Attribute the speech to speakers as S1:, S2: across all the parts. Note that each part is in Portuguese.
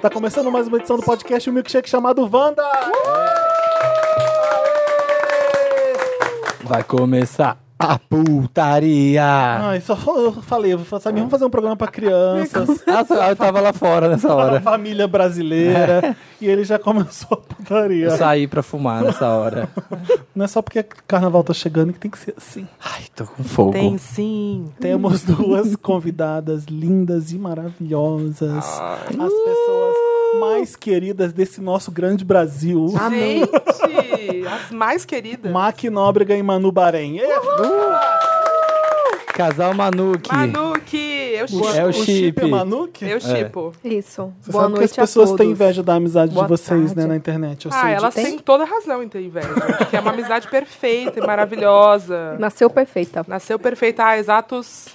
S1: Tá começando mais uma edição do podcast O Milkshake chamado Wanda!
S2: Vai começar a putaria.
S1: Ai, só fa- eu falei, eu falei, sabe, vamos fazer um programa pra crianças,
S2: Ah, só- eu tava lá fora nessa
S1: para a
S2: hora.
S1: família brasileira, e ele já começou a putaria.
S2: É. Eu saí pra fumar nessa hora.
S1: Não é só porque carnaval tá chegando que tem que ser assim.
S2: Ai, tô com fogo.
S3: Tem sim.
S1: Temos duas convidadas lindas e maravilhosas. As pessoas
S2: Uh!
S1: mais queridas desse nosso grande Brasil.
S2: Ah.
S3: Ah, Gente, as mais queridas.
S1: Mac Nóbrega e Manu Bahrein. É,
S2: Casal Manuque.
S3: Manuque, eu chipo.
S2: É o
S1: o chip é
S2: chip.
S1: Manuque?
S3: Eu chipo.
S2: Assim,
S4: Isso.
S1: Você
S4: Boa
S1: sabe que
S4: noite
S1: as pessoas
S4: a todos.
S1: têm inveja da amizade
S4: Boa
S1: de vocês, né,
S4: tarde.
S1: na internet. Eu
S3: Ah,
S1: sei
S3: elas
S1: disso.
S3: têm toda razão em ter inveja. que é uma amizade perfeita e maravilhosa.
S4: Nasceu perfeita.
S3: Nasceu perfeita há exatos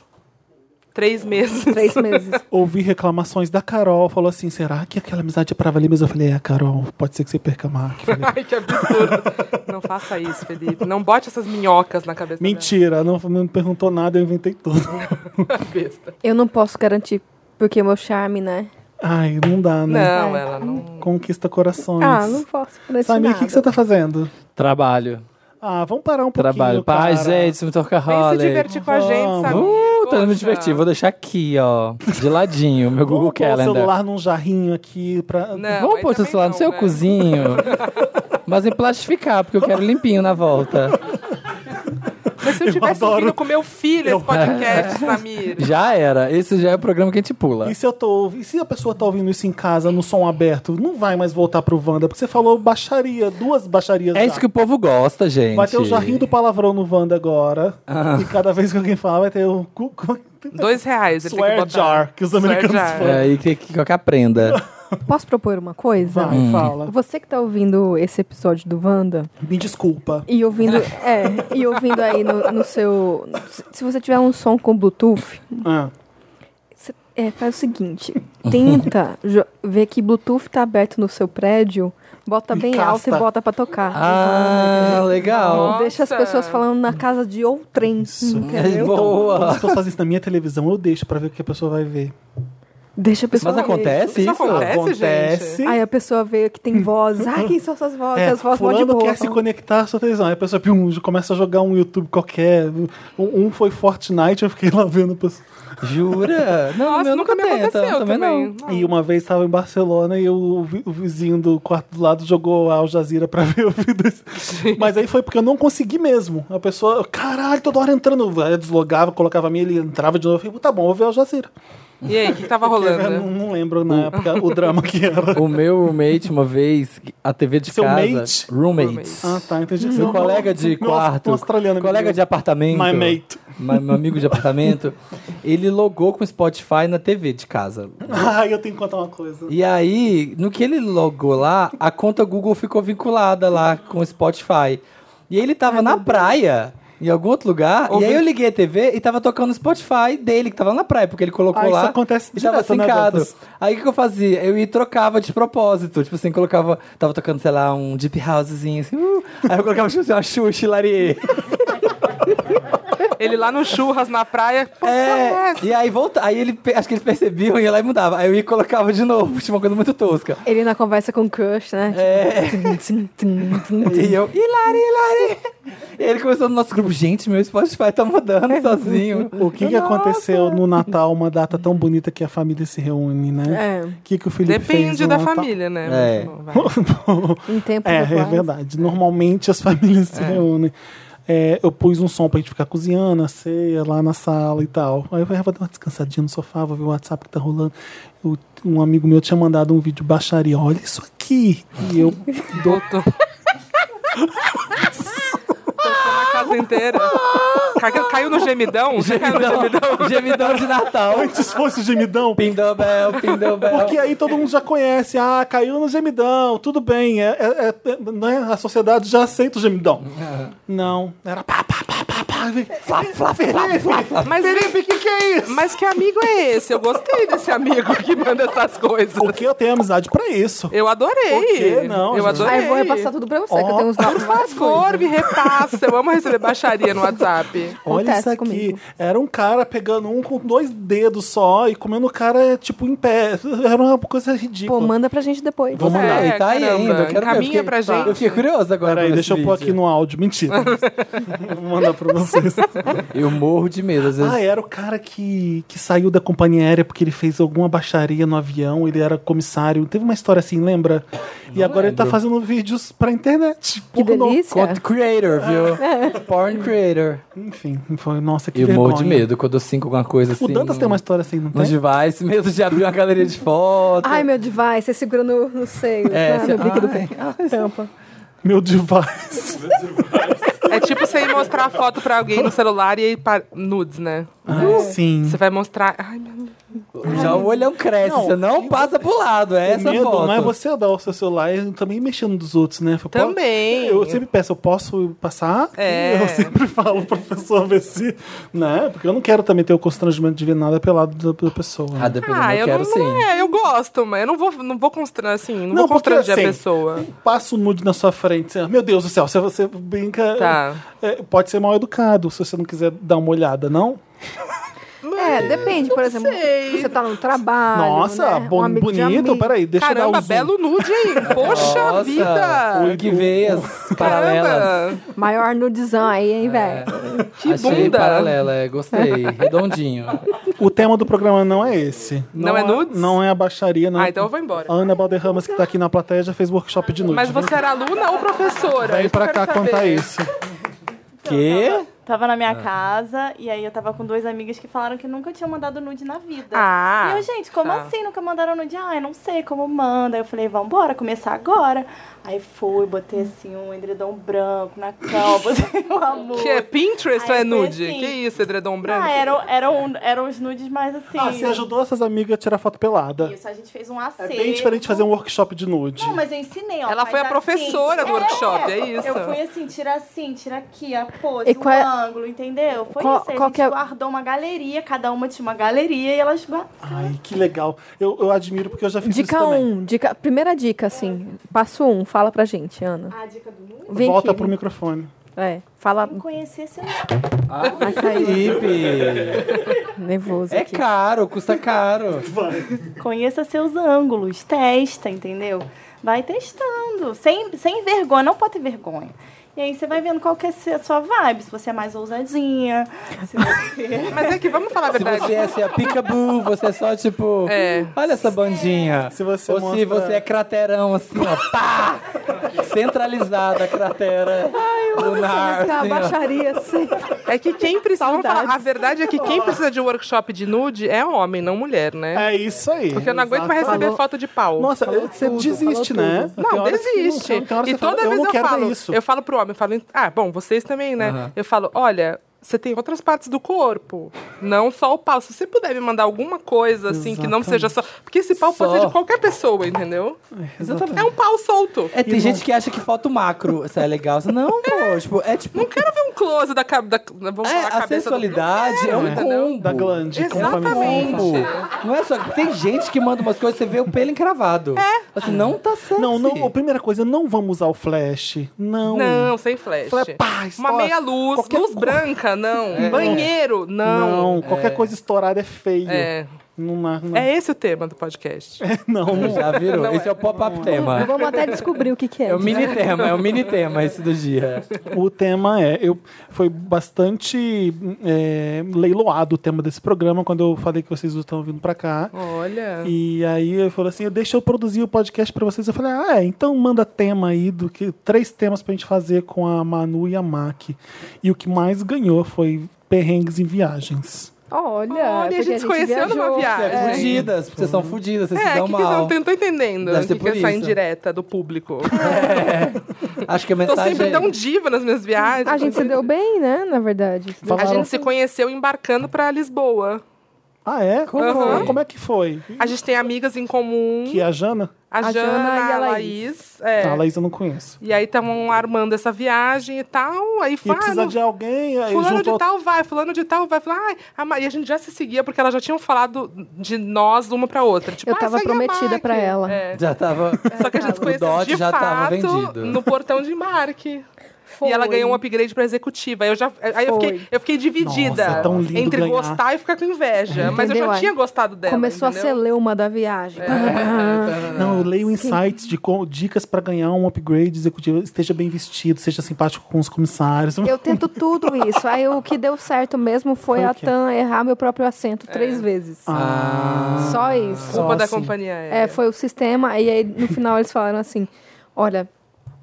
S3: três meses.
S4: Três meses.
S1: Ouvi reclamações da Carol, falou assim: será que aquela amizade é pra valer? Mas eu falei: é, Carol, pode ser que você perca a Mac. Falei,
S3: Ai, que absurdo. Não faça isso, Felipe. Não bote essas minhocas na cabeça
S1: Mentira, não, não me perguntou nada, eu inventei tudo.
S3: dela. Besta.
S4: Eu não posso garantir, porque é meu charme, né?
S1: Ai, não dá, né?
S3: Não, ela não...
S1: Conquista corações.
S4: Ah, não posso garantir
S1: Samir, o que, que você tá fazendo?
S2: Trabalho.
S1: Ah, vamos parar um pouquinho.
S2: Trabalho.
S1: cara.
S2: Pai, gente, me toca
S3: Vem se
S2: role.
S3: divertir com a gente,
S1: Vamos.
S3: sabe?
S2: Uh, tá me
S3: Poxa.
S2: divertir. Vou deixar aqui, ó. De ladinho, meu Google
S1: Vamos pôr o
S2: Calendar.
S1: celular num jarrinho aqui pra.
S3: Não,
S2: Vamos
S3: aí
S2: pôr o seu
S3: também
S2: celular no
S3: não,
S2: seu
S3: né?
S2: cozinho. Mas em plastificar, porque eu quero limpinho na volta.
S3: Mas se eu tivesse
S1: adoro.
S3: ouvindo com meu filho esse podcast, Samir.
S2: Já era. Esse já é o programa que a gente pula.
S1: E se eu tô ouvi- e se a pessoa tá ouvindo isso em casa, no som aberto, não vai mais voltar pro Wanda, porque você falou baixaria, duas baixarias.
S2: É
S1: já.
S2: isso que o povo gosta, gente. Ah.
S1: Vai ter o jarrinho do palavrão no Wanda agora. E cada vez que alguém falar, vai ter o. cu- cu-
S3: Dois reais. Ele tem que
S1: Swear
S3: botar.
S1: jar, que os
S3: Swear
S1: americanos
S3: jar.
S1: falam.
S2: É aí que, que qualquer aprenda.
S4: Posso propor uma coisa?
S1: tá- Vai,
S2: Hum.
S1: fala.
S4: Você que tá ouvindo esse episódio do Wanda
S1: Me desculpa.
S4: e ouvindo. é, e ouvindo aí no, no seu. se- Se você tiver um som com Bluetooth,
S1: Ah,
S4: cê- é, faz o seguinte. Tenta jo- ver que Bluetooth tá aberto no seu prédio, bota
S1: E
S4: bem alto
S1: casta.
S4: e bota pra tocar.
S2: Ah, legal.
S3: Nossa.
S4: Deixa as pessoas falando na casa de outrem.
S1: isso.
S2: É
S1: Quando as
S2: boa.
S1: pessoas fazem isso na minha televisão, eu deixo pra ver o que a pessoa vai ver.
S4: Deixa a pessoa
S2: Mas acontece
S3: Isso
S2: isso?
S3: acontece?
S1: É Acontece.
S4: Aí a pessoa vê que tem voz. Ah, quem são essas vozes?
S1: É,
S4: as vozes mó de
S1: fulano
S4: boa.
S1: quer se conectar à sua televisão. Aí a pessoa pum, começa a jogar um YouTube qualquer. Um, um foi Fortnite, eu fiquei lá vendo a pessoa.
S2: Jura? Não,
S3: Nossa,
S2: meu nunca
S3: nunca me
S2: tenta.
S3: aconteceu também.
S2: Também não.
S1: E uma vez estava em Barcelona e o, vi- o vizinho do quarto do lado jogou a Al Jazeera pra ver o vídeo. Mas aí foi porque eu não consegui mesmo. A pessoa, caralho, toda hora entrando. Aí eu deslogava, colocava a minha, ele entrava de novo. Eu falei, tá bom, vou ver a Al Jazeera.
S3: E aí, o que que tava
S1: Eu não,
S3: rolando?
S1: né? não lembro na época o drama que era.
S2: O meu roommate, uma vez, a TV de
S1: Seu
S2: casa.
S1: mate?
S2: Roommate.
S1: Ah, tá, entendi.
S2: Meu colega de
S1: Meu-
S2: quarto.
S1: Um australiano.
S2: colega
S1: meu.
S2: de apartamento.
S1: My mate.
S2: ma- Meu amigo de apartamento. ele logou com o Spotify na TV de casa.
S1: Ai, Ah, eu tenho que contar uma coisa.
S2: E aí, no que ele logou lá, a conta Google ficou vinculada lá com o Spotify. E ele tava na praia, em algum outro lugar,
S3: Ouvi-
S2: e aí eu liguei a TV e tava tocando o Spotify dele, que tava lá na praia, porque ele colocou
S1: Ah, isso
S2: lá.
S1: acontece
S2: e tava
S1: direto, né,
S2: sincado.
S1: Dantas?
S2: aí o que, que eu fazia? Eu ia e trocava de propósito. Tipo assim, colocava. Tava tocando, sei lá, um deep housezinho assim. uh, aí eu colocava, tipo assim, uma Xuxa Larie.
S3: Ele lá no churras, na praia. Pô,
S2: É, e aí volta, aí ele, pe- acho que eles percebiam e ia lá e mudava. Aí eu ia e colocava de novo, tipo uma coisa muito tosca.
S4: Ele na conversa com o crush, né?
S2: É.
S4: Tum, tum, tum, tum.
S2: E eu, Hilari, Hilari! E ele começou no nosso grupo, gente, meu Spotify tá mudando sozinho.
S1: O que, que aconteceu no Natal, uma data tão bonita que a família se reúne, né?
S4: É,
S1: O que, que o Felipe fez
S3: Depende
S1: no
S3: da
S1: Natal?
S3: família, né?
S2: É.
S3: Não, vai.
S4: em Um tempo
S1: É,
S4: iguais.
S1: é verdade. Normalmente as famílias se reúnem. É, eu pus um som pra gente ficar cozinhando, a ceia lá na sala e tal. Aí eu falei, ah, vou dar uma descansadinha no sofá, vou ver o WhatsApp que tá rolando. Eu- um amigo meu tinha mandado um vídeo baixaria, olha isso aqui. E eu,
S3: Voltou. Tocou na casa inteira. Caiu, caiu no gemidão? Você caiu no gemidão?
S2: Gemidão, gemidão de Natal.
S1: antes fosse o gemidão,
S2: Pindobel, Pindobel.
S1: porque aí todo mundo já conhece, ah, caiu no gemidão, tudo bem, é, é- é- né? a sociedade já aceita o gemidão. Não, era pá, pá, pá, pá, pá.
S2: Flá, flá, flá, flá, flá.
S3: Mas,
S1: Felipe, o que, que é isso?
S3: mas que amigo é esse? Eu gostei desse amigo que manda essas coisas.
S1: Porque eu tenho amizade pra isso.
S3: Eu adorei.
S1: Por quê? Não,
S3: eu
S1: gente.
S3: adorei.
S4: Aí eu vou repassar tudo pra você, que eu tenho uns
S3: Por favor, me repassa. Eu amo receber baixaria no WhatsApp. aqui.
S1: Olha
S4: Acontece
S1: isso aqui.
S4: comigo.
S1: Era um cara pegando um com dois dedos só e comendo o cara, tipo, em pé. Era uma coisa
S4: Pô,
S1: ridícula.
S4: manda pra gente depois.
S2: Vamos
S3: É,
S2: lá, e tá aí
S3: caramba,
S2: ainda. Eu quero ver. eu
S3: encaminha
S2: fiquei-
S3: pra gente.
S2: Eu fiquei curioso agora.
S1: Peraí,
S2: pra ver
S1: deixa eu
S2: esse
S1: pôr
S2: vídeo.
S1: aqui no áudio. Mentira. Vou mandar pra vocês.
S2: Eu morro de medo, às vezes.
S1: Ah, era o cara que, que saiu da companhia aérea porque ele fez alguma baixaria no avião, ele era comissário. Teve uma história assim, lembra? e agora ele tá
S2: lembro.
S1: fazendo vídeos pra internet.
S4: Que
S1: pornô.
S4: delícia.
S2: Content creator, viu? Porn creator.
S1: Enfim, foi, nossa, que
S2: Eu
S1: vergonha.
S2: morro de medo quando eu sinco alguma coisa assim.
S1: O Dantas tem uma história assim, não
S2: No
S1: tem?
S2: device, medo de abrir uma galeria de foto.
S4: Ai, meu device, você segura no, no seio.
S2: É,
S4: ah,
S2: você-
S4: no bico do
S2: ai,
S4: pé. Tampa.
S1: Meu device.
S3: É tipo você ir mostrar a foto pra alguém no celular e aí pa- nudes, né?
S1: Ai, sim.
S3: Você vai mostrar. Ai, meu Deus.
S2: Já o olhão cresce,
S1: Não,
S2: você não passa pro lado, é
S1: O
S2: essa
S1: medo
S2: foto.
S1: não é você dar o seu celular e também mexendo dos outros, né? Fala,
S3: Também.
S1: "Pô, Eu sempre peço, eu posso passar?
S3: É.
S1: Eu sempre falo pra pessoa ver se. Né? Porque eu não quero também ter o constrangimento de ver nada pelado da, da pessoa. né?
S2: Ah, dependendo,
S3: Ah,
S2: eu,
S3: eu
S2: quero
S3: não,
S2: sim.
S3: não é, eu gosto, mas eu não vou, não vou constranger assim, não,
S1: Não,
S3: vou
S1: porque,
S3: constranger
S1: assim,
S3: a pessoa.
S1: Passa o nude na sua frente. Você, Meu Deus do céu, se você brinca.
S3: Tá.
S1: é, pode ser mal educado se você não quiser dar uma olhada, não?
S4: É, depende, por exemplo, você tá no trabalho.
S1: Nossa,
S4: né?
S1: bo-
S4: Um amigo de
S1: bonito.
S4: amigo.
S1: Peraí, deixa eu dar
S3: Caramba,
S1: um zoom.
S3: belo nude aí. Poxa
S2: Nossa,
S3: vida!
S2: O que vê as paralelas.
S3: Caramba!
S4: Maior no design, hein, velho?
S3: Que
S2: Achei
S3: bunda!
S2: paralela, é, gostei. Redondinho.
S1: O tema do programa não é esse.
S3: Não é nudes?
S1: Não é a baixaria, não.
S3: Ah, então eu vou embora.
S1: A Ana Balderramas, que tá aqui na plateia, já fez workshop de nude.
S3: Mas você era aluna ou professora?
S1: Vem
S3: Isso eu
S1: pra
S3: quero
S1: cá
S3: saber.
S1: contar isso.
S2: Que?
S5: Tava na minha
S1: Ah.
S5: casa e aí eu tava com duas amigas que falaram que nunca tinham mandado nude na vida.
S3: Ah,
S5: e eu, gente, como
S3: tá.
S5: assim? Nunca mandaram nude? Ai, não sei como manda. Aí eu falei, vambora, começar agora. Aí fui, botei assim um edredom branco na cama, botei um amor.
S3: Que é Pinterest ou é
S5: Ai, foi
S3: nude?
S5: assim.
S3: Que isso, edredom branco?
S5: Ah, eram, eram, eram os nudes mais assim.
S1: Ah, você ajudou essas amigas a tirar foto pelada.
S5: Isso, a gente fez um acerto.
S1: É bem diferente fazer um workshop de nude.
S5: Não, mas eu ensinei, ó.
S3: Ela
S5: faz
S3: foi a
S5: assim.
S3: professora do workshop, é isso?
S5: Eu fui assim, tira assim, tira aqui, a pose,
S4: E qual é-
S5: o ângulo, entendeu? Foi
S4: Qual-
S5: isso. Aí
S4: qual
S5: a gente
S4: que é-
S5: guardou uma galeria, cada uma tinha uma galeria e elas guardaram.
S1: Ai, que legal. Eu, eu admiro porque eu já fiz isso
S4: Dica
S1: também.
S4: 1, dica, primeira dica, assim. Passo 1, um, fala pra gente, Ana.
S5: A dica do mundo?
S4: Vem
S1: Volta
S4: aqui.
S1: pro microfone.
S4: É, fala.
S5: Conhecer seu
S4: Ai, caiu.
S2: Felipe!
S4: Nervoso.
S2: É
S4: aqui.
S2: caro, custa caro.
S5: Conheça seus ângulos, testa, entendeu? Vai testando, sem, sem vergonha, não pode ter vergonha. E aí você vai vendo qual que é a sua vibe, se você é mais ousadinha, se você...
S3: Mas é que vamos falar a
S2: Se
S3: verdade.
S2: você é assim, a peekaboo, você é só tipo.
S3: É.
S2: Olha essa bandinha.
S1: Se você
S2: Ou se
S1: mostra-
S2: você é craterão, assim, ó. Pá! Centralizada a cratera. lunar,
S4: Tá,
S2: assim, ó.
S4: baixaria assim.
S3: É que quem precisa. vamos
S4: Saudades.
S3: falar, a verdade é que quem precisa de workshop de nude é homem, não mulher, né?
S1: É isso aí.
S3: Porque eu não aguento mais
S1: Exatamente.
S3: receber foto de pau.
S1: Nossa, você desiste, né? Tem
S3: Não,
S1: horas que
S3: desiste.
S1: tem horas
S3: e
S1: que você fala,
S3: toda vez
S1: eu não
S3: eu
S1: quero
S3: falo,
S1: ver isso.
S3: eu falo pro homem, eu falo, ah, bom, vocês também, né?
S2: Aham.
S3: Eu falo, olha, você tem outras partes do corpo, não só o pau. Se você puder me mandar alguma coisa assim que não seja só, porque esse pau pode
S2: Só.
S3: ser de qualquer pessoa, entendeu?
S2: Exatamente.
S3: É um pau solto.
S2: É, tem gente que acha que foto macro isso é legal. Isso Não, pô, tipo, é tipo.
S3: Não quero ver um close da, ca- da vamos
S2: é,
S3: falar,
S2: a
S3: cabeça do-
S2: sensualidade é um
S1: É.
S2: combo.
S1: Da glande.
S2: É um
S1: conforme-
S3: Exatamente.
S2: combo. Não é só. Tem gente que manda umas coisas, você vê o pelo encravado. É. Assim, não tá certo.
S1: Não, não, a primeira coisa, não vamos usar o flash. Não.
S3: Não, sem flash.
S1: Flash, pá,
S3: Uma
S1: estoura.
S3: meia luz,
S1: é Qualquer
S3: luz
S1: cor.
S3: branca, não. Banheiro, não.
S1: Não, qualquer coisa estourada é feio.
S3: É.
S1: Não, há- não, É.
S3: É esse o tema do podcast.
S1: não, não.
S2: Já virou?
S3: Não
S2: Esse é o pop-up tema.
S4: Vamos até descobrir o que, que é.
S2: É o mini tema, é o mini tema esse do dia.
S1: O tema é. Eu, foi bastante é, leiloado o tema desse programa quando eu falei que vocês estão vindo pra cá.
S3: Olha.
S1: E aí ele falou assim: deixa eu produzir o podcast pra vocês. Eu falei: ah, é, então manda tema aí do que três temas pra gente fazer com a Manu e a Mac. E o que mais ganhou foi perrengues em viagens.
S4: Olha,
S3: Olha, a
S4: porque
S3: gente se conheceu numa
S4: viajou.
S3: viagem.
S2: Você é
S3: É.
S2: fudidas, vocês são fudidas, vocês se
S3: É,
S2: dão
S3: que, que eu
S2: mal.
S3: não tô entendendo
S2: Deve ser
S3: o que,
S2: por
S3: que é essa
S2: isso.
S3: indireta do público.
S2: Acho que a
S3: tô
S2: mensagem.
S3: sempre um tão diva nas minhas viagens.
S4: A gente se deu bem, né, na verdade. Se deu
S3: A
S1: Falaram-
S3: gente se conheceu embarcando pra Lisboa.
S1: Ah, é? Como,
S3: Aham.
S1: como é que foi?
S3: A gente tem amigas em comum,
S1: Que a Jana?
S3: a, Jana, e a Laís. é.
S1: Ah, a Laís eu não conheço.
S3: E aí estavam armando essa viagem e tal. Aí
S1: E
S3: fala, "Ah,
S1: precisa
S3: não-
S1: de alguém, aí
S3: Fulano
S1: juntou
S3: de tal vai, fulano de tal vai. Falar, ai, a Ma- E a gente já se seguia, porque elas já tinham falado de nós uma pra outra. Tipo,
S4: Eu
S3: "Ah,
S4: tava
S3: segue a
S4: prometida
S3: Maqui."
S4: pra ela.
S3: É.
S2: Já tava.
S3: Só que a gente se
S2: O
S3: conheceu
S2: Dodge
S3: de
S2: já
S3: fato
S2: tava vendido.
S3: no portão de embarque. e ela
S5: Foi.
S3: ganhou um upgrade pra executiva. Aí eu já aí eu
S5: Foi.
S3: fiquei, eu fiquei dividida
S1: Nossa, é tão lindo
S3: entre
S1: ganhar.
S3: gostar e ficar com inveja. Mas eu
S4: Entendeu?
S3: já
S4: Aí
S3: tinha gostado dela.
S4: Começou a
S3: entendeu? É.
S4: ser leuma da viagem.
S1: Não, eu leio insights de co- dicas pra ganhar um upgrade executivo. Esteja bem vestido, seja simpático com os comissários.
S4: Eu tento tudo isso. Aí o que deu certo mesmo foi,
S1: Foi o
S4: a
S1: quê?
S4: Tan errar meu próprio assento
S3: É.
S4: três vezes.
S1: Ah,
S4: Só isso.
S1: Só
S3: Culpa da
S1: assim.
S3: companhia aérea.
S4: É, foi o sistema. E aí, no final, eles falaram assim: olha,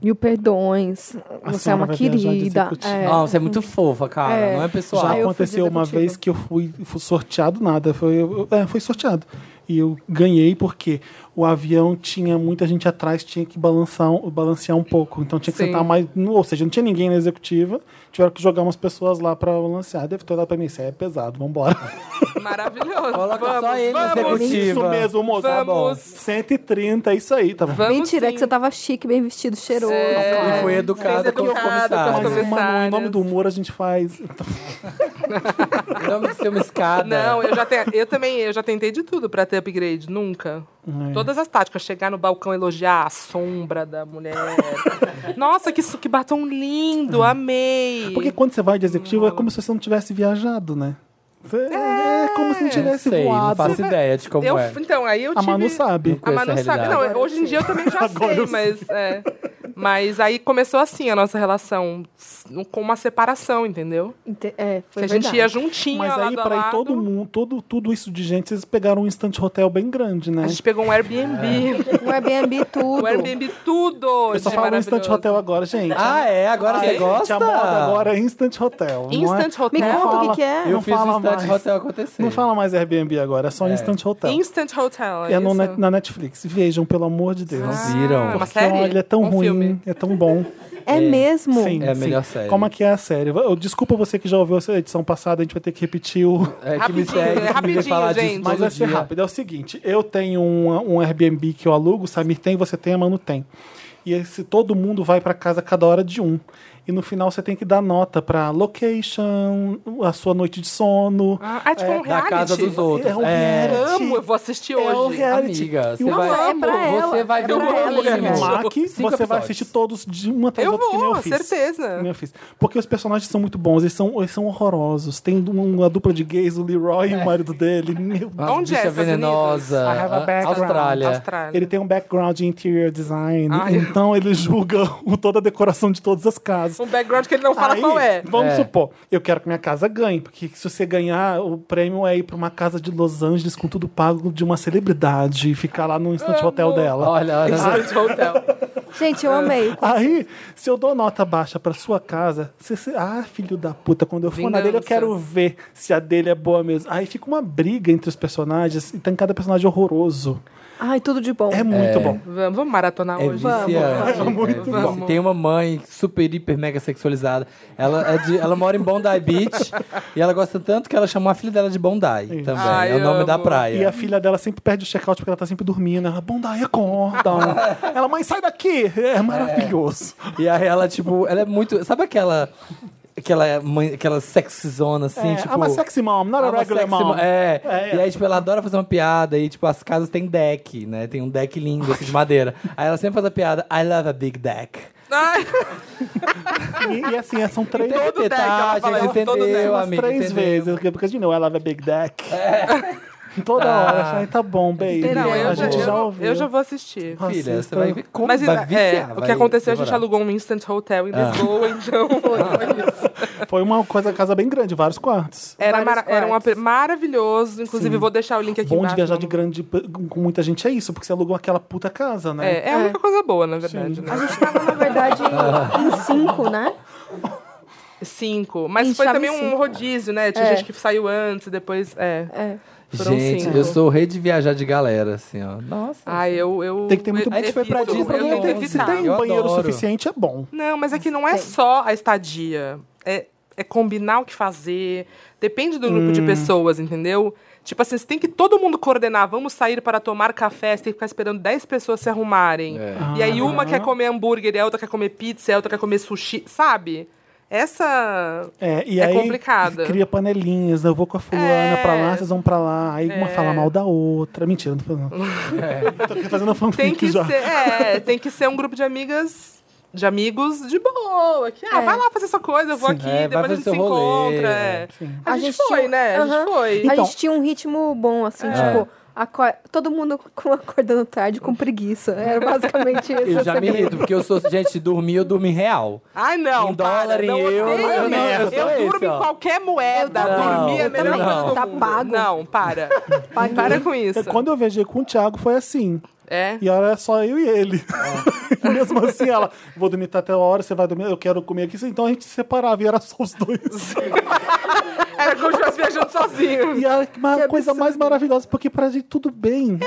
S4: mil perdões, você é
S1: senhora
S4: uma
S1: vai viajar de
S4: querida.
S1: executiva.
S4: É.
S2: Ah, você é muito fofa, cara.
S4: É.
S2: Não é pessoal.
S1: Já
S4: eu fui
S1: aconteceu uma
S4: executiva.
S1: vez que eu fui, fui sorteado nada. Foi, eu- é, foi sorteado. E eu ganhei porque o avião tinha muita gente atrás, tinha que balançar, um- balancear um pouco. Então tinha que
S3: Sim.
S1: sentar mais. no- Ou seja, não tinha ninguém na executiva. Tiveram que jogar umas pessoas lá pra balancear. Deve ter olhado pra mim, isso aí é pesado, vambora.
S3: Maravilhoso.
S2: Coloca
S3: vamos,
S2: só ele na
S3: vamos,
S2: executiva.
S1: Isso mesmo, moço. Tá bom.
S3: Vamos.
S1: 130, é isso aí, tá bom.
S3: vamos
S4: Mentira, é que
S3: sim.
S4: você tava chique, bem vestido, cheiroso.
S3: É.
S2: E foi
S3: Fez
S2: educada com os
S3: educado com os
S1: Mas,
S2: comissários.
S1: mano, em nome
S3: comissários.
S1: do humor a gente faz.
S2: Em nome de ser uma escada.
S3: Não, eu já tenho, eu também, eu já tentei de tudo pra ter upgrade, nunca.
S1: É.
S3: Todas as táticas, chegar no balcão elogiar a sombra da mulher. Nossa, que su- que batom lindo,
S1: Hum.
S3: amei.
S1: Porque quando você vai de executivo, é como se você não tivesse viajado, né? Você- É, como se não
S2: não
S1: tivesse
S2: sei, não
S1: voado.
S2: faço ideia de como
S3: eu,
S2: é.
S3: então, aí eu
S1: A
S3: tive um
S1: Manu sabe.
S3: A Manu
S2: Conheço a
S3: sabe,
S2: realidade.
S3: não, é, hoje em dia eu também já sei, mas é. Mas aí começou assim a nossa relação s- com uma separação, entendeu?
S4: Inte- É, foi
S3: que a gente
S4: verdade.
S3: ia juntinho
S1: Mas aí,
S3: lado a
S1: pra ir
S3: lado.
S1: todo mundo, todo, tudo isso de gente, vocês pegaram um instante hotel bem grande, né?
S3: A gente pegou um Airbnb.
S4: O Airbnb tudo.
S3: O Airbnb tudo.
S1: Eu só
S3: de
S1: falo
S3: maravilhoso.
S1: instant hotel agora, gente.
S2: Ah, é? Agora você
S1: gente,
S2: gosta?
S1: A moda agora é instant hotel.
S3: Instant
S4: Me
S3: Hotel.
S1: Não
S4: conta o
S1: fala.
S4: que, que é.
S2: Eu
S1: Não
S2: fiz o
S1: fala
S2: instante
S1: mais.
S2: hotel
S1: Não,
S2: acontecer.
S1: não fala mais Airbnb agora, é só instant hotel.
S3: Instant Hotel.
S1: é no
S3: isso?
S1: net- na Netflix. Vejam, pelo amor de Deus.
S2: Vocês viram?
S3: Ah, uma
S1: Porque,
S3: série?
S1: Olha, é tão
S3: Um
S1: ruim,
S3: filme.
S1: é tão bom.
S4: É, mesmo?
S1: Sim,
S2: É a
S1: sim.
S2: melhor série.
S1: Como é que é a série? Eu- Desculpa você que já ouviu essa edição passada, a gente vai ter que repetir o.
S2: É que me
S3: Rapidinho,
S2: segue,
S3: é
S2: que me vê
S3: rapidinho,
S2: falar disso
S3: gente.
S2: todo
S1: Mas vai ser
S2: dia.
S1: rápido. É o seguinte: eu tenho um, um Airbnb que eu alugo, o Samir tem, você tem, a Manu tem. E esse, todo mundo vai para casa cada hora de um. E no final você tem que dar nota pra location, a sua noite de sono.
S3: Ah, é tipo um
S2: Da
S3: reality.
S2: casa dos outros.
S1: É um
S2: É,
S1: reality.
S3: Eu amo, eu vou assistir
S1: É o
S3: hoje.
S1: real- reality.
S2: amiga, você
S1: Nossa,
S2: vai,
S4: é pra ela,
S2: você vai
S4: é
S2: ver o
S4: pra ela,
S2: Globo
S4: gente.
S2: Gourmet.
S1: Mac, você
S2: Cinco
S1: vai
S2: episódios.
S1: assistir todos de uma atrás
S3: Eu
S1: da outra, que nem
S3: vou,
S1: eu fiz.
S3: certeza.
S1: Que nem eu fiz. Porque os personagens são muito bons, eles são, eles são horrorosos. Tem um, uma dupla de gays, o Leroy
S2: É.
S1: e o marido dele. Meu
S2: As
S3: Onde é,
S2: bichas
S3: Estados Unidos?
S2: venenosa,
S1: I have a
S2: a-
S1: background.
S2: Ah, Austrália.
S3: Austrália.
S1: Ele tem um background de interior design,
S3: Ai.
S1: então ele julga o- toda a decoração de todas as casas.
S3: Um background que ele não fala
S1: Aí,
S3: qual é.
S1: Vamos
S2: É.
S1: supor, eu quero que minha casa ganhe, porque se você ganhar, o prêmio é ir pra uma casa de Los Angeles com tudo pago de uma celebridade e ficar lá no instante hotel dela.
S2: Olha, olha.
S3: Instant Hotel.
S4: Gente, eu
S3: É.
S4: amei.
S1: Aí, se eu dou nota baixa pra sua casa, você, você- ah, filho da puta, quando eu for na dele, eu
S3: Vingança.
S1: quero ver se a dele é boa mesmo. Aí fica uma briga entre os personagens e tem cada personagem horroroso.
S4: Ai, tudo de bom.
S1: É muito bom.
S3: Vamos, vamos maratonar
S2: É
S3: hoje.
S2: viciante.
S1: Vamos, vamos.
S2: É
S1: Muito
S2: vici-
S3: bom.
S2: Tem uma mãe super, hiper, mega sexualizada. Ela, é de- ela mora em Bondi Beach e ela gosta tanto que ela chamou a filha dela de Bondi também.
S3: Ai,
S2: é o nome
S3: amo.
S2: da praia.
S1: E a filha dela sempre perde o check-out porque ela tá sempre dormindo. Ela, Bondai, acorda. ela, mãe, sai daqui. É maravilhoso.
S2: E aí ela, tipo, ela é muito. Sabe aquela. Aquela, mãe, aquela sexzona assim,
S1: É,
S2: tipo.
S1: I'm a sexy mom, not a
S2: "I'm a
S1: regular
S2: sexy
S1: mom.
S2: mo- É.
S1: É, é.
S2: E aí, tipo, ela adora fazer uma piada e, tipo, as casas têm deck, né? Tem um deck lindo, assim, de madeira. Aí ela sempre faz a piada, I love a big deck.
S3: Ai,
S1: E, e assim, são três...
S2: Tem que ter
S3: deck, ela
S2: táticas,
S3: fala,
S2: Tá, entendeu,
S3: todo deck,
S1: umas
S2: amiga,
S1: três
S2: entendeu? É.
S1: vezes. Porque, de novo, ela have a big deck. Toda
S2: Ah.
S1: hora. Ai, tá é bom, baby.
S4: Entendeu?
S3: não, eu,
S1: a
S3: já,
S1: gente
S3: eu,
S1: já
S3: não-
S1: ouviu.
S3: eu já vou assistir.
S2: Filha,
S1: Assista.
S2: você vai ver como
S3: Mas
S2: vai
S3: é,
S2: viciar,
S3: o que
S2: vai
S3: aconteceu, a gente
S2: devorar.
S3: alugou um Instant Hotel em
S1: Ah.
S3: Lisboa, então.
S1: Foi uma coisa, casa bem grande, vários quartos.
S3: Era,
S4: Vários
S3: mara- era um
S4: quartos.
S3: ap- maravilhoso. Inclusive,
S1: Sim.
S3: vou deixar o link aqui
S1: Bom de
S3: embaixo.
S1: viajar de grande com muita gente é isso, porque você alugou aquela puta casa, né?
S3: É, é a única coisa boa, na verdade. né?
S4: A gente tava, na verdade, em cinco, né?
S3: Cinco. Mas
S4: Gente,
S3: foi
S4: tava em
S3: também um
S4: cinco.
S3: rodízio, né? Tinha
S4: É.
S3: gente que saiu antes, depois. É.
S4: É.
S3: Foram
S2: Gente,
S3: cinco.
S2: eu sou o rei de viajar de galera, assim, ó. Nossa.
S3: Ah, eu. eu
S1: Tem que ter muito-
S2: A gente foi pra
S3: evito,
S2: Disney
S3: Eu tento
S2: ontem.
S3: evitar.
S1: Tem um
S2: Eu
S1: banheiro
S2: adoro.
S1: suficiente, é bom.
S3: Não, mas é que não é só a estadia. É, é combinar o que fazer. Depende do grupo de
S1: Hum.
S3: pessoas, entendeu? Tipo assim, você tem que todo mundo coordenar. Vamos sair para tomar café. Você tem que ficar esperando 10 pessoas se arrumarem.
S2: É.
S3: E aí uma
S1: Aham.
S3: quer comer hambúrguer, e a outra quer comer pizza, e a outra quer comer sushi, sabe? Essa...
S1: É, e
S3: É
S1: aí
S3: complicado.
S1: cria panelinhas, né? eu vou com a fulana
S3: É.
S1: pra lá, vocês vão pra lá, aí uma fala mal da outra. Mentira, não É, tô falando. Tô aqui fazendo fanfic
S3: Tem que
S1: já.
S3: ser... É, tem que ser um grupo de amigas de amigos de boa. Que, ah,
S4: É.
S3: vai lá fazer sua coisa, eu vou
S2: Sim.
S3: aqui,
S2: É, vai
S3: depois a
S2: fazer
S3: gente se
S2: seu rolê, é.
S3: encontra. é. A,
S4: A
S3: gente,
S4: gente
S3: foi,
S4: tinha- um-
S3: né? A
S4: Aham.
S3: gente foi.
S4: A
S1: Então-
S4: gente tinha um ritmo bom,
S2: É.
S4: assim, tipo, acor- todo mundo com- acordando tarde com preguiça. Era basicamente isso. assim.
S2: Eu já
S4: essa
S2: me
S4: minha-
S2: irrito, porque eu sou. Gente, dormir, eu dormi real.
S3: Ai, não.
S2: Em dólar,
S3: para, não
S2: em euro,
S3: odeio
S2: eu
S1: não,
S3: isso.
S1: eu
S2: sou
S3: Eu
S2: esse,
S3: durmo
S2: ó.
S3: em qualquer moeda.
S2: Eu também.
S3: Dormir é a
S2: Eu
S3: melhor
S2: também.
S3: coisa do
S4: Tá
S3: mundo.
S4: pago.
S3: Não, para. Para com isso.
S1: É, Quando eu viajei com o Thiago, foi assim.
S3: É.
S1: E era só eu e ele. E mesmo assim, ela, vou dormir até a hora, você vai dormir, eu quero comer aqui. Então a gente se separava e era só os dois.
S3: Era como se estivesse É, viajando sozinho.
S1: E era uma
S4: Que
S1: coisa
S4: absurdo.
S1: mais maravilhosa, porque pra gente tudo bem.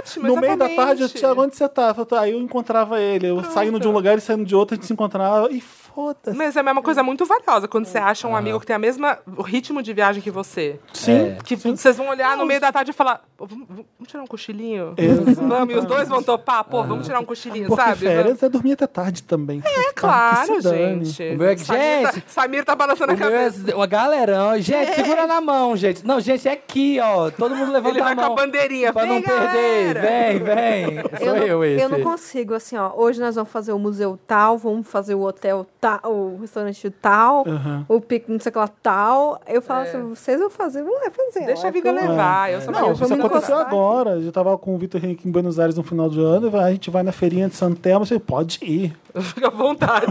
S3: Ótimo,
S1: No meio da tarde, eu,
S3: É, exatamente.
S1: Thiago, onde você tá? Eu tô- Aí eu encontrava ele. Eu saindo de um lugar, ele saindo de outro, a gente se encontrava. E foda-se.
S3: Mas é uma coisa muito valiosa quando você acha
S2: Ah.
S3: um amigo que tem a mesma o ritmo de viagem que você.
S1: Sim.
S3: Que vocês vão olhar no meio da tarde e falar: "Pô, vamos, vamos tirar um cochilinho?
S1: É. Exatamente.
S3: Vamos, e os dois vão topar, pô,
S2: Ah.
S3: vamos tirar um cochilinho,
S1: Porque
S3: sabe?
S1: férias é dormir até tarde também.
S3: É claro, gente.
S2: O meu é-
S3: Samir
S2: gente,
S3: tá, Samir tá balançando
S2: O
S3: a
S2: meu é
S3: cabeça. É.
S2: z- uma galerão. Gente, segura na mão, gente. Não, gente, é aqui, ó. Todo mundo levanta
S3: Ele vai
S2: a
S3: com a
S2: mão.
S3: bandeirinha.
S2: Pra
S3: Vem,
S2: não perder.
S3: galera!
S2: Vem, vem. Sou
S4: não,
S2: eu, esse.
S4: eu não consigo, assim, ó. Hoje nós vamos fazer o museu tal, vamos fazer o hotel tal, o restaurante tal,
S1: Aham.
S4: o pico não sei o que lá tal. Eu falo assim, vocês vão fazer, vão lá fazer.
S3: É. Deixa
S4: ó,
S3: a vida
S4: que eu-
S3: levar. Eu sou
S1: Não,
S3: uma-
S4: vamos
S1: isso aconteceu
S4: encostar.
S1: agora. Eu tava com o Vitor Henrique em Buenos Aires no final do ano. A gente vai na feirinha de Santelmo. Você pode ir.
S3: Fica à vontade.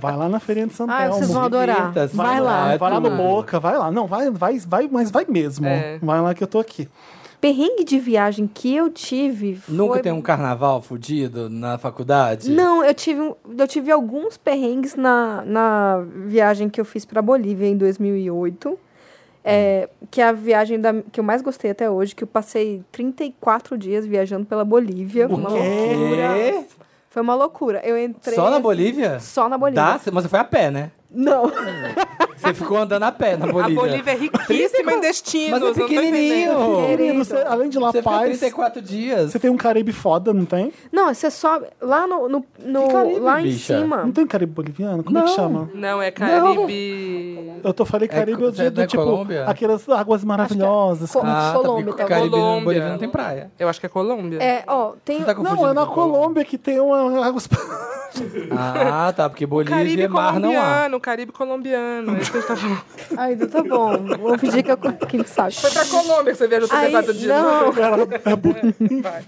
S1: Vai lá na feirinha de
S4: Ah,
S1: Santelmo.
S4: vocês vão adorar.
S2: Divirta-se,
S4: Vai lá.
S2: é
S1: Vai lá no
S2: tudo.
S1: Boca, vai lá. Não, vai, vai, vai, mas vai mesmo.
S3: É.
S1: Vai lá que eu tô aqui.
S4: Perrengue de viagem que eu tive foi...
S2: Nunca tem um carnaval fudido na faculdade?
S4: Não, eu tive, um- eu tive alguns perrengues na, na viagem que eu fiz pra Bolívia em 2008. É, que é a viagem da- que eu mais gostei até hoje, que eu passei 34 dias viajando pela Bolívia.
S1: O
S4: uma
S1: quê?
S4: loucura. Foi uma loucura. Eu entrei. assim,
S2: Só na Bolívia?
S4: Só na Bolívia.
S2: Dá? Cê- Mas você foi a pé, né?
S4: Não.
S2: Você ficou andando a pé na
S3: A
S2: Bolívia.
S3: Bolívia é riquíssima em destinos.
S2: Mas é
S3: eu não tô entendendo.
S2: pequenininho.
S4: Querido.
S1: Querido, você, além de La
S2: Você ficou
S1: Paz,
S2: 34 dias.
S1: você tem um Caribe foda, não tem?
S4: Não, você sobe. Lá no. no- no-
S2: Que Caribe,
S4: lá em
S2: bicha?
S4: cima.
S1: Não tem um Caribe boliviano? Como é que
S2: Não.
S1: chama?
S3: Não, é Caribe.
S1: Eu tô falei Caribe, eu
S2: é-
S1: digo
S2: não é
S1: tipo
S2: Colômbia?
S1: aquelas águas maravilhosas.
S4: Co-
S2: Ah,
S4: Colômbia,
S2: tá, porque
S4: tá
S2: o Caribe
S3: Colômbia.
S2: na Bolívia não tem praia.
S3: Eu acho que é Colômbia.
S4: É, ó, tem.
S2: Você tá
S1: Não, é
S2: confundindo
S1: na
S2: com
S1: Colômbia que tem uma águas.
S2: Ah, tá, porque Bolívia
S3: Caribe
S2: é mar não há.
S3: colombiano, Caribe colombiano. É isso que a gente tá falando.
S4: Ai, então tá bom. Vou fingir que eu. Quem sabe?
S2: tá
S3: Foi pra É Colômbia que você viajou
S4: Aí,
S3: 34 dias.
S4: não.
S3: Vai,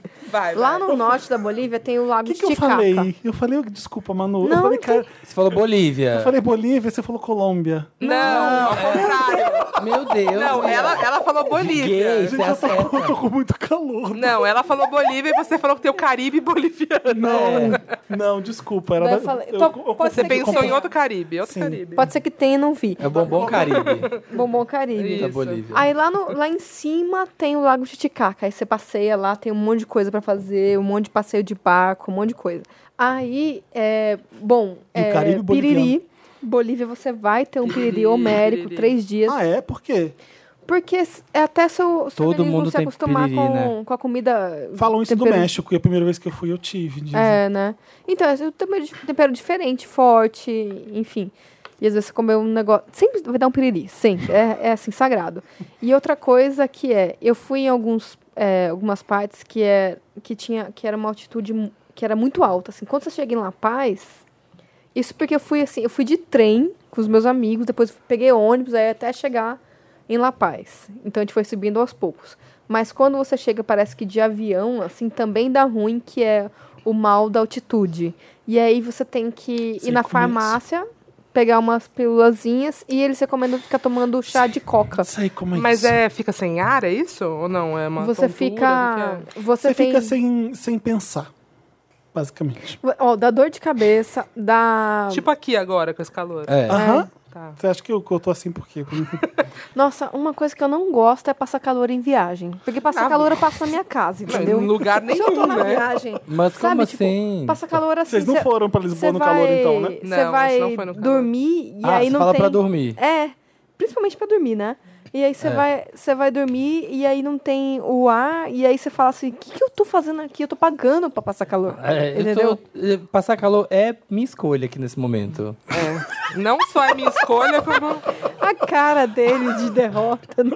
S3: vai.
S4: Lá
S3: vai.
S4: no norte da Bolívia tem o
S1: O
S4: lago
S1: É. que,
S4: de
S1: que eu
S4: Titicaca.
S1: falei? Eu falei, desculpa, Manu. eu
S4: Não,
S1: falei, cara,
S2: Você falou Bolívia.
S1: eu falei Bolívia, você falou Colômbia.
S3: Não, ao contrário.
S2: Meu Deus.
S3: Não, ela, ela falou
S2: Gay,
S3: Bolívia.
S2: você acerta.
S1: Eu tô com muito calor.
S3: Não, ela falou Bolívia e você falou que tem o Caribe boliviano.
S1: Não, não, desculpa. Era
S4: Daí é. eu
S1: da-
S4: falei, tô- pode
S3: Você
S4: ser que
S1: confundi
S3: pensou
S1: com-
S3: em outro Caribe, outro
S1: Sim.
S3: Caribe.
S4: Pode ser que tenha, não vi.
S2: É o bombom Caribe
S4: Bombom Caribe.
S2: da
S3: Isso.
S2: Bolívia.
S4: Aí lá, no, lá em cima tem o Lago Titicaca. Aí você passeia lá, tem um monte de coisa pra fazer, um monte de passeio de barco, um monte de coisa. Aí, é, bom,
S1: E o
S4: é,
S1: Caribe boliviano.
S4: piriri. Bolívia, você vai ter um piriri
S3: Piriri,
S4: homérico,
S3: piriri.
S4: três dias.
S1: Ah, é? Por quê?
S4: Porque é até seu, seu
S2: Todo
S4: organismo
S2: mundo
S4: se
S2: tem
S4: acostumar
S2: piriri,
S4: com,
S2: né?
S4: com a comida.
S1: Falam isso do
S4: tempero-
S1: México, e a primeira vez que eu fui eu tive. dizem.
S4: É, né? Então, é um tempero, di- tempero diferente, forte, enfim. E às vezes você comeu um negócio. Sempre vai dar um piriri, sempre. É, é assim, sagrado. E outra coisa que é, eu fui em alguns, é, algumas partes que, é, que, tinha, que era uma altitude mu- que era muito alta. Assim, quando você chega em La Paz, isso porque eu fui assim, eu fui de trem com os meus amigos, depois eu peguei ônibus, aí até chegar em La Paz. Então a gente foi subindo aos poucos. Mas quando você chega, parece que de avião, assim, também dá ruim, que é o mal da altitude. E aí você tem que
S1: Sei
S4: ir
S1: como é
S4: na
S1: isso.
S4: farmácia, pegar umas pílulazinhas e eles recomendam ficar tomando chá de coca.
S1: Não sei como é
S3: Mas
S1: isso.
S3: é, fica sem ar, é isso? Ou não? É uma
S4: Você
S3: tontura?
S4: fica.
S3: O que é? que
S4: Você,
S1: Você
S4: tem.
S1: fica sem, sem pensar, basicamente.
S4: Ó, dá dor de cabeça, dá.
S3: é? Tipo aqui agora, com esse calor.
S2: É.
S1: Aham.
S3: Tá.
S1: Você acha que eu, que eu tô assim por quê?
S4: Nossa, uma coisa que eu não gosto é passar calor em viagem. Porque passar
S3: Ah,
S4: calor eu passo na minha casa,
S3: Não,
S4: entendeu?
S3: Em lugar
S4: Se eu tô
S3: nenhum,
S4: na
S3: né?
S4: viagem,
S2: Mas como
S4: sabe, tipo,
S2: assim?
S4: passa calor assim.
S1: Vocês não
S4: cê-
S1: foram pra Lisboa
S4: cê
S1: no calor,
S4: vai-
S1: então, né?
S4: cê
S3: Não, a gente
S4: vai
S3: não foi no calor.
S4: dormir e
S2: ah,
S4: aí
S2: você
S4: não
S2: fala
S4: tem...
S2: pra dormir.
S4: É, principalmente pra dormir, né? E aí você
S2: É.
S4: vai, você vai dormir e aí não tem o ar e aí você fala assim, o que, que eu tô fazendo aqui? Eu tô pagando pra passar calor,
S2: É,
S4: entendeu?
S2: eu tô, eh, passar calor é minha escolha aqui nesse momento.
S3: É. Não só é minha escolha, como.
S4: A cara dele de derrota. né?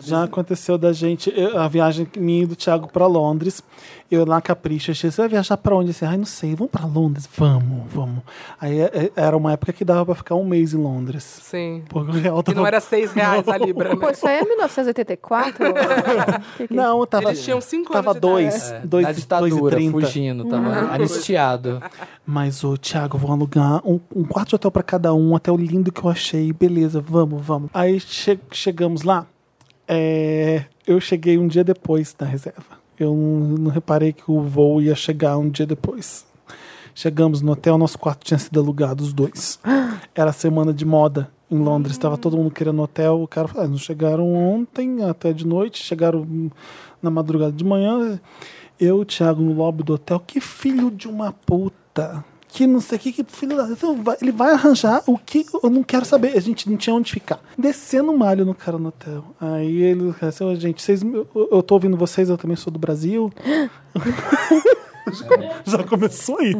S1: Já aconteceu da gente, eu- a viagem minha e do Thiago pra Londres. Eu lá capricho, achei, você vai viajar pra onde? Assim, Ai, não sei, vamos pra Londres? Vamos, vamos. Aí é, é, era uma época que dava pra ficar um mês em Londres.
S3: Sim.
S1: Porque o real
S3: E
S1: tava...
S3: não era seis reais a libra,
S4: Pô,
S3: né?
S4: isso aí é 1984? Que que-
S1: Não, tava,
S3: Eles tinham cinco
S1: tava
S3: anos de
S1: dois,
S2: É,
S1: dois, dois
S2: na
S1: e
S2: ditadura,
S1: trinta.
S2: fugindo,
S3: tá
S2: tava anistiado.
S1: Mas, ô, Thiago, vou alugar um, um quarto de hotel pra cada um, um hotel lindo que eu achei. Beleza, vamos, vamos. Aí che- chegamos lá. É, eu cheguei um dia depois da reserva. Eu não, não reparei que o voo ia chegar um dia depois. Chegamos no hotel, nosso quarto tinha sido alugado, os dois. Era semana de moda em Londres, estava todo mundo querendo hotel. O cara falou: ah, não chegaram ontem até de noite, chegaram hum, na madrugada de manhã. Eu, Thiago, no lobby do hotel, que filho de uma puta. Que não sei o que, que filho da. isso vai- Ele vai arranjar o que eu não quero saber. A gente não tinha onde ficar. Descendo o malho no cara no hotel. Aí ele falou assim: "Ô, gente, vocês, eu, eu tô ouvindo vocês, eu também sou do Brasil. Já começou aí.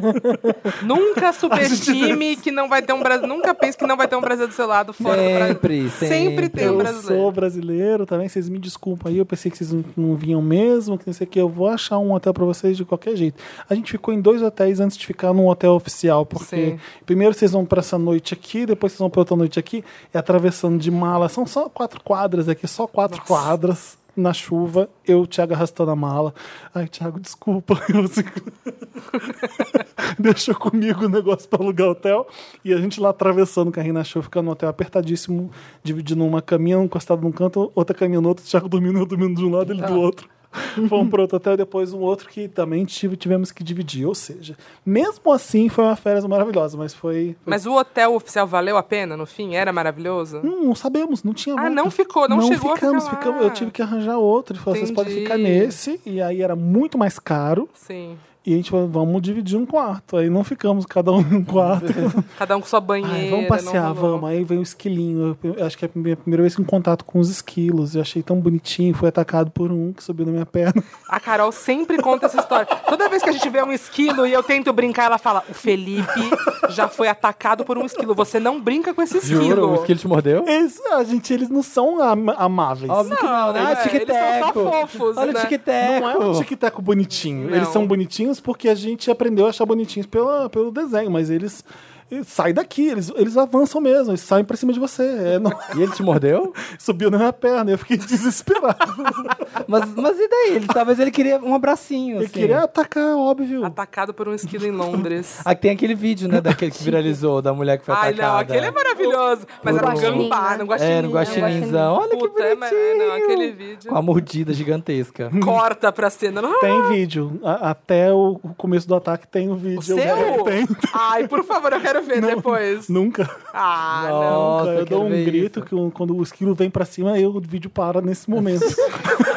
S3: Nunca superestime que não vai ter um brasileiro. Nunca pense que não vai ter um brasileiro do seu lado fora do Brasil.
S2: Sempre,
S3: Sempre
S2: sempre.
S3: tem um
S1: eu
S3: brasileiro.
S1: sou brasileiro também, vocês me desculpam aí, eu pensei que vocês não, não vinham mesmo, que não sei o que, eu vou achar um hotel pra vocês de qualquer jeito. A gente ficou em dois hotéis antes de ficar num hotel oficial, porque
S3: Sim.
S1: primeiro vocês vão pra essa noite aqui, depois vocês vão pra outra noite aqui, e atravessando de mala, são só quatro quadras aqui, só quatro quadras. Na chuva, eu, o Thiago, arrastando a mala. Ai, Thiago, desculpa. Eu, assim, deixou comigo o negócio pra alugar hotel. E a gente lá atravessando o carrinho na chuva, ficando no hotel apertadíssimo, dividindo uma caminha encostada num canto, outra caminha no outro, o Thiago dormindo, eu dormindo de um lado, ele
S3: Tá.
S1: do outro.
S3: Uhum.
S1: Fomos pro outro hotel e depois um outro que também tive, tivemos que dividir. Ou seja, mesmo assim foi uma férias maravilhosa, mas foi. foi-
S3: Mas o hotel oficial valeu a pena no fim? Era maravilhoso?
S1: Hum, não sabemos, não tinha
S3: Ah,
S1: outro.
S3: não ficou, não chegou a
S1: ficamos,
S3: ficar lá.
S1: ficamos. Eu tive que arranjar outro. Ele falou, vocês podem
S3: Entendi.
S1: ficar nesse. E aí era muito mais caro.
S3: Sim.
S1: E a gente falou, vamos dividir um quarto. Aí não ficamos cada um em um quarto.
S3: Cada um com sua
S1: Ai,
S3: banheira.
S1: vamos passear,
S3: não rolou.
S1: vamos. Aí veio o esquilinho. Eu, eu acho que é a minha primeira vez em contato com os esquilos. Eu achei tão bonitinho. Fui atacado por um que subiu na minha perna.
S3: A Carol sempre conta essa história. Toda vez que a gente vê um esquilo e eu tento brincar, ela fala: O Felipe já foi atacado por um esquilo. Você não brinca com esse esquilo.
S2: Juro, o esquilo te mordeu?
S1: Eles, ah, gente, eles não são am- amáveis.
S2: Óbvio que não, né?
S3: Não,
S2: Ah,
S3: é, eles são só
S2: tic-teco.
S3: fofos,
S2: Olha
S3: né?
S2: o tic-teco.
S1: Não é um tic-taco bonitinho.
S3: Não.
S1: Eles são bonitinhos porque a gente aprendeu a achar bonitinhos pela, pelo desenho, mas eles, eles saem daqui, eles, eles avançam mesmo, eles saem pra cima de você. É, não-
S2: E ele te mordeu?
S1: subiu na minha perna, eu fiquei desesperado.
S2: Mas, mas e daí? Ele- talvez ele queria um abracinho,
S1: Eu
S2: assim.
S1: queria atacar, óbvio.
S3: Atacado por um esquilo em Londres.
S2: Ah, tem aquele vídeo, né, daquele que viralizou, da mulher que foi
S3: Ai,
S2: atacada.
S3: não, aquele é maravilhoso. Mas era um
S4: Guaxinim,
S3: gambá,
S4: né?
S3: no guaxinim.
S2: É, no guaxininzão. Olha que
S3: Puta, é, mas- é, não, aquele vídeo.
S2: Com a mordida gigantesca.
S3: Corta pra cena. Não,
S1: Tem vídeo. A- até o o começo do ataque tem o vídeo.
S3: tá. o seu?
S1: Tem.
S3: Ai, por favor, eu quero ver depois.
S1: Nunca.
S3: Ah, não.
S2: Nossa,
S1: eu
S2: quero
S1: dou um
S2: ver
S1: grito
S2: isso.
S1: que um- quando o esquilo vem pra cima, eu, o vídeo para nesse momento.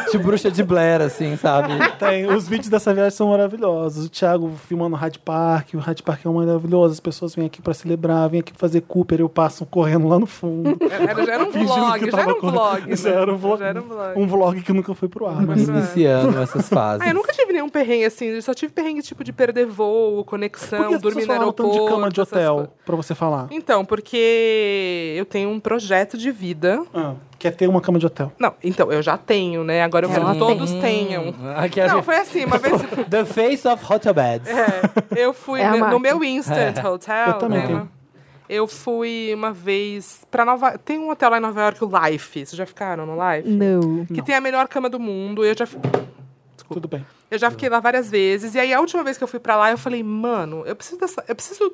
S2: Tipo bruxa de Blair, assim, sabe?
S1: Tem, os vídeos dessa viagem são maravilhosos. O Thiago filmando o Hyde Park, o Hyde Park é maravilhoso. As pessoas vêm aqui pra celebrar, vêm aqui fazer Cooper, eu passo correndo lá no fundo.
S3: Era, já era um
S1: fingindo que
S3: vlog, já era
S1: tava
S3: um
S1: com-
S3: vlog.
S1: Já
S3: né?
S1: era um vlog.
S3: Já era um vlog.
S1: Um vlog que nunca foi pro ar. né? Mas...
S2: Iniciando essas fases.
S3: Uhum. Ah, eu nunca tive nenhum perrengue assim, eu só tive perrengue tipo de perder voo,
S1: Por que
S3: conexão,
S1: as pessoas
S3: dormir no
S1: falam
S3: aeroporto.
S1: tanto de cama de
S3: essas coisas.
S1: hotel pra você falar?
S3: Então, porque eu tenho um projeto de vida.
S1: Ah, quer ter uma cama de hotel.
S3: Não, então, eu já tenho, né? Agora eu quero que todos tenham.
S2: Ah, quero-
S3: Não, foi assim, uma vez.
S2: The Face of Hotelbeds.
S3: É, eu fui
S4: É a
S3: no- no
S4: máquina.
S3: meu Instant Hotel.
S1: É. Eu também
S3: né,
S1: tenho.
S3: Eu fui uma vez pra Nova Tem um hotel lá em Nova York, o Life. Vocês já ficaram no
S1: Hum,
S3: Life?
S4: Não.
S3: Que tem a melhor cama do mundo. Eu já, fi-
S1: Tudo bem.
S3: eu já fiquei lá várias vezes. E aí, a última vez que eu fui pra lá, eu falei, mano, eu preciso, dessa, eu preciso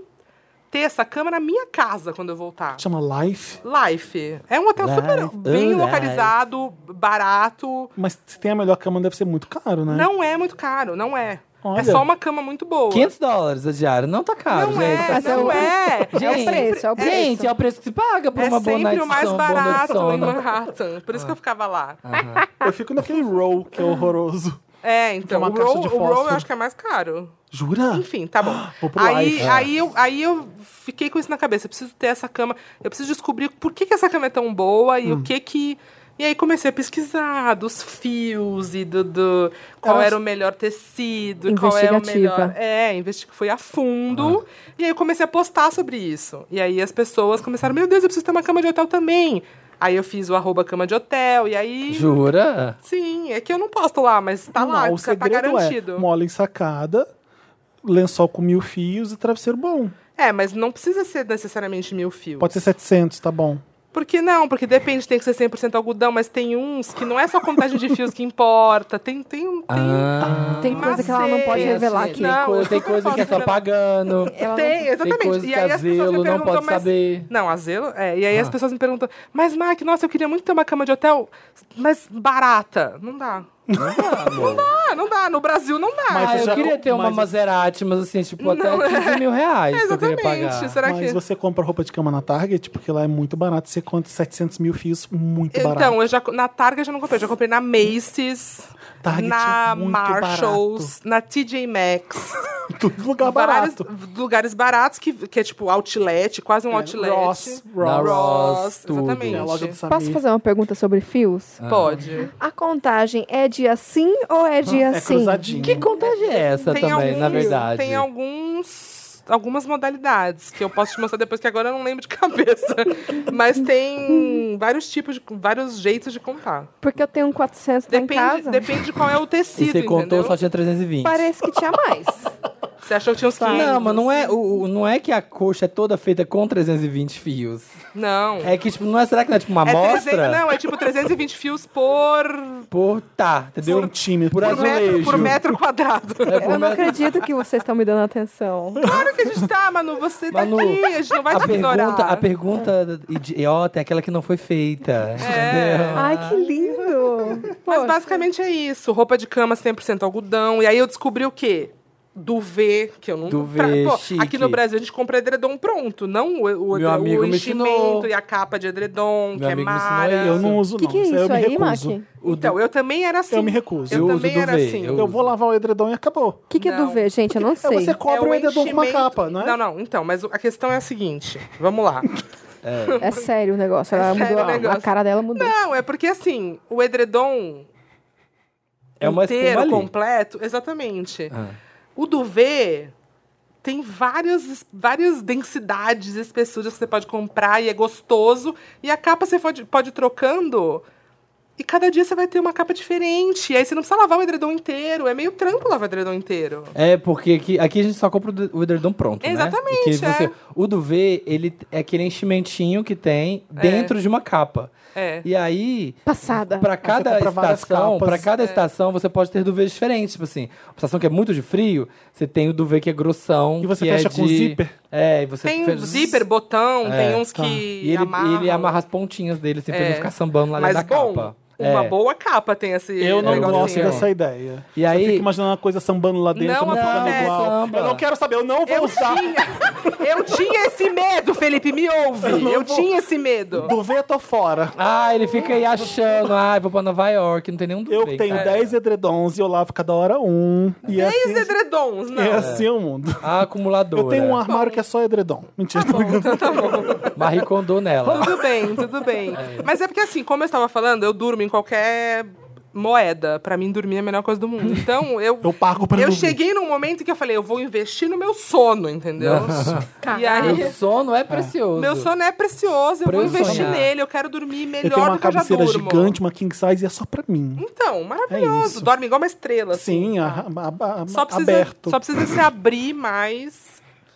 S3: ter essa cama na minha casa quando eu voltar.
S1: Chama Life,
S3: Life. É um hotel super
S2: Life,
S3: bem
S2: oh,
S3: localizado, barato.
S1: mas se tem a melhor cama, deve ser muito caro, né?
S3: Não é muito caro, não é. É
S1: Olha.
S3: só uma cama muito boa.
S2: 500 dólares a diária. Não tá caro,
S3: Não
S2: gente.
S3: é,
S2: Tá
S3: não é.
S4: É o preço, é o preço.
S2: Gente, é o preço que se paga por
S3: É
S2: uma boa
S3: sempre
S2: night
S3: o mais
S2: sono, boa noite
S3: barato em
S2: sono.
S3: Manhattan. Por isso que eu ficava lá.
S1: Eu fico naquele roll que é horroroso.
S3: É, então.
S1: uma
S3: O
S1: caixa
S3: roll,
S1: de
S3: o roll eu
S1: fósforo.
S3: acho que é mais caro.
S1: Jura?
S3: Enfim, tá bom.
S1: Ah. Vou pro
S3: Aí,
S1: live. É.
S3: aí, eu, aí eu fiquei com isso na cabeça. Eu preciso ter essa cama. Eu preciso descobrir por que, que essa cama é tão boa e
S1: Hum.
S3: o que que... E aí comecei a pesquisar dos fios e do... do- qual
S1: Elas-
S3: era o melhor tecido, qual era o
S4: Investigativa.
S3: melhor... É, investi... fui a fundo.
S1: Ah.
S3: E aí eu comecei a postar sobre isso. E aí as pessoas começaram, meu Deus, eu preciso ter uma cama de hotel também. Aí eu fiz o arroba cama de hotel, e aí.
S2: Jura?
S3: Sim, é que eu não posto lá, mas tá lá,
S1: não, o
S3: tá
S1: segredo
S3: garantido.
S1: é mola em sacada, lençol com mil fios e travesseiro bom.
S3: É, mas não precisa ser necessariamente mil fios.
S1: Pode ser 700, tá bom.
S3: Por que não? Porque depende, tem que ser 100% algodão, mas tem uns que não é só a contagem de fios que importa. Tem, tem, um- tem
S2: Ah. é assim,
S4: Tem coisa que ela não pode
S3: Macete.
S4: revelar aqui.
S2: Tem,
S3: Não,
S2: coisa,
S3: eu
S2: tem
S3: não
S2: coisa que é
S3: posso
S2: só
S3: revelar.
S2: pagando.
S4: Ela não-
S3: Tem, exatamente.
S2: Tem coisa
S3: e
S2: que
S3: aí
S2: a
S3: as pessoas me
S2: Zelo não
S3: perguntam,
S2: pode
S3: mas...
S2: saber.
S3: Não, a Zelo, é. E aí as
S2: Ah.
S3: pessoas me perguntam, mas Mac, nossa, eu queria muito ter uma cama de hotel, mas barata. Não dá.
S2: Não dá,
S3: Ah, não dá. No Brasil não dá.
S1: Mas
S2: ah,
S1: eu
S2: eu
S1: já-
S2: queria ter uma
S1: mas-
S2: Maserati, mas assim, tipo, até 15 mil reais que eu queria pagar.
S3: Exatamente. Será
S1: Mas
S3: que...
S1: você compra roupa de cama na Target, porque lá é muito barato, você conta 700 mil fios muito barato.
S3: Então, eu já, na Target eu já não comprei. Eu já comprei na Macy's,
S1: Target é
S3: na
S1: muito
S3: Marshalls, na TJ Maxx.
S1: Tudo lugar
S3: vários
S1: Tá barato. É,
S3: lugares baratos, que, que é tipo outlet, quase um outlet. É,
S1: Ross,
S2: Na
S1: Ross.
S2: Ross, tudo. Ah.
S1: É a loja do
S3: exatamente.
S1: Samir.
S4: Posso fazer uma pergunta sobre fios?
S3: Pode.
S4: A contagem é dia sim ou é dia
S1: É
S4: sim?
S1: cruzadinho.
S2: Que contagem é essa
S3: tem
S2: também,
S3: alguns,
S2: na verdade?
S3: Tem alguns, algumas modalidades que eu posso te mostrar depois, que agora eu não lembro de cabeça. Mas tem vários tipos, de, vários jeitos de contar.
S1: Tá
S4: Porque eu tenho um 400 lá em
S3: Depende,
S4: casa.
S3: depende de qual é o
S2: E
S3: tecido,
S2: você contou,
S3: entendeu?
S2: só tinha 320.
S4: Parece que tinha mais.
S3: Você achou que tinha uns 500?
S2: Não, mas não é, o, o- não é que a coxa é toda feita com 320 fios.
S3: Não.
S2: É que, tipo, não é, será que não é tipo uma
S3: É
S2: amostra?
S3: 300, não, é tipo 320 fios por,
S2: Por tá, entendeu?
S1: Um Centímetro.
S2: Por
S3: por, metro,
S2: azulejo.
S3: por metro quadrado.
S2: um É por
S4: Eu não
S2: metro.
S4: acredito que vocês estão me dando atenção.
S3: Claro que a gente tá, Manu. Você tá
S2: Manu,
S3: aqui, a gente não vai né?
S2: a
S3: te ignorar.
S2: pergunta, a pergunta idiota é aquela que não foi
S3: É.
S2: feita. entendeu?
S4: Ai, que lindo!
S3: Mas
S4: Pô,
S3: basicamente é isso. Roupa de cama 100% algodão. E aí eu descobri o quê? Duvet, que eu não...
S2: Duvet, chique.
S3: aqui no Brasil a gente compra edredom pronto, não o, o,
S2: Meu amigo
S3: o
S2: me ensinou.
S3: enchimento e a capa de edredom, que é
S2: amigo me ensinou
S3: mara.
S1: Eu não uso,
S4: o que,
S1: não.
S4: que é
S1: eu
S4: isso
S1: me
S4: aí, Mac?
S1: recuso.
S4: O
S2: O
S3: Então, eu também era assim.
S1: Eu me recuso.
S3: Eu
S2: Eu uso
S3: também era
S2: duvet,
S3: assim.
S2: eu-
S1: Eu vou lavar o edredom e acabou.
S4: que, que é
S3: Não.
S4: duvet, gente? Eu não
S1: É
S4: sei.
S1: você cobre
S3: É
S2: um
S1: o edredom com uma
S3: enchimento-
S1: capa, não é?
S3: Não, não. Então, mas a questão é a seguinte. Vamos lá.
S4: É sério o negócio. Ela
S3: É sério
S4: mudou,
S3: o negócio.
S4: a cara dela mudou.
S3: Não, é porque assim, o edredom
S2: é uma espuma
S3: inteiro,
S2: ali.
S3: completo, exatamente.
S2: Ah.
S3: O duvet tem várias, várias densidades, espessuras que você pode comprar e é gostoso. E a capa você pode, pode ir trocando. E cada dia você vai ter uma capa diferente. E aí você não precisa lavar o edredom inteiro. É meio trampo lavar o edredom inteiro.
S2: É, porque aqui, aqui a gente só compra o de- o edredom pronto, né?
S3: Exatamente,
S2: E que
S3: é.
S2: O duvet, ele é aquele enchimentinho que tem dentro de uma capa.
S3: É.
S2: E aí,
S4: Passada.
S2: Pra cada
S1: Né? compra várias
S2: estação,
S1: capas. É.
S2: para cada estação você pode ter duvets diferentes, tipo assim, uma estação que é muito de frio, você tem o duvet que é grossão,
S1: E você
S2: que
S1: fecha
S2: é
S1: com
S2: de...
S1: zíper?
S2: É, e você
S3: Tem um
S2: fez- É,
S3: zíper, botão, tem uns
S1: tá.
S3: que
S2: e ele,
S3: amarram.
S2: ele amarra as pontinhas dele, assim, pra
S3: É.
S2: não ficar sambando lá
S3: Mas
S2: dentro da
S3: bom,
S2: capa.
S3: uma
S2: É.
S3: boa capa tem esse
S1: Eu não
S2: Legalzinho.
S3: negocinho.
S1: gosto dessa ideia.
S2: E aí-
S1: Eu fico imaginando uma coisa sambando lá dentro,
S3: Não
S1: não, ficando
S3: acontece.
S1: igual.
S2: Samba.
S1: Eu não quero saber, eu não vou
S3: Eu
S1: usar.
S3: tinha, eu tinha esse medo, Felipe, me ouve. Eu,
S1: não vou-
S3: tinha esse medo.
S1: Duvet, eu tô fora.
S2: Ah, ele fica aí achando, ah, vou pra Nova York, não tem nenhum então. duvet.
S1: Eu tenho 10 edredons e eu lavo cada hora um. E é
S3: Tem os
S1: assim,
S3: edredons, não.
S1: é assim o mundo.
S2: Ah, acumulador.
S1: Eu tenho um armário que é só edredom. Mentira.
S3: Tá
S2: Marie Kondo nela.
S3: Tudo bem, tudo bem. Mas é porque assim, como eu estava falando, eu durmo em qualquer moeda. Pra mim, dormir é a melhor coisa do mundo. Então, eu...
S1: Eu pago pra
S3: eu
S1: dormir.
S3: cheguei num momento que eu falei, eu vou investir no meu sono, entendeu? e
S2: Meu
S3: aí,
S2: sono é precioso.
S3: meu sono é precioso, eu
S2: Pra
S3: vou
S2: eu
S3: investir
S2: sonhar.
S3: nele, eu quero dormir melhor
S1: Eu tenho uma
S3: do que eu já
S1: cabeceira
S3: durmo.
S1: gigante, uma king size e é só pra mim.
S3: Então,
S1: É
S3: maravilhoso.
S1: isso.
S3: Dorme igual uma estrela. assim,
S1: Sim,
S3: tá?
S1: a- a- a-
S3: Só precisa,
S1: aberto.
S3: Só precisa se abrir mais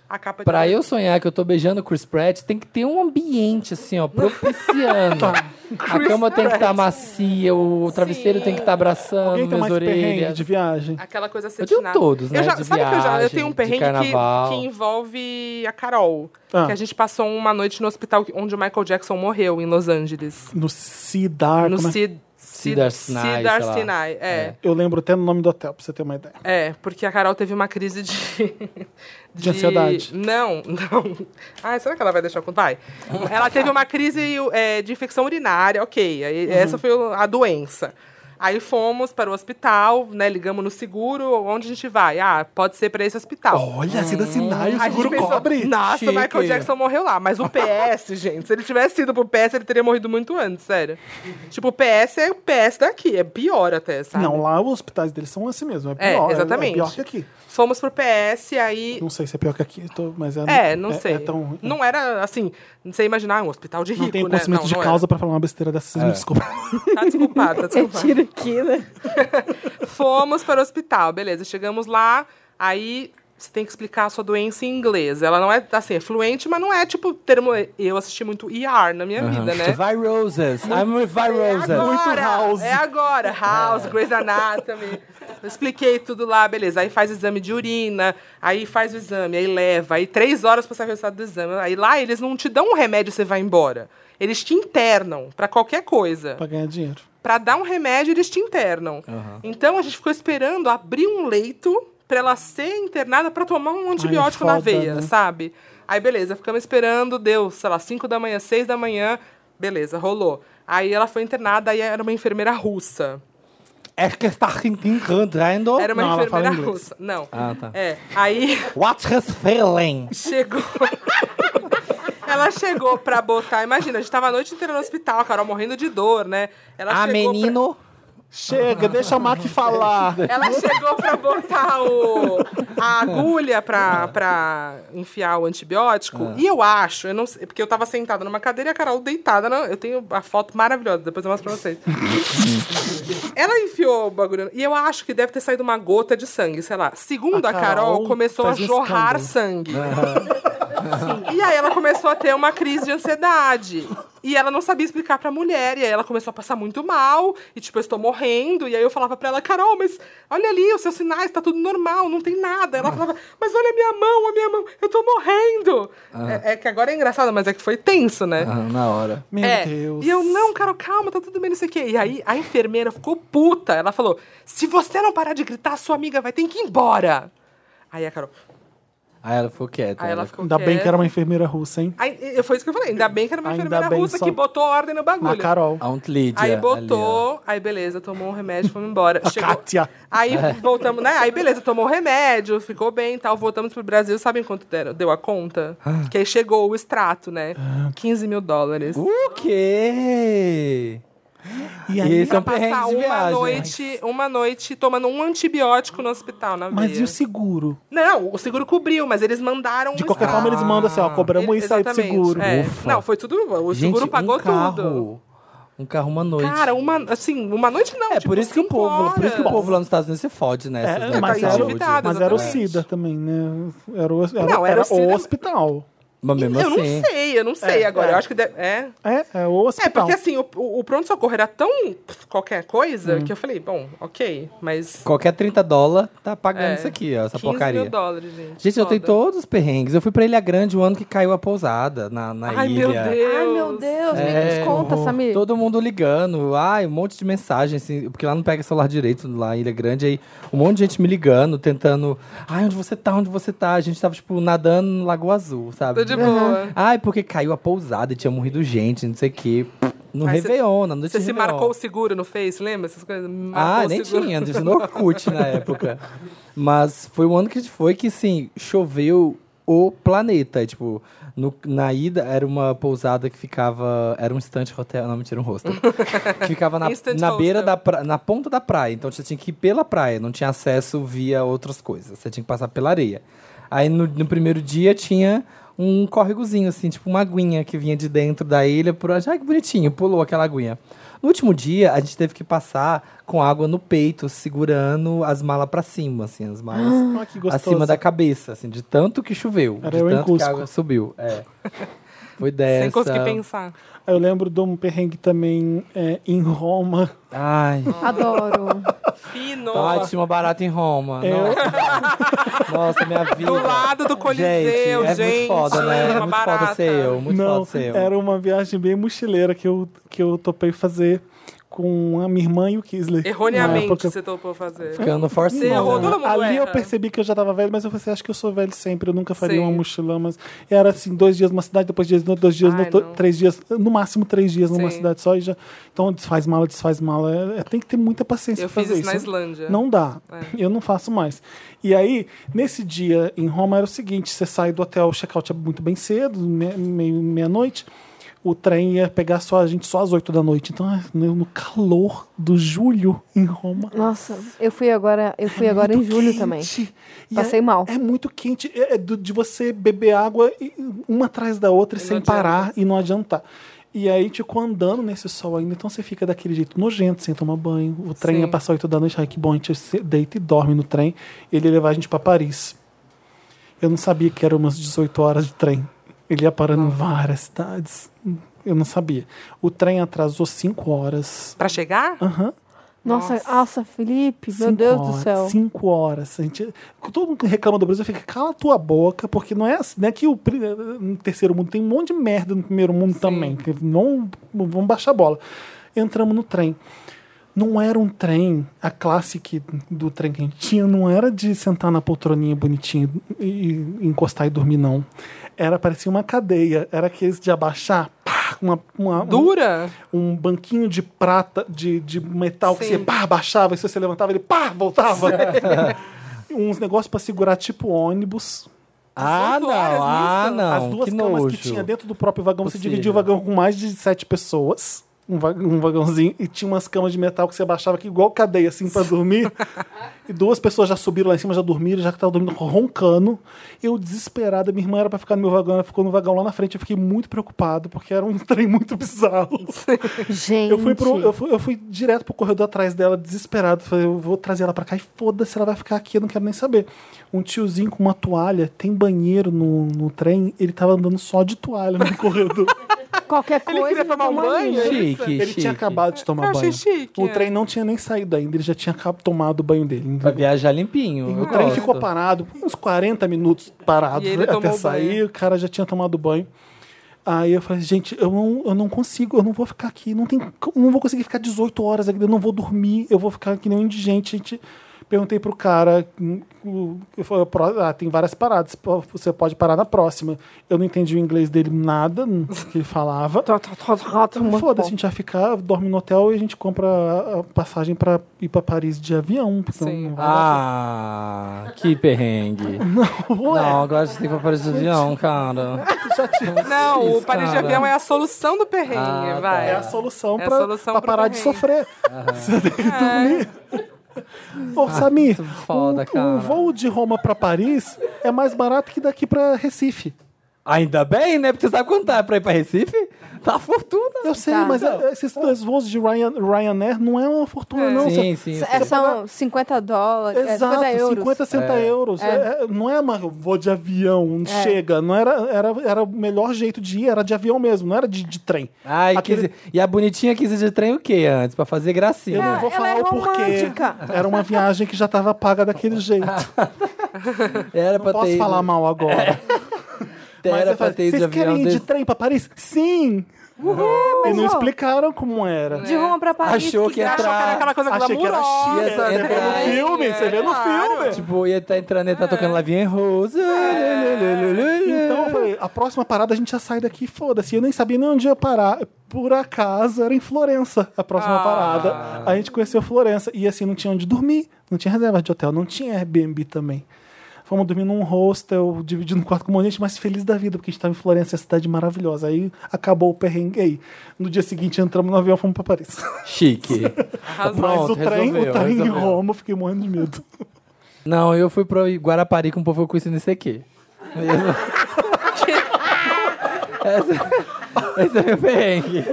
S3: a capa de
S2: Pra eu sonhar que eu tô beijando o Chris Pratt, tem que ter um ambiente, assim, ó, propiciando.
S3: Tá.
S2: A cama tem que estar macia, o travesseiro tem que estar abraçando
S3: tá
S1: Alguém tem
S2: minhas
S1: mais perrengue
S2: orelhas.
S1: de viagem?
S3: Aquela coisa assim.
S2: Eu tenho todos, né?
S3: Eu já,
S2: De
S3: sabe que eu já eu
S2: viagem,
S3: tenho um
S2: de
S3: perrengue que,
S2: carnaval.
S3: que envolve a Carol.
S1: Ah.
S3: Que a gente passou uma noite no hospital que- onde o Michael Jackson morreu, em Los Angeles.
S1: No
S2: Ah,
S1: Cidar.
S3: no
S1: como é?
S3: Cid,
S2: Cedar Sinai,
S3: Cedar
S2: sei lá.
S3: Sinai, é.
S1: Eu lembro até no nome do hotel, pra você ter uma ideia.
S3: É, porque a Carol teve uma crise de. De,
S1: ansiedade.
S3: Não, não. Ai, será que ela vai deixar eu contar? Vai.
S1: Uhum.
S3: Ela teve uma crise é, de infecção urinária, ok. Aí, Essa foi o- a doença. Aí fomos para o hospital, né? Ligamos no seguro, onde a gente vai? Ah, pode ser para esse hospital.
S1: Olha, assim da sinais, o
S3: Aí Hum, a gente
S1: seguro
S3: pensou,
S1: cobre.
S3: Nossa, o Michael
S2: Chique.
S3: Jackson morreu lá. Mas o PS, gente, se ele tivesse ido pro PS, ele teria morrido muito antes, sério. tipo, o PS é o PS daqui, é pior até, sabe?
S1: Não, lá os hospitais deles são assim mesmo. É
S3: É,
S1: pior. É,
S3: exatamente.
S1: É pior que aqui.
S3: Fomos pro PS, aí.
S1: Não sei se é pior que aqui, eu tô- mas é.
S3: É, não sei.
S1: É tão,
S3: Não era assim, não sei imaginar, um hospital de rico,
S1: não tem
S3: né?
S1: conhecimento de
S3: não era.
S1: causa pra falar uma besteira dessas, vocês me
S2: É.
S1: desculpem.
S3: Tá desculpado, tá
S4: Você
S3: desculpado.
S4: tira aqui, né?
S3: Fomos para o hospital, beleza. Chegamos lá, aí você tem que explicar a sua doença em inglês. Ela não é, assim, é fluente, mas não é tipo termo. Eu assisti muito ER na minha vida, né?
S2: Viroses. I'm with viroses.
S3: É agora,
S1: Muito house.
S3: É agora, House, Grey's Anatomy. Eu expliquei tudo lá, beleza. Aí faz o exame de urina, aí faz o exame, aí leva, aí três horas pra sair o resultado do exame. Aí lá eles não te dão um remédio e você vai embora. Eles te internam pra qualquer coisa.
S1: pra ganhar dinheiro.
S3: Pra dar um remédio, eles te internam. Então a gente ficou esperando abrir um leito pra ela ser internada pra tomar um antibiótico na
S1: foda,
S3: veia,
S1: né?
S3: sabe? Aí beleza, ficamos esperando, deu, sei lá, 5 da manhã, 6 da manhã, beleza, rolou. Aí ela foi internada e era uma enfermeira russa.
S2: É que está tá encontrando.
S3: Era uma
S1: Oh, Não, ela
S3: enfermeira
S1: fala inglês.
S3: russa. Não.
S2: Ah, tá.
S3: É. Aí
S2: What's his feeling?
S3: chegou. Ela chegou pra botar. Imagina, a gente tava a noite inteira no hospital, a Carol morrendo de dor, né? Ela
S2: A
S3: chegou pra-
S2: Ah, menino.
S1: Chega, deixa a Mac falar.
S3: Ela chegou pra botar o,
S1: É.
S3: a agulha pra, pra enfiar o antibiótico.
S1: É.
S3: E eu acho, eu não sei, porque eu tava sentada numa cadeira e a Carol deitada. na- eu tenho a foto maravilhosa, depois eu mostro pra vocês. Ela enfiou o bagulho. E eu acho que deve ter saído uma gota de sangue, sei lá. Segundo a
S1: A
S3: Carol,
S1: Carol
S3: começou a
S1: faz um
S3: jorrar
S1: escândalo.
S3: sangue. E aí ela começou a ter uma crise de ansiedade. E ela não sabia explicar pra mulher. E aí ela começou a passar muito mal. E tipo, eu estou morrendo. E aí eu falava pra ela, Carol, mas olha ali os seus sinais, tá tudo normal, não tem nada.
S1: Ah.
S3: Ela falava, mas olha a minha mão, a minha mão, eu tô morrendo.
S1: Ah.
S3: É, é que agora é engraçado, mas é que foi tenso, né?
S2: Ah, na hora.
S1: Meu
S3: É.
S1: Deus.
S3: E eu, não, Carol, calma, tá tudo bem, não sei o quê. E aí a enfermeira ficou puta. Ela falou: se você não parar de gritar, sua amiga vai ter que ir embora. Aí a Carol.
S2: Aí ela ficou quieta.
S3: Aí ela ficou.
S1: Ainda bem que era
S3: quieta.
S1: uma enfermeira russa, hein?
S3: Aí, e- foi isso que eu falei. Ainda bem que era uma
S1: Ainda
S3: enfermeira
S1: bem
S3: russa
S1: só-
S3: que botou ordem no
S1: Na
S3: bagulho.
S1: Carol.
S2: Aunt Lydia.
S3: Aí
S2: ali,
S3: botou, aí beleza, tomou um remédio, fomos embora.
S1: A
S3: Chegou,
S1: Kátia. É.
S3: aí voltamos, né? Aí beleza, tomou o remédio, ficou bem e tal. Voltamos pro Brasil, sabe quanto deram? deu a conta?
S1: Ah.
S3: Que aí chegou o extrato, né? 15 mil dólares.
S1: Uh,
S2: ó. O quê?
S1: E
S2: E
S1: aí,
S2: esse é um
S3: Pra
S2: perrengue
S3: passar
S2: de
S3: uma
S1: né?
S2: viagem.
S3: noite, uma noite tomando um antibiótico no hospital, na
S1: mas
S3: veia.
S1: e o seguro?
S3: Não, o seguro cobriu, mas eles mandaram
S1: De
S3: um
S1: qualquer
S3: extrato.
S1: forma, eles mandam assim, ó, cobramos
S3: Ele-
S1: isso aí do
S3: exatamente,
S1: seguro.
S3: é.
S2: Ufa.
S3: Não, foi tudo. O seguro
S2: Gente,
S3: pagou
S2: um carro,
S3: tudo.
S2: Um carro uma noite.
S3: Cara, uma, assim, uma noite não.
S2: é
S3: tipo,
S2: por isso que o
S3: cinco
S2: povo, por isso que o
S3: horas.
S2: povo lá nos Estados Unidos se fode, né?
S1: É,
S3: tá
S2: Essas leis
S1: mas
S2: de
S1: era-
S2: saúde.
S3: endividado,
S1: Mas era o
S3: exatamente.
S1: SIDA também, né? Era o, era,
S3: Não, era
S1: era
S3: o SIDA.
S1: o hospital.
S2: Mas mesmo
S3: Eu
S2: assim.
S3: não sei, eu não sei
S1: É,
S3: agora.
S1: é.
S3: Eu acho que deve- é.
S1: É, é o
S3: É,
S1: hospital.
S2: então.
S3: porque assim, o, o- o pronto-socorro era tão qualquer
S2: Hum.
S3: coisa que eu falei, bom, ok, mas.
S2: Qualquer 30 dólares tá pagando
S3: É,
S2: isso aqui, ó, essa
S3: 15
S2: porcaria.
S3: mil dólares, gente.
S2: Gente, eu tenho
S3: Foda.
S2: todos os perrengues. Eu fui pra Ilha Grande o ano que caiu a pousada na, na
S3: Ai,
S2: ilha.
S3: meu Deus.
S4: Ai, meu Deus,
S2: É,
S4: me conta,
S1: horror.
S4: Samir.
S2: Todo mundo ligando, ai, um monte de mensagem, assim, porque lá não pega celular direito, lá em Ilha Grande, aí um monte de gente me ligando, tentando, ai, onde você tá, onde você tá? A gente tava, tipo, nadando no Lago Azul, sabe?
S3: Tô de boa.
S2: Ai, porque caiu a pousada e tinha morrido gente, não sei o quê. No
S3: Ai, cê-
S2: Réveillon, na noite
S3: Você
S2: de
S3: se
S2: Réveillon.
S3: marcou o seguro no Face, lembra? Essas coisas? Marcou
S2: Ah,
S3: o
S2: nem
S3: seguro.
S2: tinha, isso no Orkut na época. Mas foi um ano que a gente foi que, assim, choveu o planeta. E, Tipo, no- na ida era uma pousada que ficava. Era um instante hotel. Não, mentira, um hostel. que ficava na,
S3: Instant
S2: na
S3: Um hostel.
S2: beira da pra- na ponta da praia. Então você tinha que ir pela praia, não tinha acesso via outras coisas. Você tinha que passar pela areia. Aí no, no primeiro dia tinha um córregozinho, assim, tipo uma aguinha que vinha de dentro da ilha. Por... Ai, que bonitinho, pulou aquela aguinha. No último dia, a gente teve que passar com água no peito, segurando as malas pra cima, assim, as malas
S1: Ah, que gostoso.
S2: acima da cabeça, assim, de tanto que choveu,
S1: Era
S2: de
S1: eu em
S2: tanto que a
S1: Cusco.
S2: água subiu. É. Foi dessa.
S3: Sem conseguir pensar.
S1: Eu lembro de um perrengue também é, em Roma.
S2: Ai.
S4: Adoro.
S3: Fino.
S2: Ai, tinha uma barata em Roma.
S1: Eu-
S2: Nossa. Nossa, minha vida.
S3: Do lado do Coliseu,
S2: é
S3: gente.
S2: muito foda, né? É
S3: Uma
S2: muito
S3: barata.
S2: foda ser eu, muito
S1: não, é
S2: foda ser eu.
S1: era uma viagem bem mochileira que eu, que eu topei fazer. com- com a minha irmã e o Kisley. na
S3: Erroneamente
S1: época.
S3: você topou fazer.
S2: Ficando
S3: Você errou,
S2: forçando.
S3: todo
S2: né?
S3: mundo
S1: Ali eu
S3: erra.
S1: percebi que eu já tava velho, mas eu pensei, acho que eu sou velho sempre, eu nunca faria
S3: Sim.
S1: uma mochilão, mas era assim, dois dias numa cidade, depois dias, em outra, dois dias,
S3: Ai,
S1: no outro,
S3: não.
S1: três dias, no máximo três dias numa
S3: Sim.
S1: cidade só e já. Então desfaz mala, desfaz mala. É, é, tem que ter muita paciência
S3: Eu
S1: pra
S3: fiz
S1: fazer
S3: isso na Islândia.
S1: Não dá. Eu não faço mais. E aí, nesse dia em Roma era o seguinte: você sai do hotel, o check-out é muito bem cedo, me- meio meia-noite. O trem ia pegar só a gente só às oito da noite. Então, é, no no calor do julho em Roma.
S4: Nossa, eu fui agora, eu fui agora em
S1: Muito
S4: julho
S1: quente.
S4: também.
S1: E
S4: Passei
S1: é-
S4: mal.
S1: É muito quente. É é do- de você beber água e- uma atrás da outra e
S3: E
S1: sem
S3: não adianta.
S1: parar e não adiantar. E aí, tipo, andando nesse sol ainda, então você fica daquele jeito nojento, sem tomar banho. O trem
S3: Sim.
S1: ia passar 8 da noite, ai que bom, a gente se- deita e dorme no trem. Ele ia levar a gente pra Paris. Eu não sabia que eram umas 18 horas de trem. Ele ia parando em várias cidades. Eu não sabia. O trem atrasou 5 horas.
S3: Pra chegar?
S1: Aham.
S4: Nossa, nossa,
S3: Nossa.
S4: Felipe, meu
S1: Cinco
S4: Deus do
S1: horas,
S4: céu.
S1: Cinco horas. A gente, todo mundo que reclama do Brasil fica, cala a tua boca, porque não é assim, né? Que o pri- no terceiro mundo tem um monte de merda no primeiro mundo também. que Não, vamos baixar a bola. Entramos no trem. Não era um trem, a classe que, do trem que a gente tinha não era de sentar na poltroninha bonitinha e, e encostar e dormir, não. Era, parecia uma cadeia. Era aqueles de abaixar, pá, uma, uma, um-
S3: Dura?
S1: um banquinho de prata, de, de metal, que
S3: Sim.
S1: você pá, baixava, e se você levantava, ele pá, voltava. Uns negócios pra segurar, tipo ônibus.
S2: Ah,
S3: Dezoito horas
S2: não, ah,
S3: nisso?
S2: não.
S1: As duas
S2: que
S1: camas
S2: nojo.
S1: que tinha dentro do próprio vagão, você
S2: Possível.
S1: dividia o vagão com mais de sete pessoas. Um, va- um vagãozinho, e tinha umas camas de metal que você abaixava que igual cadeia, assim, pra dormir. e duas pessoas já subiram lá em cima, já dormiram, já que tava dormindo roncando. Eu, desesperada, minha irmã era pra ficar no meu vagão, ela ficou no vagão lá na frente. Eu fiquei muito preocupado, porque era um trem muito bizarro.
S4: Gente.
S1: Eu fui, pro, eu, fui, eu fui direto pro corredor atrás dela, desesperado. Falei, eu vou trazer ela pra cá e foda-se, ela vai ficar aqui, eu não quero nem saber. Um tiozinho com uma toalha, tem banheiro no, no trem, ele tava andando só de toalha no corredor.
S4: Qualquer coisa.
S3: queria
S4: me
S3: tomar um
S4: dá uma
S3: banho?
S4: linha.
S2: Chique,
S1: ele
S2: chique.
S1: tinha acabado de tomar
S3: Eu achei
S1: banho.
S3: chique,
S1: o
S3: é.
S1: trem não tinha nem saído ainda, ele já tinha acab- tomado o banho dele.
S2: Pra viajar limpinho.
S1: O
S2: eu
S1: trem
S2: gosto.
S1: ficou parado, uns 40 minutos parado
S3: E ele
S1: até
S3: tomou
S1: sair,
S3: banho.
S1: o cara já tinha tomado banho. Aí eu falei, gente, eu não, eu não consigo, eu não vou ficar aqui, não tem, eu não vou conseguir ficar 18 horas aqui, eu não vou dormir, eu vou ficar que nem um indigente. A gente perguntei pro cara, hum, o- eu falei, "Pró- ah, tem várias paradas, pô, você pode parar na próxima. Eu não entendi o inglês dele nada, hum, que ele falava.
S4: Tó, tó, tó, tó, tó, muito
S1: Foda-se, a
S4: bom.
S1: gente vai ficar, dorme no hotel e a gente compra a- a passagem pra ir pra Paris de avião. Então
S3: Sim.
S1: não vai dar
S2: Ah, que perrengue. Não, agora a gente tem que ir pra Paris de avião, cara.
S3: Não,
S2: Isso,
S3: o Paris de
S2: cara.
S3: avião é a solução do perrengue,
S2: Ah,
S3: vai.
S1: É a solução
S3: É a
S1: pra
S3: solução
S1: pra
S3: pro
S1: parar de
S3: perrengue.
S1: sofrer. Você tem que dormir. Ô, Samir,
S2: muito foda,
S1: o- o,
S2: cara.
S1: voo de Roma pra Paris é mais barato que daqui pra Recife.
S2: Ainda bem, né? Porque você sabe quanto dá pra ir pra Recife? Tá uma fortuna.
S1: Eu sei,
S4: Tá.
S1: mas é, esses dois voos de Ryan, Ryanair não é uma fortuna,
S3: É.
S1: não.
S2: sim,
S1: Você-
S2: sim.
S4: É, são 50 dólares, é,
S1: Exato,
S4: 50 euros.
S1: 50, 60 euros. É, é, não é uma voo de avião, chega. Não era, era, era o melhor jeito de ir, era de avião mesmo, não era de, de trem.
S2: Ai,
S1: Aquele-
S2: 15 E a bonitinha 15 de trem o quê antes? Pra fazer gracinha.
S1: Eu não vou
S4: ela
S1: falar
S4: é
S1: o porquê.
S4: romântica.
S1: Era uma viagem que já estava paga daquele jeito.
S2: Era pra
S1: Não posso
S2: ter
S1: falar
S2: ido, É.
S1: mal agora. Mas
S2: Era
S1: eu
S2: pra
S1: falei,
S2: ter ido de
S1: Vocês
S2: avião
S1: querem ir de
S2: desse...
S1: trem pra Paris? Sim! e não
S4: ó,
S1: explicaram como era.
S4: De Roma pra Paris.
S2: Achou que era-
S4: dá-
S3: Achou que era aquela coisa
S1: Achei que era né? É,
S3: glamurosa.
S1: chique. Você vê
S2: Ia
S3: né?
S1: no
S2: entrar.
S1: filme, você vê no filme.
S2: Tipo, ia estar entrando, ia
S3: É.
S2: estar tocando Lavinha Rosa.
S1: Então eu falei, a próxima parada a gente já sai daqui, foda-se. Eu nem sabia nem onde ia parar. Por acaso era em Florença a próxima
S3: Ah.
S1: parada. A gente conheceu Florença. E assim, não tinha onde dormir, não tinha reserva de hotel, não tinha Airbnb também. Fomos dormir num hostel, dividindo um quarto com um monte de gente, mas feliz da vida, porque a gente estava em Florença, é uma cidade maravilhosa. Aí acabou o perrengue aí. No dia seguinte entramos no avião e fomos para Paris.
S2: Chique.
S1: mas
S2: Pronto,
S1: o trem,
S2: resolveu,
S1: o trem em
S2: resolveu.
S1: Roma, eu fiquei morrendo de medo.
S2: Não, eu fui pra Guarapari com o povo com isso nesse aqui. Essa, esse é meu perrengue.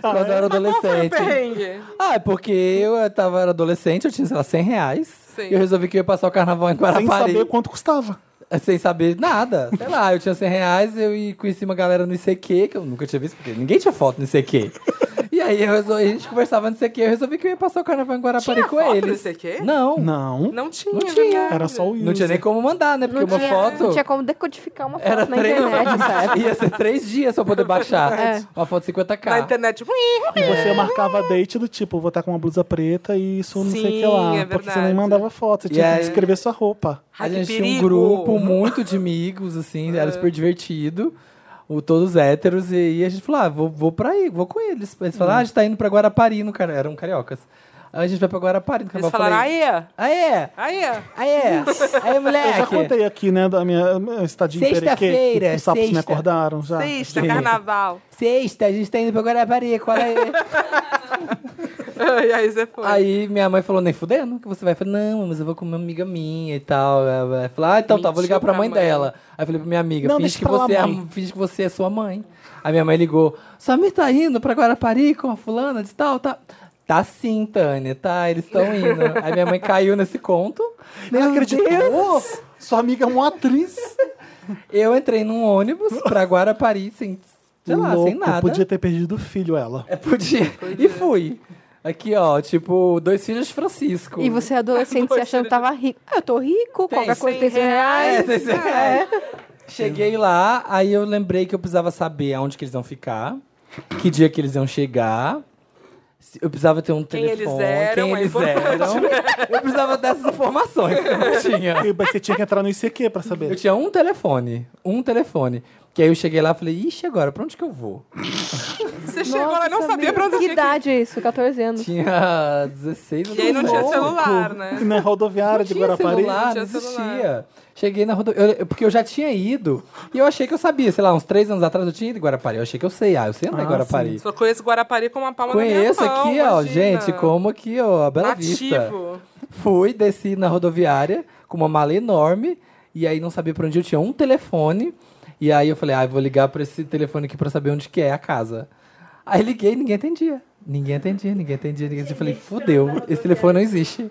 S2: Quando eu era
S3: Ah, Foi o
S2: adolescente.
S3: perrengue.
S2: Ah, é porque eu tava, era adolescente, eu tinha, sei lá, 100 reais.
S3: Sim.
S2: E eu resolvi que eu ia passar o carnaval em
S1: Sem
S2: Guarapari.
S1: saber quanto custava.
S2: É, Sem saber nada. Sei lá, eu tinha 100 reais, eu e conheci uma galera no ICQ, que eu nunca tinha visto, porque ninguém tinha foto no ICQ. E aí eu resolvi, a gente conversava não sei o que, eu resolvi que eu ia passar o carnaval em Guarapari
S3: Tinha
S2: com
S3: foto
S2: eles.
S3: do CQ?
S2: Não. Não,
S1: Não. né?
S3: Não tinha, né?
S2: Não tinha.
S3: verdade.
S1: Era só o user.
S2: tinha nem como mandar, né? Porque uma
S4: tinha,
S2: foto.
S4: não tinha como decodificar uma foto
S2: Era
S4: na
S2: três.
S4: internet, sabe?
S2: Ia ser três dias pra poder baixar.
S4: É.
S2: Uma foto 50k.
S3: Na internet. tipo,
S1: E você
S3: É.
S1: marcava date do tipo, vou estar com uma blusa preta e isso não sei o que lá.
S3: Sim, é
S1: porque você
S3: verdade.
S1: nem mandava foto, você
S2: E
S1: tinha
S2: aí-
S1: que descrever sua roupa.
S3: Ai,
S2: A
S3: que
S2: gente tinha um
S3: perigo.
S2: grupo muito de amigos, assim, era super divertido. O, todos héteros, e, aí a gente falou: ah, vou, vou pra aí, vou com eles. Eles falaram: ah, a gente tá indo pra Guarapari, no cara. Eram cariocas. Aí a gente vai pra Guarapari no
S3: Eles
S2: carnaval. Eu
S3: falaram,
S2: falei, "Ah, é?
S3: aê,
S2: Aê!
S3: aê.
S2: Aê! Aê,
S1: Eu já
S2: moleque!
S1: contei aqui, né, da minha minha estadia em Perequê.
S2: Sexta-feira,
S1: que Os sapos me
S2: sexta.
S1: acordaram já.
S3: Sexta, carnaval.
S2: Sexta, a gente tá indo pra Guarapari, qual é?
S3: e aí você foi.
S2: Aí minha mãe falou, nem fudendo, que você vai. Eu falei, não, mas eu vou com uma amiga minha e tal. Ela falou, ah, então tá, vou ligar
S3: Mentiu
S2: pra
S3: pra
S2: mãe,
S3: mãe.
S2: dela. Aí eu falei pra minha amiga,
S1: Não,
S2: finge
S1: deixa
S2: que,
S1: pra lá,
S2: você é, a-
S1: mãe.
S2: finge que você é sua mãe. Aí minha mãe ligou, Samir tá indo pra Guarapari com a fulana de tal, tá. Tá sim, Tânia, tá, eles estão indo. Aí minha mãe caiu nesse conto.
S1: Não acreditou? Sua amiga é uma atriz.
S2: Eu entrei num ônibus pra Guarapari, sem, sei lá, sem
S1: Louco,
S2: nada.
S1: Podia ter perdido o filho, ela.
S2: É, podia. E fui. Aqui, ó, tipo, dois filhos de Francisco.
S4: E você é adolescente se achando que tava rico. Ah, eu tô rico,
S2: Tem
S4: qualquer coisa
S3: cem
S4: tem 100 reais.
S2: É, vocês- é. Cheguei lá, aí eu lembrei que eu precisava saber aonde que eles iam ficar, que dia que eles iam chegar. se- Eu precisava ter um
S3: Quem eles
S2: telefone,
S3: eram,
S2: quem
S3: é
S2: eles
S3: importante,
S2: eram. Eu precisava dessas informações que eu não tinha.
S1: E você tinha que entrar no ICQ pra
S2: Eu
S1: saber.
S2: tinha um telefone, um telefone. Que aí eu cheguei lá e falei, ixi, agora, pra onde que eu vou?
S3: Você É, chegou lá e não
S4: Nossa, é
S3: sabia pra onde
S4: Que
S3: tinha que
S4: idade é isso? 14 anos.
S2: Tinha 16 ou
S3: E aí não tinha
S2: 17.
S3: celular, né?
S1: Na rodoviária
S2: Não
S1: de
S2: tinha
S1: Guarapari.
S2: celular,
S3: Não
S2: não,
S3: tinha
S2: existia.
S3: celular.
S2: Cheguei na rodoviária, porque eu já tinha ido, e eu achei que eu sabia, sei lá, uns três anos atrás eu tinha ido em Guarapari, eu achei que eu sei, ah, eu sei andar em
S1: Ah,
S2: Guarapari.
S3: Só conheço Guarapari com uma palma
S2: Conheço
S3: na minha mão,
S2: aqui, ó,
S3: imagina.
S2: gente, como aqui, ó, a Bela Vista.
S3: Nativo.
S2: Fui, desci na rodoviária com uma mala enorme, e aí não sabia pra onde eu tinha um telefone, e aí eu falei, ah, eu vou ligar pra esse telefone aqui pra saber onde que é a casa. Aí liguei, ninguém atendia. Ninguém atendia, ninguém atendia, ninguém atendia. Eu falei, fudeu, esse telefone não existe.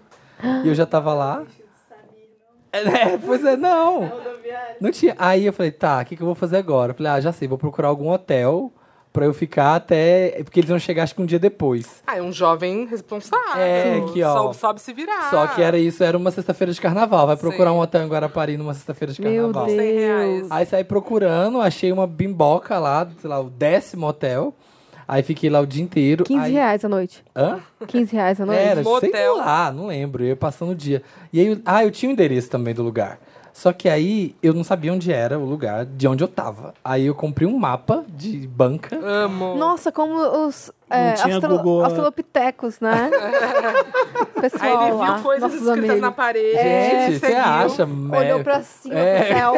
S2: E eu já tava lá. É, pois é, não. Não tinha. Aí eu falei, tá, o que, que eu vou fazer agora? Eu falei, ah, já sei, vou procurar algum hotel pra eu ficar até. Porque eles vão chegar acho que um dia depois.
S3: Ah, é um jovem responsável.
S2: É, aqui, ó.
S3: Soube, soube se virar.
S2: Só que
S4: Ah.
S2: era isso, era uma sexta-feira de carnaval. Vai procurar
S3: Sim.
S2: um hotel em Guarapari numa sexta-feira de
S4: Meu
S2: carnaval.
S4: Deus.
S3: 100 reais.
S2: Aí saí procurando, achei uma bimboca lá, sei lá, o décimo hotel. Aí fiquei lá o dia inteiro.
S4: 15
S2: aí...
S4: reais a noite.
S2: Hã?
S4: 15 reais a noite.
S2: Era, sei
S3: Motel.
S2: lá, não lembro. Eu ia passando o dia. E aí, eu- ah, eu tinha o endereço também do lugar. Só que aí eu não sabia onde era o lugar, de onde eu tava. Aí eu comprei um mapa de banca.
S3: Amo.
S4: Nossa, como os é,
S1: tinha
S4: austral-
S1: Google,
S4: australopitecos, né?
S3: Aí
S4: Pessoal
S3: ele viu
S4: lá,
S3: coisas
S4: nossos
S3: escritas
S4: amigos.
S3: na parede.
S2: Gente, você
S3: seguiu.
S2: acha?
S4: Olhou
S2: né?
S4: pra cima,
S2: É.
S4: pro céu.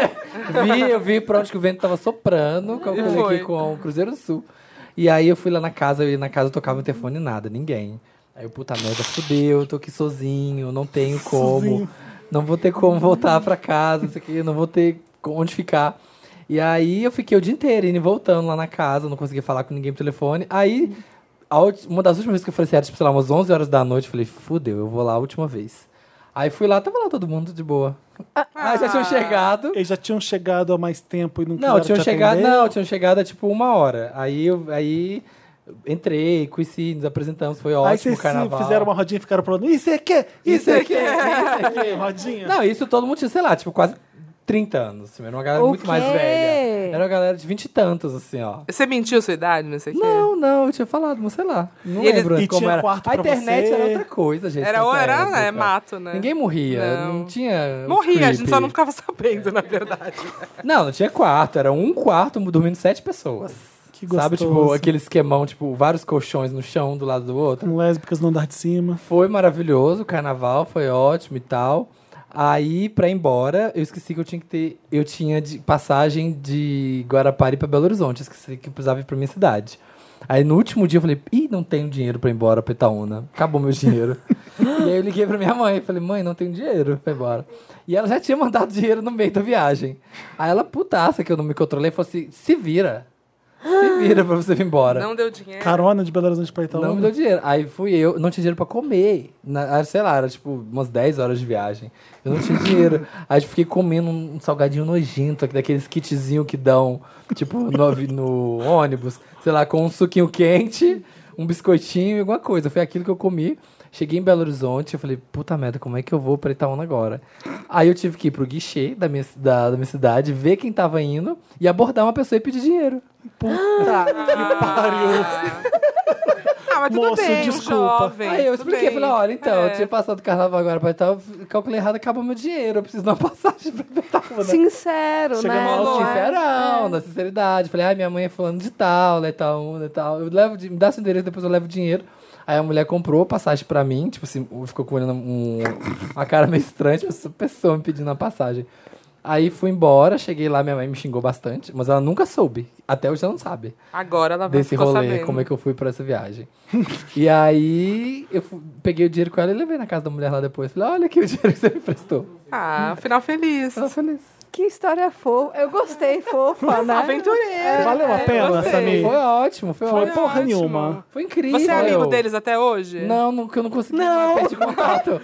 S2: vi, eu vi pra onde que o vento tava soprando, calculei
S3: foi.
S2: aqui com o Cruzeiro do Sul. E aí eu fui lá na casa, eu ia na casa, tocava o telefone, nada, ninguém. Aí eu, puta merda, fudeu, tô aqui sozinho, não tenho como.
S1: Sozinho.
S2: Não vou ter como voltar pra casa, isso aqui, não vou ter com- onde ficar. E aí eu fiquei o dia inteiro indo e voltando lá na casa, não conseguia falar com ninguém pro telefone. Aí, a ulti- uma das últimas vezes que eu falei assim, era tipo, sei lá, umas 11 horas da noite, eu falei, fudeu, eu vou lá a última vez. Aí fui lá, tava lá todo mundo de boa. Aí já tinham chegado.
S1: Eles já tinham chegado há mais tempo e não
S2: Não,
S1: quiseram
S2: tinham
S1: te
S2: chegado,
S1: atender?
S2: não, tinham chegado há tipo uma hora. Aí eu aí entrei, conheci, nos apresentamos, foi
S1: Aí
S2: ótimo
S1: vocês
S2: o carnaval.
S1: fizeram uma rodinha e ficaram falando, isso é que? Isso é que? Isso é que? Rodinha.
S2: Não, isso todo mundo tinha, sei lá, tipo quase 30 anos. assim, Era uma galera
S4: O
S2: muito mais
S4: quê?
S2: velha. Era uma galera de 20 e tantos, assim, ó.
S3: Você mentiu sua idade, não sei o quê?
S2: Não, não, eu tinha falado, não sei lá. Não
S3: E eles-
S2: lembro
S1: E
S2: como
S1: tinha
S2: era.
S1: quarto
S2: a
S1: pra
S2: internet
S1: você?
S2: era outra coisa, gente.
S3: Era,
S2: nessa
S3: era né,
S2: época.
S3: mato, né?
S2: Ninguém um morria,
S3: Não.
S2: não, tinha.
S3: Morria, a gente só não
S2: creepy.
S3: ficava sabendo, na verdade.
S2: Não, não tinha quarto, era um quarto dormindo sete pessoas.
S1: Que
S2: Sabe, tipo,
S1: gostoso.
S2: aquele esquemão, tipo, vários colchões no chão um do lado do outro.
S1: Lésbicas no andar de cima.
S2: Foi maravilhoso, o carnaval foi ótimo e tal. Aí, pra ir embora, eu esqueci que eu tinha que ter. Eu tinha de passagem de Guarapari pra Belo Horizonte. Eu esqueci que eu precisava ir pra minha cidade. Aí no último dia eu falei, ih, não tenho dinheiro pra ir embora pra Itaúna. Acabou meu dinheiro. e aí eu liguei pra minha mãe e falei, mãe, não tenho dinheiro pra ir embora. E ela já tinha mandado dinheiro no meio da viagem. Aí ela, putaça, que eu não me controlei, falou assim: se vira. Se vira pra você vir embora.
S3: Não deu dinheiro.
S1: Carona de Belo Horizonte pra Itaúna.
S2: Não me deu dinheiro. Aí fui eu, não tinha dinheiro pra comer. Na, ah, sei lá, era tipo umas 10 horas de viagem. Eu não tinha dinheiro. Aí eu fiquei comendo um salgadinho nojento, aqui daqueles kitzinhos que dão, tipo, no, avi- no ônibus, sei lá, com um suquinho quente, um biscoitinho e alguma coisa. Foi aquilo que eu comi. Cheguei em Belo Horizonte, eu falei, puta merda, como é que eu vou pra Itaúna agora? Aí eu tive que ir pro guichê da minha, ci- da, da minha cidade, ver quem tava indo e abordar uma pessoa e pedir dinheiro.
S3: Que
S1: pariu.
S3: Ah, mas tudo
S1: Moço,
S3: bem, um
S1: desculpa.
S3: jovem.
S2: Aí eu
S3: tudo
S2: expliquei,
S3: bem.
S2: falei, olha, então,
S3: É.
S2: eu tinha passado o carnaval agora pra Itaú, calculei errado, acabou meu dinheiro, eu preciso de uma passagem pra Itaú, né?
S4: Sincero,
S1: Chega
S4: né?
S1: mal,
S4: Não é-
S2: Sincerão, da sinceridade. Falei, ai, minha mãe é fulano de tal, né, tal, né, tal. Eu levo, di- me dá seu endereço, depois eu levo o dinheiro. Aí a mulher comprou a passagem pra mim, tipo assim, ficou com olhando um, uma cara meio estranha, tipo, essa pessoa me pedindo a passagem. Aí fui embora, cheguei lá, minha mãe me xingou bastante, mas ela nunca soube. Até hoje ela não sabe
S3: Agora ela vai
S2: desse
S3: ficou
S2: rolê,
S3: sabendo.
S2: como é que eu fui pra essa viagem. e aí eu fu- peguei o dinheiro com ela e levei na casa da mulher lá depois. Falei, olha aqui o dinheiro que você me prestou.
S3: Ah, final feliz.
S2: Ela feliz.
S4: Que história fofa. Eu gostei, fofa, né?
S3: Aventureira.
S1: Valeu a
S3: É,
S1: pena,
S3: gostei.
S1: Samir?
S2: Foi ótimo, foi,
S1: Foi
S2: ótimo.
S1: é porra
S3: ótimo.
S1: nenhuma.
S2: Foi incrível.
S3: Você é amigo deles até hoje?
S2: Não, não, que eu não consegui.
S5: Não.
S2: Não. Perdi contato.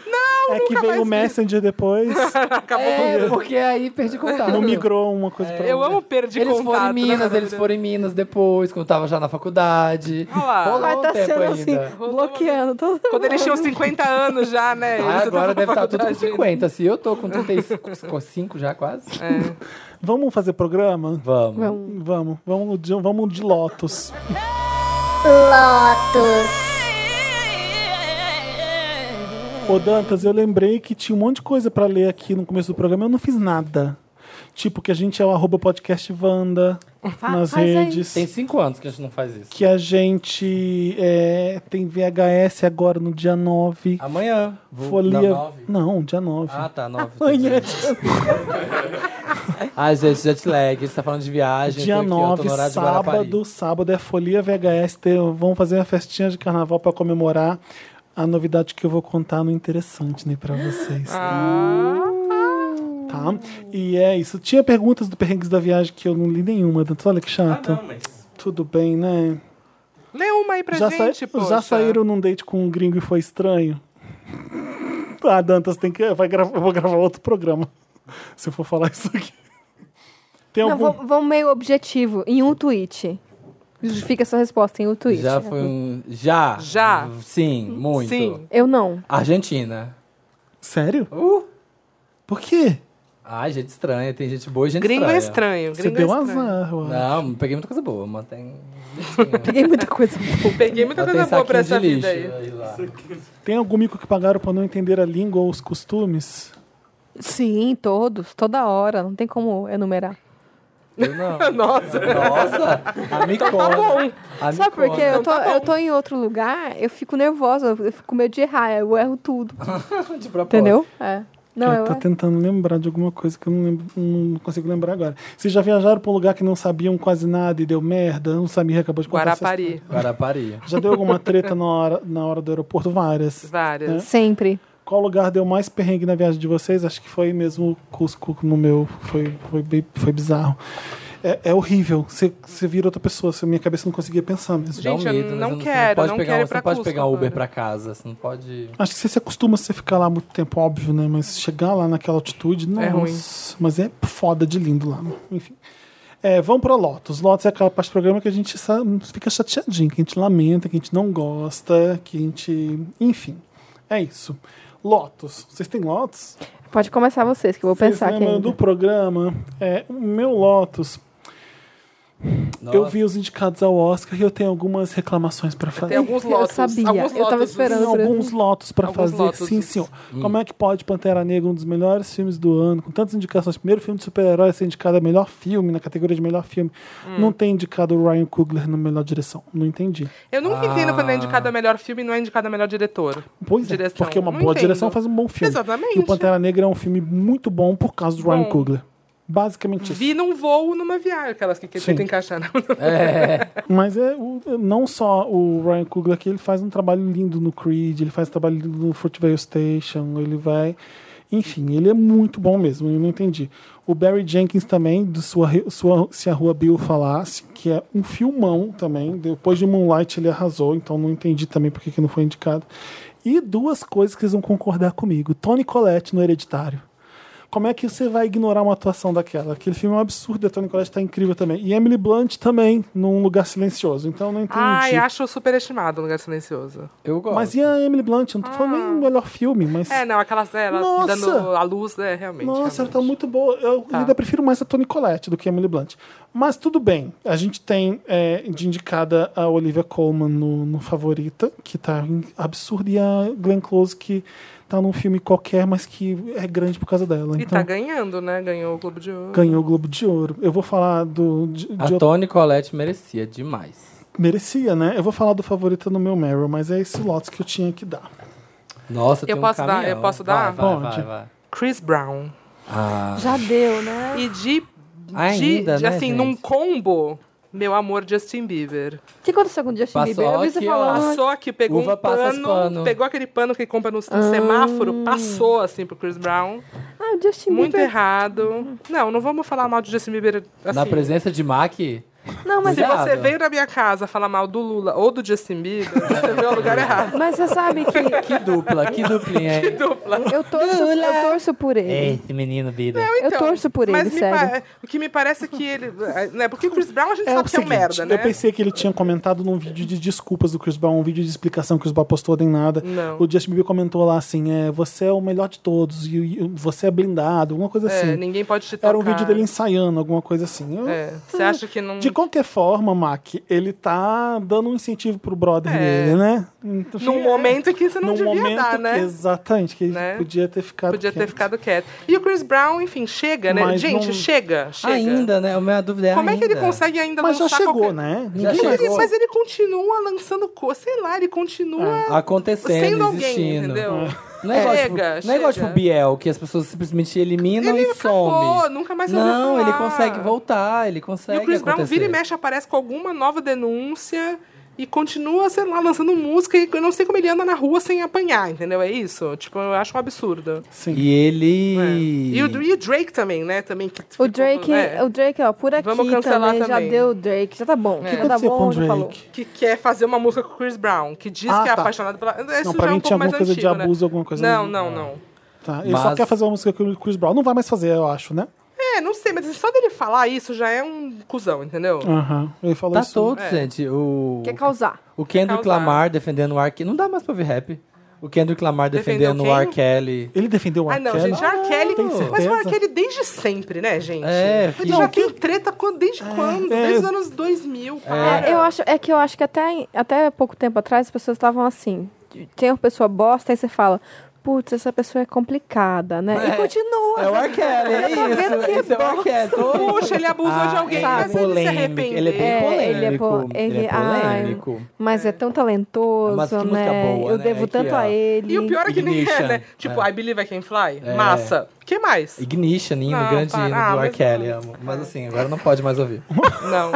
S1: É que veio o Messenger depois,
S3: Acabou.
S2: É, porque aí perdi contato.
S1: não migrou uma coisa pra
S3: É, Eu
S1: outra.
S3: amo perder
S2: eles
S3: contato.
S2: foram em Minas,
S3: né?
S2: eles foram em Minas depois, quando eu tava já na faculdade.
S3: Olha lá.
S2: Rolou
S4: Vai
S2: um
S4: tá
S2: tempo
S4: sendo
S2: ainda.
S4: assim, bloqueando todo
S3: Quando assim, eles tinham 50 anos já, né?
S2: Aí
S3: Eles já
S2: agora
S3: estavam
S2: deve
S3: na
S2: estar tudo com
S3: faculdade.
S2: 50. Se eu tô com 35 já, quase.
S3: É.
S1: Vamos fazer programa?
S2: Vamos.
S4: Vamos.
S1: Vamos, vamos de, vamos de Lotus. Ô Dantas, eu lembrei que tinha um monte de coisa pra ler aqui no começo do programa, eu não fiz nada. Tipo, que a gente é o arroba podcast Wanda nas
S4: faz aí.
S1: redes.
S2: Tem 5 anos que a gente não faz isso.
S1: Que a gente é, tem VHS agora no dia 9.
S2: Amanhã. Ah, Vou-
S1: Folia.
S2: Não, nove.
S1: Não, dia 9.
S2: Ah, tá, 9.
S1: Amanhã,
S2: Ai, gente, jet lag. A gente tá falando de viagem.
S1: dia
S2: eu tô aqui, ó, tô no
S1: 9,
S2: horário de Guarapari.
S1: sábado. Sábado é Folia VHS. tem- vamos fazer uma festinha de carnaval pra comemorar a novidade que eu vou contar no interessante, né, pra vocês. Tá? E é isso. Tinha perguntas do Perrengues da Viagem que eu não li nenhuma, Dantas. Olha que chato. Tudo bem, né?
S3: Lê uma aí pra
S1: já, sa-
S3: gente, poxa.
S1: já saíram num date com um gringo e foi estranho? ah, Dantas, tem que, vai gravar, eu vou gravar outro programa. Se eu for falar isso aqui. Tem
S4: Não,
S1: algum...
S4: vamos, vamos meio objetivo. Em um tweet. Justifica sua resposta em um tweet.
S2: Já foi um. Já?
S3: Já.
S2: Sim, muito.
S3: Sim.
S4: Eu não.
S2: Argentina.
S1: Sério?
S2: Uh!
S1: Por quê?
S2: Ai, gente estranha. Tem gente boa e gente
S3: Gringo é
S2: estranha.
S3: estranho.
S1: Você
S3: gringo
S1: deu
S3: é
S1: um
S3: estranho.
S1: azar. ué.
S2: Não, peguei muita coisa boa, mas tem.
S4: Peguei muita coisa.
S3: Peguei muita
S2: mas
S3: coisa
S2: tem
S3: boa pra essa
S2: saquinho de
S3: vida
S2: lixo
S3: aí.
S2: lá.
S1: Tem algum mico que pagaram pra não entender a língua ou os costumes?
S4: Sim, todos. Toda hora. Não tem como enumerar.
S2: Eu não.
S3: Nossa.
S2: Nossa,
S3: Então
S2: a micona. Tá
S1: Ah,
S2: bom.
S4: Sabe por quê? Eu tô, eu tô em outro lugar, eu fico nervosa. Eu fico com medo de errar. Eu erro tudo.
S2: De propósito.
S4: Entendeu? É. Não,
S1: Tá eu
S4: eu
S1: tô tentando lembrar de alguma coisa que eu não, lembro- não consigo lembrar agora. Vocês já viajaram pra um lugar que não sabiam quase nada e deu merda? O Samir acabou de contar essa
S3: Guarapari.
S2: Guarapari.
S1: história. Já deu alguma treta na hora, na hora do aeroporto? Várias.
S3: Várias.
S4: Sempre.
S1: Qual lugar deu mais perrengue na viagem de vocês? Acho que foi mesmo o Cusco no meu. Foi, foi, bi- foi bizarro. É, é horrível. Você você vira outra pessoa. Você- Minha cabeça não conseguia pensar mesmo.
S2: Dá um
S3: Gente, eu
S2: medo, né?
S3: não
S2: Você
S3: quero,
S2: pode
S3: não
S2: pegar,
S3: quero ir
S2: Você
S3: pra
S2: não pode
S3: Cusco
S2: pegar um Uber
S3: agora.
S2: pra casa. Você não pode.
S1: Acho que você se acostuma se você ficar lá muito tempo, óbvio, né? Mas chegar lá naquela altitude, não.
S3: É ruim.
S1: Mas é foda de lindo lá. né? Enfim. É, vamos para Lotus. Lotus é aquela parte do programa que a gente sa- fica chateadinho, que a gente lamenta, que a gente não gosta, que a gente. Enfim. É isso. Lotus. Vocês têm Lotus?
S4: Pode começar vocês, que eu vou
S1: Vocês
S4: pensar aqui.
S1: lembram
S4: ainda.
S1: do programa? É, o meu Lotus. Eu vi os indicados ao Oscar e eu tenho algumas reclamações para fazer.
S3: Tem alguns
S4: Eu
S3: lotos.
S4: sabia,
S3: Alguns
S4: eu tava
S3: lotos.
S4: esperando.
S1: Tem alguns lotos para
S3: Alguns Hum.
S1: fazer,
S3: lotos.
S1: sim, senhor. Como é que pode Pantera Negra, um dos melhores filmes do ano, com tantas indicações, primeiro filme de super-herói ser indicado a melhor filme, na categoria de melhor filme,
S3: Hum.
S1: não tem indicado o Ryan Coogler na melhor direção? Não entendi.
S3: Eu nunca entendo quando é indicado a melhor filme e não é indicado a melhor diretor.
S1: Pois é,
S3: Direção,
S1: porque uma
S3: não
S1: boa
S3: entendo.
S1: direção faz um bom filme.
S3: Exatamente.
S1: E o Pantera Negra é um filme muito bom por causa do Ryan
S3: Bom.
S1: Coogler. Basicamente isso.
S3: Vi num voo, numa viagem. Aquelas que que
S1: Sim.
S3: tenta encaixar. na-
S1: Mas é o- não só o Ryan Coogler que ele faz um trabalho lindo no Creed, ele faz um trabalho lindo no Fruitvale Station, ele vai. Enfim, ele é muito bom mesmo, eu não entendi. O Barry Jenkins também, do sua, Re- sua, Se a Rua Bill Falasse, que é um filmão também. Depois de Moonlight ele arrasou, então não entendi também por que que não foi indicado. E duas coisas que vocês vão concordar comigo. Tony Collette no Hereditário. Como é que você vai ignorar uma atuação daquela? Aquele filme é um absurdo, a Toni Collette tá incrível também. E Emily Blunt também, num lugar silencioso. Então não entendi.
S3: Ai, acho superestimado o Lugar Silencioso.
S2: Eu gosto.
S1: Mas e a Emily Blunt? Eu Não tô falando nem o melhor filme, mas...
S3: Ah. É, não, aquela é, ela
S1: Nossa!
S3: dando a luz, né, realmente.
S1: Nossa, ela
S3: realmente.
S1: tá muito boa. Eu
S3: Tá.
S1: ainda prefiro mais a Toni Collette do que a Emily Blunt. Mas tudo bem. A gente tem é, de indicada a Olivia Colman no, no Favorita, que tá em- absurda, e a Glenn Close, que tá num filme qualquer, mas que é grande por causa dela.
S3: E
S1: Então,
S3: tá ganhando, né? Ganhou o Globo de Ouro.
S1: ganhou o Globo de Ouro. Eu vou falar do... De, de
S2: A
S1: outro-
S2: Toni Collette merecia demais.
S1: Merecia, né? Eu vou falar do Favorita no meu Meryl, mas é esse lotes que eu tinha que dar.
S2: Nossa,
S3: Eu
S2: tem um
S3: posso dar-
S2: caminhão.
S3: eu posso
S2: Vai,
S3: dar?
S2: vai,
S1: Pode.
S2: vai, vai.
S3: Chris Brown.
S2: Ah,
S4: Já deu, né?
S3: E de,
S2: Ainda,
S3: de
S2: né,
S3: assim,
S2: gente?
S3: num combo, meu amor, Justin Bieber.
S4: O que aconteceu com o Justin
S2: Passou
S4: Bieber? Eu vi você
S2: aqui, ó.
S4: falando.
S3: Passou aqui, pegou
S2: Uva
S3: um
S2: passa as
S3: pano,
S2: pano.
S3: pegou aquele pano que compra no, no semáforo,
S1: Ah.
S3: passou assim pro Chris Brown.
S4: Ah, o Justin
S3: Muito
S4: Bieber.
S3: errado. Não, não vamos falar mal de Justin Bieber assim.
S2: na presença de Mac,
S4: Não, mas
S1: é-
S3: Se
S2: Errado.
S3: você veio na minha casa falar mal do Lula ou do Justin Bieber, você veio ao lugar errado.
S4: Mas você sabe que
S2: que dupla, que duplinha, hein?
S3: Dupla.
S4: eu torço, eu torço por
S3: É
S1: É.
S4: ele.
S2: Esse menino, Bida.
S4: Eu torço por ele,
S3: Então, mas me
S4: sério.
S3: pa- o que me parece é que ele. Né, porque o Chris Brown a gente
S1: É o
S3: sabe que é um
S1: seguinte,
S3: merda, né?
S1: eu pensei que ele tinha comentado num vídeo de desculpas do Chris Brown, um vídeo de explicação que o Chris Brown postou nem nada.
S3: Não.
S1: O Justin Bieber comentou lá assim, é, você é o melhor de todos e, e você é blindado, alguma coisa
S3: É,
S1: assim.
S3: ninguém pode te tocar.
S1: Era um vídeo dele ensaiando, alguma coisa assim. Eu-
S3: É, Você acha que não.
S1: De qualquer forma, Mac, ele tá dando um incentivo pro brother
S3: É.
S1: dele, né? Então,
S3: Num
S1: é,
S3: momento que você não
S1: num
S3: devia
S1: momento
S3: dar, né?
S1: que- exatamente, que ele
S3: Né?
S1: podia ter ficado
S3: Podia ter
S1: quieto.
S3: ficado quieto. E o Chris Brown, enfim, chega, né?
S1: Mas
S3: Gente,
S1: não-
S3: chega, chega.
S2: Ainda, né? A minha dúvida é
S3: Como é que ele
S2: ainda.
S3: consegue ainda
S1: Mas já
S3: lançar
S1: chegou,
S3: qualquer-
S1: né?
S2: Já
S1: Ninguém
S3: Mas ele,
S2: chegou.
S3: mas ele continua lançando coisa, sei lá, ele
S1: Ah,
S3: continua
S2: Acontecendo,
S3: sendo alguém,
S2: existindo.
S3: entendeu?
S2: Não é, igual, tipo,
S3: Chega,
S2: não é igual,
S3: chega.
S2: tipo, Biel, que as pessoas simplesmente eliminam
S3: Ele
S2: e some.
S3: acabou, nunca mais ouviu
S2: Não, ele
S3: falar.
S2: consegue voltar, ele
S3: E
S2: consegue
S3: o Chris Brown
S2: acontecer.
S3: vira e mexe, aparece com alguma nova denúncia e continua, sei lá, lançando música e eu não sei como ele anda na rua sem apanhar, entendeu? É isso? Tipo, eu acho um absurdo.
S1: Sim.
S2: E ele...
S3: É. E, o, e o Drake também, né? Também, que
S4: O Drake,
S3: é,
S4: o Drake, ó, por aqui
S3: Vamos cancelar
S4: também, já
S3: também.
S4: deu o Drake, já tá
S1: É.
S4: bom.
S3: É.
S1: O que
S4: Já tá
S1: aconteceu com
S4: bom,
S1: o
S4: já falou.
S1: Drake?
S3: que quer fazer uma música com o Chris Brown, que diz
S1: Ah,
S3: que é
S1: tá.
S3: apaixonado pela. Isso
S1: Não, pra
S3: já é
S1: mim
S3: um
S1: tinha
S3: pouco mais
S1: alguma coisa de
S3: antigo, né?
S1: abuso, alguma coisa é.
S3: Não,
S1: ali.
S3: não, não.
S1: Tá, Ele só
S2: Mas-
S1: quer fazer uma música com o Chris Brown. Não vai mais fazer, eu acho, né?
S3: É, não sei, mas só dele falar isso já é um cuzão, entendeu?
S1: Aham. Ele falou
S2: Tá
S1: isso.
S2: todo,
S3: É.
S2: gente. O,
S4: Quer causar.
S2: o Kendrick
S3: Quer causar.
S2: Lamar defendendo o R. Kelly. Não dá mais pra ouvir rap. O Kendrick Lamar
S3: Defendeu
S2: defendendo o R.
S3: quem?
S2: Kelly.
S1: Ele defendeu o
S3: Ah,
S1: R.
S3: não,
S1: Kelly?
S3: gente, a R. Kelly.
S1: Tem
S3: mas o R.
S1: certeza?
S3: Kelly desde sempre, né, gente?
S2: É,
S3: Ele
S2: que-
S3: já tem treta quando- desde quando?
S1: é.
S3: Desde os anos 2000, cara.
S4: É, eu acho, é que eu acho que até, até pouco tempo atrás as pessoas estavam assim. Tem uma pessoa bosta, aí você fala, putz, essa pessoa é complicada, né?
S2: É.
S4: E continua.
S2: É o R. Kelly, é
S4: Eu tô vendo que
S2: isso. Esse é o R. Kelly. Todo-
S3: Puxa, ele abusou de alguém,
S2: ele
S3: mas
S2: é
S3: ele se
S2: polêmico. Ele é bem
S4: arrependeu. É,
S2: polêmico.
S4: ele é po-
S2: Ele
S4: ele-
S2: é
S4: ai,
S2: polêmico.
S4: Mas é tão talentoso,
S2: Mas que música
S4: né?
S2: boa,
S4: eu
S2: né?
S4: devo
S2: Aqui,
S4: tanto
S2: ó.
S4: a ele.
S3: E o pior é que nem é,
S2: Ignition.
S3: né? Tipo, I Believe I Can Fly,
S2: É.
S3: massa. O que mais?
S2: Ignition, hino,
S3: Não,
S2: grande
S3: para-
S2: hino
S3: ah,
S2: do R.
S3: mas-
S2: Kelly. Amo. Mas assim, agora não pode mais ouvir.
S3: Não,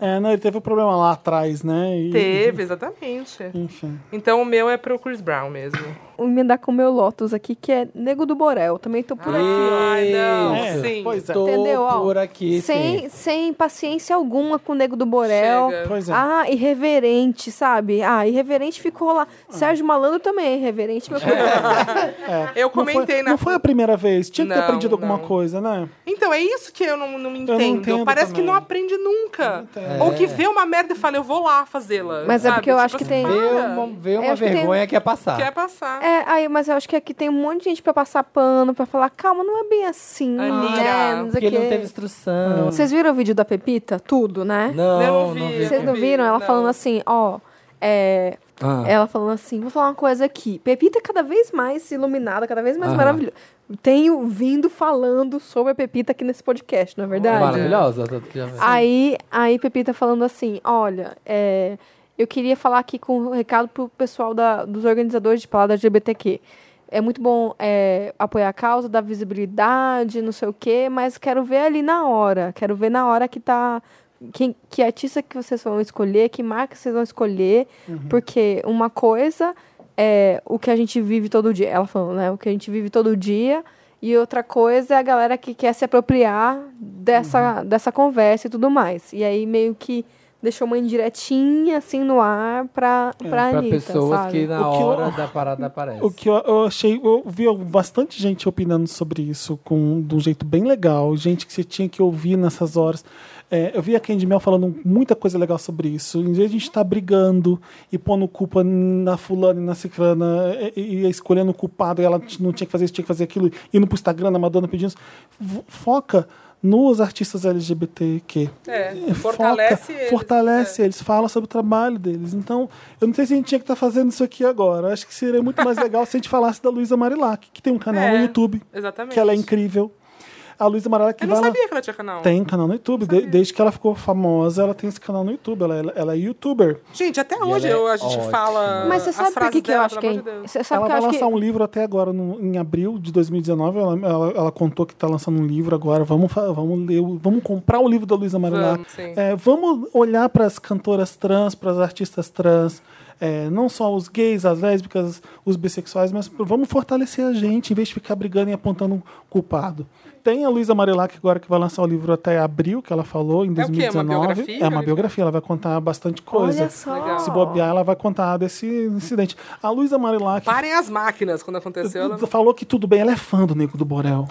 S1: É, não, ele teve um problema lá atrás, né? E-
S3: teve, exatamente.
S1: Enfim.
S3: Então o meu é pro Chris Brown mesmo.
S4: Emendar com o meu Lotus aqui, que é Nego do Borel. Também tô por aqui, ó.
S3: Ai, não,
S1: É,
S3: sim.
S1: Pois é.
S2: Tô
S4: Entendeu? Ó,
S2: por aqui, sim.
S4: Sem, sem paciência alguma com o Nego do Borel.
S3: Chega.
S1: Pois é.
S4: Ah, irreverente, sabe? Ah, irreverente ficou lá. Sérgio Malandro também é irreverente, meu colega.
S1: É.
S3: Eu
S1: Não foi-
S3: comentei na
S1: Não foi a primeira vez. Tinha que ter
S3: Não,
S1: aprendido alguma
S3: não.
S1: coisa, né?
S3: Então, é isso que eu não, não entendo.
S1: entendo
S3: Parece
S1: também.
S3: que não aprende nunca.
S2: É.
S1: entendo.
S3: Ou que vê uma merda e fala, eu vou lá fazê-la.
S4: Mas é
S3: sabe?
S4: porque eu acho que
S3: assim,
S4: tem-
S2: Vê
S3: para.
S2: uma, vê
S4: Eu
S2: uma
S4: acho que tem-
S2: vergonha que é passar.
S3: Quer passar.
S4: É, aí, mas eu acho que aqui tem um monte de gente pra passar pano, pra falar, calma, não é bem assim,
S3: Amiga.
S4: né? Não sei
S2: Porque
S4: o
S2: ele
S4: quê.
S2: não teve instrução.
S4: Vocês viram o vídeo da Pepita? Tudo, né?
S2: Não,
S3: Eu não
S2: não
S3: vi.
S2: vi.
S4: Vocês não
S3: vi,
S4: viram? Ela
S3: não.
S4: falando assim, ó... é,
S2: Ah.
S4: Ela falando assim, vou falar uma coisa aqui. Pepita é cada vez mais iluminada, cada vez mais
S2: Aham.
S4: maravilhosa. Tenho vindo falando sobre a Pepita aqui nesse podcast, não é verdade?
S2: Maravilhosa. tanto que já-
S4: Aí, aí Pepita falando assim, olha, é, eu queria falar aqui com um recado pro pessoal da- dos organizadores de palavra LGBTQ. É muito bom é, apoiar a causa, dar visibilidade, não sei o quê, mas quero ver ali na hora. Quero ver na hora que tá. Quem, que artista que vocês vão escolher, que marca vocês vão escolher. Porque uma coisa é o que a gente vive todo dia. Ela falando, né? O que a gente vive todo dia. E outra coisa é a galera que quer se apropriar dessa, dessa conversa e tudo mais. E aí meio que deixou uma indiretinha, assim, no ar pra, pra
S2: Pra
S4: Anitta,
S2: pessoas
S4: sabe?
S2: que na
S1: O que eu-
S2: hora da parada aparecem.
S1: O que eu, eu achei, eu vi bastante gente opinando sobre isso com, de um jeito bem legal, gente que você tinha que ouvir nessas horas. É, eu vi a Candy Mel falando muita coisa legal sobre isso. Em vez de a gente estar brigando e pondo culpa na fulana e na ciclana é, e, e escolhendo o culpado, e ela t- não tinha que fazer isso, tinha que fazer aquilo, indo pro Instagram, na Madonna pedindo isso, v- foca nos artistas LGBTQ.
S3: É,
S1: Foca,
S3: fortalece eles,
S1: Fortalece assim, eles, fala sobre o trabalho deles. Então, eu não sei se a gente tinha que estar fazendo isso aqui agora. Eu Acho que seria muito mais legal se a gente falasse da Luísa Marilac, que tem um canal
S3: É,
S1: no YouTube,
S3: Exatamente.
S1: que ela é incrível. A Luísa Marilac
S3: Eu não
S1: vai lá-
S3: sabia que ela tinha canal.
S1: tem um canal no YouTube. De- desde que ela ficou famosa, ela tem esse canal no YouTube. Ela, é- ela é youtuber.
S3: Gente, até hoje
S2: ela é
S3: eu- a gente
S2: ótima.
S3: fala.
S4: Mas você
S3: as
S4: sabe por
S3: frases
S4: que, que eu
S3: dela,
S4: acho que...
S3: pelo
S4: é-
S3: amor de Deus.
S4: Você sabe
S1: ela
S4: que eu
S1: vai
S4: acho
S1: lançar
S4: que...
S1: um livro até agora, no- em abril de 2019. Ela, ela, ela contou que está lançando um livro agora. Vamos, fa- vamos ler, o- vamos comprar o livro da Luísa Marilac.
S3: Vamos, sim.
S1: É, vamos olhar para as cantoras trans, para as artistas trans, é, não só os gays, as lésbicas, os bissexuais, mas vamos fortalecer a gente em vez de ficar brigando e apontando um culpado. Tem a Luísa Marilac agora que vai lançar o livro até abril, que ela falou, em
S3: É o quê? É uma
S1: 2019.
S3: biografia?
S1: É uma biografia, ela vai contar bastante coisa.
S4: Olha só.
S3: Legal.
S1: Se bobear, ela vai contar desse incidente. A Luísa
S4: é
S1: Marilac
S3: Parem as máquinas quando aconteceu. Ela,
S1: falou que tudo bem, ela é fã do Nego do Borel.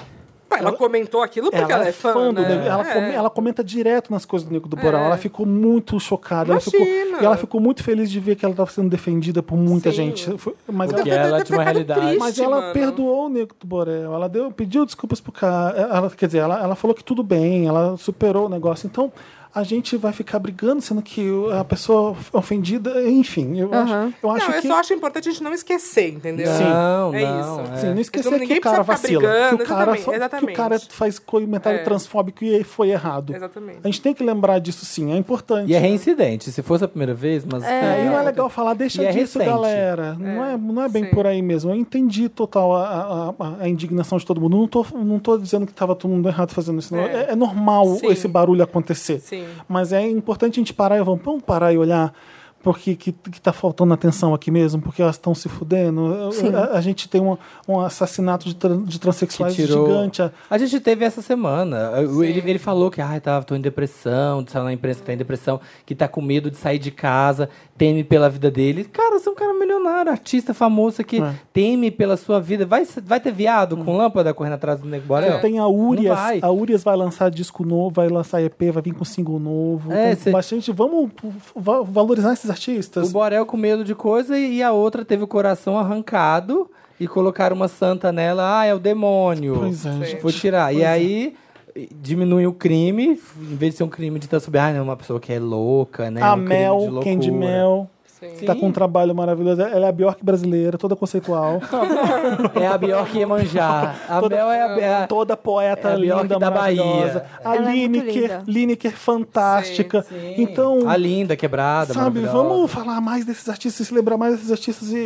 S3: ela comentou aquilo porque
S1: Ela,
S3: ela, é fã.
S1: do
S3: né?
S1: Nego. Ela,
S3: É.
S1: come- ela comenta direto nas coisas do Nego do Borel. Ela ficou muito chocada. Ela ficou,
S3: Imagina.
S1: e ela ficou muito feliz de ver que ela estava sendo defendida por muita
S3: Sim.
S1: gente. Foi- Mas ela,
S2: Porque
S3: Então, Deve-
S2: ela
S3: deve
S2: tinha uma
S3: ter ficado
S2: realidade.
S3: triste.
S1: mas ela
S3: mano.
S1: perdoou o Nego do Borel. Ela deu, pediu desculpas pro cara. Ela, quer dizer, ela, ela falou que tudo bem, ela superou o negócio. Então. A gente vai ficar brigando, sendo que a pessoa ofendida, enfim, eu acho, eu acho
S3: Não, eu
S1: que.
S3: só acho importante a gente não esquecer, entendeu?
S1: Sim.
S2: Não,
S3: É
S2: não.
S3: isso.
S2: é.
S1: Sim, não esquecer
S3: Então,
S1: que
S3: ninguém
S1: o cara
S3: precisa ficar
S1: vacila.
S3: brigando,
S1: que, o cara
S3: exatamente,
S1: só- que
S3: exatamente.
S1: o cara faz comentário
S3: É.
S1: transfóbico e foi errado.
S3: Exatamente.
S1: A gente tem que lembrar disso sim, é importante.
S2: E é reincidente. Se fosse a primeira vez, mas.
S1: É, e não é legal falar, deixa
S2: E é
S1: disso,
S2: recente.
S1: galera. Não, é, não é bem
S3: sim.
S1: por aí mesmo. Eu entendi total a, a- a- a indignação de todo mundo. Não tô, não tô dizendo que estava todo mundo errado fazendo isso. não.
S3: É.
S1: É, é normal
S3: Sim.
S1: esse barulho acontecer.
S3: Sim.
S1: Mas é importante a gente parar e vamos, vamos parar e olhar porque que, que tá faltando atenção aqui mesmo, porque elas estão se fudendo. Eu- A, a gente tem um, um assassinato de, tran- de
S2: que
S1: transexuais
S2: tirou.
S1: gigante. A-
S2: A gente teve essa semana. Eu- Ele, ele falou que ah, tá, tô em depressão, saiu na imprensa que tá em depressão, que tá com medo de sair de casa, teme pela vida dele. Cara, você é um cara milionário, artista famoso que
S1: É. Hum.
S2: teme pela sua vida. Vai, ser- vai ter viado com lâmpada correndo atrás do Nego Borel?
S1: Tem a
S2: Não
S1: Urias.
S2: vai.
S1: A Urias vai lançar disco novo, vai lançar EP, vai vir com single novo.
S2: É,
S1: tem
S2: cê-
S1: bastante. Vamos va- valorizar esses
S2: O
S1: artistas.
S2: Borel com medo de coisa e a outra teve o coração arrancado e colocaram uma santa nela. Ah, é o demônio. Tipo,
S1: Pois é, gente.
S2: Vou tirar. E aí diminui o crime, em vez de ser um crime de estar sobre, ah, não, uma pessoa que é louca, né?
S1: a
S2: um crime de
S1: Mel,
S2: loucura.
S1: Candy Mel,
S3: Sim.
S1: que tá com um trabalho maravilhoso. Ela é a Bjork brasileira, toda conceitual.
S2: É a Bjork Iemanjá. A
S1: Toda-
S2: Mel é a, é a-
S1: Então, toda poeta
S2: É a Bjork
S1: linda,
S2: da Bahia.
S1: maravilhosa. A
S4: Ela é muito
S1: Lineker,
S4: linda.
S1: Lineker fantástica. Então,
S2: a linda, quebrada,
S1: sabe,
S2: maravilhosa.
S1: vamos falar mais desses artistas, se lembrar mais desses artistas e, e-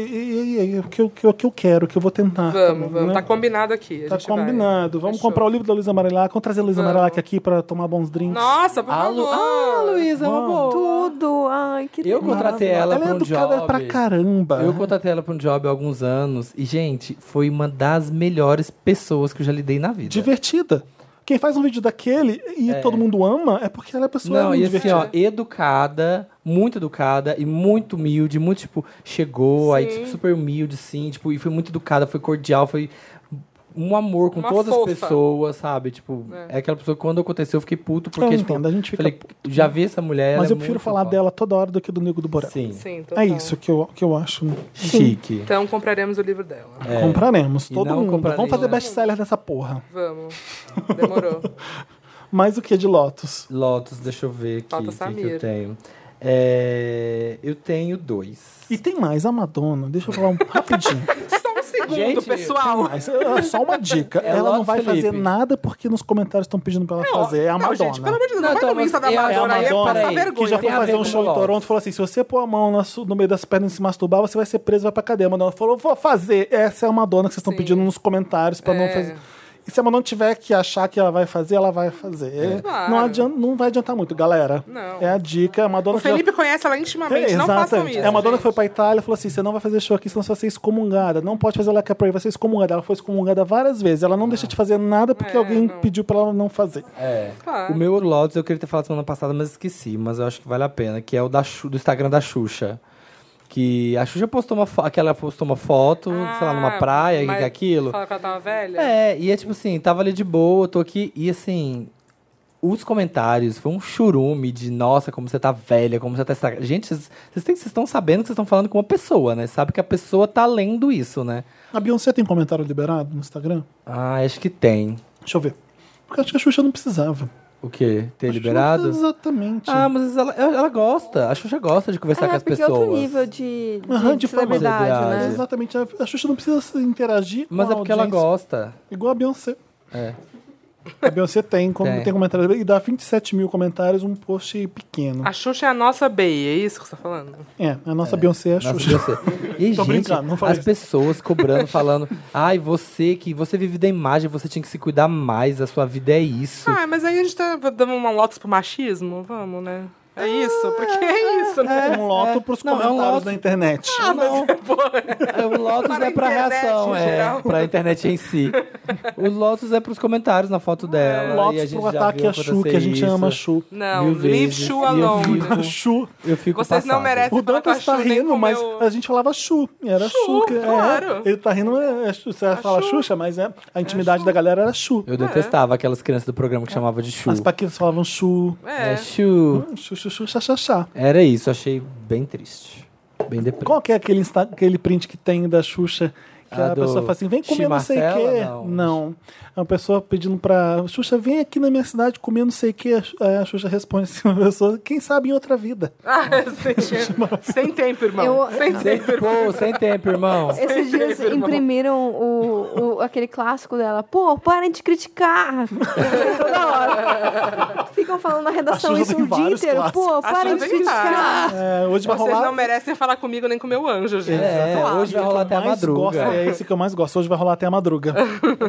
S1: e- e- o que, eu- que eu- que eu quero, que eu vou tentar. também,
S3: Vamos, vamos.
S1: né?
S3: Tá combinado aqui. a
S1: Tá
S3: gente vai.
S1: combinado. Vamos
S3: Fechou.
S1: comprar o livro da Luísa Marilac, vamos trazer a Luísa
S3: Vamos.
S1: Marilac aqui pra tomar bons drinks.
S3: Nossa, por
S2: A Lu...
S3: favor.
S2: Ah, Luísa, é uma
S1: Vamos.
S2: boa.
S4: Tudo! Ai, que
S2: Eu
S4: delícia.
S2: contratei ela,
S1: é
S2: pra um
S1: educada
S2: job.
S1: pra caramba.
S2: Eu contratei ela pra um job há alguns anos. E, gente, foi uma das melhores pessoas que eu já lidei na vida.
S1: Divertida. Quem faz um vídeo daquele e todo mundo ama é porque ela é pessoa
S2: Não,
S1: muito
S2: e assim,
S1: divertida.
S2: ó, educada, muito educada e muito humilde, muito, tipo, chegou, aí, tipo, super humilde, sim, tipo, e foi muito educada, foi cordial, foi um amor com
S3: Uma
S2: todas
S3: fofa.
S2: as pessoas, sabe? Tipo, é. aquela pessoa que quando aconteceu eu fiquei puto, porque,
S1: Eu
S2: tipo,
S1: entendo, Ah, então, a gente fica
S2: falei, já vi essa mulher,
S1: Mas
S2: ela
S1: eu
S2: é
S1: prefiro
S2: muito
S1: falar
S2: foda.
S1: dela toda hora do que do Nego do Borel.
S2: Sim,
S3: Sim, total.
S1: É isso que eu, que eu acho. né?
S2: chique.
S3: Então compraremos o livro dela.
S1: Compraremos,
S2: É. E
S1: todo
S2: não
S1: mundo.
S2: compraremos,
S1: Vamos fazer
S2: né?
S1: best-seller dessa porra.
S3: Vamos. Demorou.
S1: Mais o que de Lotus?
S2: Lotus, deixa eu ver aqui,
S3: Falta
S2: o que que,
S3: Samir.
S2: eu tenho. É, eu tenho dois.
S1: E tem mais, a Madonna. Deixa eu falar um, rapidinho.
S3: Só um segundo,
S2: Gente,
S3: pessoal.
S1: Mas, é só uma dica.
S2: É
S1: ela não
S2: Lotus
S1: vai fazer
S2: Felipe.
S1: nada porque nos comentários estão pedindo pra ela fazer. É a
S3: Não,
S1: Madonna.
S3: gente, pelo amor de Deus, não,
S2: Não,
S3: vai
S2: então,
S3: no Insta da
S2: mas é a
S3: Madonna aí, é
S2: Madonna
S3: passar
S2: aí,
S1: que já
S3: vergonha.
S1: foi
S2: Tem a
S1: fazer um
S2: ver com
S1: show em
S2: Lotus.
S1: Toronto, falou assim: se você pôr a mão na su- no meio das pernas e se masturbar, você vai ser preso, vai pra cadeia. Madonna falou: vou fazer. Essa é a Madonna que vocês estão pedindo nos comentários pra não
S3: É.
S1: fazer. E se a Manu tiver que achar que ela vai fazer, ela vai fazer. É,
S3: Claro.
S1: Não, adianta, não vai adiantar muito, galera.
S3: Não.
S1: É a dica. É uma dona
S3: O
S1: que já-
S3: Felipe conhece ela intimamente,
S1: é,
S3: não façam
S1: exatamente.
S3: isso.
S1: É uma dona
S3: gente.
S1: que foi pra Itália e falou assim: você não vai fazer show aqui, senão você vai ser excomungada. Não pode fazer Like a Prayer, vai ser excomungada. Ela foi excomungada várias vezes. Ela não deixa de fazer nada porque
S3: É,
S1: alguém
S3: não.
S1: pediu pra ela não fazer.
S2: É.
S3: Claro.
S2: O meu Lotus eu queria ter falado semana passada, mas esqueci, mas eu acho que vale a pena, que é o da Xu- do Instagram da Xuxa. Que a Xuxa postou uma foto, aquela postou uma foto, sei lá, numa
S3: Ah,
S2: praia, que
S3: mas
S2: que é aquilo.
S3: Fala que ela tava velha?
S2: É, e é tipo assim, tava ali de boa, tô aqui, e assim, os comentários, foi um churume de, nossa, como você tá velha, como você tá estragada. Gente, vocês vocês têm- vocês estão sabendo que vocês estão falando com uma pessoa, né? Sabe que a pessoa tá lendo isso, né?
S1: A Beyoncé tem comentário liberado no Instagram?
S2: Ah, acho que tem.
S1: Deixa eu ver. Porque acho que a Xuxa não precisava.
S2: O quê? Ter
S1: Acho que
S2: liberado?
S1: não- Exatamente.
S2: Ah, mas ela, ela gosta. A Xuxa gosta de conversar com
S4: é,
S2: as
S4: porque
S2: pessoas.
S4: é outro nível de, de,
S1: Aham, de fama.
S4: celebridade, né?
S1: É, Exatamente. A a Xuxa não precisa se interagir com
S2: é. Mas é
S1: a
S2: porque ela
S1: audiência.
S2: gosta.
S1: Igual a Beyoncé.
S2: É.
S1: A Beyoncé tem, como,
S2: Tem.
S1: tem. comentário e dá 27 mil comentários, um post pequeno.
S2: Ah.
S3: A Xuxa é a nossa Bey, é isso que você tá falando?
S1: É, a nossa Beyoncé é a
S2: Nossa,
S1: Xuxa.
S2: você. E,
S1: Tô
S2: gente,
S1: brincando, não falei
S2: as
S1: isso.
S2: pessoas cobrando, falando, ai, você que você vive da imagem, você tinha que se cuidar mais, a sua vida é isso.
S3: Ah, mas aí a gente tá dando uma lotus pro machismo? Vamos, né? É isso? Porque é isso, né?
S1: um loto pros
S2: Não, é um
S1: comentários
S2: loto.
S1: da internet. um
S2: Ah, não. É, o Lotus
S3: Para
S2: é
S3: a
S2: pra
S3: internet
S2: reação,
S3: em
S2: é.
S3: geral.
S2: Pra internet em si. O Lotus é pros comentários na foto dela. e a
S1: Lotos
S2: gente
S1: É, pro
S2: já
S1: ataque
S2: viu
S1: a Chu,
S2: acontecer
S1: que a gente ama a
S2: isso.
S1: Chu.
S3: Não,
S2: Mil
S3: leave
S2: vezes.
S3: Chu
S2: E eu
S3: alone.
S2: fico-
S1: A Chu.
S2: Eu fico
S3: Vocês não
S2: passado.
S3: merecem
S1: O
S3: falar com a
S1: Dantas tá
S3: Chu, nem
S1: rindo,
S3: com o
S1: mas
S3: meu-
S1: a gente falava Chu. e Era Chu. que é,
S3: claro.
S1: Ele tá rindo, é, é, Chu, você fala Xuxa, mas é, a intimidade da galera era Chu.
S2: Eu detestava aquelas crianças do programa que chamava de Chu.
S1: É. As paquitas falavam Chu.
S3: É.
S2: É, Chu.
S1: Chu, chu, chu, chá, chá, chá.
S2: Era isso, achei bem triste. Bem deprimido.
S1: Qual que é aquele, insta- aquele print que tem da Xuxa? Que
S2: Ah,
S1: a
S2: do
S1: pessoa fala assim, vem comer
S2: Chi
S1: não sei o
S2: Marcela?
S1: quê.
S2: Não.
S1: Não. É uma pessoa pedindo pra Xuxa, vem aqui na minha cidade comer não sei o quê. A Xuxa responde assim, uma pessoa, quem sabe em outra vida.
S3: Ah, sem, sem tempo, irmão.
S4: Eu-
S3: Sem
S2: Sem,
S3: tempo.
S2: pô, sem tempo, irmão.
S4: Esses dias imprimiram o, o- aquele clássico dela. Pô, parem de criticar! Toda hora. Ficam falando na redação
S1: A Xuxa
S4: isso
S1: tem
S4: o dia
S1: vários
S4: inteiro. Pô,
S3: clássicos. A
S4: parem de
S3: Xuxa tem
S4: criticar!
S1: É, hoje vai
S3: Vocês
S1: rolar...
S3: não merecem falar comigo nem com meu anjo, gente.
S2: É, hoje vai rolar até a
S1: mais gosto-
S2: madruga.
S1: é esse que eu mais gosto. Hoje vai rolar até a madruga.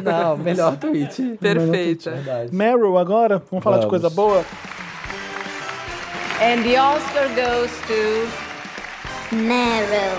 S2: Não, melhor tweet.
S3: Perfeita.
S2: Verdade.
S1: Meryl agora, vamos falar de
S2: Vamos.
S1: coisa boa?
S6: And the Oscar goes to
S7: Meryl.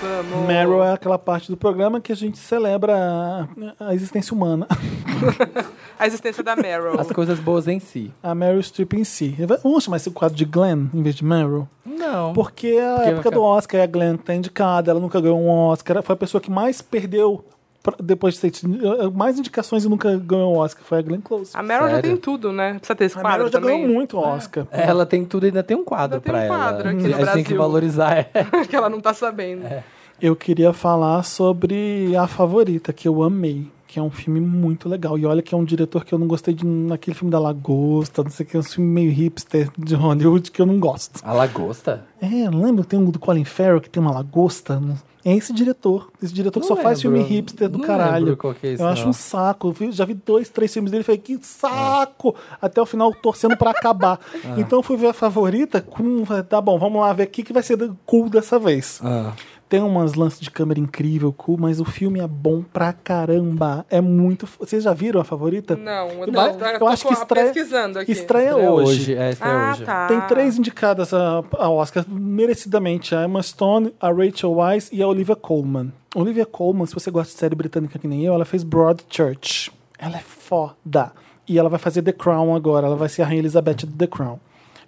S3: Vamos.
S1: Meryl é aquela parte do programa que a gente celebra a, a existência humana.
S3: A existência da Meryl.
S2: As coisas boas em si.
S1: A Meryl Streep em si. Vamos chamar esse quadro de Glenn em vez de Meryl?
S2: Não.
S1: Porque a época do Oscar, a Glenn tá indicada, ela nunca ganhou um Oscar. Foi a pessoa que mais perdeu pra- depois de ter tido, eh, mais indicações e nunca ganhou um Oscar. Foi a Glenn Close.
S3: A Meryl já
S2: Sério?
S3: tem tudo, né? Precisa ter esse
S1: A
S3: Ah, quadro
S1: Meryl já
S3: também. Ah, é.
S1: ganhou muito Oscar.
S2: Ela tem tudo, ainda tem um quadro
S3: Ainda tem
S2: pra
S3: um
S2: ela.
S3: quadro aqui no
S2: a gente tem que
S3: Brasil.
S2: valorizar ela.
S3: que ela não tá sabendo.
S1: É. Eu queria falar sobre A Favorita, que eu amei. Que é um filme muito legal. E olha que é um diretor que eu não gostei de naquele filme da Lagosta, não sei o que, é um filme meio hipster de Hollywood que eu não gosto.
S2: A lagosta?
S1: É, lembra? Tem um do Colin Farrell que tem uma lagosta. Não- É esse diretor. Esse diretor que só
S2: Não
S1: faz filme
S2: lembro.
S1: hipster do
S2: Não
S1: caralho.
S2: lembro qual que é esse,
S1: eu acho
S2: não.
S1: um saco. Eu vi- já vi dois, três filmes dele e falei, que saco! Até o final torcendo pra acabar. Então eu fui ver a favorita com. Tá bom, vamos lá ver o que, que vai ser do- cool dessa vez.
S2: Ah.
S1: Tem umas lances de câmera incrível, cool, mas o filme é bom pra caramba. É muito. f- Vocês já viram a favorita?
S3: Não, eu,
S1: Vai-
S3: tô, eu tô com- pesquisando aqui.
S1: estreia
S2: Estreia
S1: hoje.
S2: É, estreia
S3: Ah,
S2: hoje.
S3: tá.
S1: Tem três indicadas a, a Oscar, merecidamente. A Emma Stone, a Rachel Weisz e a Olivia Colman. Olivia Colman, se você gosta de série britânica que nem eu, ela fez Broadchurch. Ela é foda. E ela vai fazer The Crown agora. Ela vai ser a Rainha Elizabeth do The Crown.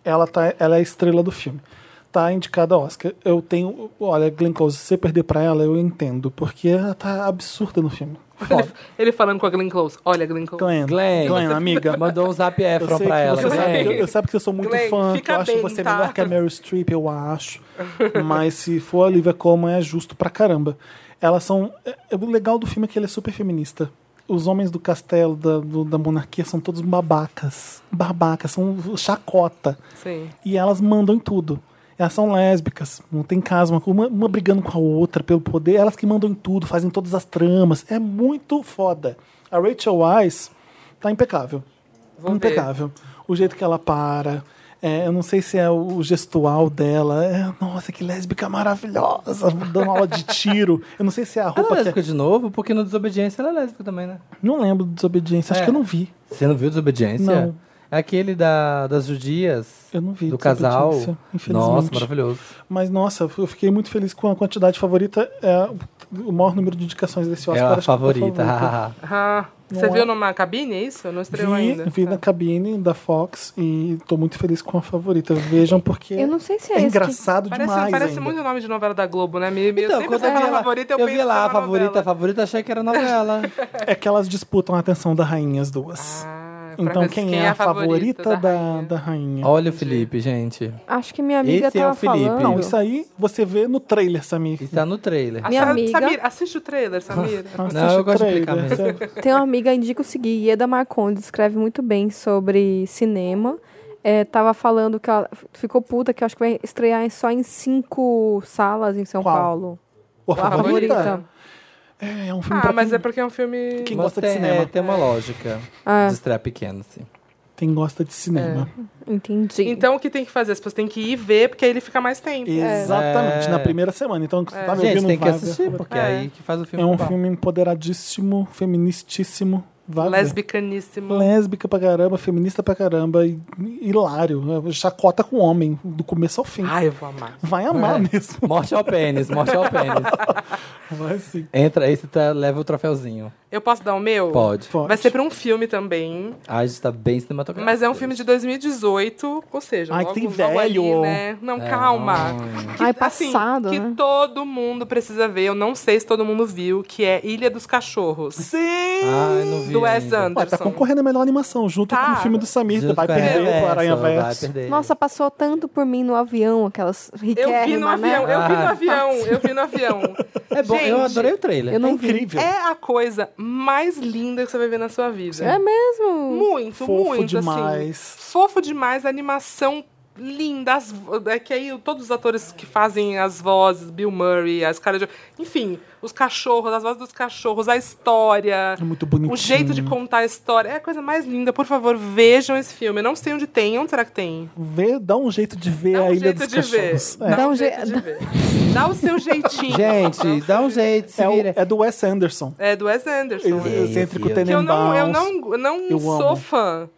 S1: Ela, tá, ela é a estrela do filme. Tá indicada a Oscar. Eu tenho... Olha, Glenn Close, se você perder pra ela, eu entendo. Porque ela tá absurda no filme. Foda.
S3: Ele falando com a Glenn Close. Olha, Glenn Close.
S1: Glenn,
S2: Glenn.
S1: Glenn amiga.
S2: Mandou um zap
S1: Eu
S2: Efron
S1: sei
S2: pra
S1: que
S2: ela. né?
S1: Você sabe, que eu,
S2: Glenn.
S1: eu sabe que eu sou muito
S3: Glenn,
S1: fã, que
S3: fica
S1: eu acho
S3: bem,
S1: você
S3: tá?
S1: melhor que a Meryl Streep, eu acho. Mas se for a Olivia Colman, é justo pra caramba. Elas são. é- é O legal do filme é que ele é super feminista. Os homens do castelo, da, do- da monarquia, são todos babacas. Babacas, são chacota.
S3: Sim.
S1: E elas mandam em tudo. Elas são lésbicas, não tem caso, uma, uma- uma brigando com a outra pelo poder, elas que mandam em tudo, fazem todas as tramas. É muito foda. A Rachel Weisz tá impecável
S3: Vou ver.
S1: impecável. O jeito que ela para, É, eu não sei se é o gestual dela. É, nossa, que lésbica maravilhosa, dando aula de tiro. Eu não sei se é a
S2: Ela é
S1: roupa que
S2: lésbica
S1: é...
S2: de novo, porque no Desobediência ela é lésbica também, né?
S1: Não lembro de desobediência, acho
S2: É.
S1: que eu não vi.
S2: Você não viu Desobediência?
S1: Não.
S2: É aquele da, das judias.
S1: Eu não vi
S2: Do casal.
S1: Desobediência, infelizmente.
S2: Nossa, maravilhoso.
S1: Mas, nossa, eu fiquei muito feliz com a quantidade favorita. É o maior número de indicações desse Oscar.
S2: é a
S1: acho que foi
S2: favorita.
S3: Ah, você
S1: Não
S3: viu
S1: é.
S3: numa cabine, é isso? Não estreou
S1: Vi,
S3: ainda. tá.
S1: vi na cabine da Fox e tô muito feliz com a favorita. Vejam porque
S4: Eu não sei se é,
S1: é
S4: esse que-
S1: engraçado
S3: Parece,
S1: demais
S3: parece
S1: ainda.
S3: muito nome de novela da Globo, né? Me, me- eu
S2: Então,
S3: sempre
S2: quando eu
S3: falo
S2: vi lá,
S3: favorita,
S2: eu
S3: eu,
S2: vi
S3: penso
S2: lá a
S3: na
S2: favorita, a
S3: novela.
S2: favorita, achei que era novela.
S1: É que elas disputam a atenção da rainha, as duas.
S3: Ah, pra
S1: então,
S3: ver
S1: quem, é a favorita, da, da rainha?
S2: Olha o Felipe, gente.
S4: Acho que minha amiga
S2: Esse é
S4: tava
S2: o Felipe.
S4: falando.
S1: Não, Então, isso aí você vê no trailer, Samir.
S2: Está no trailer.
S3: A
S4: Minha
S3: Sa-
S4: amiga-
S3: Samir, Ah, assiste o trailer, Samir.
S1: Então, Assiste
S2: é- Não, eu
S1: o
S2: gosto de
S1: trailer,
S2: clicar mesmo.
S1: você-
S4: Tem uma amiga, indica o seguinte, Ieda Marcondes, escreve muito bem sobre cinema. É, tava falando que ela ficou puta, que eu acho que vai estrear em- só em cinco salas em São
S1: Qual?
S4: Paulo.
S1: Pô,
S4: A
S1: favorita?
S4: favorita.
S1: É, é um filme
S3: Ah,
S1: pra
S3: mas
S1: quem,
S3: é porque é um filme...
S1: quem
S2: Mas
S1: gosta de
S2: tem,
S1: cinema.
S2: é, tem uma lógica
S4: Ah,
S2: de estreia pequena, assim.
S1: Quem gosta de cinema.
S4: entendi.
S3: Então, o que tem que fazer? As pessoas têm que ir ver, porque aí ele fica mais tempo.
S1: Exatamente,
S2: É.
S1: na primeira semana. Então, você tá me
S2: gente,
S1: ouvindo,
S2: tem que
S1: vai ver.
S2: assistir, porque
S3: É.
S2: aí que faz o filme.
S1: É um
S2: bom.
S1: filme empoderadíssimo, feministíssimo. Vai ver.
S3: Lesbicaníssimo.
S1: Lésbica pra caramba, feminista pra caramba, e- hilário. Chacota com homem, do começo ao fim.
S3: Ai, eu vou amar.
S1: Vai amar
S2: É.
S1: mesmo.
S2: Morte ao pênis, morte ao pênis.
S1: Vai sim.
S2: Entra, esse tá, leva o troféuzinho.
S3: Eu posso dar o meu?
S2: Pode.
S1: Pode.
S3: Vai ser pra um filme também.
S2: A gente tá bem cinematográfico.
S3: Mas é um filme de 2018, ou seja,
S1: Ai,
S3: logo,
S1: que tem
S3: logo ali,
S1: velho.
S3: né? Não,
S2: É,
S3: calma.
S2: não.
S4: Ai,
S3: assim,
S4: passado,
S3: que
S4: né?
S3: todo mundo precisa ver. Eu não sei se todo mundo viu, que é Ilha dos Cachorros.
S1: Sim!
S2: Ai, não vi
S3: Do Wes
S2: ainda.
S3: Anderson.
S1: Ué, tá concorrendo a melhor animação, junto
S3: Tá.
S1: com o filme do Samir.
S2: Junto
S1: vai
S2: com a
S1: perder
S2: Reversa,
S1: o Aranha
S2: Vai
S1: Verso.
S2: perder. É
S4: Nossa, passou tanto por mim no avião, aquelas
S3: Eu vi no
S4: riquérrimas, né?
S3: avião, eu vi no
S2: Ah.
S3: avião, eu vi no avião.
S2: é bom, eu
S3: Gente,
S2: adorei o trailer.
S4: Eu não vi.
S1: Incrível.
S3: É a coisa mais linda que você vai ver na sua vida.
S4: É mesmo?
S3: Muito,
S1: Fofo
S3: muito,
S1: demais.
S3: assim. Fofo demais, a animação linda, as vo- é que aí todos os atores que fazem as vozes, Bill Murray, as caras de... Enfim, os cachorros, as vozes dos cachorros, a história...
S1: É muito bonitinho.
S3: O jeito de contar a história é a coisa mais linda. Por favor, vejam esse filme. Eu não sei onde tem. Onde será que tem?
S1: Vê, dá um jeito de ver
S3: Dá
S1: a
S3: um
S1: Ilha
S3: jeito
S1: dos
S3: de ver.
S1: Cachorros. É.
S3: Dá, um
S4: um je-
S3: jeito de ver. Dá o seu jeitinho.
S2: Gente, dá um jeito, se
S1: É, o-
S2: vira.
S1: é do Wes Anderson.
S3: É do Wes Anderson.
S1: Ele-
S3: né?
S1: Excêntrico
S2: Que eu
S3: Que eu não, eu
S1: Tenenbaums.
S3: não, eu não
S1: é um Eu
S3: sou
S1: amo.
S3: fã.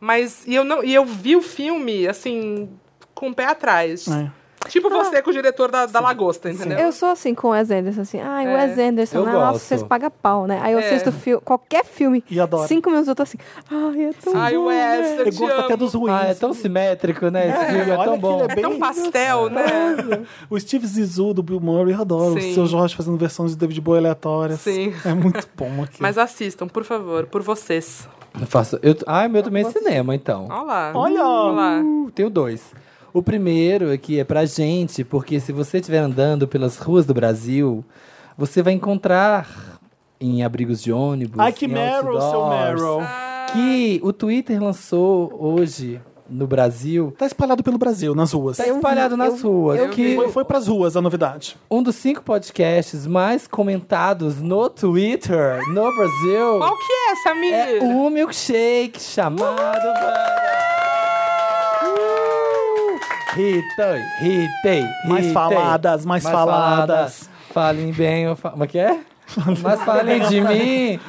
S3: Mas e eu, não, e eu vi o filme, assim, com o pé atrás.
S1: É.
S3: Tipo você com o diretor da, da Lagosta, entendeu?
S4: Eu sou assim com o Wes Anderson, assim. Ai, o
S3: É.
S4: Wes Anderson,
S2: Eu
S4: nossa,
S2: gosto.
S4: vocês pagam pau, né? Aí eu
S3: É.
S4: assisto fil- qualquer filme,
S1: E adoro.
S4: cinco minutos eu tô assim. Ai, é tão
S3: Ai,
S4: bom,
S3: Wes,
S4: né?
S3: eu
S1: Eu
S3: te
S1: gosto até
S3: amo.
S1: dos ruins.
S2: Ah, é tão simétrico, né? Esse
S1: É,
S2: filme é
S1: olha
S2: tão
S1: que
S2: bom.
S1: ele
S3: É
S1: bem
S3: tão
S1: isso.
S3: pastel, né?
S1: O Steve Zissou do Bill Murray, eu adoro.
S3: Sim.
S1: O Seu Jorge fazendo versões de David Bowie aleatórias.
S3: Sim.
S1: É muito bom aqui.
S3: Mas assistam, por favor, por vocês.
S2: Eu faço, eu, ai, meu também é cinema, então.
S3: Olha lá.
S1: Olha!
S3: lá.
S2: Uh, tenho dois. O primeiro é que é pra gente, porque se você estiver andando pelas ruas do Brasil, você vai encontrar em abrigos de ônibus.
S1: Ai, que
S2: em
S1: Meryl, seu
S2: outdoors,
S1: Meryl.
S3: Ah.
S2: Que o Twitter lançou hoje no Brasil.
S1: Tá espalhado pelo Brasil, nas ruas.
S2: Tá espalhado nas ruas. que
S1: Foi, foi pras ruas a novidade.
S2: um dos cinco podcasts mais comentados no Twitter no Brasil
S3: Qual que é, Samir?
S2: é o milkshake chamado.
S3: Uh!
S2: Ritei, ritei.
S1: Mais faladas, mais faladas.
S2: Falem bem, eu fa... como é que é? Mas falem de mim.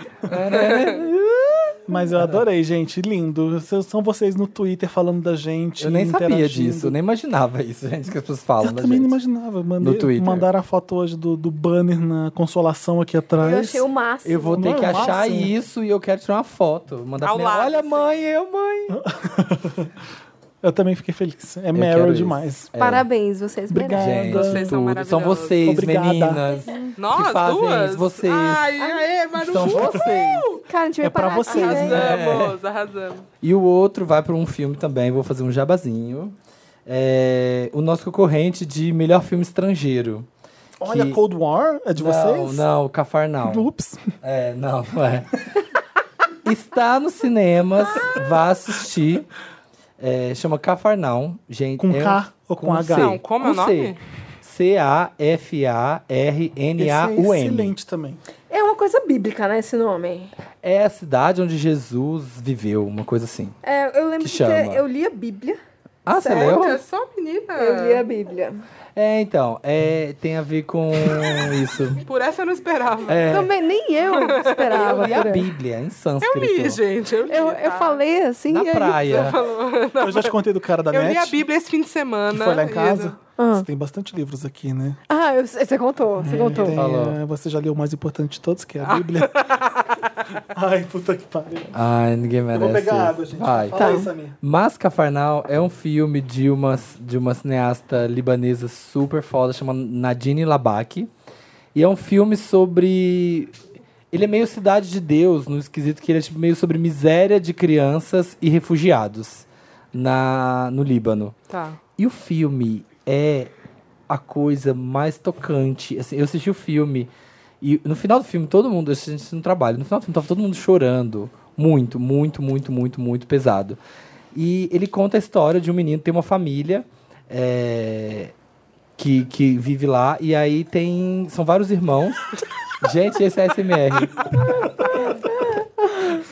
S1: Mas eu adorei, gente. Lindo. Vocês- São vocês no Twitter falando da gente.
S2: Eu nem sabia
S1: interagindo.
S2: disso, eu nem imaginava isso, gente, que as pessoas falam.
S1: Eu
S2: da
S1: também não
S2: gente.
S1: imaginava. Mandei,
S2: No Twitter.
S1: Mandaram a foto hoje do, do banner na consolação aqui atrás.
S4: Eu
S3: um-
S4: achei o máximo.
S2: Eu vou
S1: Não
S2: ter
S1: é
S2: que
S1: o
S2: achar
S1: máximo?
S2: isso e eu quero tirar uma foto. Mandar pra
S3: Ao
S2: minha-
S3: lado,
S2: Olha,
S3: assim.
S2: mãe, eu, mãe.
S1: Eu também fiquei feliz. É
S2: quero
S1: Meryl
S2: isso.
S1: demais.
S4: Parabéns, vocês
S1: Obrigado.
S4: merecem.
S2: Gente,
S1: Vocês
S3: são
S2: tudo. São
S3: maravilhosos.
S2: vocês,
S1: Obrigada.
S2: meninas.
S3: Nós
S2: que fazem
S3: duas?
S2: isso, vocês.
S3: Ai, aê, Maru.
S2: São vocês.
S4: Cara, a gente vai
S1: É pra
S4: parar
S1: vocês,
S4: aqui, né?
S1: né?
S3: Arrasamos, arrasamos.
S2: E o outro vai para um filme também, vou fazer um jabazinho. É, o nosso concorrente de melhor filme estrangeiro.
S1: Olha,
S2: Que-
S1: Cold War é de
S2: não,
S1: vocês?
S2: não, Cafarnal.
S1: Ups.
S2: É, não, não é. Está nos cinemas, vá assistir. É, chama Cafarnal, gente.
S1: Com
S2: é um-
S1: K ou com H?
S2: C,
S3: Não, como é o
S2: com C.
S3: nome?
S1: Esse é
S2: C-A-F-A-R-N-A-U-N.
S1: excelente também.
S4: É uma coisa bíblica, né, esse nome?
S2: É a cidade onde Jesus viveu, uma coisa assim.
S4: É, eu lembro
S2: Que
S4: que te-
S2: chama?
S4: eu li a Bíblia.
S2: Ah, você leu?
S3: Olha, só menina.
S4: Eu li a Bíblia.
S2: É, então, é, tem a ver com isso.
S3: Por essa eu não esperava.
S2: É,
S4: Também nem eu esperava.
S2: eu li É a
S4: por aí. É
S2: Bíblia em
S3: Eu
S2: sânscrito.
S3: li, gente. Eu li.
S4: Eu, eu
S3: tá?
S4: falei assim.
S2: Na
S4: e aí-
S2: praia.
S1: Eu já te contei do cara da
S3: Eu
S1: net.
S3: li a Bíblia né? esse fim de
S1: que
S3: semana.
S1: foi lá em
S3: e-
S1: casa.
S4: Ah.
S1: Você tem bastante livros aqui, né?
S4: Ah, eu- você contou, você contou.
S1: Tem,
S2: Falou.
S1: eh, você já leu o mais importante de todos, que é a Bíblia. Ai, puta que pariu.
S2: Ai, ninguém
S1: Eu
S2: merece.
S1: vou pegar
S2: isso.
S1: água, gente.
S2: Vai.
S1: Fala aí,
S4: Tá.
S1: Samir.
S2: Mas Cafarnal é um filme de uma, de uma cineasta libanesa super foda, chamada Nadine Labaki. E é um filme sobre. Ele é meio Cidade de Deus, no esquisito que ele é tipo, meio sobre miséria de crianças e refugiados na, no Líbano.
S3: Tá.
S2: E o filme é a coisa mais tocante. Assim, eu assisti o filme e no final do filme todo mundo, a gente no trabalho, no final do filme tava todo mundo chorando. Muito, muito, muito, muito, muito pesado. E ele conta a história de um menino que tem uma família é, que, que vive lá e aí tem. São vários irmãos. gente, esse é SMR.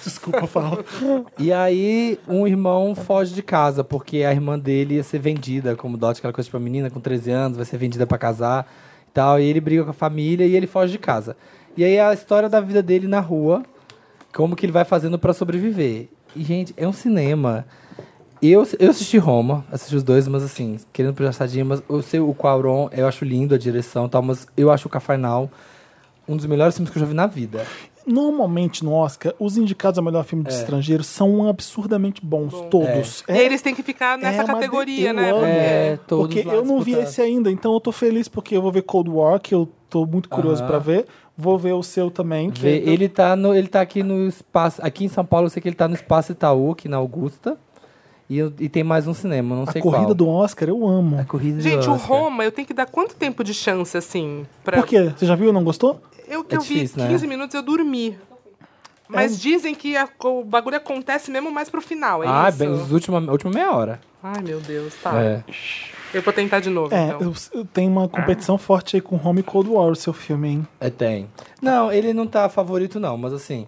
S1: Desculpa, fala.
S2: E aí, um irmão foge de casa, porque a irmã dele ia ser vendida como dote, aquela coisa pra menina com 13 anos, vai ser vendida pra casar e tal. E ele briga com a família e ele foge de casa. E aí, a história da vida dele na rua, como que ele vai fazendo pra sobreviver. E, gente, é um cinema. Eu, eu assisti Roma, assisti os dois, mas assim, querendo projetar mas eu sei o Quaron, eu acho lindo a direção e tal, mas eu acho o Cafarnal um dos melhores filmes que eu já vi na vida.
S1: Normalmente no Oscar, os indicados ao melhor filme de estrangeiro são absurdamente bons, todos.
S3: E É. eles têm que ficar nessa
S1: É. uma de-
S3: categoria,
S1: eu
S3: né?
S1: amo.
S2: É, todos
S1: Porque
S2: lá
S1: eu não vi
S2: disputando.
S1: esse ainda, então eu tô feliz porque eu vou ver Cold War, que eu tô muito curioso
S2: Aham.
S1: pra ver. Vou ver o seu também. Que é
S2: Vê, ele, tá no, ele tá aqui no espaço. Aqui em São Paulo, eu sei que ele tá no espaço Itaú, aqui na Augusta. E, eu- e tem mais um cinema, eu não
S1: a
S2: sei
S1: corrida
S2: qual.
S1: do Oscar eu amo.
S2: A corrida
S3: Gente,
S2: do
S3: o
S2: Oscar.
S3: Roma, eu tenho que dar quanto tempo de chance, assim? Pra...
S1: Por quê? Você já viu e não gostou?
S3: Eu que
S2: É
S3: eu
S2: difícil,
S3: vi
S2: né?
S3: 15 minutos, eu dormi. Mas dizem que a- o bagulho acontece mesmo mais pro final, é
S2: Ah,
S3: isso?
S2: bem, os última, a última meia hora.
S3: Ai, meu Deus, tá.
S2: É.
S3: Eu vou tentar de novo,
S1: É,
S3: então.
S1: eu- eu- tem uma competição forte aí com Home e Cold War, o seu filme, hein?
S2: É, tem. Não, ele não tá favorito, não, mas assim.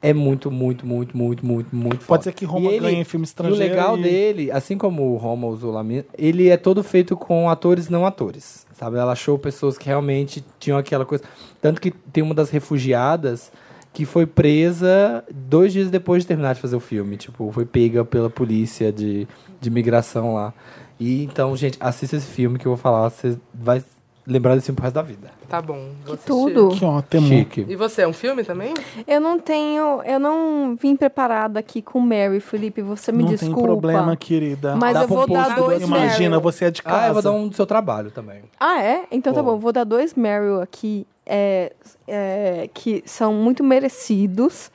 S2: É muito, muito, muito, muito, muito, muito
S1: Pode
S2: foda.
S1: ser que Roma
S2: E ele-
S1: ganhe filme
S2: E o
S1: estrangeiro.
S2: legal
S1: e-
S2: dele, assim como o Roma usou lá mesmo, ele é todo feito com atores não atores, sabe? Ela achou pessoas que realmente tinham aquela coisa. Tanto que tem uma das refugiadas que foi presa dois dias depois de terminar de fazer o filme. Tipo, foi pega pela polícia de, de migração lá. E então, gente, assista esse filme que eu vou falar, você vai lembrar desse filme pro resto da vida.
S3: Tá bom. vou assistir.
S4: Tudo.
S1: Aqui, ó, temos.
S2: Chique.
S3: E você, é um filme também?
S4: Eu não tenho, eu não vim preparada aqui com Mary, Felipe, você me
S1: não
S4: desculpa.
S1: tem problema, querida.
S4: Mas
S2: Dá
S4: eu
S2: pra um
S4: vou
S2: post
S4: dar
S2: do
S4: dois
S2: Imagina,
S1: Imagina,
S4: Meryl.
S1: você é de casa.
S2: Ah, eu vou dar um do seu trabalho também.
S4: Ah, é? Então tá
S2: Pô.
S4: bom, vou dar dois Meryl aqui é, é, que são muito merecidos.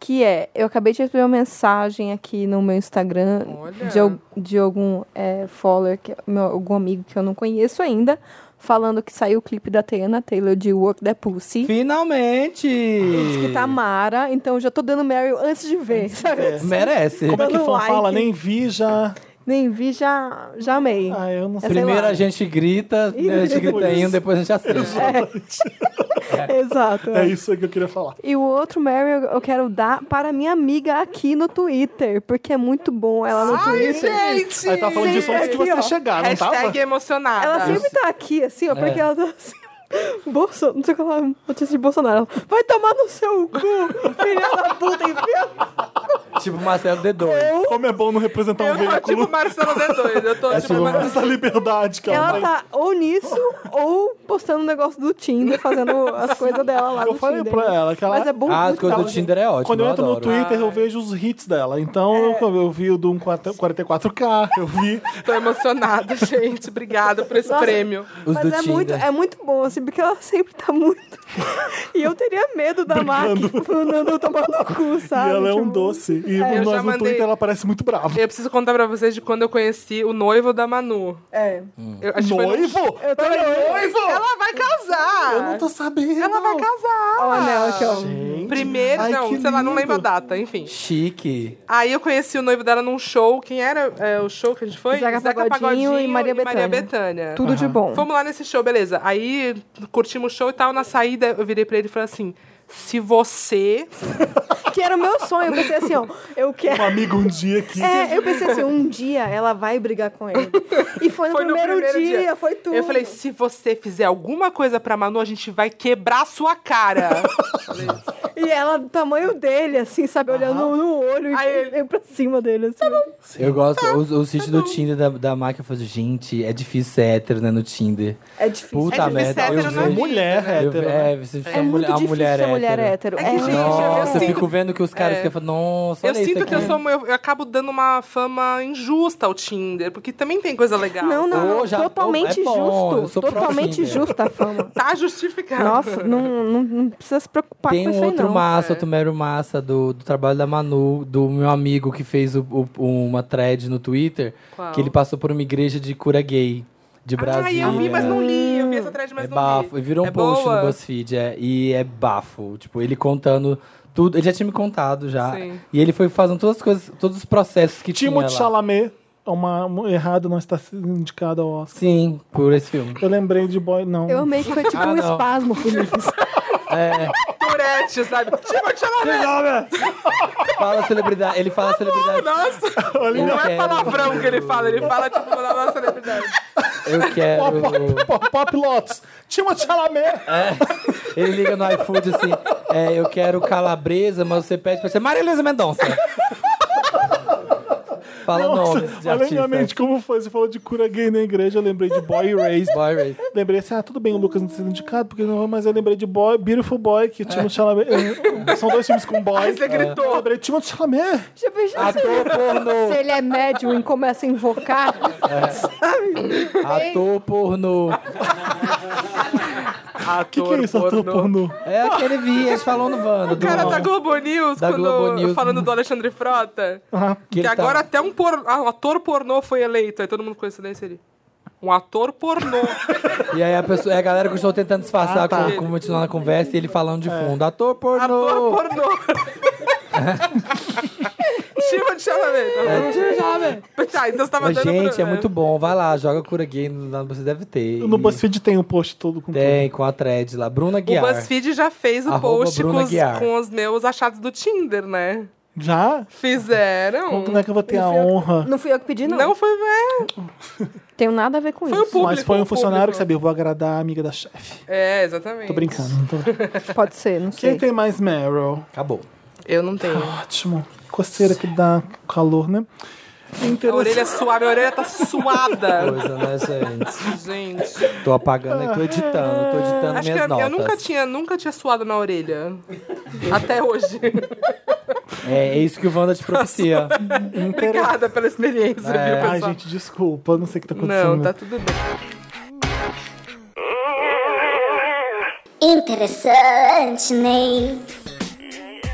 S4: Que é, eu acabei de receber uma mensagem aqui no meu Instagram
S3: Olha.
S4: de, al- de algum é, follower, que, é meu, algum amigo que eu não conheço ainda, falando que saiu o clipe da Teyana Taylor de Work That Pussy.
S2: Finalmente!
S4: Diz que tá mara, então já tô dando Meryl antes de ver, sabe?
S2: Merece.
S1: Como é que
S4: dando
S1: fã
S4: like.
S1: fala? Nem vi já.
S4: Nem vi, já, já amei.
S1: Ah, eu não
S4: É,
S1: sei.
S4: sei
S2: Primeiro
S4: lá.
S2: a gente grita, né, a gente grita
S1: Depois-
S2: indo, depois a gente assiste.
S4: Exato.
S1: É isso aí que eu queria falar.
S4: E o outro Mary eu- eu quero dar para minha amiga aqui no Twitter, porque é muito bom ela no
S3: Ai,
S4: Twitter.
S3: gente!
S1: Aí tava falando disso antes que
S4: aqui,
S1: você
S4: ó.
S1: chegar, Ah, não tá?
S3: Hashtag
S1: tava? Ah,
S3: emocionada.
S4: Ela sempre tá aqui, assim, ó, porque
S2: É.
S4: ela tá assim. Bolsonaro, não sei o que lá, notícia de Bolsonaro. Ela, Vai tomar no seu cu, filha da puta, enfia.
S2: tipo Marcelo D2.
S1: Como é bom não representar um
S3: Eu tô
S1: veículo.
S3: tipo Marcelo D2, eu tô
S1: É
S3: tipo... Mar-
S1: Essa liberdade que ela,
S4: Ela tá ou nisso, ou postando um negócio do Tinder, fazendo as coisas dela lá
S1: Eu
S4: no
S1: falei
S4: Tinder.
S1: pra ela que ela-
S4: Mas é bom
S2: Ah, as
S4: muito
S2: coisas do
S4: bom.
S2: Tinder é ótimo.
S1: Quando eu
S2: eu
S1: entro no
S2: adoro.
S1: Twitter,
S4: É.
S1: eu vejo os hits dela. Então, eu, eu vi o do 44K, eu vi.
S3: Tô emocionada, gente. Obrigada por esse
S4: Nossa.
S3: prêmio.
S2: Os
S4: Mas
S2: do
S4: é
S2: Tinder.
S4: muito,
S3: né?
S4: é muito bom, assim, porque ela sempre tá muito. e eu teria medo da Mac mandando eu tomar no cu, sabe?
S1: e ela é um
S4: Tipo,
S1: doce. E
S3: eu já
S1: nós no
S3: mandei-
S1: Twitter ela parece muito brava.
S3: Eu preciso contar pra vocês de quando eu conheci o noivo da Manu.
S4: É.
S1: Hum.
S3: Eu, a gente foi no-
S1: Noivo?
S4: Eu tô noivo!
S3: Ela vai casar!
S1: Eu não tô sabendo.
S3: Ela vai casar!
S4: Ó, não, aqui, ó.
S1: Gente.
S3: Primeiro,
S1: Ai,
S3: não,
S1: que
S3: sei lá, não
S1: lindo.
S3: lembro a data, enfim.
S2: Chique.
S3: Aí eu conheci o noivo dela num show. Quem era é, o show que a gente foi?
S4: Zeca Pagodinho e Maria Bethânia.
S3: Bethânia.
S4: é Tudo de bom.
S3: Fomos lá nesse show, beleza. Aí curtimos o show e tal. Na saída, eu virei pra ele e falei assim: se você
S4: que era o meu sonho. Eu pensei assim, ó, eu quero.
S1: Um amigo um dia que.
S4: É, eu pensei assim, um dia ela vai brigar com ele. E foi no,
S3: Foi no
S4: primeiro,
S3: primeiro
S4: dia,
S3: dia.
S4: foi tudo.
S3: Eu falei, se você fizer alguma coisa pra Manu, a gente vai quebrar sua cara.
S4: E ela, do tamanho dele, assim, sabe, olhando no olho e
S3: Aí ele- Tá
S4: veio pra cima dele, assim.
S2: Eu gosto, os, os vídeos do Tinder da, da Maca, eu falo, gente, é difícil ser hétero, né, no Tinder.
S4: É difícil.
S2: Puta
S3: difícil
S2: merda,
S3: ser
S2: eu
S3: hétero na
S2: vejo-
S3: vida.
S1: né? Mulher
S2: eu ve-
S1: hétero. né?
S2: É, você
S4: É muito
S2: a
S4: difícil
S2: mulher
S4: ser
S2: hétero.
S4: mulher hétero.
S3: É que, gente, eu
S2: Nossa, eu
S3: sinto-
S2: fico vendo que os caras
S3: É.
S2: ficam falando, nossa,
S3: Eu
S2: olha isso
S3: sinto que eu,
S2: aqui.
S3: sou, um uma- eu, eu acabo dando uma fama injusta ao Tinder, porque também tem coisa legal.
S4: Não, não, não,
S2: Ô, já-
S4: totalmente
S2: ô, é bom, eu
S4: justo.
S2: sou pró
S4: Totalmente
S2: Tinder.
S4: justa a fama.
S3: Tá justificado.
S4: Nossa, não, não, não precisa se preocupar
S2: Tem
S4: com
S2: um
S4: isso aí,
S2: outro
S4: não.
S2: massa, outro mero massa do, do trabalho da Manu, do meu amigo que fez o- o- uma thread no Twitter,
S3: Qual?
S2: que ele passou por uma igreja de cura gay de
S3: Ai,
S2: Brasília.
S3: eu vi, mas não li. Eu vi essa thread, mas
S2: é
S3: não
S2: bafo.
S3: li.
S2: E virou um
S3: É
S2: post
S3: boa?
S2: no BuzzFeed, é, e é bafo. Tipo, ele contando tudo. Ele já tinha me contado já.
S3: Sim.
S2: E ele foi fazendo todas as coisas, todos os processos que
S1: Timothée
S2: tinha lá.
S1: Chalamet, uma, um- errado, não está sendo indicado ao Oscar.
S2: Sim, por esse filme.
S1: Eu lembrei de Boy, não.
S4: Eu amei que foi tipo
S2: Ah,
S4: um
S2: não.
S4: espasmo, Felipe.
S3: Tourette, sabe? Tipo, eu te amo, né?
S1: é,
S2: Fala celebridade. Ele fala celebridade.
S3: Nossa!
S2: Eu
S3: não é
S2: quero.
S3: palavrão que ele fala, ele fala tipo na nossa celebridade.
S2: Eu quero. É
S1: Pop, pop Lotus. Timothée Chalamet.
S2: Ele liga no iFood assim, é, eu quero calabresa, mas você pede pra ser Maria Elisa Mendonça. Fala
S1: Nossa,
S2: nomes de
S1: além da mente,
S2: artistas.
S1: como foi? Você falou de cura gay na igreja, eu lembrei de Boy Erased.
S2: Boy Race.
S1: Lembrei assim, ah, tudo bem, o Lucas não tá sendo indicado, porque não, mas eu lembrei de Boy, Beautiful Boy, que o Timothée Chalamet.
S2: É.
S1: eh, São dois filmes com Boy.
S3: Aí você gritou.
S1: Eu lembrei de Timothée Chalamet.
S4: Já pensou se-
S2: Ator
S4: Se
S2: pornô.
S4: ele é médium e começa a invocar,
S2: Ator pornô.
S1: O que, que é isso, ator pornô?
S2: É aquele Vias falou no Wanda.
S3: O cara tá
S2: do-
S3: da Globo News,
S2: Da
S3: quando,
S2: Globo News.
S3: falando do Alexandre Frota,
S1: Ah,
S2: que
S3: que,
S2: ele tá-
S3: agora até um, por- ah, um ator pornô foi eleito. Aí todo mundo ficou em silêncio ali. Um ator pornô.
S2: E aí a, pessoa, é a galera continuou tentando disfarçar,
S1: Ah, tá. É.
S2: como- como continuar na conversa, e ele falando de fundo. Ator pornô.
S3: ator pornô. Chiva de chamamento.
S2: É, tira já, velho.
S3: Tá, então você tava
S2: Mas,
S3: dando
S2: gente, é
S3: pro-
S2: muito bom. Vai lá, joga cura gay, no- você deve ter.
S1: no
S2: E
S1: BuzzFeed tem um post todo com
S2: Tem, com a thread lá. Bruna
S3: O
S2: Guiar.
S3: BuzzFeed já fez o
S2: Arroba
S3: post com
S2: Bruna
S3: os,
S2: Guiar.
S3: com os meus achados do Tinder, né?
S1: tudo. Já?
S3: Fizeram.
S1: Quando é que eu vou ter a
S4: fui eu-
S1: honra?
S4: não fui eu que pedi, não.
S3: Não foi, é,
S4: Tenho nada a ver com
S3: foi o
S4: isso.
S3: público.
S1: Mas foi um
S3: o
S1: funcionário que
S3: público.
S1: sabia, eu vou agradar a amiga da chefe.
S3: É, exatamente.
S1: Tô brincando. não tô brincando.
S4: Pode ser, não sei.
S1: Quem tem mais Meryl?
S2: Acabou.
S3: Eu não tenho.
S1: Ótimo. Coceira que dá calor, né?
S3: A orelha suave, a orelha tá suada.
S2: Coisa, né, gente?
S3: gente.
S2: Tô apagando aqui, tô editando, tô editando
S3: Acho que
S2: minhas
S3: eu,
S2: notas.
S3: eu nunca tinha, nunca tinha suado na orelha. Até hoje.
S2: É, é isso que o Wanda te propicia.
S3: Obrigada pela experiência,
S2: É.
S3: viu,
S1: Ai,
S3: pessoal?
S1: gente, desculpa, não sei o que tá acontecendo.
S3: Não, tá tudo bem.
S7: Interessante, Ney.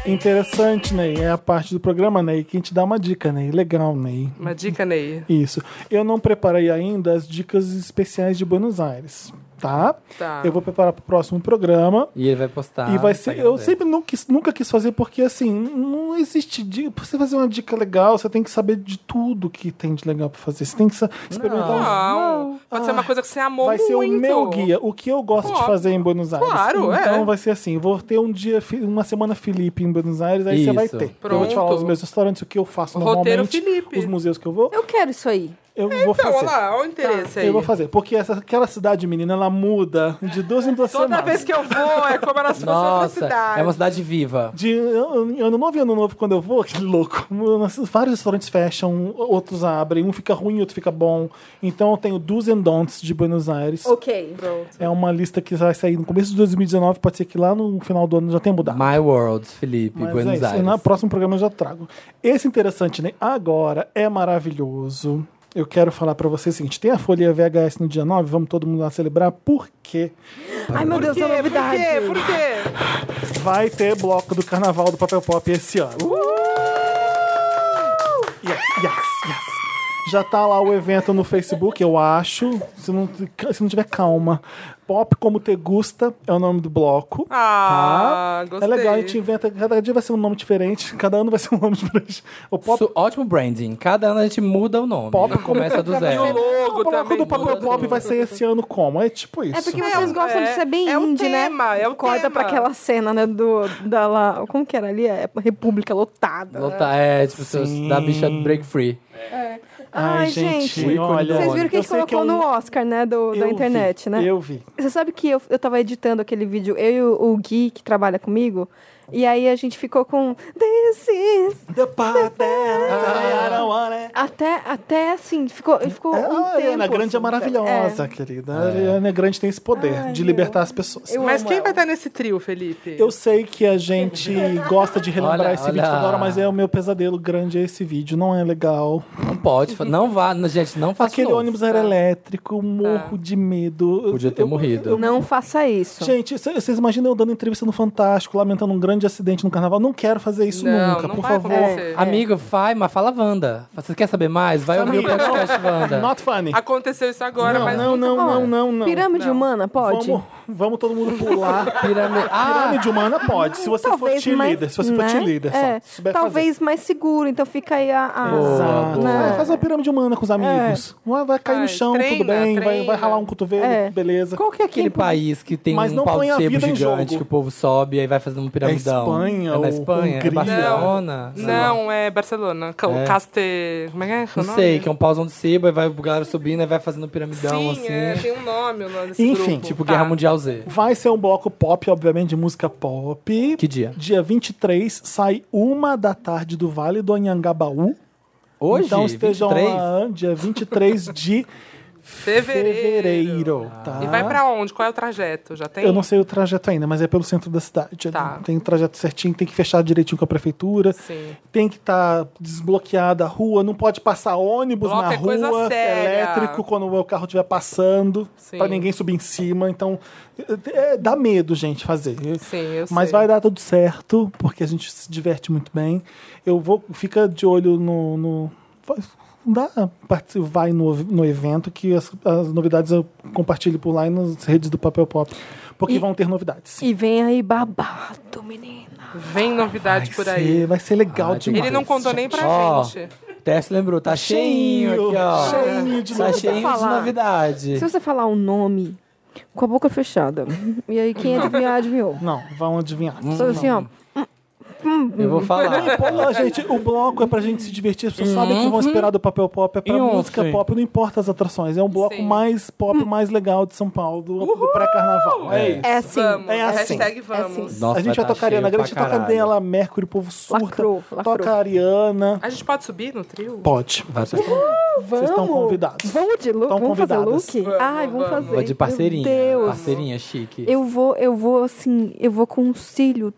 S1: Interessante, Ney. É a parte do programa, Ney, que a gente dá uma dica, Ney. Legal, Ney.
S3: Uma dica, Ney.
S1: Isso. Eu não preparei ainda as dicas especiais de Buenos Aires, tá?
S3: Tá.
S1: Eu vou preparar pro próximo programa.
S2: E ele vai postar.
S3: Ah,
S2: tá
S1: e vai
S2: no
S1: ser.
S2: Instagram
S1: Eu
S2: dele.
S1: sempre nunca quis, nunca quis fazer, porque assim, não existe. dica. Pra você fazer uma dica legal, você tem que saber de tudo que tem de legal pra fazer. Você tem que sa- experimentar uns
S3: Não. Pode ser uma coisa que você amou
S1: Ah, vai
S3: muito.
S1: ser o meu guia, o que eu gosto de
S3: Óbvio.
S1: fazer em Buenos Aires.
S3: Claro, é.
S1: Então vai ser assim, vou ter um dia, fi- uma semana Felipe em Buenos Aires, aí você vai
S2: Isso.
S1: ter. Eu vou te falar
S3: Pronto.
S1: os meus restaurantes, o que eu faço
S3: O roteiro
S1: normalmente,
S3: Felipe.
S1: os museus que eu vou,
S4: Eu quero isso aí.
S1: eu vou
S3: Então,
S1: fazer. Tá,
S3: olha lá, olha o interesse aí.
S1: Eu vou fazer, porque essa, aquela cidade, menina, ela muda de duas em duas
S3: Toda
S1: semanas.
S3: vez que eu vou, é como elas fossem outra
S2: Nossa,
S3: cidade.
S2: é uma cidade viva.
S1: De ano ano novo e ano novo, quando eu vou, aquele louco. Vários restaurantes fecham, outros abrem, um fica ruim, outro fica bom. Então eu tenho do's and don'ts de Buenos Aires.
S4: Ok.
S1: É uma lista que vai sair no começo de 2019, pode ser que lá no final do ano já tenha mudado.
S2: My World, Felipe,
S1: Mas é
S2: Buenos
S1: isso.
S2: Aires.
S1: No próximo programa eu já trago. Esse interessante, né? Agora é maravilhoso. Eu quero falar pra vocês o seguinte: tem a Folha VHS no dia 9, vamos todo mundo lá celebrar, porque
S4: Ai, meu Deus, é
S3: Por quê?
S4: novidade.
S3: Por quê? Por quê?
S1: vai ter bloco do Carnaval do Papel Pop esse ano. Yeah, yes, yes. Já tá lá o evento no Facebook, eu acho. Se não, se não tiver calma. Pop Como Te Gusta é o nome do bloco.
S3: Ah, gostei.
S1: É legal, a gente inventa, cada dia vai ser um nome diferente, cada ano vai ser um nome diferente. O Pop
S2: Su- ótimo branding. Cada ano a gente muda o nome.
S1: Pop
S2: Pop começa do
S3: E o
S2: zero.
S1: O
S3: logo
S1: bloco
S3: também.
S1: do Papel
S2: muda
S1: Pop
S2: tudo.
S1: vai ser esse ano como? É tipo isso.
S4: É porque
S3: É,
S4: vocês gostam de
S3: é-
S4: ser bem
S3: é o
S4: indie,
S3: tema,
S4: né?
S3: é o
S4: Corta
S3: tema.
S4: pra aquela cena, né, do, da lá, como que era ali? É República lotada. né?
S2: Lota- é, tipo, seus-
S1: Sim.
S2: da bicha break free.
S4: Ai, gente.
S1: olha.
S4: Vocês viram que a
S1: eu
S4: gente
S1: sei
S4: colocou
S1: é um-
S4: no Oscar, né, do,
S1: eu
S4: da internet,
S1: vi,
S4: né?
S1: Eu vi.
S4: Você sabe que eu, eu tava editando aquele vídeo, eu e o, o Gui, que trabalha comigo, e aí a gente ficou com This is...
S1: The
S2: Ah,
S1: Pantera, I don't wanna-
S4: Até, até assim, ficou, ficou
S1: É,
S4: um
S1: a
S4: tempo.
S1: Ariana Grande
S4: assim,
S1: é maravilhosa, querida.
S2: É.
S1: A Ariana Grande tem esse poder de libertar as pessoas. Eu...
S3: Mas quem vai estar nesse trio, Felipe?
S1: sei que a gente gosta de relembrar
S2: Olha,
S1: esse vídeo
S2: olha.
S1: toda hora, mas é o meu pesadelo grande é esse vídeo. Não é legal.
S2: Não pode. fa- Não vá. não, Gente, não faça
S1: Aquele
S2: de novo.
S1: ônibus era elétrico, morro de medo. Eu-
S2: Podia ter
S1: eu-
S2: morrido.
S4: É. Não faça isso.
S1: Gente, c- vocês imaginam eu dando entrevista no Fantástico, lamentando um grande acidente no carnaval? Não quero fazer isso
S3: Não,
S1: nunca,
S3: não
S1: por
S3: vai
S1: favor.
S3: acontecer.
S2: É. Amigo, vai, mas fala Wanda. Você quer saber mais? Vai ouvir o
S1: Amiga, não.
S2: podcast Wanda.
S1: Not funny.
S3: Aconteceu isso agora,
S1: não,
S3: mas
S1: não, não, não, não, não.
S4: Pirâmide humana, pode?
S1: Vamos, vamos todo mundo pular.
S2: Pirâmide. Ah,
S1: Pirâmide humana pode, se você
S4: Talvez
S1: for
S4: mais-
S1: cheerleader. Se você for
S4: né?
S1: cheerleader, só.
S4: É,
S1: se souber
S4: Talvez né? mais seguro, então fica aí a... a-
S1: fazer. Exato.
S4: Boa,
S1: Vai
S4: boa.
S1: fazer uma pirâmide humana
S4: É.
S1: com os amigos. Vai- Vai cair
S3: Ai,
S1: no chão,
S3: treina,
S1: tudo bem. Vai,
S3: treina.
S1: vai ralar um cotovelo,
S4: É.
S1: beleza.
S2: qual que é aquele país que tem
S1: Tipo, Mas
S2: um
S1: não
S2: pau
S1: põe
S2: de
S1: a
S2: sebo
S1: vida em
S2: gigante
S1: jogo.
S2: que o povo sobe e aí vai fazendo um piramidão?
S1: Espanha
S2: É na
S1: ou
S2: Espanha? É
S1: Hungria?
S2: Barcelona?
S3: Não, é Barcelona. Ca-
S2: É.
S3: Caste. Como é que é? o
S2: Não
S3: nome?
S2: sei, que é um pauzão de sebo, aí vai o galera subindo, aí vai fazendo um piramidão,
S3: Sim,
S2: assim.
S3: é, tem um nome, o nome desse
S1: Enfim,
S3: grupo.
S2: Tipo
S3: Tá.
S2: Guerra Mundial Z.
S1: Vai ser um bloco pop, obviamente, de música pop.
S2: Que dia?
S1: Dia 23 sai uma da tarde do Vale do Anhangabaú.
S2: Hoje,
S1: então estejam
S2: 23?
S1: lá, dia 23 de
S3: Fevereiro.
S1: fevereiro, tá?
S3: E vai pra
S2: Ah.
S3: onde? Qual é o trajeto? Já tem?
S1: Eu não sei o trajeto ainda, mas é pelo centro da cidade.
S3: Tá.
S1: Tem o trajeto certinho, tem que fechar direitinho com a prefeitura.
S3: Sim.
S1: Tem que estar desbloqueada a rua, não pode passar ônibus
S3: Bloco
S1: na
S3: é coisa
S1: rua,
S3: séria.
S1: elétrico quando o carro estiver passando,
S3: Sim.
S1: pra ninguém subir em cima. Então, é- é- dá medo, gente, fazer.
S3: Sim, eu sei.
S1: Mas vai dar tudo certo, porque a gente se diverte muito bem. Eu vou. Fica de olho no. no vai- dá, partici- vai no, no evento que as, as novidades eu compartilho por lá e nas redes do Papel Pop. Porque vão ter novidades.
S4: E vem aí babado, menina.
S3: Vem novidade por aí.
S1: Ser- vai ser legal
S2: Ai, tem
S1: demais.
S3: Ele não contou nem pra
S2: Ó,
S3: gente.
S2: O Tess lembrou, tá cheinho, aqui, ó.
S1: Cheinho de
S2: Tá
S1: novidade.
S2: cheinho de
S4: Falar.
S2: novidade.
S4: Se você falar um nome com a boca fechada, e aí quem adivinhar, adivinhou.
S1: Não, vão adivinhar.
S4: Só assim, ó.
S2: Eu vou falar.
S1: Pô, gente, o bloco é pra gente se divertir. As pessoas sabem que vão esperar do papel pop. É pra
S2: Enfim.
S1: música pop, não importa as atrações. É um bloco
S3: Sim.
S1: mais pop, mais legal de São Paulo, do, do pré-carnaval. É isso.
S4: É assim.
S3: Vamos.
S1: É assim.
S3: Hashtag
S4: É
S3: vamos.
S4: assim.
S2: Nossa,
S1: a gente vai
S2: tá
S1: tocar Ariana
S2: cheio pra
S1: Grande, toca
S2: caralho.
S1: dela, Mercury, o povo surta.
S4: Lacrou, lacrou.
S1: Toca Ariana.
S3: A gente pode subir no trio?
S1: Pode.
S2: Vai, vocês tão-
S1: Vocês estão convidados.
S4: Vamos de look?
S1: Estão
S4: Vamos fazer
S1: convidadas.
S4: look?
S3: Vamos,
S4: Ai, vamos
S3: vamos.
S4: fazer.
S2: Vou de parceirinha.
S4: Meu Deus.
S2: Parceirinha chique.
S4: Eu vou, eu vou assim, eu vou com um cílio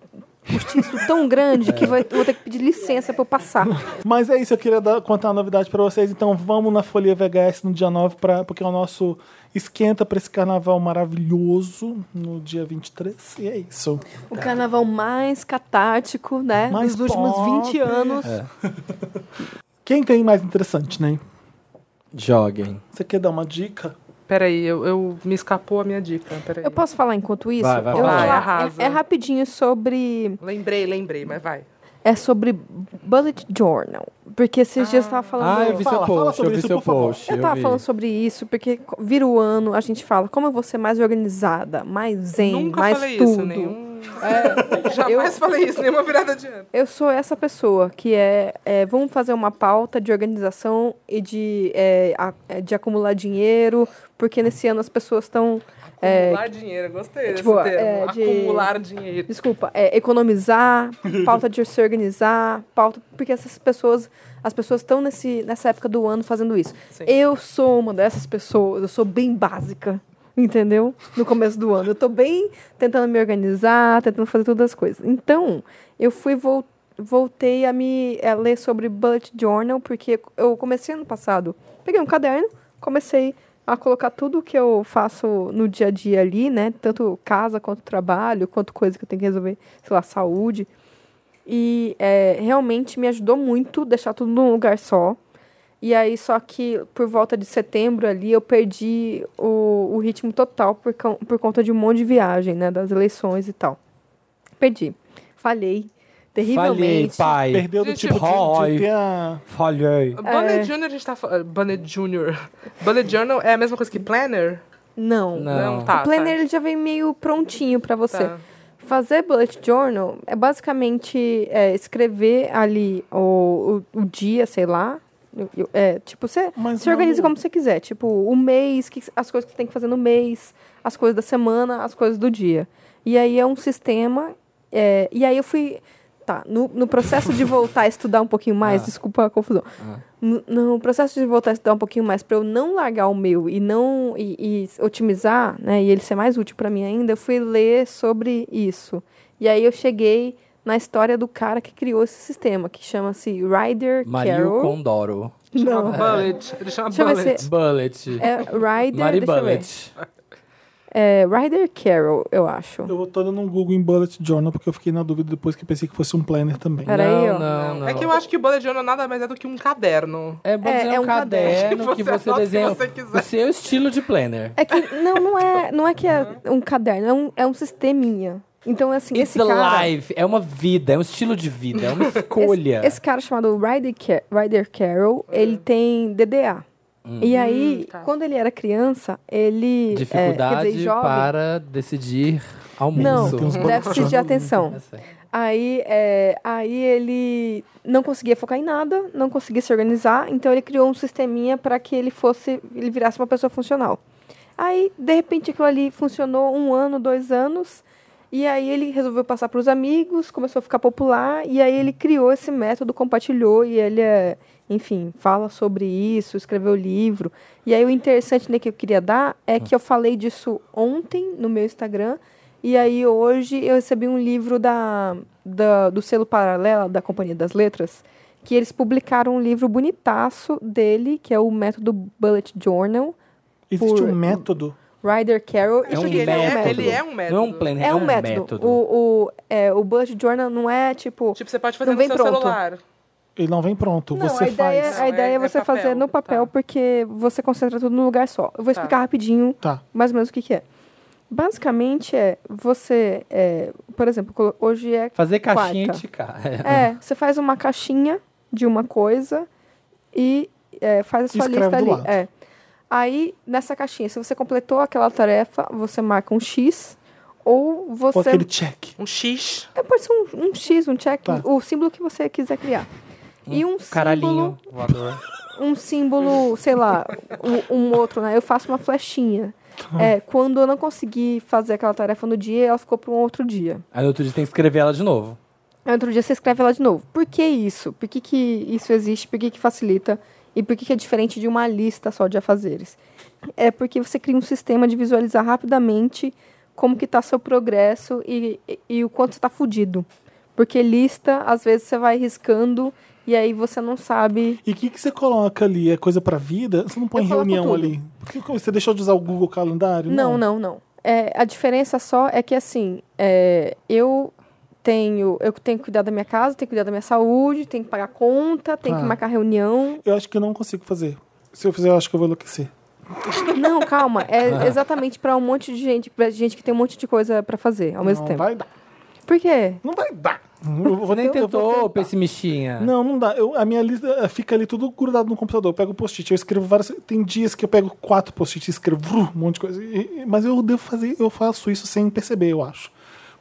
S4: postiço tão grande
S1: É.
S4: que vai, vou ter que pedir licença pra eu passar.
S1: Mas é isso, eu queria dar- contar uma novidade pra vocês. Então vamos na Folia VHS no dia 9, pra, porque é o nosso esquenta pra esse carnaval maravilhoso no dia 23. E é isso.
S4: O carnaval mais catártico, né?
S1: Mais É.
S4: Dos últimos
S1: pop.
S4: 20 anos.
S1: Quem tem mais interessante, né?
S2: Joguem.
S1: Você quer dar uma dica?
S3: Peraí, eu, eu- me escapou a minha dica. Peraí.
S4: Eu posso falar enquanto isso?
S2: Vai, vai,
S4: eu vou
S2: vai.
S4: falar-
S3: Arrasa.
S4: é, é rapidinho sobre.
S3: Lembrei, lembrei, mas vai.
S4: É sobre Bullet Journal. Porque esses dias eu tava falando.
S2: Ah, eu vi
S1: Fala,
S2: seu
S1: fala
S2: post,
S1: sobre
S2: eu vi
S1: isso,
S2: seu
S1: por favor.
S2: post.
S4: Eu tava
S2: vi.
S4: falando sobre isso, porque co- vira o ano, a gente fala, como eu vou ser mais organizada, mais zen,
S3: Nunca
S4: mais
S3: falei
S4: tudo. É.
S3: isso, nenhum. jamais falei isso, nenhuma virada de ano.
S4: Eu sou essa pessoa que é, é, vamos fazer uma pauta de organização e de, é, a- é, de acumular dinheiro, porque nesse ano as pessoas estão.
S3: Acumular dinheiro, gostei desse
S4: tipo,
S3: termo.
S4: é, de-
S3: Acumular dinheiro.
S4: Desculpa, é, economizar, pauta de se organizar, pauta. Porque essas pessoas. As pessoas estão nesse, nessa época do ano fazendo isso.
S3: Sim.
S4: Eu sou uma dessas pessoas, eu sou bem básica, entendeu? No começo do ano. Eu tô bem tentando me organizar, tentando fazer todas as coisas. Então, eu fui vol- voltei a me a ler sobre bullet journal porque eu comecei ano passado. Peguei um caderno, comecei a colocar tudo que eu faço no dia a dia ali, né? Tanto casa quanto trabalho, quanto coisa que eu tenho que resolver, sei lá, saúde. E é, realmente me ajudou muito deixar tudo num lugar só. E aí, só que por volta de setembro ali, eu perdi o, o ritmo total por, cau- por conta de um monte de viagem, né? Das eleições e tal. Perdi. Falhei.
S2: Falhei,
S4: Terrivelmente.
S2: pai.
S1: Perdeu do
S3: Gente,
S1: tipo de, de
S2: Roy.
S1: ter a...
S2: Falhei.
S3: Bullet
S4: É.
S3: Junior, a gente tá falando. Bullet Junior. Bullet Journal é a mesma coisa que Planner?
S4: Não.
S2: Não.
S3: tá.
S4: o planner ele já vem meio prontinho
S3: tá,
S4: pra você.
S3: tá.
S4: Fazer bullet journal é basicamente é, escrever ali o, o, o dia, sei lá. Eu- eu- É, tipo, você
S1: Mas
S4: se organiza
S1: não-
S4: como você quiser. Tipo, o mês, que, as coisas que você tem que fazer no mês, as coisas da semana, as coisas do dia. E aí é um sistema. é, e aí eu fui. Tá, no, no processo de voltar a estudar um pouquinho mais,
S2: Ah.
S4: desculpa a confusão.
S2: Ah.
S4: No, no processo de voltar a estudar um pouquinho mais, para eu não largar o meu e não e, e otimizar, né, e ele ser mais útil para mim ainda, eu fui ler sobre isso. E aí eu cheguei na história do cara que criou esse sistema, que chama-se Ryder
S2: Mario
S4: Carroll.
S2: Condoro.
S3: Chama
S4: Não,
S3: Bullet. Ele chama
S4: Deixa eu ver se-
S3: Bullet.
S2: Bullet.
S4: é Ryder,
S2: Mari
S4: deixa eu ver.
S2: Bullet.
S4: É Ryder Carroll, eu acho.
S1: Eu tô dando um Google em Bullet Journal porque eu fiquei na dúvida depois que pensei que fosse um planner também.
S4: Pera aí,
S2: não,
S4: ó.
S2: não, não.
S3: É que eu acho que o Bullet Journal nada mais é do que um caderno.
S2: É bom
S4: É,
S2: dizer
S4: é
S2: um
S4: um
S2: caderno
S3: caderno
S2: que
S3: que
S2: você,
S3: você anota o que
S2: desenha
S3: você quiser.
S2: o seu estilo de planner.
S4: É que não, não é, não é que é um caderno, é um, é um sisteminha. Então assim,
S2: It's
S4: esse cara,
S2: life, é uma vida, é um estilo de vida, é uma escolha.
S4: Esse, é, esse cara chamado Ryder, Car Ryder Carroll, ele tem DDA. E aí,
S3: Hum, tá.
S4: quando ele era criança, ele. é,
S2: Dificuldade
S4: quer dizer, jovem,
S2: para decidir
S4: Não,
S2: almoço.
S1: Tem uns
S4: déficit de atenção.
S2: É sério.
S4: Aí, é, aí ele não conseguia focar em nada, não conseguia se organizar, então ele criou um sisteminha para que ele fosse, ele virasse uma pessoa funcional. Aí, de repente, aquilo ali funcionou um ano, dois anos, e aí ele resolveu passar para os amigos, começou a ficar popular, e aí ele criou esse método, compartilhou, e ele, é, enfim, fala sobre isso, escreveu livro. E aí o interessante né, que eu queria dar é que eu falei disso ontem no meu Instagram, e aí hoje eu recebi um livro da, da- do selo Paralela, da Companhia das Letras, que eles publicaram um livro bonitaço dele, que é o método Bullet Journal,
S1: Existe
S4: Por-
S1: um método.
S4: Ryder Carroll.
S3: Eu
S2: um
S3: cheguei, ele
S2: método.
S3: É, ele é um método.
S2: Não é um planner, é,
S4: É um método. O, o, é, o Bullet Journal não é tipo.
S3: Tipo, você pode fazer
S4: Não
S3: no
S4: vem
S3: seu
S4: pronto.
S3: celular.
S1: Ele não vem pronto,
S4: Não,
S1: você
S4: a ideia,
S1: faz.
S4: a
S3: Tipo, Não,
S4: ideia é,
S3: é- é
S4: você
S3: papel,
S4: fazer no papel,
S3: tá.
S4: porque você concentra tudo num lugar só. Eu vou
S3: Tá.
S4: explicar rapidinho
S1: Tá.
S4: mais ou menos o que, que é. Basicamente é você. é, por exemplo, colo- hoje é
S2: Fazer caixinha
S4: Quarta.
S2: e ticar. É.
S1: Ah.
S4: É, você faz uma caixinha de uma coisa e é, faz a sua
S1: Escreve do
S4: lista ali.
S1: lado.
S4: É. Aí, nessa caixinha, se você completou aquela tarefa, você marca um X ou você.
S1: Com aquele check.
S3: Um X.
S4: É, pode ser um, um X, um check,
S1: Tá.
S4: o símbolo que você quiser criar. e um símbolo,
S2: Caralhinho voador.
S4: um símbolo, sei lá, um, um outro, né? Eu faço uma flechinha.
S1: Tá.
S4: É, quando eu não consegui fazer aquela tarefa no dia, ela ficou para um outro dia.
S2: Aí no outro dia tem que escrever ela de novo.
S4: Aí outro dia você escreve ela de novo. Por que isso? Por que, que isso existe? Por que, que facilita? E por que, que é diferente de uma lista só de afazeres? É porque você cria um sistema de visualizar rapidamente como que tá seu progresso e, e, e o quanto você tá fudido. Porque lista, às vezes você vai riscando e aí você não sabe.
S1: E o que, que você coloca ali? É coisa pra vida? Você não põe
S4: Eu coloco
S1: reunião
S4: tudo.
S1: ali? Por que que Você deixou de usar o Google Calendário?
S4: Não, não, não. É, a diferença só é que assim, é, eu tenho eu tenho que cuidar da minha casa, tenho que cuidar da minha saúde, tenho que pagar conta, tenho que
S1: Tá.
S4: marcar reunião,
S1: Eu acho que eu não consigo fazer. Se eu fizer, eu acho que eu vou enlouquecer.
S4: Não, calma. É exatamente pra um monte de gente, pra gente que tem um monte de coisa pra fazer ao mesmo
S1: não tá
S4: tempo.
S1: vai dar.
S4: Por quê?
S1: Não vai dar. Eu vou
S2: Nem
S1: tentar- eu vou
S2: tentou,
S1: tentar.
S4: É.
S2: pessimistinha.
S1: Não, não dá. Eu- a minha lista eh, fica ali tudo grudado no computador. Eu pego post-it, eu escrevo várias. Tem dias que eu pego quatro post-its e escrevo vru, um monte de coisa. E- e- mas eu devo fazer, eu faço isso sem perceber, eu acho.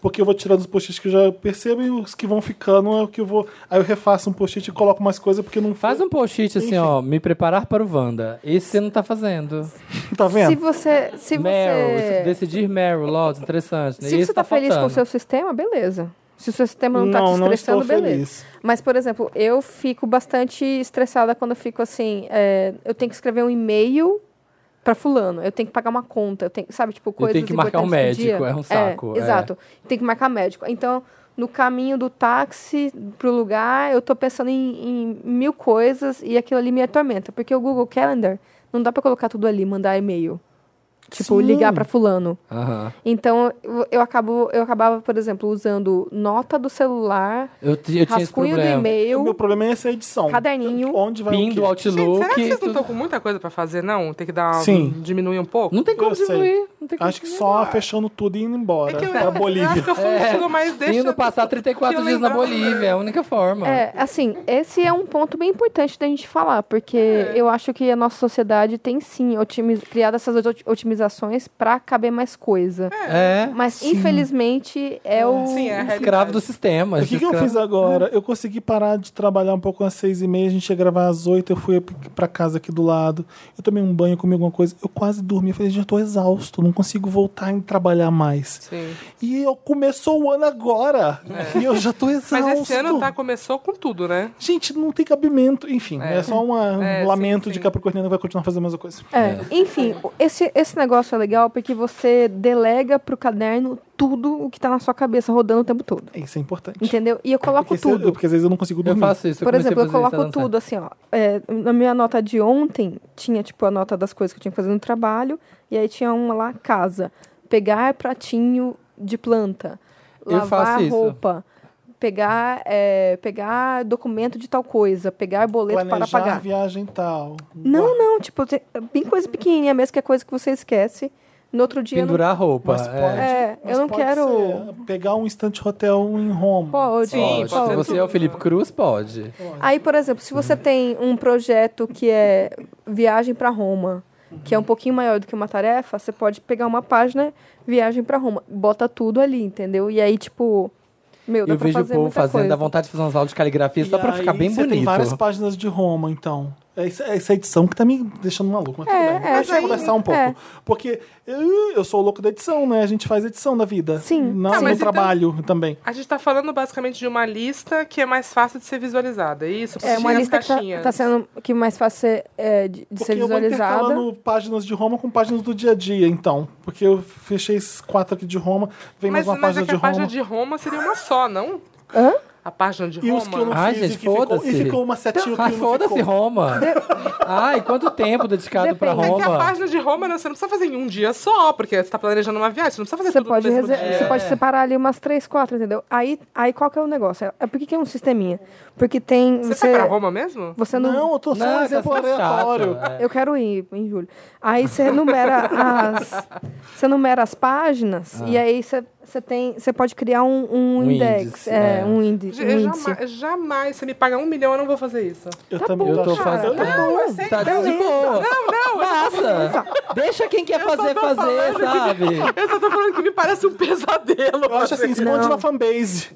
S1: Porque eu vou tirando os post-its que eu já percebo e os que vão ficando é o que eu vou. Aí eu refaço um post-it e coloco mais coisa porque não
S2: Faz um post-it assim,
S1: Enfim.
S2: ó, me preparar para o Wanda. Esse você não tá fazendo.
S1: Tá
S4: Se
S1: vendo?
S4: você. Se
S2: Meryl, se
S4: você.
S2: decidir Meryl, Lotus, interessante. né?
S4: Se
S2: Esse
S4: você tá, feliz com o
S2: faltando.
S4: seu sistema, beleza. Se o seu sistema não, tá te
S1: Não, não
S4: estressando,
S1: estou
S4: beleza.
S1: feliz.
S4: Mas, por exemplo, eu fico bastante estressada quando eu fico assim. é, eu tenho que escrever um e-mail pra fulano. Eu tenho que pagar uma conta. Eu tenho, sabe, tipo, coisas
S2: tenho que marcar um
S4: importantes do
S2: médico,
S4: dia.
S2: é um saco, é.
S4: Exato. Tem que marcar médico. Então, no caminho do táxi pro lugar, eu tô pensando em, em mil coisas e aquilo ali me atormenta. Porque o Google Calendar não dá pra colocar tudo ali, mandar e-mail. Tipo,
S1: Sim.
S4: ligar pra fulano.
S2: Aham.
S4: Então, eu, eu, acabo, eu acabava, por exemplo, usando nota do celular,
S2: Eu, ti- eu tinha esse
S4: rascunho do
S2: problema.
S1: O meu
S4: e-mail,
S1: problema é essa edição.
S4: Caderninho.
S1: Onde vai
S2: Pin
S1: o
S2: do
S1: quê?
S3: Gente,
S2: Outlook.
S3: será que vocês não
S2: tudo.
S3: estão com muita coisa pra fazer, não? Tem que dar
S1: Sim.
S3: um- diminuir um pouco?
S2: Não tem como
S1: Eu sei.
S2: diminuir. Não tem como
S1: Acho que
S2: diminuir.
S1: só fechando tudo e indo embora.
S3: É que eu,
S1: pra Tá Bolívia.
S3: acho que eu sou um estilo mais deixa...
S2: É, Indo passar 34
S3: que eu
S2: dias na
S3: lembrava.
S2: Bolívia, é a única forma.
S4: É, assim, esse é um ponto bem importante da gente falar, porque eu acho que a nossa sociedade tem sim otimi- criado essas oti- otimizações pra caber mais coisa.
S2: É.
S4: Mas, infelizmente, é o.
S3: Sim, é a
S2: Escravo
S3: realidade.
S2: do sistema.
S1: O que, que eu
S2: escravo-
S1: fiz agora? Eu consegui parar de trabalhar um pouco às seis e meia, a gente ia gravar às oito, eu fui pra casa aqui do lado, eu tomei um banho, comi alguma coisa, eu quase dormi, eu falei, já tô exausto, não consigo voltar e trabalhar mais.
S3: Sim.
S1: E eu começou o ano agora, e eu já tô exausto.
S3: É. Mas esse ano tá, começou com tudo, né?
S1: Gente, não tem cabimento, enfim, é, só uma- um
S3: É, sim,
S1: lamento de
S3: sim.
S1: Capricorniano que vai continuar fazendo a mesma coisa.
S4: É. Enfim, o- esse, esse negócio é legal porque você delega pro caderno tudo o que tá na sua cabeça rodando o tempo todo.
S1: Isso é importante.
S4: Entendeu? E eu coloco
S1: Porque, é se-
S4: tudo.
S1: porque às vezes eu não consigo
S2: Eu
S1: dormir.
S2: faço isso. eu
S4: Por
S2: comecei a
S4: exemplo, eu
S2: fazer isso,
S4: coloco
S2: tá dando
S4: tudo assim, ó. É, na minha nota de ontem, tinha, tipo, a nota das coisas que eu tinha que fazer no trabalho, e aí tinha uma lá, casa. Pegar pratinho de planta.
S2: Eu
S4: Lavar
S2: faço isso.
S4: roupa. Pegar, é, pegar documento de tal coisa. Pegar boleto
S1: Planejar
S4: para pagar.
S1: viagem e tal.
S4: Não, não, tipo, tem- bem coisa pequenininha mesmo, que é coisa que você esquece. No outro dia... eu não-
S2: Pendurar a roupa.
S1: Mas
S2: é.
S1: pode-
S4: É,
S1: mas
S4: eu não
S1: pode
S4: quero...
S1: ser pegar um instante hotel em Roma.
S4: Pode,
S3: Sim,
S2: Pode.
S3: pode
S2: Se
S3: ser
S2: você é o Felipe Cruz, pode.
S4: Aí, por exemplo, se você tem um projeto que é viagem para Roma, que é um pouquinho maior do que uma tarefa, você pode pegar uma página, viagem para Roma, bota tudo ali, entendeu? E aí, tipo, meu, dá
S2: Eu
S4: pra
S2: vejo o
S4: fazer
S2: povo
S4: muita
S2: fazendo, dá
S4: coisa.
S2: vontade de fazer umas aulas de caligrafia só
S1: E
S2: pra
S1: aí
S2: ficar bem
S1: você Tem
S2: bonito.
S1: várias páginas de Roma, então. É essa, é essa edição que tá me deixando maluco. Mas
S4: É,
S1: tudo bem.
S4: é,
S1: Deixa eu
S4: aí-
S1: conversar um pouco.
S4: é.
S1: Porque uh, eu sou o louco da edição, né? A gente faz edição da vida.
S4: Sim,
S1: Não,
S3: Ah,
S1: no
S3: mas então-
S1: trabalho também.
S3: A gente tá falando basicamente de uma lista que é mais fácil de ser visualizada, é isso?
S4: É uma
S3: Tinha as
S4: lista que tá,
S3: caixinhas.
S4: tá sendo que mais fácil é, é, de, de
S1: Porque
S4: ser
S1: eu vou
S4: visualizada.
S1: intercalando páginas de Roma com páginas do dia a dia, então. Porque eu fechei esses quatro aqui de Roma, vem
S3: Mas,
S1: mais uma
S3: mas
S1: página
S3: é que
S1: de
S3: a página
S1: Roma.
S3: de Roma seria uma só, não?
S4: Hã?
S3: A página de
S1: E
S3: Roma.
S1: os que eu não
S2: Ai,
S1: fiz
S2: gente,
S1: e que ficou, e
S2: foda-se.
S1: ficou uma setinha que
S2: Ai,
S1: não
S2: Ah, foda-se,
S1: ficou.
S2: Roma. Ai, quanto tempo dedicado pra
S4: Depende.
S3: É que a
S2: Roma.
S3: página de Roma, né, você não precisa fazer em um dia só, porque você tá planejando uma viagem, você não precisa fazer
S4: Você
S3: tudo
S4: pode,
S3: no mesmo
S4: reser-
S3: dia.
S4: você pode separar ali umas três, quatro, entendeu? Aí, aí qual que é o negócio? É, por que, que é um sisteminha? Porque tem.
S3: Você, tá
S4: Você,
S3: vai pra Roma mesmo?
S4: você não.
S1: Não, eu tô só um
S2: Não,
S1: exemplo
S2: tá sendo chato,
S1: aleatório.
S2: é.
S4: Eu quero ir em julho. Aí você numera as, você numera as páginas e aí você, você tem, você pode criar um, um,
S2: Ah. Um
S4: index,
S2: índice,
S4: é,
S2: é.
S4: um, indi,
S3: Ja-
S4: um índice.
S3: jamais, jamais, se me pagar um milhão, eu não vou fazer isso.
S1: Eu
S4: Tá
S1: também
S4: bom,
S2: Eu tô
S4: Cara,
S2: fazendo.
S4: tá
S2: Não,
S4: bom,
S2: tá de
S4: beleza.
S2: boa.
S3: Não, não, eu,
S2: Passa. Deixa quem quer fazer, fazer, sabe?
S3: eu só tô falando que me parece um pesadelo.
S1: Eu acho assim, esconde na fanbase.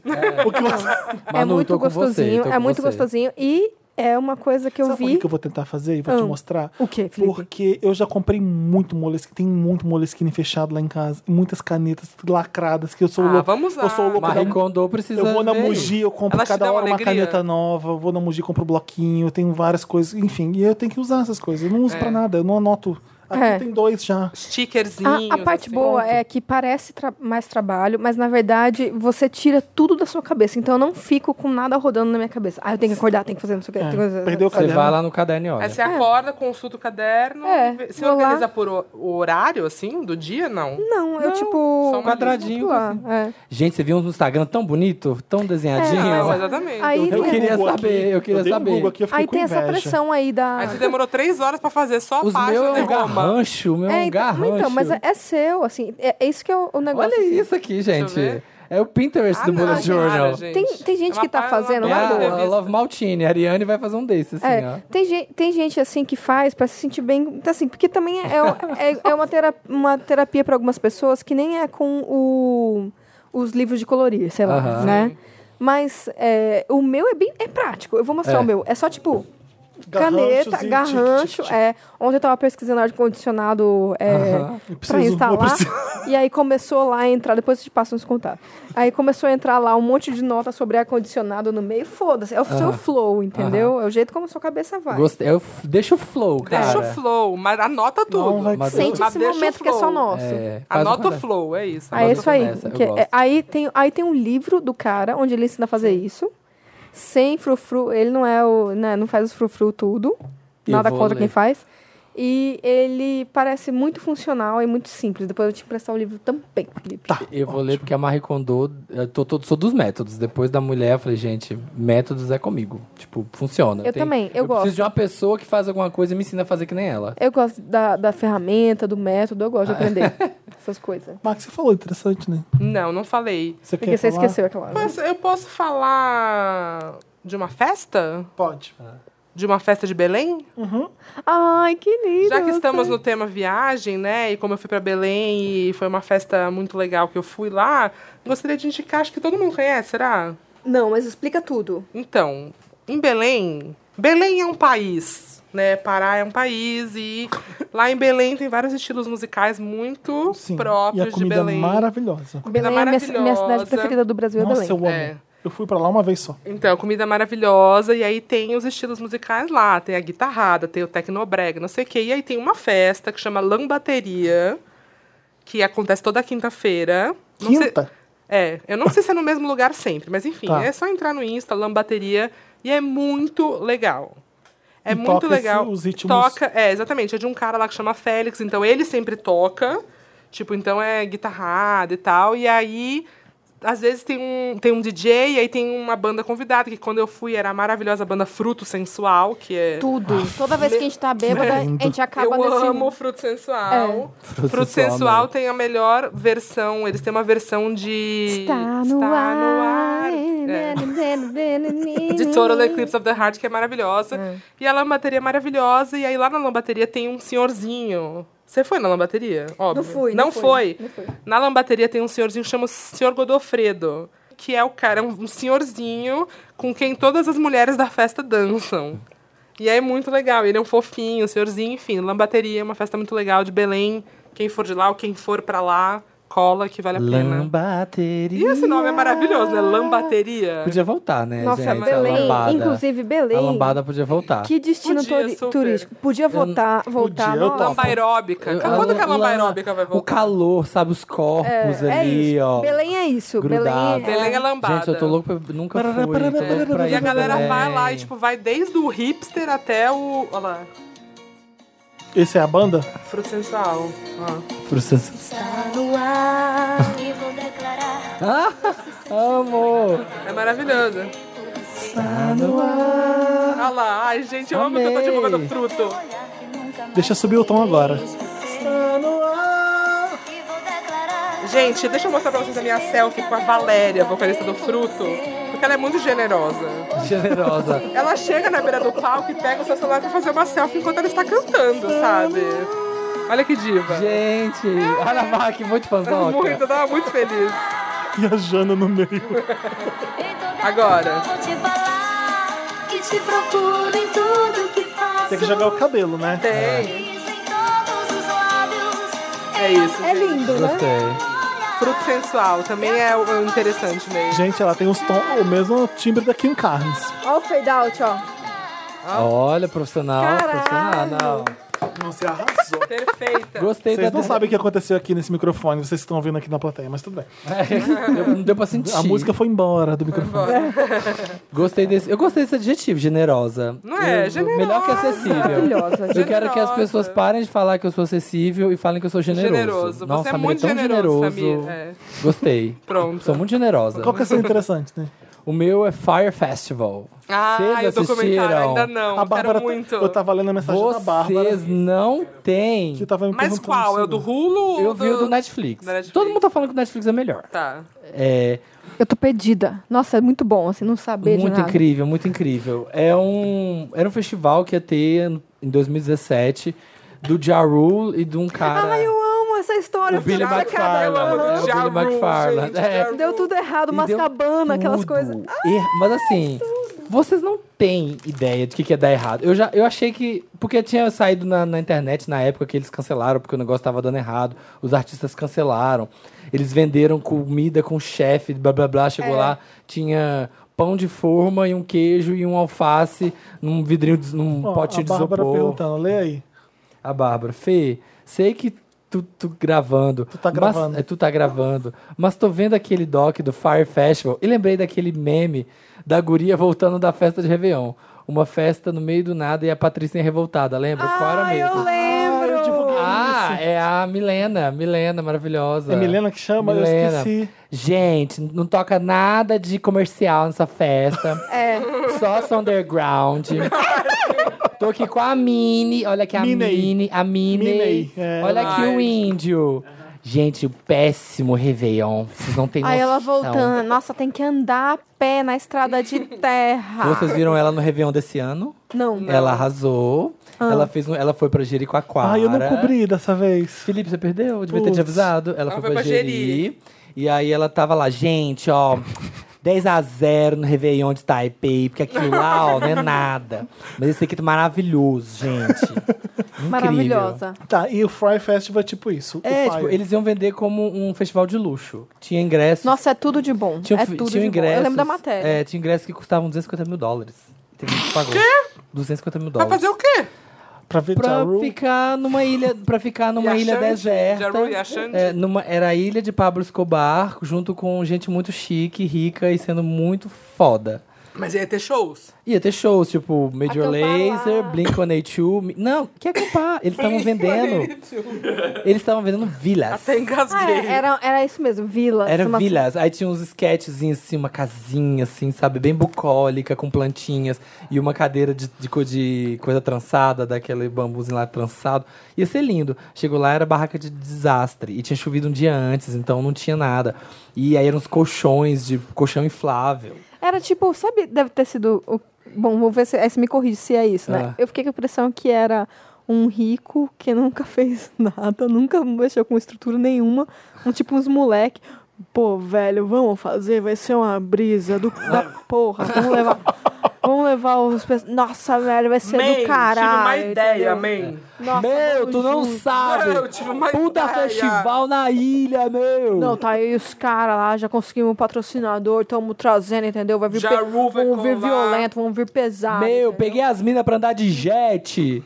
S1: O que você...
S4: É
S2: Manu,
S4: muito
S2: tô com você,
S4: gostosinho,
S2: tô
S4: é
S2: com
S4: muito
S2: você.
S4: gostosinho e é uma coisa que eu
S1: Sabe por
S4: vi.
S1: que que eu vou tentar fazer e vou te
S4: Ah.
S1: mostrar?
S4: O quê, Felipe?
S1: Porque eu já comprei muito moleskine, tem muito moleskine fechado lá em casa, muitas canetas lacradas que eu sou
S3: Ah,
S1: louco.
S3: vamos lá.
S1: Eu sou louco. da-
S2: Marie Kondo precisa.
S1: Eu vou na
S2: ver.
S1: Muji, eu compro
S3: Elas te
S1: cada
S3: dão
S1: hora uma
S3: alegria?
S1: caneta nova, eu vou na Muji, compro bloquinho, eu tenho várias coisas, enfim, e eu tenho que usar essas coisas. Eu não uso pra nada, eu não anoto. Aqui
S4: É.
S1: tem dois já.
S3: Stickerzinhos.
S4: A, a parte
S3: assim.
S4: boa é que parece tra- mais trabalho, mas na verdade você tira tudo da sua cabeça. Então eu não fico com nada rodando na minha cabeça. Ah, eu tenho que acordar, tenho que fazer não sei o que.
S1: É,
S4: tenho que fazer-
S1: Perdeu o
S2: Você
S1: caderno.
S2: vai lá no caderno e
S3: Aí
S2: olha.
S3: você acorda, consulta o caderno,
S4: É,
S3: vê- se
S4: vou lá.
S3: organiza por ho- horário, assim, do dia, não?
S4: Não, eu tipo.
S3: só um
S2: quadradinho,
S4: lá, é.
S2: Gente, você viu um no Instagram tão bonito, tão desenhadinho?
S4: É,
S3: Não,
S4: mas
S3: exatamente.
S4: Aí
S1: dei um
S4: tem-
S2: queria
S1: Google
S2: saber, eu queria
S1: dei um
S2: saber.
S1: Google aqui, eu fiquei
S4: Aí
S1: com
S4: tem essa
S1: inveja.
S4: pressão aí da.
S3: Aí você demorou três horas pra fazer só a
S2: Os
S3: página
S2: meus é
S3: de
S2: um
S3: Roma.
S2: garrancho, o meu é
S4: É,
S2: um garrancho.
S4: então, então, mas é é seu, assim, é, é isso que é o, o negócio.
S2: Olha
S4: assim.
S2: isso aqui, gente.
S3: ver.
S2: É o Pinterest
S3: Ah,
S2: do
S3: não,
S2: Bullet
S3: cara,
S2: Journal.
S3: gente.
S4: Tem- tem gente
S3: É uma
S4: que tá
S3: pá-
S2: É
S4: fazendo
S3: uma
S4: lá
S3: pá-
S4: do-
S2: a,
S3: revista.
S2: a Love Maltini. A Ariane vai fazer um desses, assim,
S4: É, tem, gen- tem gente assim que faz pra se sentir bem, então, assim, porque também é, é, é uma, tera- uma terapia pra algumas pessoas que nem é com o, os livros de colorir, sei lá,
S2: Aham.
S4: né? Mas é, o meu é bem é prático. Eu vou mostrar
S2: É.
S4: o meu. É só tipo
S1: Garranchos
S4: caneta,
S1: e
S4: garrancho.
S1: tic, tic, tic.
S4: É, ontem eu tava pesquisando ar condicionado é,
S2: Aham.
S1: Eu preciso,
S4: pra
S1: eu
S4: instalar.
S1: preciso.
S4: E aí começou lá a entrar, depois eu te passo uns contatos. Aí começou a entrar lá um monte de nota sobre ar-condicionado no meio. Foda-se, é o seu flow, entendeu? É o jeito como a sua cabeça vai.
S2: Gostei. Eu f- deixa o flow, cara.
S3: Deixa o flow, mas anota tudo.
S1: Não, vai
S2: Mas-
S4: Sente
S3: Ah,
S4: esse
S3: deixa o
S4: momento que é só
S3: flow.
S4: nosso.
S2: É, faz
S3: Anota
S2: um
S3: o flow, é isso.
S4: Aí é
S2: Anota
S4: isso aí.
S2: nessa, eu
S4: que é-
S2: gosto.
S4: aí, tem, aí tem um livro do cara onde ele ensina a fazer isso. Sem frufru, ele não é o. né, não faz os frufru tudo.
S2: Eu
S4: Nada
S2: vou
S4: contra
S2: ler.
S4: quem faz. E ele parece muito funcional e muito simples. Depois eu te emprestar o livro também, Felipe.
S1: Tá.
S2: Eu vou ler porque a Marie Kondo, eu tô, tô- sou dos métodos. Depois da mulher, eu falei, gente, métodos é comigo. Tipo, funciona.
S4: Eu também, eu gosto.
S2: preciso de uma pessoa que faz alguma coisa e me ensina a fazer que nem ela.
S4: Eu gosto da, da ferramenta, do método, eu gosto de aprender essas coisas.
S1: Max, você falou interessante, né?
S3: Não, não falei.
S1: Você
S4: Porque
S1: quer
S4: você
S1: falar?
S4: esqueceu, é claro.
S3: Mas eu posso falar de uma festa?
S1: Pode.
S3: De uma festa de Belém?
S4: Ai, que lindo.
S3: Já que estamos no tema viagem, né? E como eu fui pra Belém e foi uma festa muito legal que eu fui lá, gostaria de indicar, acho que todo mundo conhece, será?
S4: Não, mas explica tudo.
S3: Então, em Belém, Belém é um país, né? Pará é um país e lá em Belém tem vários estilos musicais muito
S1: Sim.
S3: próprios
S1: e a
S3: de
S1: comida é
S3: Belém.
S1: maravilhosa.
S3: Comida
S4: Belém é a minha, minha cidade
S3: maravilhosa.
S4: preferida do Brasil, é
S1: Nossa,
S4: Belém.
S1: eu amo.
S3: É.
S1: Eu fui pra lá uma vez só.
S3: Então, comida maravilhosa, e aí tem os estilos musicais lá, tem a guitarrada, tem o tecnobrega, não sei o quê, e aí tem uma festa que chama Lambateria, que acontece toda quinta-feira. Não sei-
S1: Quinta?
S3: É, eu não sei se é no mesmo lugar sempre, mas enfim,
S1: Tá.
S3: é só entrar no Insta, Lambateria, e é muito legal. É
S1: E
S3: muito
S1: toca esse-
S3: legal.
S1: os ritmos-
S3: Toca, é, exatamente, é de um cara lá que chama Félix, então ele sempre toca, tipo, então é guitarrada e tal, e aí às vezes tem um, tem um DJ e aí tem uma banda convidada, que quando eu fui era a maravilhosa banda Fruto Sensual, que é
S4: Tudo. Toda vez que a gente tá bêbada, a gente acaba
S3: eu
S4: nesse... É.
S3: amo Fruto Sensual. Fruto,
S2: Fruto Sensual,
S3: Sensual,
S2: né?
S3: tem a melhor versão. Eles têm uma versão de.
S4: Está no
S3: Está
S4: ar. Né,
S3: no ar. É. De Total Eclipse of the Heart, que é maravilhosa. E a lambateria é maravilhosa. E aí lá na lambateria tem um senhorzinho. Você foi na lambateria? Óbvio.
S4: fui, não
S3: Não,
S4: fui,
S3: foi.
S4: não fui.
S3: Na lambateria tem um senhorzinho que chama Senhor Godofredo. Que é o cara, um um senhorzinho com quem todas as mulheres da festa dançam. E é muito legal. Ele é um fofinho, um senhorzinho, enfim. Lambateria é uma festa muito legal de Belém. Quem for de lá ou quem for pra lá, cola que vale a pena.
S2: Lambateria.
S3: E esse nome é maravilhoso, né? Lambateria.
S2: Podia voltar, né,
S4: Nossa,
S2: gente? a
S4: Belém,
S2: lambada.
S4: inclusive Belém.
S2: A lambada podia voltar.
S4: Que destino
S3: Podia,
S4: tori-
S3: super.
S4: turístico. Podia votar, voltar.
S1: podia, eu
S4: nossa.
S1: topo.
S3: Lamba aeróbica.
S2: um Eu-
S3: Quando que a lamba
S2: la-
S3: aeróbica vai
S2: O
S3: voltar?
S2: calor, sabe? Os corpos
S4: É
S2: ali,
S4: isso.
S2: ó.
S4: Belém é isso.
S2: grudado.
S4: Belém é...
S3: Belém é lambada.
S2: Gente, eu tô louco pra... Nunca fui.
S1: Parará,
S2: tô
S1: parará,
S2: louco
S1: parará,
S2: pra ir
S3: E a
S2: pra
S3: galera
S2: Belém.
S3: vai lá e, tipo, vai desde o hipster até o. Olha lá.
S1: Esse é a banda?
S3: Fruto sensual. Ó.
S2: Pro senso-
S7: E vou declarar.
S2: Ah, Amor!
S3: É maravilhoso.
S2: Tá
S3: Olha Ah lá. Ai, gente, eu amo que eu tô
S2: Amei.
S3: divulgando fruto.
S1: Deixa subir o tom agora.
S3: Tá
S7: E vou declarar.
S3: Gente, deixa eu mostrar pra vocês a minha selfie com a Valéria, vocalista do Fruto. Porque ela é muito generosa.
S2: Generosa.
S3: Ela chega na beira do palco e pega o seu celular pra fazer uma selfie enquanto ela está cantando, sabe? Olha que diva.
S2: Gente, olha a Mac, muito fanzoca.
S3: Tá Muito, eu tava muito feliz.
S1: E a Jana no meio.
S3: Agora.
S7: Vou te falar. Que te procuro em tudo que faço.
S1: Tem que jogar o cabelo, né?
S3: Tem.
S7: Isso em todos os lábios.
S3: É isso.
S4: É
S3: gente.
S4: lindo, né?
S2: Gostei.
S3: Fruto sensual também é o- é o interessante mesmo.
S1: Gente, ela tem os tom, o mesmo timbre da Kim Carnes.
S4: Olha o fade out, ó.
S3: Ah.
S2: Olha, profissional,
S4: Caralho.
S2: profissional. Não.
S1: Você arrasou.
S3: Perfeita.
S2: Gostei
S1: Vocês
S2: da-
S1: não sabem o que aconteceu aqui nesse microfone, vocês que estão ouvindo aqui na plateia, mas tudo bem.
S2: Deu- Não deu pra sentir.
S1: A música foi embora do microfone.
S2: Gostei desse. Eu gostei desse adjetivo, generosa.
S3: Não é?
S2: Eu-
S3: Generosa.
S2: Melhor que acessível.
S4: Maravilhosa,
S2: Eu quero
S3: generosa.
S2: que as pessoas parem de falar que eu sou acessível e falem que eu sou generoso.
S3: Generoso.
S2: Nossa,
S3: Você é
S2: Samir,
S3: muito
S2: tão
S3: generoso, Samir. É.
S2: Gostei.
S3: Pronto.
S2: Sou muito generosa.
S1: Qual que é o seu interessante, né?
S2: O meu é Fire Festival.
S3: Ah, e o
S2: Vocês
S3: documentário
S2: assistiram? tá
S3: ainda não. quero muito.
S1: tá- Eu tava lendo Tá a mensagem da Bárbara.
S2: Vocês não têm.
S1: Que tá tava me
S3: Mas
S1: perguntando
S3: qual?
S1: se
S3: É o do Hulu? ou
S2: Eu vi o do Netflix.
S3: Da Netflix.
S2: Todo mundo tá falando que o Netflix é melhor.
S3: Tá.
S2: É
S4: Eu tô perdida. Nossa, é muito bom, assim, não saber
S2: muito
S4: de nada.
S2: incrível, muito incrível. É um, era um festival que ia ter em 2017 do Ja Rule e de um cara.
S4: Ai, eu amo essa história.
S2: O Billy
S4: eu tô obcecada.
S3: Eu amo
S2: McFarlane. É, o
S3: Ja
S2: Billy
S3: Rule,
S2: McFarlane.
S3: gente,
S2: É.
S3: Ja Rule.
S4: Deu tudo errado,
S2: E deu
S4: mascabana, aquelas
S2: tudo.
S4: coisas. Ah,
S2: E- mas assim, vocês não têm ideia de que, que ia dar errado. Eu, já, eu achei que. Porque tinha saído na, na internet na época que eles cancelaram, porque o negócio tava dando errado. Os artistas cancelaram. Eles venderam comida com chefe, blá blá blá. Chegou
S4: É.
S2: lá, tinha pão de forma e um queijo e um alface num vidrinho, de- num
S1: Ó,
S2: pote
S1: a
S2: de isopor.
S1: Bárbara perguntando, lê aí.
S2: A Bárbara, Fê, sei que tu, tu gravando. Tu
S1: tá gravando.
S2: Mas, é, tu tá gravando. Mas tô vendo aquele doc do Fire Festival e lembrei daquele meme da guria voltando da festa de Réveillon. Uma festa no meio do nada e a Patrícia revoltada, lembra? Qual era
S4: Ai, Ah, eu
S2: mesmo?
S4: lembro.
S2: Ah, é a Milena, Milena maravilhosa.
S1: É Milena que chama? Eu
S2: Milena.
S1: esqueci.
S2: Gente, não toca nada de comercial nessa festa.
S4: É.
S2: só som underground. Tô aqui com a Mini, olha aqui a
S1: Minei.
S2: Mini, a Mini.
S1: Minei, é.
S2: olha aqui
S3: Ai.
S2: o índio. Gente, o péssimo Réveillon. Vocês não têm noção.
S4: Aí ela voltando. Nossa, tem que andar a pé na estrada de terra.
S2: Vocês viram ela no Réveillon desse ano?
S4: Não.
S2: Ela arrasou.
S4: Ah.
S2: Ela, fez um- ela foi pra Jericoacoara.
S1: Ai, eu não cobri dessa vez.
S2: Felipe, você perdeu? Eu devia ter
S1: Putz.
S2: te avisado. Ela, foi, pra Geri. E aí ela tava lá, gente, ó. 10 a 0 no Réveillon de Taipei, porque aquilo lá, ó, não é nada. Mas esse aqui tá maravilhoso, gente. Incrível.
S4: Maravilhosa.
S1: Tá, e o Fry Festival é tipo isso.
S2: É,
S1: o Fire.
S2: tipo, eles iam vender como um festival de luxo. Tinha ingressos.
S4: Nossa, é tudo de bom.
S2: tinha, um
S4: é
S2: fi-
S4: tudo
S2: tinha
S4: de bom.
S2: ingressos.
S4: Eu lembro da matéria.
S2: É, tinha ingressos que custavam 250 mil dólares. Teve gente que pagou. 250 mil
S3: Vai
S2: dólares.
S3: fazer o quê?
S1: Pra ver
S2: Pra
S1: Jaru.
S2: ficar numa ilha, pra ficar numa
S3: E a
S2: ilha
S3: Xande?
S2: deserta.
S3: Jaru e a Xande?
S2: É, numa- era a ilha de Pablo Escobar, junto com gente muito chique, rica e sendo muito foda.
S3: Mas ia ter shows.
S2: Ia ter shows, tipo Major
S4: Acampar lá.
S2: Laser, Blink-182... Mi- Não, que acampar? Eles estavam vendendo... Eles estavam vendendo vilas.
S3: Até
S4: Ah,
S3: engasguei.
S4: é, era, era isso mesmo, vila.
S2: Era
S4: uma-
S2: vilas. Aí tinha uns sketchzinhos, assim, uma casinha, assim, sabe? Bem bucólica, com plantinhas. E uma cadeira de, de, co- de coisa trançada, daquele bambuzinho lá trançado. Ia ser lindo. Chegou lá, era barraca de desastre. E tinha chovido um dia antes, então não tinha nada. E aí eram uns colchões, de colchão inflável.
S4: Era tipo, sabe, deve ter sido. o- Bom, vou ver se, aí você me corrige se é isso, né?
S2: Ah.
S4: Eu fiquei com a impressão que era um rico que nunca fez nada, nunca mexeu com estrutura nenhuma, um tipo uns moleque. Pô, velho, vamos fazer, vai ser uma brisa do, da porra. Vamos levar. Vamos levar os. pe- Nossa, velho, vai ser
S3: Man,
S4: do
S3: tive uma
S4: caralho.
S3: ideia,
S4: entendeu?
S3: amém.
S4: Nossa,
S2: meu,
S4: vamos
S2: tu não
S4: junto.
S2: sabe!
S3: Eu tive uma
S2: Puta
S3: ideia.
S2: festival na ilha, meu!
S4: Não, tá aí os caras lá, já conseguimos um patrocinador, estamos trazendo, entendeu? Vai vir
S3: Já Ru vai
S4: vão vir
S3: colar.
S4: violento, vão vir pesado.
S2: Meu,
S4: entendeu?
S2: peguei as minas pra andar de jet.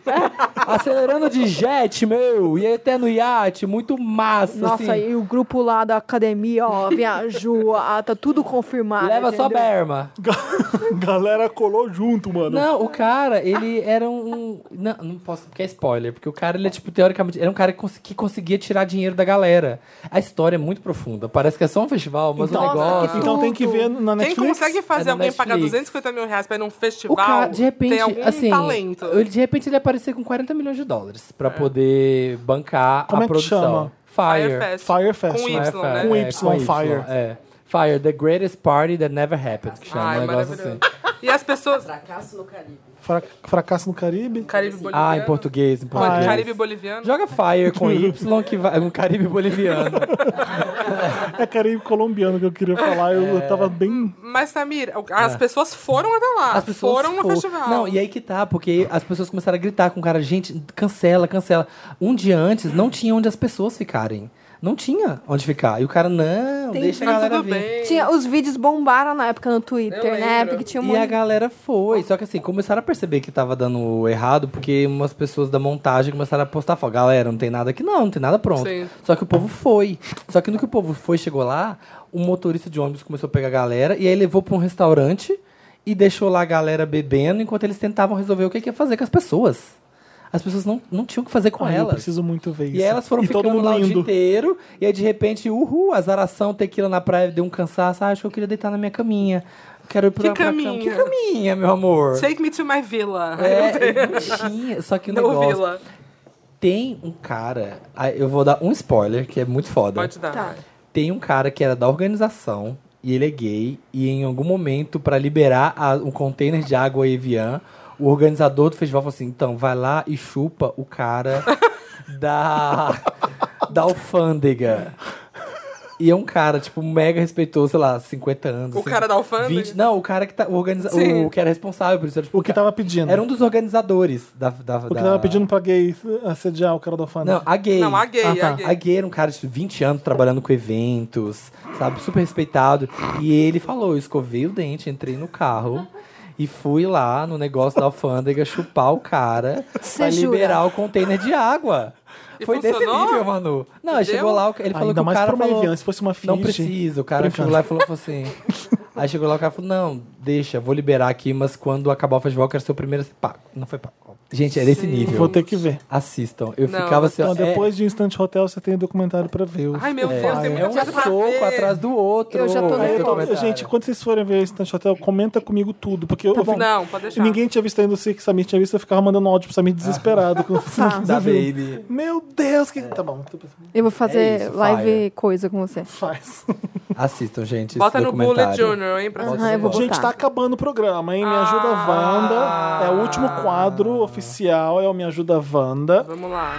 S2: acelerando de jet, meu. E até no iate, muito massa.
S4: Nossa,
S2: assim.
S4: e o grupo lá da academia, ó, viajou, ah, tá tudo confirmado.
S2: Leva só
S4: entendeu?
S2: berma.
S1: Galera colou junto, mano.
S2: Não, o cara, ele era um. Não, não posso, porque é spoiler. Porque o cara, ele é, tipo, teoricamente. Era um cara que, cons- que conseguia tirar dinheiro da galera. A história é muito profunda. Parece que é só um festival, mas
S1: Então,
S2: o
S4: nossa,
S2: negócio.
S4: que
S1: então tem que
S4: tudo.
S1: ver na
S3: Quem
S1: Netflix.
S3: consegue fazer
S2: É na
S3: alguém pagar
S2: Netflix.
S3: 250 mil reais pra ir num
S2: O
S3: festival
S2: cara, de repente,
S3: tem algum
S2: assim,
S3: talento.
S2: ele- de repente ele aparecer com 40 milhões de dólares pra poder bancar
S1: Como
S2: a
S1: é que
S2: produção.
S1: chama?
S2: Fire.
S3: Firefest.
S1: Fire Fest,
S3: Com
S1: né?
S3: Y, né?
S1: Com
S2: É,
S1: Y, Fire.
S2: É. Fire, the greatest party that never happened, que chama
S3: Ai,
S2: um negócio
S3: maravilhoso.
S2: assim.
S3: E as pessoas...
S1: Fra- Fracasso no Caribe?
S3: Caribe boliviano.
S2: Ah, em português, em português.
S3: Caribe boliviano.
S2: Joga Fire com Y, que vai, um Caribe boliviano.
S1: É Caribe colombiano que eu queria falar. Eu
S2: É.
S1: tava bem.
S3: Mas, Samir, as pessoas foram até lá.
S2: As pessoas
S3: Ah, foram no
S2: fo-
S3: festival.
S2: Não, e aí que tá, porque as pessoas começaram a gritar com o cara, gente, cancela, cancela. Um dia antes não tinha onde as pessoas ficarem. Não tinha onde ficar. E o cara, não,
S4: Tem-
S2: deixa a
S3: Tá
S2: galera
S3: tudo
S2: vir.
S3: bem.
S4: Tinha, os vídeos bombaram na época no Twitter,
S3: Eu
S4: né?
S3: lembro.
S4: Porque tinha um
S2: E a
S4: monte...
S2: galera foi. Só que assim, começaram a perceber que tava dando errado, porque umas pessoas da montagem começaram a postar. Falaram, galera, não tem nada aqui não, não tem nada pronto.
S3: Sim.
S2: Só que o povo foi. Só que no que o povo foi, chegou lá, o motorista de ônibus começou a pegar a galera e aí levou pra um restaurante e deixou lá a galera bebendo enquanto eles tentavam resolver o que, que ia fazer com as pessoas. As pessoas não, não tinham o que fazer com
S1: Ai, eu
S2: elas.
S1: preciso muito ver isso.
S2: E elas foram
S1: e
S2: ficando
S1: todo mundo
S2: lá o dia
S1: indo.
S2: inteiro. E aí, de repente, uhul, azaração, tequila na praia, deu um cansaço. Ah, acho que eu queria deitar na minha caminha. Quero ir pra,
S3: Que
S2: pra cama.
S3: caminha?
S2: Que caminha, meu amor?
S3: Take me to my villa.
S2: É, não tinha. Só que o
S3: No
S2: negócio...
S3: villa.
S2: Tem um cara... ah, Eu vou dar um spoiler, que é muito foda.
S3: Pode dar.
S4: Tá.
S2: Tem um cara que era da organização e ele é gay e em algum momento para liberar a- um container de água Evian, o organizador do festival falou assim: "Então, vai lá e chupa o cara da da alfândega". E é um cara, tipo, mega respeitoso, sei lá, 50 anos.
S3: O cara da alfândega?
S2: 20, não, o cara que tá o organiza,
S3: Sim.
S2: o que era responsável por isso, era, tipo,
S1: O que tava pedindo?
S2: era um dos organizadores da da
S1: O que
S2: da-
S1: tava pedindo pra gay assediar o cara da fã. né?
S2: Não, a gay.
S3: Não, a gay,
S1: Ah, tá.
S3: a gay.
S2: A Gay era um cara de 20 anos trabalhando com eventos, sabe? Super respeitado. E ele falou: eu escovei o dente, entrei no carro e fui lá no negócio da alfândega chupar o cara
S4: Cê
S2: pra
S4: jura?
S2: liberar o container de água.
S3: E
S2: Foi desse
S3: funcionou?
S2: nível, Manu. Não,
S3: E
S2: ele chegou
S3: deu?
S2: lá, ele falou
S1: Ainda
S2: que o
S1: mais
S2: cara
S1: pra uma
S2: falou,
S1: Evian, se fosse uma
S2: Não
S1: Fiji.
S2: precisa. O cara
S1: Brincando.
S2: chegou lá e falou, falou assim... Aí é chegou lá, o cara falou, não, deixa, vou liberar aqui, mas quando acabar o festival, eu quero ser o primeiro a ser pago. Não foi pago. óbvio. Gente, era esse
S3: Sim.
S2: nível.
S1: Vou ter que ver.
S2: Assistam. Eu
S3: Não,
S2: ficava assim, ó,
S1: Então,
S2: é-
S1: depois de Instante Hotel, você tem o documentário pra ver.
S3: Ai, meu
S2: é,
S3: Deus, tem
S2: é
S3: muita
S2: um
S3: coisa pra
S2: soco
S3: ver.
S2: atrás do outro.
S4: Eu já tô
S2: esse
S1: Aí eu tô-
S2: documentário.
S1: gente, quando vocês forem ver Instante Hotel, comenta comigo tudo, porque eu, eu fico-
S3: Não, pode
S1: se
S3: deixar.
S1: ninguém tinha visto ainda, eu sei que Samir tinha visto, eu ficava mandando áudio pro Samir desesperado. quando você não
S2: da
S1: viu.
S2: Baby.
S1: Meu Deus, que... Tá bom, tu-
S4: Eu vou fazer
S2: É isso,
S4: live
S2: fire.
S4: coisa com você.
S1: faz.
S2: Assistam, gente,
S3: Bota
S2: esse
S3: no Bullet
S2: documentário.
S3: Journal, hein, pra
S2: Bota
S3: assistir.
S4: Aham, Ah, eu vou
S2: Bota.
S1: Gente,
S4: botar.
S1: tá acabando o programa, hein? Me Ajuda Wanda. É o último quadro oficial, é o Me Ajuda Wanda.
S3: Vamos lá.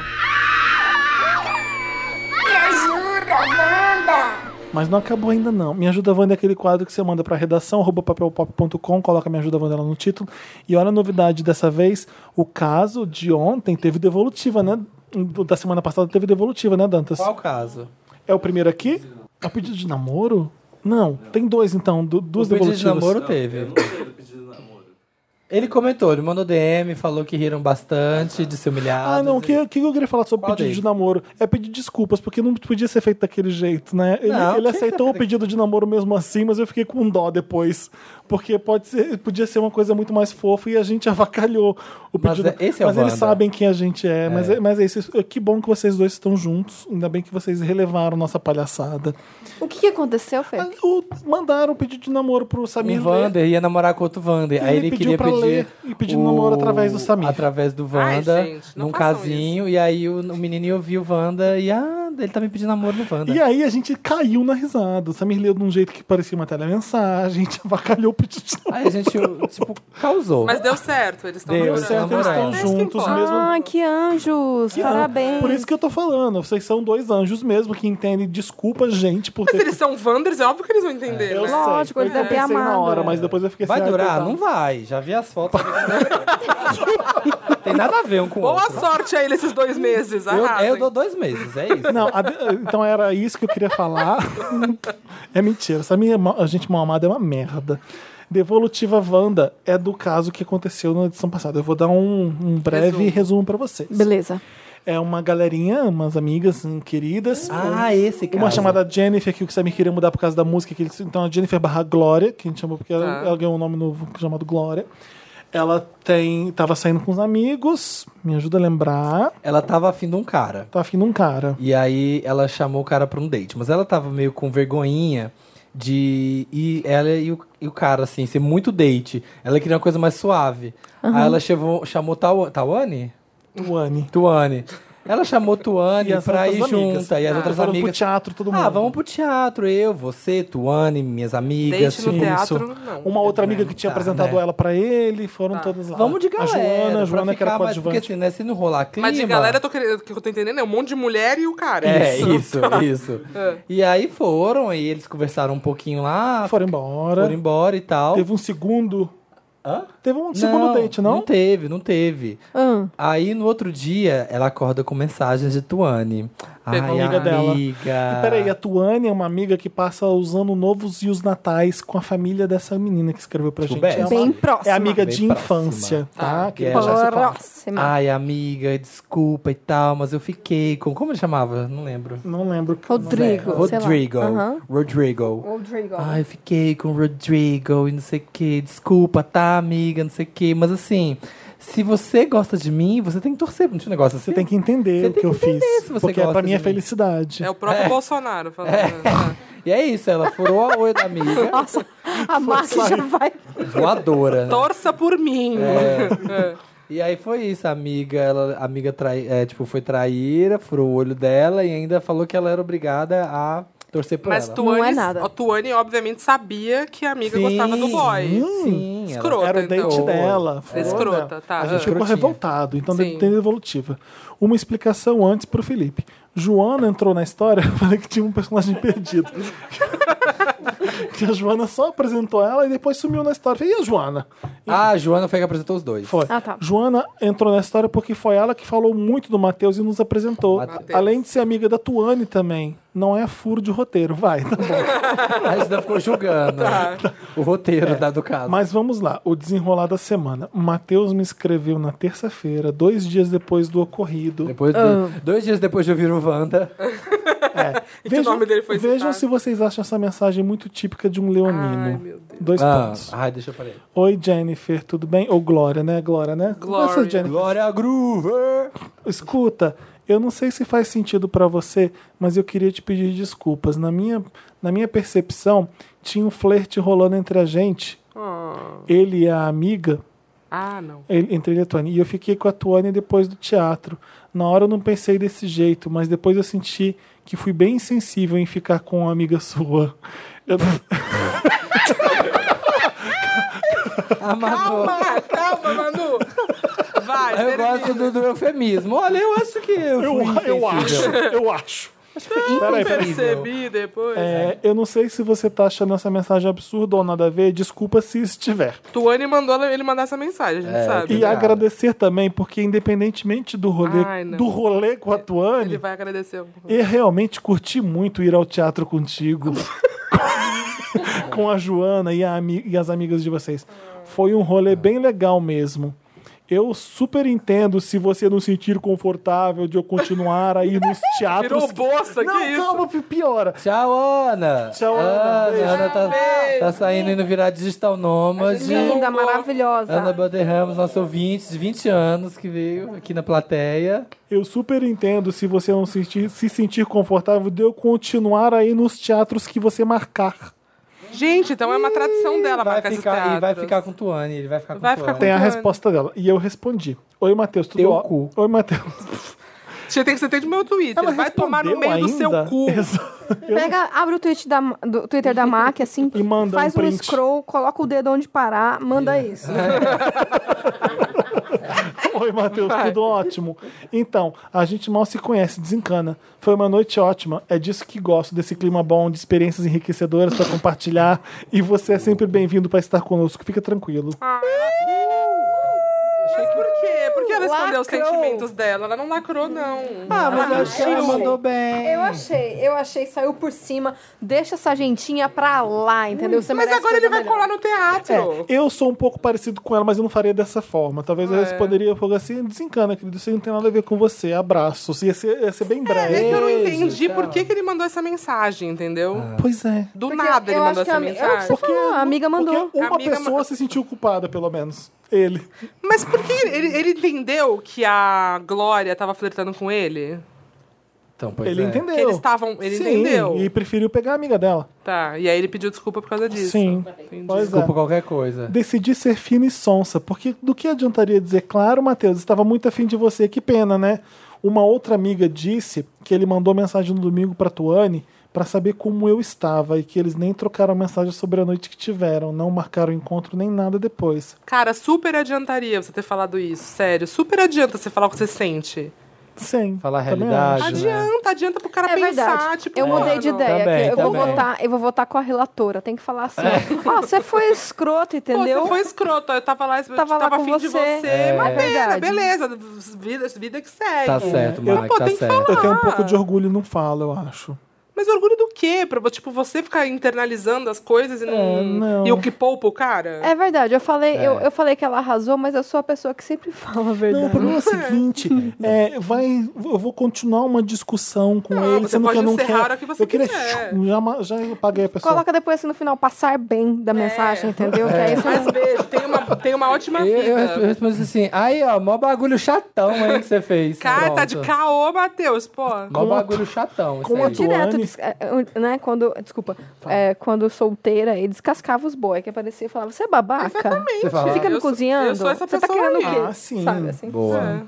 S7: Me ajuda, Wanda!
S1: Mas não acabou ainda, não. Me Ajuda Wanda é aquele quadro que você manda pra redação, arroba papelpop.com, coloca Me Ajuda Wanda lá no título. E olha a novidade dessa vez, o caso de ontem teve devolutiva, né? Do- Da semana passada teve devolutiva, né, Dantas?
S2: Qual o caso?
S1: É o primeiro aqui? É o pedido de namoro? Não, tem dois então, du- duas
S2: o pedido
S1: devolutivas.
S2: de namoro teve. Ele comentou, ele mandou DM, falou que riram bastante de Um se humilhar.
S1: Ah, não, o que, o que eu queria falar sobre
S2: Qual
S1: pedido de
S2: deles?
S1: namoro? É pedir desculpas, porque não podia ser feito daquele jeito, né? Ele,
S2: Não,
S1: ele
S2: tinha que ser
S1: aceitou o
S2: feito-
S1: pedido de namoro mesmo assim, mas eu fiquei com dó depois. Porque pode ser, podia ser uma coisa muito mais fofa e a gente avacalhou o
S2: Mas
S1: pedido.
S2: é- esse é o
S1: mas eles
S2: Wanda.
S1: sabem quem a gente é, Mas, é, mas é isso. Isso- Que bom que vocês dois estão juntos. Ainda bem que vocês relevaram nossa palhaçada.
S4: O que, que aconteceu, Fê?
S2: É.
S1: Ah, o- mandaram o pedido de namoro pro
S2: O
S1: Samir ler.
S2: Wander ia namorar com outro Wander.
S1: Ele
S2: Aí ele,
S1: pediu
S2: queria
S1: pra
S2: pedir.
S1: ler e pediu namoro através do Samir.
S2: Através do
S3: Ai,
S2: Wanda,
S3: gente, não
S2: num
S3: façam
S2: casinho. E aí o, o menino ouviu o Wanda e, ah, ele tá me pedindo namoro no Wanda.
S1: E aí a gente caiu na risada. O Samir leu de um jeito que parecia uma telemensagem, a gente avacalhou o pedido de namoro.
S2: Aí a gente, tipo, causou.
S3: Mas deu certo, eles estão
S2: Deu
S1: Deu
S2: Eles
S1: certo, eles estão
S2: namoraram. Mas
S3: que
S1: juntos
S3: importa.
S1: mesmo.
S4: Ah, que anjos!
S1: Que-
S4: parabéns!
S1: Por isso que eu tô falando, vocês são dois anjos mesmo que entendem. Desculpa, gente, por ter.
S3: Mas eles são Wanders, é óbvio que eles vão entender,
S1: Eu
S3: né?
S1: sei,
S4: Lógico,
S1: foi
S4: ele
S1: o que eu
S4: deve ter
S1: pensei na
S4: amado.
S1: hora, mas depois eu fiquei
S2: Vai
S1: assim, ah,
S2: durar?
S1: coitado.
S2: Não vai. Já vi as fotos. Tem nada a ver um com o
S3: Boa
S2: outro.
S3: sorte a ele esses dois meses.
S2: Eu, é
S3: arrasem.
S2: eu dou dois meses, é isso.
S1: Não, a- então era isso que eu queria falar. é mentira. Essa minha ma- a gente mal amada é uma merda. Devolutiva Wanda é do caso que aconteceu na edição passada. Eu vou dar um, um breve
S3: Resumo.
S1: resumo, pra vocês.
S4: Beleza.
S1: É uma galerinha, umas amigas assim, queridas.
S2: Ah, esse cara.
S1: Uma chamada Jennifer, que o Samir queria mudar por causa da música. Que ele- então a Jennifer barra Glória, que a gente chamou porque ela, ela ganhou um nome novo chamado Glória. Ela tem. tava saindo com os amigos, me ajuda a lembrar.
S2: Ela tava afim de um cara.
S1: Tava afim de um cara.
S2: E aí ela chamou o cara pra um date. Mas ela tava meio com vergonhinha de ir ela e o, e o cara, assim, ser muito date. Ela queria uma coisa mais suave. Aí ela chamou, chamou Tawa- Tawane?
S1: Tuane.
S2: Tuane. Ela chamou Tuane
S1: E as
S2: pra ir
S1: outras amigas.
S2: junta. E as
S1: Ah,
S2: outras
S1: foram pro
S2: amigas.
S1: teatro, todo
S2: Ah,
S1: mundo.
S2: vamos pro teatro. Eu, você, Tuane, minhas amigas.
S3: Date no
S2: tipo,
S3: teatro, não.
S1: Uma outra amiga que tinha
S2: Tá,
S1: apresentado
S2: né?
S1: ela pra ele, foram todas lá.
S2: Vamos de galera.
S1: A Joana, a
S2: pra
S1: Joana que
S2: ficar
S1: era
S2: mais- Porque
S1: coadjuvante.
S2: assim, né, se não rolar clima...
S3: Mas de galera, eu tô, querendo- o que eu tô entendendo é um monte de mulher e o cara.
S2: É, isso, isso.
S3: É.
S2: E aí foram, e eles conversaram um pouquinho lá, foram,
S1: Foram embora.
S2: embora e tal.
S1: Teve um segundo.
S2: Hã?
S1: Teve um segundo date, não?
S2: Não teve, não teve.
S4: Ah,
S2: Aí no outro dia, ela acorda com mensagens de Tuane. Ai,
S3: Pegou a
S2: amiga.
S1: amiga dela. E
S2: Dela.
S1: peraí, a Tuane é uma amiga que passa os anos novos e os natais com a família dessa menina que escreveu pra gente.
S2: Bem
S1: É,
S4: bem
S1: uma- é
S4: próxima.
S1: amiga
S2: Tipo Bem
S1: de
S2: próxima.
S1: infância, tá?
S3: Ah,
S1: que
S2: é.
S1: deixar isso claro.
S4: Próxima.
S2: Ai, amiga, desculpa e tal, mas eu fiquei com... Como ele chamava? Não lembro.
S1: Não lembro.
S4: Rodrigo. sei lá.
S2: Rodrigo.
S4: Aham.
S2: Rodrigo.
S4: Rodrigo.
S2: Ah, eu fiquei com o Rodrigo e não sei o que. Desculpa, tá, amiga, não sei o que. Mas assim, se você gosta de mim, você tem que torcer. Não tinha um negócio assim?
S1: Você tem que entender
S2: Você
S1: o
S2: tem
S1: que eu
S2: que entender
S1: fiz.
S2: se você
S1: porque é pra
S2: gosta
S1: minha
S2: de mim.
S1: felicidade.
S3: É o próprio Bolsonaro falando. né?
S2: E é isso, ela furou a oi da amiga.
S4: Nossa, a Márcia já vai.
S2: Voadora, né?
S3: Torça por mim. É.
S2: E aí foi isso, a amiga, ela, a amiga trai, é, tipo, foi traíra, furou o olho dela e ainda falou que ela era obrigada a torcer por
S3: Mas
S2: ela.
S3: Tuane,
S4: Não é nada.
S3: a Tuane, obviamente, sabia que a amiga
S2: Sim.
S3: gostava do boy.
S2: Sim, ela-
S3: Escroto.
S1: Era o date
S3: então.
S1: dela. foda.
S3: Escrota, tá.
S1: A gente ficou
S2: Escrotinha.
S1: revoltado, então deve
S3: Sim.
S1: ter evolutiva. Uma explicação antes pro Felipe. Joana entrou na história, eu falei que tinha um personagem perdido. que a Joana só apresentou ela e depois sumiu na história. Eu falei, E a Joana?
S2: Ah, a Joana foi a que apresentou os dois.
S1: Foi.
S4: Ah, tá.
S1: Joana entrou na história porque foi ela que falou muito do Matheus e nos apresentou.
S2: Mateus.
S1: Além de ser amiga da Tuane também. Não é furo de roteiro, vai. tá bom.
S2: A gente Ah, ainda ficou julgando né? o roteiro da, do caso.
S1: Mas vamos lá, o desenrolar da semana. Matheus me escreveu na terça-feira, dois dias depois do ocorrido.
S2: Depois do- dois dias depois de ouvir o Wanda,
S3: E que o nome dele foi
S1: vejam
S3: citado.
S1: se vocês acham essa mensagem muito típica de um leonino.
S3: Ai, meu Deus.
S1: Dois
S2: Ah,
S1: pontos.
S2: ai, deixa eu parar. aí.
S1: Oi, Jennifer, tudo bem? Ou Glória, né? Glória, né?
S3: Glória.
S1: Essa Jennifer.
S2: Glória Groover!
S1: Escuta, eu não sei se faz sentido pra você, mas eu queria te pedir desculpas. Na minha, na minha percepção, tinha um flerte rolando entre a gente,
S3: Ah,
S1: ele e a amiga,
S3: Ah, não.
S1: ele- entre ele e a Tuane. E eu fiquei com a Tuane depois do teatro. Na hora eu não pensei desse jeito, mas depois eu senti que fui bem insensível em ficar com uma amiga sua. Eu não-
S2: Amador.
S3: Calma, calma, Manu. Vai,
S2: Eu
S3: termina.
S2: gosto do, do eufemismo. Olha, eu acho que eu
S1: Eu,
S2: fui
S1: eu acho,
S2: insensível.
S1: eu acho.
S3: Eu
S1: Peraí,
S3: percebi depois.
S1: É, eu não sei se você tá achando essa mensagem absurda ou nada a ver, desculpa se estiver.
S3: Tuane mandou ele mandar essa mensagem, É, a gente sabe.
S1: E
S3: né?
S2: Obrigado.
S1: agradecer também, porque independentemente do rolê,
S3: Ai, não.
S1: do rolê com a
S3: Ele
S1: Tuane,
S3: vai agradecer. alguma coisa.
S1: eu realmente curti muito ir ao teatro contigo. com a Joana e, a ami- e as amigas de vocês. Foi um rolê bem legal mesmo. Eu super entendo se você não sentir confortável de eu continuar a ir nos teatros.
S3: Virou bolsa,
S1: não,
S3: que isso?
S1: calma, piora.
S2: Tchau, Ana!
S1: Tchau, Ana.
S2: Ana!
S1: Beijo.
S2: Ana tá,
S3: Beijo.
S2: tá saindo indo virar digital nômade.
S4: Linda, maravilhosa.
S2: Ana Belder Ramos, nosso ouvinte de 20 anos, que veio aqui na plateia.
S1: Eu super entendo se você não sentir- se sentir confortável de eu continuar aí nos teatros que você marcar.
S3: Gente, então é uma tradição dela
S2: Vai
S3: marcar esses
S2: ficar, e vai
S3: teatros.
S2: ficar com Tuane, ele vai ficar com
S3: Vai
S2: Tuane.
S3: ficar
S1: Tem a
S3: Bacana.
S1: resposta dela. E eu respondi. Oi, Matheus, tudo
S2: Teu
S1: ó-
S2: cu.
S1: Oi, Matheus.
S3: Você tem que você tem do meu Twitter.
S1: Ela
S3: vai tomar no
S1: respondeu
S3: meio do seu
S1: ainda?
S3: cu.
S1: Exa-
S4: Pega, abre o tweet da, Ma- do Twitter da MAC, assim,
S1: E manda
S4: faz
S1: um
S4: um,
S1: print. É.
S4: scroll, coloca o dedo onde parar, manda isso.
S1: Oi, Matheus, tudo ótimo. Então, a gente mal se conhece, desencana. Foi uma noite ótima. É disso que gosto, desse clima bom, de experiências enriquecedoras pra compartilhar. E você é sempre bem-vindo pra estar conosco. Fica tranquilo.
S3: Ah, Mas por quê? Por que ela escondeu os
S4: Lacrou.
S3: sentimentos dela? Ela não lacrou, não.
S2: Ah, mas eu acho que ela
S4: Achei.
S2: mandou bem.
S4: Eu achei, eu achei, saiu por cima, deixa essa gentinha pra lá, entendeu? Você
S3: Mas
S4: merece
S3: agora ele
S4: coisa
S3: vai
S4: melhor.
S3: colar no teatro.
S1: Eu sou um pouco parecido com ela, mas eu não faria dessa forma. Talvez
S3: É.
S1: eu responderia algo assim: desencana, querido, isso aí não tem nada a ver com você. Abraço. Ia ser, ia ser bem breve.
S3: É que eu não
S2: Beijo,
S3: entendi
S2: tchau.
S3: por
S1: então.
S3: que, que ele mandou essa mensagem, entendeu?
S1: Pois é.
S3: Do
S4: Porque
S3: nada
S4: eu
S3: ele
S4: acho
S3: mandou
S4: que
S3: essa
S4: a- eu acho
S2: Tá
S3: mensagem.
S4: que- Ah, a amiga mandou.
S1: Porque uma
S3: A amiga
S1: pessoa
S3: ma-
S1: se sentiu culpada, pelo menos. Ele.
S3: Mas por que ele, ele entendeu que a Glória tava flertando com ele?
S2: Então, pois
S1: ele
S2: é.
S1: entendeu.
S3: Que eles estavam. Ele
S1: Sim,
S3: entendeu.
S1: E preferiu pegar a amiga dela.
S3: Tá. E aí ele pediu desculpa por causa disso.
S1: Sim. Pois
S2: Desculpa
S1: é.
S2: qualquer coisa.
S1: Decidi ser fina e sonsa, porque do que adiantaria dizer, claro, Matheus, estava muito afim de você, que pena, né? Uma outra amiga disse que ele mandou mensagem no domingo pra Tuane pra saber como eu estava e que eles nem trocaram mensagem sobre a noite que tiveram, não marcaram encontro nem nada depois.
S3: Cara, super adiantaria você ter falado isso, sério. Super adianta você falar o que você sente.
S1: Né? Sim.
S2: Falar a
S1: também
S2: realidade.
S1: acho.
S2: né?
S3: Adianta, adianta pro cara
S4: É
S3: pensar,
S4: verdade.
S3: tipo,
S4: eu mudei de
S3: mano,
S4: ideia. que
S2: Também,
S4: eu, vou
S2: também.
S4: votar, eu vou votar com a relatora. Tem que falar assim.
S1: É.
S4: Ó, você foi escroto,
S3: Pô,
S4: entendeu?
S3: Você foi escroto, eu tava lá, eu
S4: Tava
S3: tava,
S4: lá com
S3: afim de
S4: você.
S3: você.
S4: É.
S3: Mas
S4: É
S3: pena,
S4: verdade.
S3: beleza, vida, vida que segue.
S2: Tá certo,
S1: Eu-
S2: Mike,
S3: Pô,
S2: tá
S3: tem que
S2: certo.
S1: Eu tenho um pouco de orgulho e não falo, eu acho.
S3: Mas orgulho do quê? Pra, tipo, você ficar internalizando as coisas e não...
S1: É, não.
S3: E o que poupa o cara?
S4: É verdade, eu falei, eu, eu falei que ela arrasou, mas eu sou a pessoa que sempre fala a
S1: Não, o
S4: verdade.
S1: problema é o seguinte, é, vai, eu vou continuar uma discussão com
S3: Não,
S1: ele,
S3: você
S1: sendo
S3: pode
S1: que eu não
S3: encerrar a
S1: quero.
S3: hora que você
S1: eu queria,
S3: quiser.
S1: já, ma- já apaguei a pessoa.
S4: Coloca depois assim no final, passar bem da mensagem, entendeu? Que
S1: É.
S4: aí você
S3: É. Mas beijo, tem uma, tem uma ótima
S2: Eu,
S3: vida.
S2: eu resp- eu respondi assim, aí ó, mó bagulho chatão aí que você fez.
S3: Cara, tá de
S2: Pronto.
S3: caô, Matheus, pô.
S2: Mó
S1: Com a-
S2: bagulho chatão.
S1: com
S2: isso
S1: a
S2: aí.
S1: tu-
S4: direto,
S1: Tuane.
S4: des- é, é, né? Quando, desculpa, é, quando solteira e descascava os boy que aparecia e falava, você é babaca?
S2: Você fala,
S4: Fica me
S3: Eu sou-
S4: cozinhando?
S3: eu sou essa
S4: você tá
S3: pessoa
S4: querendo
S3: aí."
S4: o quê?
S1: Ah, sim.
S4: Sabe, assim?
S3: É,
S2: boa.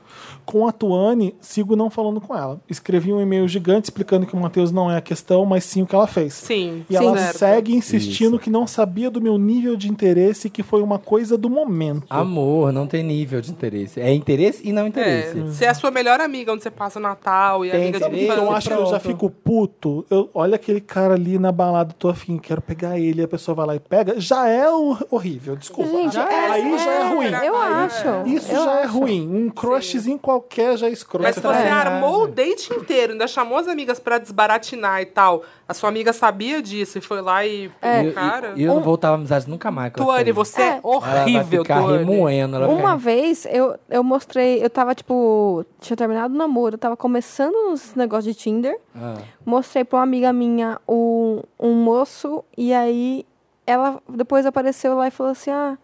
S1: Com a Tuane, sigo não falando com ela. Escrevi um e-mail gigante explicando que o Matheus não é a questão, mas sim o que ela fez.
S3: Sim,
S1: E ela
S3: certo.
S1: segue insistindo que não sabia do meu nível de interesse e que foi uma coisa do momento.
S2: Amor, não tem nível de interesse. É interesse e não
S3: É,
S2: interesse.
S3: se é a sua melhor amiga, onde você passa o Natal e a
S2: Tem
S3: amiga de
S2: interesse,
S1: Eu
S3: infância.
S1: acho que eu já
S2: pronto.
S1: fico puto tipo, eu, olha aquele cara ali na balada, tô afim, quero pegar ele, a pessoa vai lá e pega, já é hor- horrível, desculpa.
S4: Gente, é-
S1: aí já é ruim.
S4: Eu acho.
S1: Isso
S4: eu
S1: já é
S4: acho.
S1: ruim. Um crushzinho qualquer já é escroto.
S3: Mas se você
S2: É.
S3: armou o date inteiro, ainda chamou as amigas pra desbaratinar e tal, a sua amiga sabia disso e foi lá e.
S2: É. E- e-
S3: É. Cara. Um
S2: E eu não voltava à amizade nunca mais. com essa
S3: Tuane,
S2: aí.
S3: você é,
S4: É.
S2: ela vai
S3: horrível,
S2: ficar
S3: Tuane.
S2: remoendo. Ela vai
S4: Uma
S2: ficar-
S4: vez eu, eu mostrei, eu tava tipo, tinha terminado o namoro, eu tava começando os negócios de Tinder,
S2: Ah.
S4: mostrei pra uma amiga minha o, um moço, e aí ela depois apareceu lá e falou assim: Ah,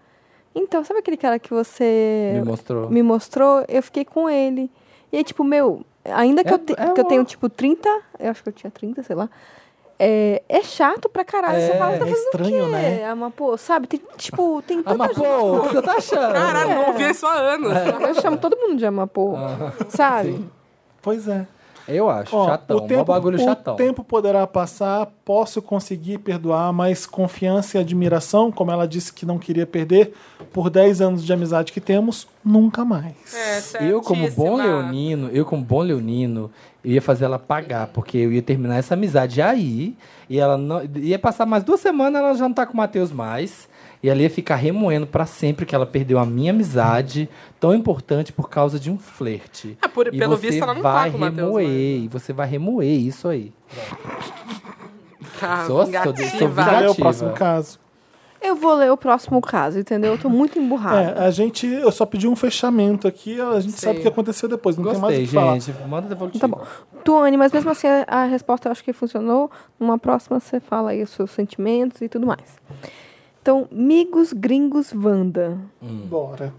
S4: então, sabe aquele cara que você
S3: É.
S2: Me mostrou.
S4: me mostrou, eu fiquei com ele. E aí, tipo, meu, ainda que,
S2: É-
S4: eu, te-
S2: é
S4: que eu
S2: o-
S4: tenho, tipo, 30, eu acho que eu tinha 30, sei lá. É, é chato pra caralho.
S2: É,
S4: você fala,
S2: é
S4: tá fazendo
S2: estranho,
S4: o quê?
S2: né?
S4: Ama, pô, sabe? Tem, tipo, tem
S2: Ah,
S4: tanta
S2: mas pô, o que você tá achando?
S3: Caralho, não
S4: É.
S3: ouvi isso há anos.
S4: gente- Eu chamo todo mundo de Amapô,
S2: Ah,
S4: sabe?
S1: Pois é.
S2: Eu acho,
S1: Ó,
S2: chatão.
S1: o tempo,
S2: Mó bagulho
S1: o
S2: chatão.
S1: tempo poderá passar, posso conseguir perdoar, mas confiança e admiração, como ela disse que não queria perder, por 10 anos de amizade que temos, nunca mais.
S2: É.
S4: É,
S2: Eu, como bom
S3: É, certíssima.
S2: leonino, eu, como bom leonino, eu ia fazer ela pagar, porque eu ia terminar essa amizade aí, e ela não. Ia passar mais duas semanas, ela já não tá com o Matheus mais. E ela ia ficar remoendo pra sempre que ela perdeu a minha amizade, tão importante por causa de um flerte.
S3: Ah, por-
S2: E
S3: pelo
S2: você
S3: visto, ela não tá
S2: vai
S3: com o Matheus né?
S2: remoer, E você vai remoer isso aí.
S3: Tá,
S2: Sou- sou-
S3: vingativa.
S2: sou vingativa.
S1: Qual é o
S2: Negativa.
S1: próximo caso?
S4: Eu vou ler o próximo caso, entendeu? Eu tô muito emburrada.
S1: É, a gente, eu só pedi um fechamento aqui, a gente sabe o que aconteceu depois, não tem mais o
S2: Gostei,
S1: que falar.
S2: gente. Manda devolutivo.
S4: Tá
S3: Então
S4: bom. Tuane, mas mesmo assim a- a resposta eu acho que funcionou. Numa próxima você fala aí os seus sentimentos e tudo mais. Então, Migos Gringos Wanda.
S2: Hum.
S1: Bora.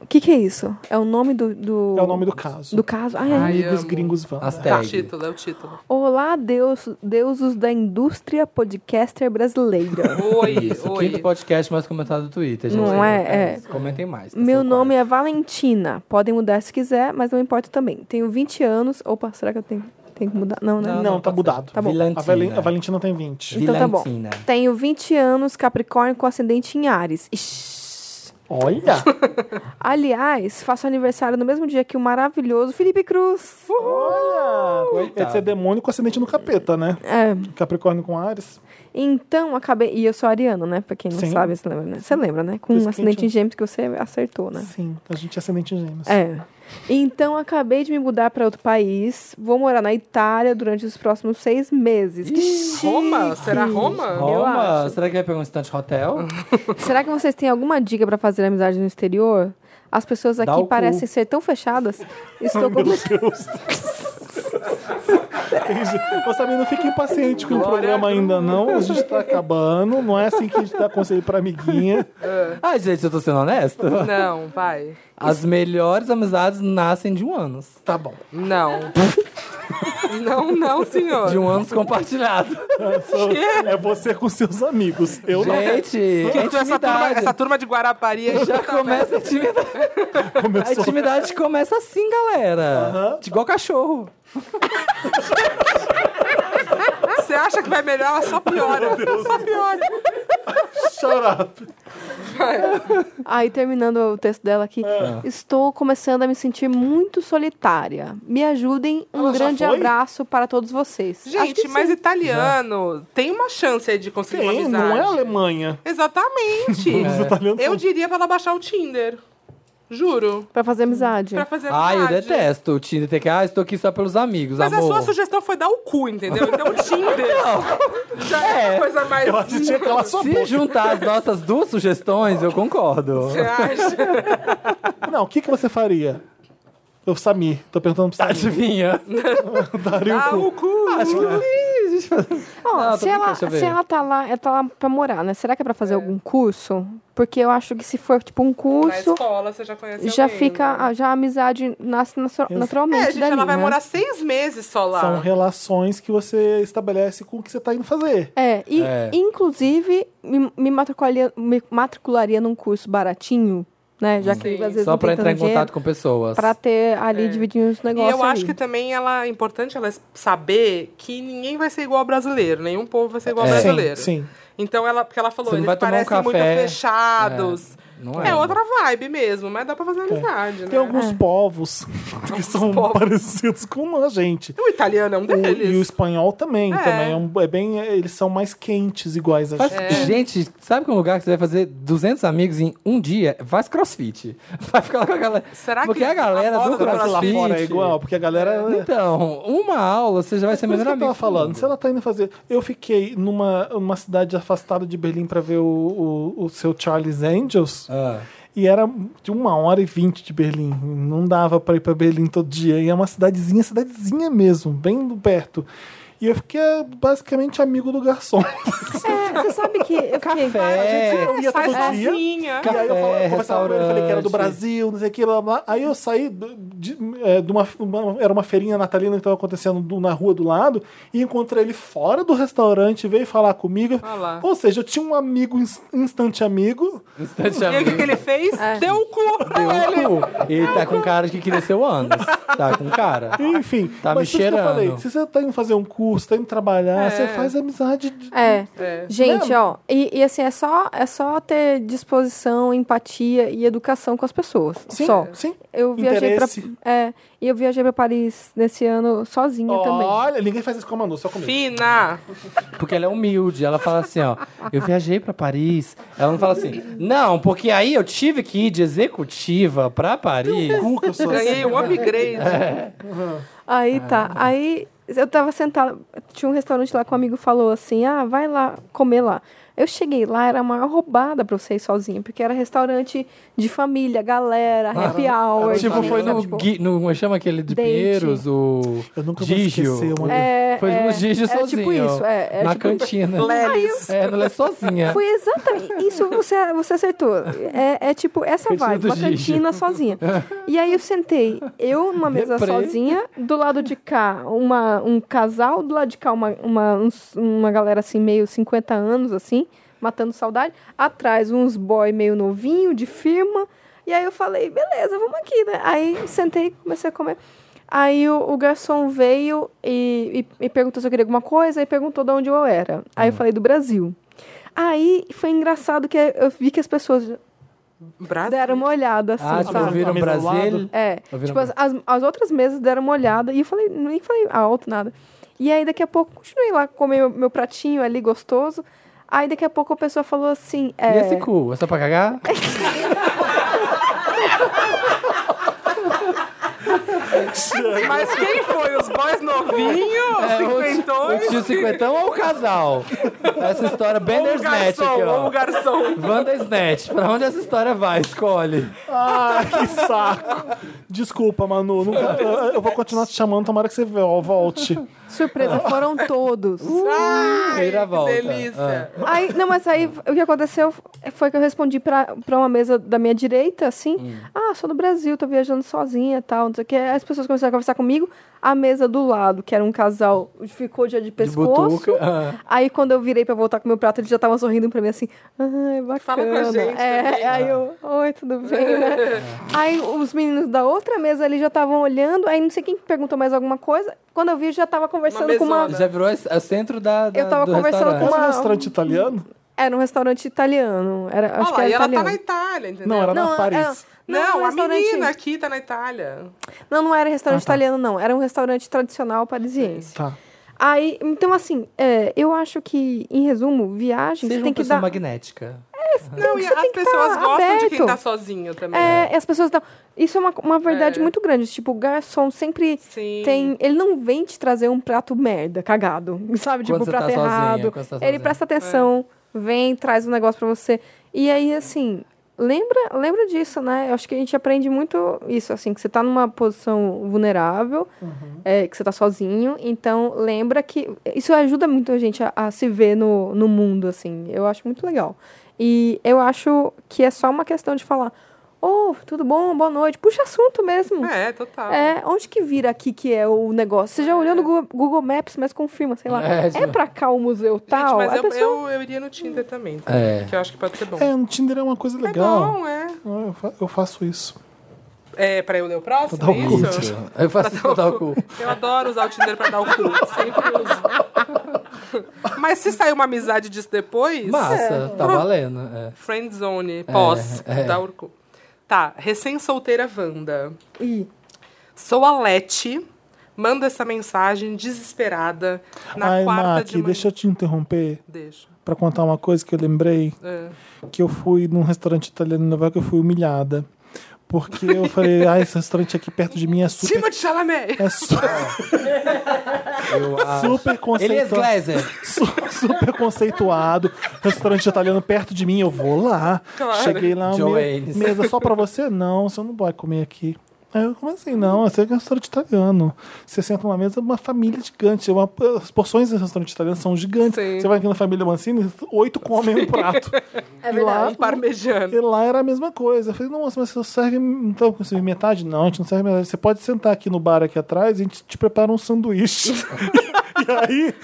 S4: O que, que é isso? É o nome do, do.
S1: É o nome do caso.
S4: do caso? Ai, ai.
S1: Amigos
S3: amo.
S1: gringos vão.
S2: As
S3: Tá, o
S2: tags.
S3: título, é o título.
S4: Olá, deus, deuses da indústria podcaster brasileira.
S3: Oi,
S2: Isso,
S3: oi.
S2: quinto podcast mais comentado do Twitter, gente.
S4: Não é? É.
S2: Comentem mais. tá
S4: Meu
S2: seu
S4: nome é Valentina. Podem mudar se quiser, mas não importa também. Tenho 20 anos. Opa, será que eu tenho, tenho que mudar? Não, né?
S1: Não,
S2: não,
S1: tá
S2: pode
S1: mudado.
S2: ser. Tá bom.
S1: A, Valen-
S2: Vilantina.
S1: a Valentina tem 20.
S4: Então tá bom.
S2: Vilantina.
S4: Tenho 20 anos, Capricórnio com ascendente em Ares. Ixi.
S1: Olha!
S4: Aliás, faço aniversário no mesmo dia que o maravilhoso Felipe Cruz.
S1: Olha!
S2: Coitado.
S1: É de ser demônio com ascendente no capeta, né?
S4: É,
S1: Capricórnio com Ares.
S4: então acabei. E eu sou ariano, né? Pra quem não
S1: Sim.
S4: sabe, você lembra, né? Você lembra, né? Com
S1: Por isso que
S4: um
S1: a
S4: acidente
S1: gente-
S4: em gêmeos que você acertou, né?
S1: Sim, a gente é ascendente em gêmeos.
S4: É. Então acabei de me mudar pra outro país. Vou morar na Itália durante os próximos seis meses. Que chique!
S3: Roma? Será Roma?
S4: Eu
S2: Roma,
S4: acho.
S2: será que vai pegar um instante hotel?
S4: Será que vocês têm alguma dica pra fazer amizade no exterior? As pessoas
S2: Dá
S4: aqui
S2: o cu.
S4: parecem ser tão fechadas. Estou com...
S1: Ô, Sabino, não fique impaciente com o programa ainda, não. A gente tá acabando. Não é assim que a gente dá conselho pra amiguinha.
S2: Ai, Ah, gente, eu tô sendo honesto.
S3: Não, vai.
S2: As melhores amizades nascem de um ânus.
S1: Tá bom.
S3: Não. não, não, senhor.
S2: De um ânus compartilhado.
S1: É você com seus amigos. Eu
S2: gente, que
S3: Gente, essa turma,
S2: intimidade.
S3: essa turma de Guarapari aí tá
S2: Já começa a intimidade.
S1: não.
S2: A
S1: Começou.
S2: intimidade começa assim, galera. De Igual cachorro.
S3: Você acha que vai melhorar, ela só piora. Só piora.
S1: Shut up.
S4: Aí, terminando o texto dela aqui.
S1: Ah.
S4: Estou começando a me sentir muito solitária. Me ajudem. Um
S1: Ela já
S4: grande
S1: foi?
S4: abraço para todos vocês. Acho
S3: Gente,
S4: que
S3: mas
S4: sim.
S3: italiano tem uma chance aí de conseguir uma
S1: Tem,
S3: amizade.
S1: não é Alemanha.
S3: Exatamente.
S1: italianos
S3: Eu diria pra ela baixar o Tinder. Juro.
S4: Pra fazer amizade.
S3: Pra fazer
S2: Ai, Ah, eu
S3: amizade.
S2: detesto o Tinder ter que... Ah, estou aqui só pelos amigos,
S3: Mas é
S2: amor.
S3: a sua sugestão foi dar o cu, entendeu? Então o Tinder já é, uma coisa mais...
S1: Eu acho que tinha que calar sua
S2: Se
S1: boca.
S2: juntar as nossas duas sugestões, eu concordo.
S3: Você
S1: Tipo,
S3: acha?
S1: Não, o que, que você faria? Eu, Samir, tô perguntando
S2: Tá
S1: pro Samir.
S2: Adivinha?
S1: Daria o
S3: Ah,
S1: cu.
S3: o cu.
S2: Acho que sim. gente faz-
S4: Ó,
S2: Não, tô
S4: se, ela,
S2: brincando, deixa eu ver.
S4: se ela tá lá, ela tá lá pra morar, né? Será que é pra fazer algum curso? Porque eu acho que se for, tipo, um
S3: Na
S4: curso,
S3: escola, você já conhece
S4: já
S3: alguém,
S4: fica.
S3: né?
S4: ah, Já a amizade nasce natu- naturalmente.
S3: É, gente,
S4: dali,
S3: ela vai
S4: né?
S3: morar seis meses só
S4: um
S3: lá.
S1: São relações que você estabelece com o que você tá indo fazer.
S4: É, e
S2: É.
S4: inclusive me, me matricularia, me matricularia num curso baratinho, né? Já que
S3: Sim.
S4: às vezes
S2: Só
S4: não
S2: pra
S4: tem
S2: entrar em
S4: tanto dinheiro,
S2: contato com pessoas.
S4: Pra ter ali,
S3: É.
S4: dividindo os
S3: E
S4: negócios.
S3: eu acho
S4: ali.
S3: que também ela, é importante ela saber que ninguém vai ser igual ao brasileiro, nenhum povo vai ser igual ao
S2: É.
S3: brasileiro.
S1: Sim, sim.
S3: Então ela, porque ela falou,
S2: Você não
S3: eles
S2: vai tomar um
S3: parecem muito
S2: café.
S3: fechados.
S2: Não é?
S3: É outra vibe mesmo, mas dá pra fazer amizade, né?
S1: Tem alguns povos que são
S3: povos.
S1: parecidos com a gente.
S3: O italiano é um
S1: O- e o
S3: deles.
S1: espanhol também,
S3: É.
S1: também é, um- é bem, é, eles são mais quentes iguais a
S2: Faz-
S1: gente.
S2: Gente, sabe que é um lugar que você vai fazer 200 amigos em um dia? Faz crossfit. Vai ficar lá com a galera.
S3: Será que
S2: Porque a galera
S3: a
S2: do
S3: moda
S1: Será que lá
S2: crossfit...
S1: fora é igual, porque a galera é-
S2: Então, uma aula você já vai ser
S1: Por isso
S2: melhor
S1: que eu
S2: amigo.
S1: tava
S2: de
S1: falando,
S2: todo
S1: se ela tá indo fazer. Eu fiquei numa uma cidade afastada de Berlim pra ver o, o, o seu Charles Angels.
S2: mundo. Ah.
S1: E era de uma hora e vinte de Berlim. Não dava pra ir pra Berlim todo dia. E é uma cidadezinha, cidadezinha mesmo, bem do perto. E eu fiquei eh, basicamente amigo do garçom.
S4: É, você sabe que eu fiquei... É.
S2: Café,
S1: eu ia
S3: Faz
S1: todo dia.
S3: sozinha.
S1: E aí eu falava, eu conversava com ele, falei que era do
S2: restaurante.
S1: Brasil, não sei o que, blá, blá. Aí eu saí do- de, é, de uma, uma- Era uma feirinha natalina que estava acontecendo do- na rua do lado, e encontrei ele fora do restaurante, veio falar comigo.
S3: Ah lá.
S1: Ou seja, eu tinha um amigo, ins- instante amigo.
S2: Instante
S3: E aí o que, que
S2: amigo.
S3: ele fez? Deu o cu pra ele.
S2: Deu o cu. Ele tá com cara de que queria ser o Anos. Tá com cara.
S1: Enfim,
S2: Tá
S1: mas por isso
S2: me
S1: que eu
S2: cheirando. É.
S1: falei, se você tá indo fazer um curso, tá indo trabalhar, você faz amizade de-
S4: É.
S3: É.
S4: Gente, ó, e, e assim, é só, é só ter disposição, empatia e educação com as pessoas.
S1: Sim,
S4: só.
S1: sim.
S4: Eu viajei pra,
S1: Interesse.
S4: é, e eu viajei pra Paris nesse ano sozinha também.
S1: Olha, ninguém faz isso com a Manu, só comigo.
S3: Fina.
S2: Porque ela é humilde. Ela fala assim, ó. Eu viajei pra Paris. Ela não fala assim. Não, porque aí eu tive que ir de executiva pra Paris.
S1: Cu que eu sou assim.
S3: Ganhei um
S2: É.
S3: upgrade.
S4: Aí tá.
S2: Ah.
S4: Aí eu tava sentada. Tinha um restaurante lá que um amigo falou assim: ah, vai lá comer lá. Eu cheguei lá, era a maior roubada pra você ir sozinha, porque era restaurante de família, galera, happy hour.
S2: Ah. Tipo,
S4: sabe?
S2: foi no,
S4: Tipo,
S2: Gui- no como é chama aquele de
S4: Date.
S2: Pinheiros, o
S1: Eu nunca vou
S2: Gigio.
S1: esquecer uma
S4: É,
S2: Foi
S4: é,
S2: no Gigio
S4: era
S2: sozinho.
S4: tipo isso, é, era
S2: na
S4: tipo isso.
S2: cantina.
S3: Lelis.
S2: É, não é sozinha.
S4: Foi exatamente isso você, você acertou. É, é tipo essa
S2: Cantina
S4: vibe,
S2: do
S4: uma
S2: Gigi.
S4: cantina sozinha. E aí eu sentei, eu numa mesa
S2: Deprê.
S4: sozinha, do lado de cá uma, um casal, do lado de cá uma, uma, uns- uma galera assim, meio 50 anos, assim, matando saudade. Atrás uns boy meio novinho, de firma. E aí eu falei, beleza, vamos aqui, né? Aí sentei, comecei a comer. Aí o, o garçom veio e, e- e perguntou se eu queria alguma coisa e perguntou de onde eu era.
S2: Hum.
S4: Aí eu falei do Brasil. Aí foi engraçado que eu vi que as pessoas
S3: Brasil.
S4: deram uma olhada assim,
S2: Ah, tipo,
S4: sabe?
S2: viram
S1: Mesa ao
S2: Brasil.
S1: lado.
S4: É,
S2: Ouviram
S4: tipo, as, as, as outras mesas deram uma olhada e eu falei, nem falei alto, nada. E aí daqui a pouco, continuei lá comer meu, meu pratinho ali gostoso. Aí daqui a pouco a pessoa falou assim, é,
S2: E esse cu? É só pra cagar?
S3: Mas quem foi? Os boys novinhos?
S2: É, o ti-
S3: cinquentões?
S2: O tio cinquentão ou o casal? Essa história,
S3: Ou o
S2: Bandersnatch
S3: garçom,
S2: aqui,
S3: ou o
S2: ó.
S3: garçom.
S2: Bandersnatch, pra onde essa história vai? Escolhe.
S1: Ah, que saco. Desculpa, Manu. nunca- eu, eu vou continuar te chamando, tomara que você vo- volte.
S4: surpresa, foram todos.
S2: Uh! Vira a
S3: Ah, Que
S2: volta.
S3: delícia.
S1: É.
S4: Aí, não, mas aí o que aconteceu foi que eu respondi pra, pra uma mesa da minha direita, assim,
S2: Hum.
S4: ah, sou do Brasil, tô viajando sozinha e tal, não sei o que. As pessoas começaram a conversar comigo, a mesa do lado, que era um casal, ficou de, de
S2: De
S4: pescoço.
S2: butuca. Ah.
S4: Aí quando eu virei pra voltar com meu prato, eles já estavam sorrindo pra mim assim, ai, bacana.
S3: Fala com a gente
S4: É,
S3: também. né?
S4: aí eu, oi, tudo bem, né? aí os meninos da outra mesa ali já estavam olhando, aí não sei quem que perguntou mais alguma coisa. Quando eu vi, já tava conversando com uma...
S3: mesona.
S2: Já virou es- é centro da, da
S4: Eu tava
S2: do
S4: conversando com
S1: É
S2: restaurante.
S1: um
S4: Uma-
S1: restaurante italiano?
S4: Era um restaurante italiano. Era, acho
S3: Olha
S4: que
S3: lá,
S4: era
S3: e ela tá
S4: italiano.
S3: na Itália, entendeu?
S2: tá
S1: Não, era na
S4: Não,
S1: Paris.
S4: é-
S3: Não,
S4: um
S3: a
S4: restaurante-
S3: menina aqui tá na Itália.
S4: Não, não era
S2: Ah,
S4: restaurante
S2: tá.
S4: italiano, não. Era um restaurante tradicional parisiense.
S1: Tá.
S4: Aí, então, assim, é, eu acho que, em resumo, viagem
S2: Seja
S4: você
S2: uma
S4: tem que
S2: pessoa
S4: dar. tipo,
S2: magnética.
S1: Ah.
S3: Não, e
S4: você
S3: as
S4: tem que
S3: pessoas
S4: tá
S3: gostam de quem
S4: aberto.
S3: tá sozinho também.
S4: É, e as pessoas dão. Isso é uma, uma verdade
S3: É.
S4: muito grande. Tipo, o garçom sempre
S3: Sim.
S4: tem. Ele não vem te trazer um prato merda, cagado. Sabe? Tipo,
S2: Quando
S4: um
S2: você
S4: prato
S2: tá sozinha,
S4: errado.
S2: quando você tá
S4: ele
S2: sozinha.
S4: presta atenção, vem, traz um negócio pra você. E aí, assim, lembra, lembra disso, né? Eu acho que a gente aprende muito isso, assim, que você tá numa posição vulnerável, é, que você tá sozinho. Então, lembra que. Isso ajuda muito a gente a, a se ver no, no mundo, assim. Eu acho muito legal. E eu acho que é só uma questão de falar. Oh, tudo bom? Boa noite. Puxa assunto mesmo.
S3: É, total.
S4: É, onde que vira aqui que é o negócio? Você já olhou no Google, Google Maps, mas confirma, sei lá.
S2: É,
S4: É,
S2: tipo-
S4: pra cá o museu
S3: Gente,
S4: tal?
S3: mas
S4: a
S3: eu,
S4: pessoa...
S3: eu, eu iria no Tinder também, tá?
S2: É.
S3: que eu acho que pode ser bom.
S1: É, no Tinder é uma coisa
S3: É
S1: legal. Ah,
S3: bom, é.
S1: Eu fa- Eu faço isso.
S3: É, pra eu ler o próximo,
S1: Pra dar
S3: é
S1: o cu.
S3: isso?
S2: Eu faço isso pra dar o cu.
S3: Eu adoro usar o Tinder pra dar o cu. Sempre uso. Mas se sair uma amizade disso depois.
S2: Massa, tá valendo. é.
S3: Friend Zone, pós, da Urku. Tá, recém-solteira Wanda.
S4: Ih,
S3: Sou a Leti. Manda essa mensagem desesperada na
S1: Ai,
S3: quarta
S1: Mac,
S3: de manhã.
S1: deixa eu te interromper
S3: Deixa.
S1: pra contar uma coisa que eu lembrei.
S3: É.
S1: que eu fui num restaurante italiano em Nova York, eu fui humilhada. Porque eu falei, ah, esse restaurante aqui perto de mim é super.
S3: Timothée Chalamet!
S1: É su- é
S2: Eu acho.
S1: super
S2: Elias
S1: conceituado.
S2: Glazer.
S1: su- super conceituado. Restaurante italiano perto de mim, eu vou lá.
S3: Claro.
S1: Cheguei lá, me-
S2: Joey's.
S1: mesa só pra você? Não, você não vai comer aqui. Aí eu, como assim? Não, esse é restaurante italiano. Você senta numa mesa, uma família gigante. Uma- eh, as porções do restaurante italiano são gigantes.
S3: Sim.
S1: Você vai aqui na família Mancini, oito comem um prato.
S4: é verdade.
S3: Parmejano.
S1: E lá era a mesma coisa. Eu falei, nossa, mas você serve. Então, você serve metade? Não, a gente não serve metade. Você pode sentar aqui no bar aqui atrás e a gente te prepara um sanduíche. e aí,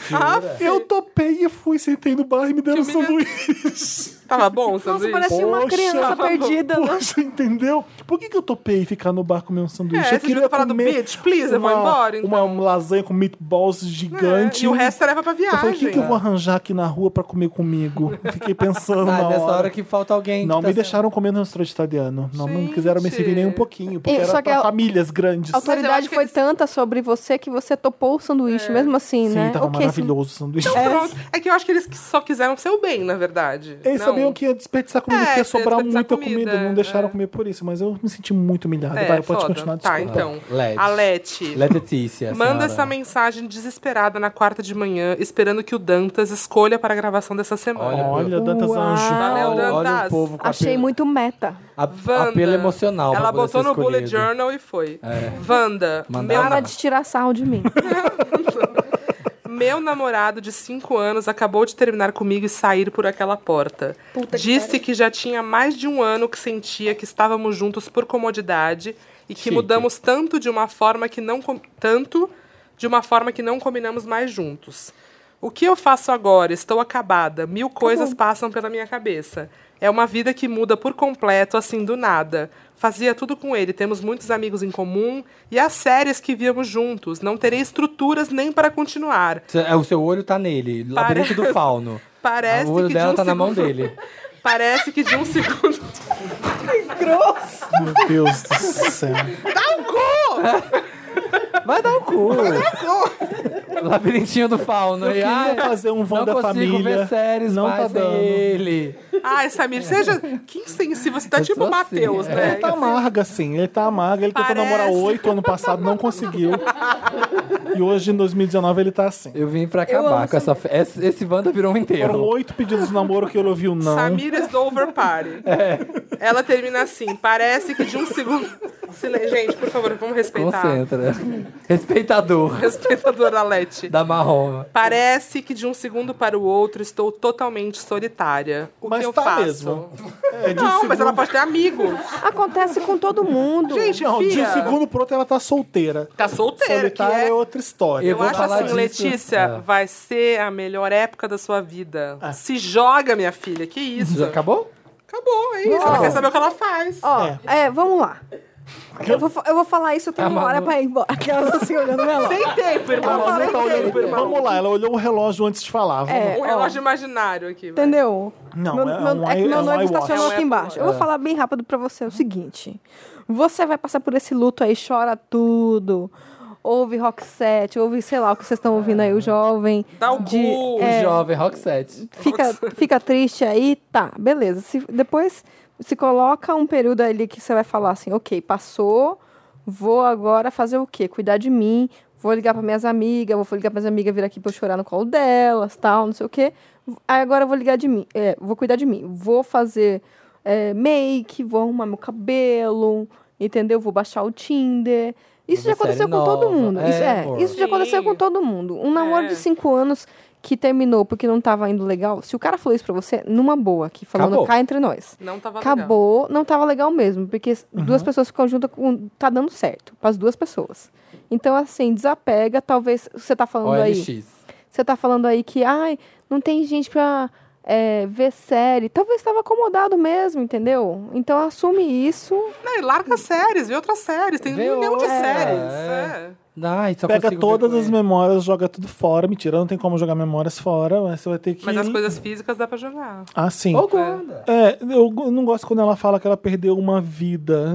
S1: eu topei e fui, sentei no bar e me deram um
S3: Que humilha-
S1: sanduíche.
S3: Tava bom,
S4: Nossa,
S3: sabe?
S4: parece uma
S1: Poxa.
S4: criança perdida.
S3: um
S4: né?
S1: Poxa, entendeu? Por que, que eu topei ficar no bar comer um sanduíche?
S3: É,
S1: eu
S3: você devia ter falado, "Bitch, please, eu vou embora, então." É,
S1: Uma um lasanha com meatballs gigante.
S3: E o resto você leva pra
S1: eu falei, o que,
S3: viagem.
S1: que eu vou arranjar aqui na rua pra comer comigo? Eu Fiquei pensando na
S2: Ah,
S1: hora.
S2: nessa hora que falta alguém.
S1: Não
S2: que tá
S1: me
S2: sendo-
S1: deixaram comer no restaurante italiano. Não, não
S3: Gente.
S1: quiseram me servir nem um pouquinho, porque
S4: E-
S1: era
S4: só que
S1: pra
S4: a-
S1: famílias grandes.
S3: eu
S4: A
S3: acho
S4: autoridade
S3: que É.
S4: foi
S3: eles-
S4: tanta sobre você que você topou o sanduíche, mesmo assim,
S1: Sim,
S4: né?
S1: tava
S4: Ok, sim.
S1: maravilhoso o sanduíche.
S3: Pronto. É que eu acho que eles só quiseram seu bem, na verdade.
S1: Eles
S3: Não.
S1: sabiam que ia desperdiçar comida,
S3: É,
S1: que ia
S3: que ia
S1: sobrar
S3: desperdiçar
S1: muita comida,
S3: comida,
S1: não deixaram
S3: é.
S1: comer por isso, mas eu me senti muito humilhada.
S3: É,
S1: Vai, Ah, pode
S3: foda.
S1: continuar, desculpa.
S3: Tá, então.
S2: Leti.
S3: A Leti.
S2: Letícia. a
S3: Manda
S2: senhora.
S3: essa mensagem desesperada na quarta de manhã, esperando que o Dantas escolha para a gravação dessa semana.
S2: Olha,
S1: Olha, Dantas
S4: Uau.
S1: Anjo.
S3: Valeu,
S2: Olha, olha
S3: né, Dantas.
S2: o povo com
S4: Achei
S2: apelo,
S4: muito meta.
S2: a-
S3: Wanda,
S2: apelo emocional. pra
S3: Ela
S2: poder
S3: botou
S2: ser
S3: no bullet
S2: escolhido.
S3: journal e foi. Wanda,
S2: É. Mandar
S3: meu,
S2: uma-
S4: Para de tirar sarro de mim.
S3: meu namorado de 5 anos acabou de terminar comigo e sair por aquela porta.
S4: Puta que
S3: Disse que,
S4: pariu.
S3: já tinha mais de um ano que sentia que estávamos juntos por comodidade e que
S2: Chique.
S3: mudamos tanto de uma forma que não com- tanto de uma forma que não combinamos mais juntos. O que eu faço agora? Estou acabada. Mil coisas passam pela minha cabeça. É uma vida que muda por completo, assim, do nada. Fazia tudo com ele, temos muitos amigos em comum e as séries que víamos juntos. Não terei estruturas nem para continuar.
S2: É, O seu olho tá nele. Labirinto do fauno.
S3: Parece
S2: o olho
S3: que
S2: dela
S3: de um
S2: tá na mão
S3: segundo-
S2: dele.
S3: Parece que de um segundo.
S1: Meu Deus do céu.
S2: Vai dar o cu. Labirintinho do fauno.
S1: Eu
S2: E,
S1: queria
S2: ai,
S1: fazer um Wanda
S2: não consigo
S1: Família.
S2: ver séries
S1: Não
S2: mais
S1: tá
S2: sem
S1: dando.
S2: ele.
S3: Ai, Samir, seja. Que insensível. Você tá
S2: É. Eu
S3: tipo
S2: sou
S3: o Matheus,
S2: assim,
S1: Ele
S3: né?
S1: tá amarga, sim. Ele tá amarga. Ele tentou
S3: Parece.
S1: namorar oito ano passado, não conseguiu. E hoje, em 2019, ele tá assim.
S2: Eu vim pra acabar com essa... fe- Esse, esse Wanda virou um
S1: Foram
S2: enterro.
S1: oito pedidos de namoro que ele ouviu não.
S3: Samir is over party.
S2: É.
S3: Ela termina assim. Parece que de um segundo. Silen- Gente, por favor, vamos respeitar.
S2: Concentra. Respeitador
S3: Respeitador da Leti.
S2: da marrom.
S3: Parece que de um segundo para o outro estou totalmente solitária. O
S1: Mas
S3: que eu
S1: tá
S3: faço?
S1: mesmo. É, de um
S3: Não, mas
S1: segundo-
S3: ela pode ter amigos.
S4: Acontece com todo mundo.
S3: Gente,
S1: Não, de um
S3: fia,
S1: segundo pro outro ela tá solteira.
S3: tá solteira, que
S1: Solitária é...
S3: é
S1: outra história.
S2: Eu
S3: Eu
S2: vou
S3: acho
S2: falar
S3: assim,
S2: disso.
S3: Letícia,
S2: É.
S3: vai ser a melhor época da sua vida. Se joga, minha filha, que isso.
S2: Já acabou?
S3: Acabou, é isso. Ela quer saber o que ela faz.
S4: Ó, é, vamos lá. Eu vou, fa- eu vou falar isso, eu tenho
S2: A
S4: uma
S2: Manu-
S4: hora pra ir embora. Aquela tá assim olhando ela.
S3: Sem tempo, irmão.
S1: Ela
S3: Sem
S1: não tá olhando-
S3: tempo, irmão.
S1: Vamos lá, ela olhou o relógio antes de falar. vamos
S4: É,
S1: lá.
S3: Um
S4: ó,
S3: relógio imaginário aqui. vai.
S4: Entendeu?
S1: Não,
S4: meu,
S1: é
S4: meu-
S1: um
S4: é que
S1: i- é
S4: meu
S1: um
S4: noivo
S1: iWatch.
S4: estacionou
S3: É um
S4: aqui embaixo. Eu vou
S2: É.
S4: falar bem rápido pra você é o seguinte: você vai passar por esse luto aí, chora tudo. Ouve rock set, ouve, sei lá, o que vocês estão ouvindo
S1: É.
S4: aí, o jovem.
S3: Dá o
S4: de-
S3: cu.
S2: O
S4: é,
S2: jovem Rock 7.
S4: fica, fica triste aí, tá, beleza. Se, depois se coloca um período ali que você vai falar assim, ok, passou, vou agora fazer o quê? Cuidar de mim, vou ligar para minhas amigas, vou ligar para minhas amigas vir aqui pra eu chorar no colo delas, tal, não sei o quê. Aí agora eu vou ligar de mim, é, vou cuidar de mim, vou fazer é, make, vou arrumar meu cabelo, entendeu? Vou baixar o Tinder. Isso
S2: Vou
S4: já
S2: ver série
S4: aconteceu com todo
S2: nova.
S4: mundo.
S2: É,
S4: Isso, é,
S2: amor.
S4: isso já aconteceu
S3: Sim.
S4: com todo mundo. Um namoro
S3: É.
S4: de cinco anos que terminou porque não tava indo legal, se o cara falou isso pra você, numa boa, que falando
S2: Acabou.
S4: cá entre nós.
S3: Não tá tava legal.
S4: Acabou, não tava legal mesmo, porque s- duas pessoas ficam juntas com. Tá dando certo, pras duas pessoas. Então, assim, desapega, talvez. Você tá falando aí.
S2: OLX.
S4: Você tá falando aí que, ai, não tem gente pra é, ver série. Talvez tava acomodado mesmo, entendeu? Então assume isso.
S3: Não, e larga as séries, vê outras séries. Tem um
S2: Vê
S3: milhão de
S2: outra,
S3: séries.
S2: é.
S3: é.
S2: Ai, só
S1: Pega
S2: consigo
S1: todas as
S2: vergonha.
S1: memórias, joga tudo fora. Mentira, não tem como jogar memórias fora, mas você vai ter que.
S3: Mas as coisas físicas dá pra jogar.
S1: Ah, sim.
S2: Ou guarda.
S1: É, eu go- não gosto quando ela fala que ela perdeu uma vida.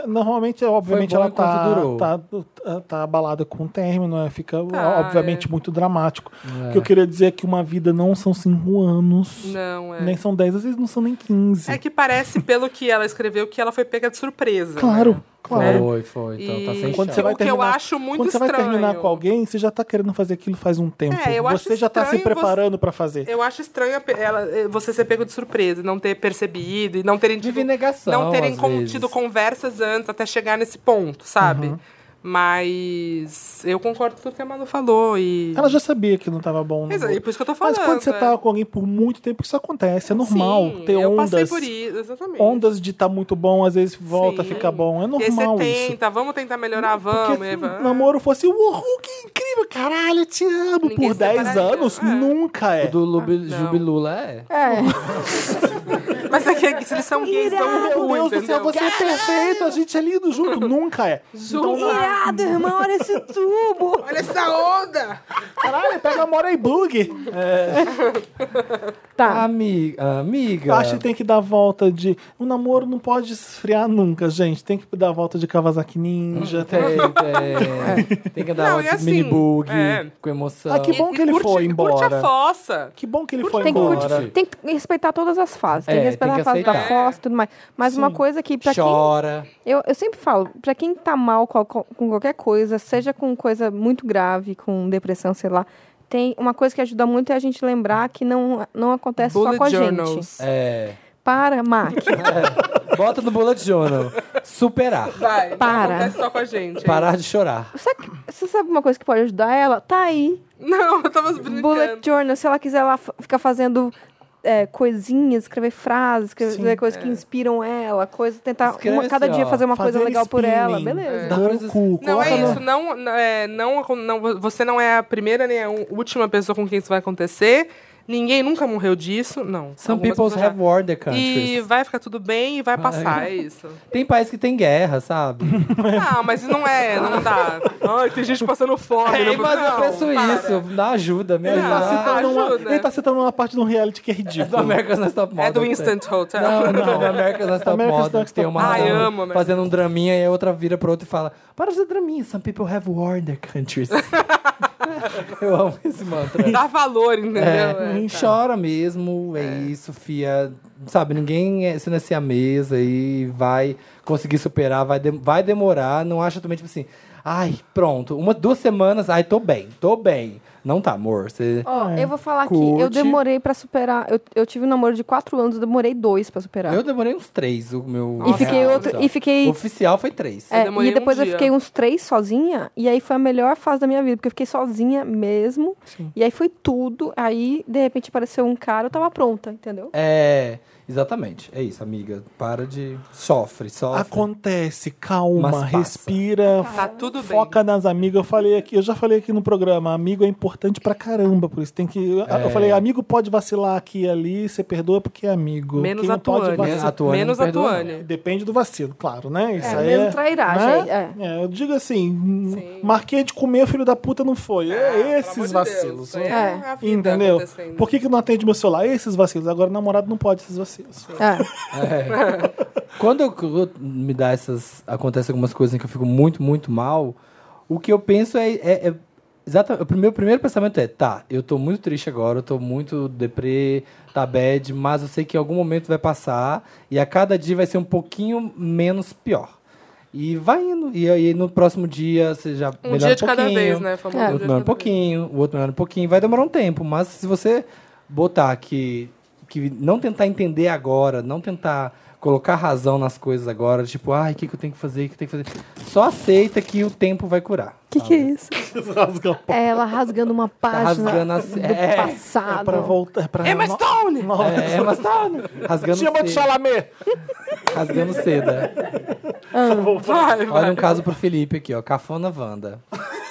S1: É, é, Normalmente, obviamente,
S2: bom
S1: ela
S2: enquanto
S1: tá,
S2: durou.
S1: tá, tá- tá abalada com o término, é, fica
S3: Tá,
S1: obviamente muito dramático.
S2: É.
S1: O que eu queria dizer é que uma vida não são cinco anos,
S3: Não, é.
S1: nem são dez, às vezes não são nem quinze.
S3: É que parece, pelo que ela escreveu, que ela foi pega de surpresa. né?
S1: Claro, claro.
S2: Foi, foi. Então tá sem
S3: E
S1: Quando
S2: chão.
S1: você vai
S3: o que eu
S1: terminar-
S3: acho muito
S1: Quando você vai
S3: estranho.
S1: terminar com alguém, você já tá querendo fazer aquilo faz um tempo.
S3: É, eu acho
S1: você já tá se
S3: estranho você-
S1: preparando pra fazer.
S3: Eu acho estranho a pe- ela- eh, você ser pego de surpresa, e não ter percebido e não terem
S2: De
S3: tido,
S2: negação,
S3: não terem
S2: às
S3: con-
S2: vezes.
S3: tido conversas antes até chegar nesse ponto, sabe?
S1: Uhum.
S3: Mas eu concordo com tudo que a Manu falou e
S1: Ela já sabia que não tava bom.
S3: Mas é por isso que eu tô falando.
S1: Mas quando você
S3: é.
S1: tá com alguém por muito tempo, isso acontece. É normal
S3: Sim,
S1: ter
S3: eu passei
S1: ondas.
S3: por isso, exatamente.
S1: Ondas de tá muito bom, às vezes volta a
S3: Sim.
S1: ficar bom. É
S3: e aí
S1: normal
S3: você
S1: isso.
S3: tenta, vamos tentar melhorar, vamos.
S1: Porque
S3: e aí vai-
S1: se namoro fosse, uou, que incrível, caralho, eu te amo.
S3: Ninguém
S1: por
S3: se
S1: 10
S3: separaria,
S1: anos,
S3: é.
S1: nunca é.
S2: O do Lubi,
S3: Ah, não.
S2: Jubilula é.
S4: É.
S3: Mas é que se eles são gays,
S1: Ah,
S3: dão
S1: Meu
S3: ruim,
S1: Deus do céu,
S3: entendeu?
S1: você é perfeito, a gente é lindo junto. nunca é. Então,
S4: Irado, irmão, olha esse tubo.
S3: Olha essa onda!
S1: caralho, pega mora e bug.
S4: Tá.
S2: Amiga,
S1: Eu
S2: amiga.
S1: acho que tem que dar volta de. O namoro não pode esfriar nunca, gente. Tem que dar volta de Kawasaki Ninja.
S2: Tem,
S1: tem-
S2: tem. Tem que
S3: Não,
S2: andar
S3: e
S2: de
S3: assim,
S2: mini bug,
S3: é.
S2: com emoção.
S1: Ah, que bom que ele
S3: curte,
S1: foi
S3: Curte
S1: embora.
S3: a fossa.
S1: Que bom que ele foi
S4: Tem que,
S1: embora.
S4: curtir, tem que respeitar todas as fases. Tem
S2: É,
S4: que respeitar
S2: tem que
S4: a fase da
S2: aceitar.
S4: fossa e tudo mais. Mas uma coisa que, pra quem
S2: Chora.
S4: Eu, eu sempre falo, pra quem tá mal com, com- com qualquer coisa, seja com coisa muito grave, com depressão, sei lá, tem uma coisa que ajuda muito é a gente lembrar que não, não acontece só com a gente.
S2: É.
S4: Para, Mac.
S2: Bota no bullet journal. Superar.
S3: Vai, não
S4: Para.
S3: acontece só com a gente. hein?
S2: Parar de chorar.
S4: Sabe que- Você sabe uma coisa que pode ajudar ela? Tá aí.
S3: Não, eu tava brincando.
S4: Bullet Journal, se ela quiser lá f- ficar fazendo é, coisinhas, escrever frases, escrever coisas que inspiram ela, coisas, tentar
S2: é. Escreve
S4: uma, cada
S2: assim,
S4: dia
S2: ó,
S4: fazer uma
S1: Fazer
S4: coisa legal por ela,
S1: spinning,
S4: beleza.
S1: Dar o cu,
S3: Não,
S1: coloca
S3: é
S1: no-
S3: isso. Não, não, é, não, não- você não é a primeira nem a un- última pessoa com quem isso vai acontecer. Ninguém nunca morreu disso. Não.
S2: Some
S3: Algumas
S2: people
S3: pessoas já-
S2: have war their countries.
S3: E vai ficar tudo bem e vai passar, é isso.
S2: Tem país que tem guerra, sabe?
S3: Ah, mas não é, não dá. Ai, tem gente passando fome. né?
S2: Ei, mas eu
S3: Não,
S2: penso
S3: para.
S2: isso. Dá ajuda, me
S3: Ele tá
S2: ajuda. Ah,
S3: citando-
S1: Citando uma-
S3: ajuda.
S1: ele tá citando uma parte de um reality que é
S2: Do
S1: ridículo.
S2: America's Next Top Model.
S3: É do Instant Hotel.
S2: Não, não, do America's Next Top
S1: America's
S2: Model.
S1: Next
S2: Que tem
S1: Top
S2: uma
S3: Model.
S2: razão
S3: Ai, amo America's
S2: fazendo um draminha e a outra vira pra outra e fala Para de ser draminha, some people have war in their countries. Eu amo esse mantra.
S3: Dá valor, entendeu?
S2: É,
S3: É, tá.
S2: chora mesmo, é, isso, fia. Sabe, ninguém é, se nascer à mesa e vai conseguir superar, vai, de- vai demorar. Não acha também, tipo assim, ai, pronto, uma, duas semanas, ai, tô bem, tô bem. Não tá, amor. Você
S4: Ó, eu vou falar
S2: Curte.
S4: que eu demorei pra superar. Eu, eu tive um namoro de quatro anos, eu demorei dois pra superar.
S2: Eu demorei uns três, o meu.
S4: Tá. E fiquei
S2: real
S4: outro.
S2: oficial.
S4: E fiquei.
S2: Oficial foi três.
S4: é,
S3: demorei
S4: e
S3: um
S4: depois eu
S3: dia.
S4: fiquei uns três sozinha, e aí foi a melhor fase da minha vida, porque eu fiquei sozinha mesmo. E aí foi tudo. Aí, de repente, apareceu um cara, eu tava pronta, entendeu?
S2: É, exatamente. É isso, amiga. Para de. Sofre, sofre.
S1: Acontece, calma,
S2: Mas passa.
S1: respira,
S3: Tá tudo bem.
S1: foca nas amigas. Eu falei aqui, eu já falei aqui no programa, amigo é importante pra caramba, por isso tem que. eu-
S2: É.
S1: Eu falei, amigo pode vacilar aqui e ali, você perdoa porque é amigo.
S3: Menos
S1: Quem não pode
S3: atuante.
S1: vacilar.
S2: Atuane não
S3: Menos
S2: perdoa, não.
S3: atuane.
S1: Depende do vacilo, claro, né? Isso
S4: É,
S1: aí
S4: mesmo trairagem,
S1: né? É, eu digo assim, marquei de comer, filho da puta não foi.
S3: Ah,
S1: É, esses vacilos.
S3: É,
S4: É.
S3: a vida
S1: Entendeu?
S3: acontecendo.
S1: Por que, que não atende meu celular? Esses vacilos. Agora, namorado não pode esses vacilos.
S4: É.
S2: Quando eu, eu- me dá essas. Acontece algumas coisas em que eu fico muito, muito mal. O que eu penso é. é- é- exatamente, o meu primeiro pensamento é: tá, eu tô muito triste agora, eu tô muito deprê, tá bad, mas eu sei que em algum momento vai passar e a cada dia vai ser um pouquinho menos pior. E vai indo. E aí no próximo dia você já.
S3: Um
S2: melhora
S3: dia de cada
S2: pouquinho.
S3: vez, né? Famoso
S2: O outro
S3: dia de
S2: melhora um
S3: cada vez.
S2: pouquinho, o outro melhora um pouquinho. Vai demorar um tempo, mas se você botar que, que não tentar entender agora, não tentar colocar razão nas coisas agora, tipo, ai, o que, que eu tenho que fazer, o que eu tenho que fazer. Só aceita que o tempo vai curar.
S4: Que que é isso?
S1: Rasgam.
S4: É ela rasgando uma
S2: Tá
S4: página
S2: rasgando a...
S4: do
S2: É,
S3: Ah,
S1: É pra
S4: passado.
S1: voltar. É pra
S3: Emma
S1: no-
S3: Stone!
S1: no-
S2: é, mas tá, né? rasgando
S1: Chama de
S2: seda.
S1: Chalamet!
S2: Rasgando seda.
S3: Vai, vai.
S2: Olha um caso pro Felipe aqui, ó. Cafona Wanda.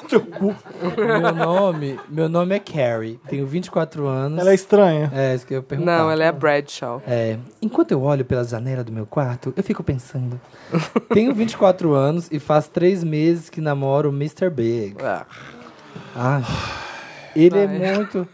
S1: Seu cu.
S2: Meu nome, meu nome é Carrie, tenho 24 anos.
S1: Ela é estranha.
S2: É, isso que eu ia perguntar.
S3: Não, ela é a Bradshaw.
S2: É, enquanto eu olho pela janela do meu quarto, eu fico pensando. Tenho 24 anos e faz três meses que namoro o Mr. Big.
S3: Ah,
S2: Ai, ele é
S3: Ai.
S2: muito.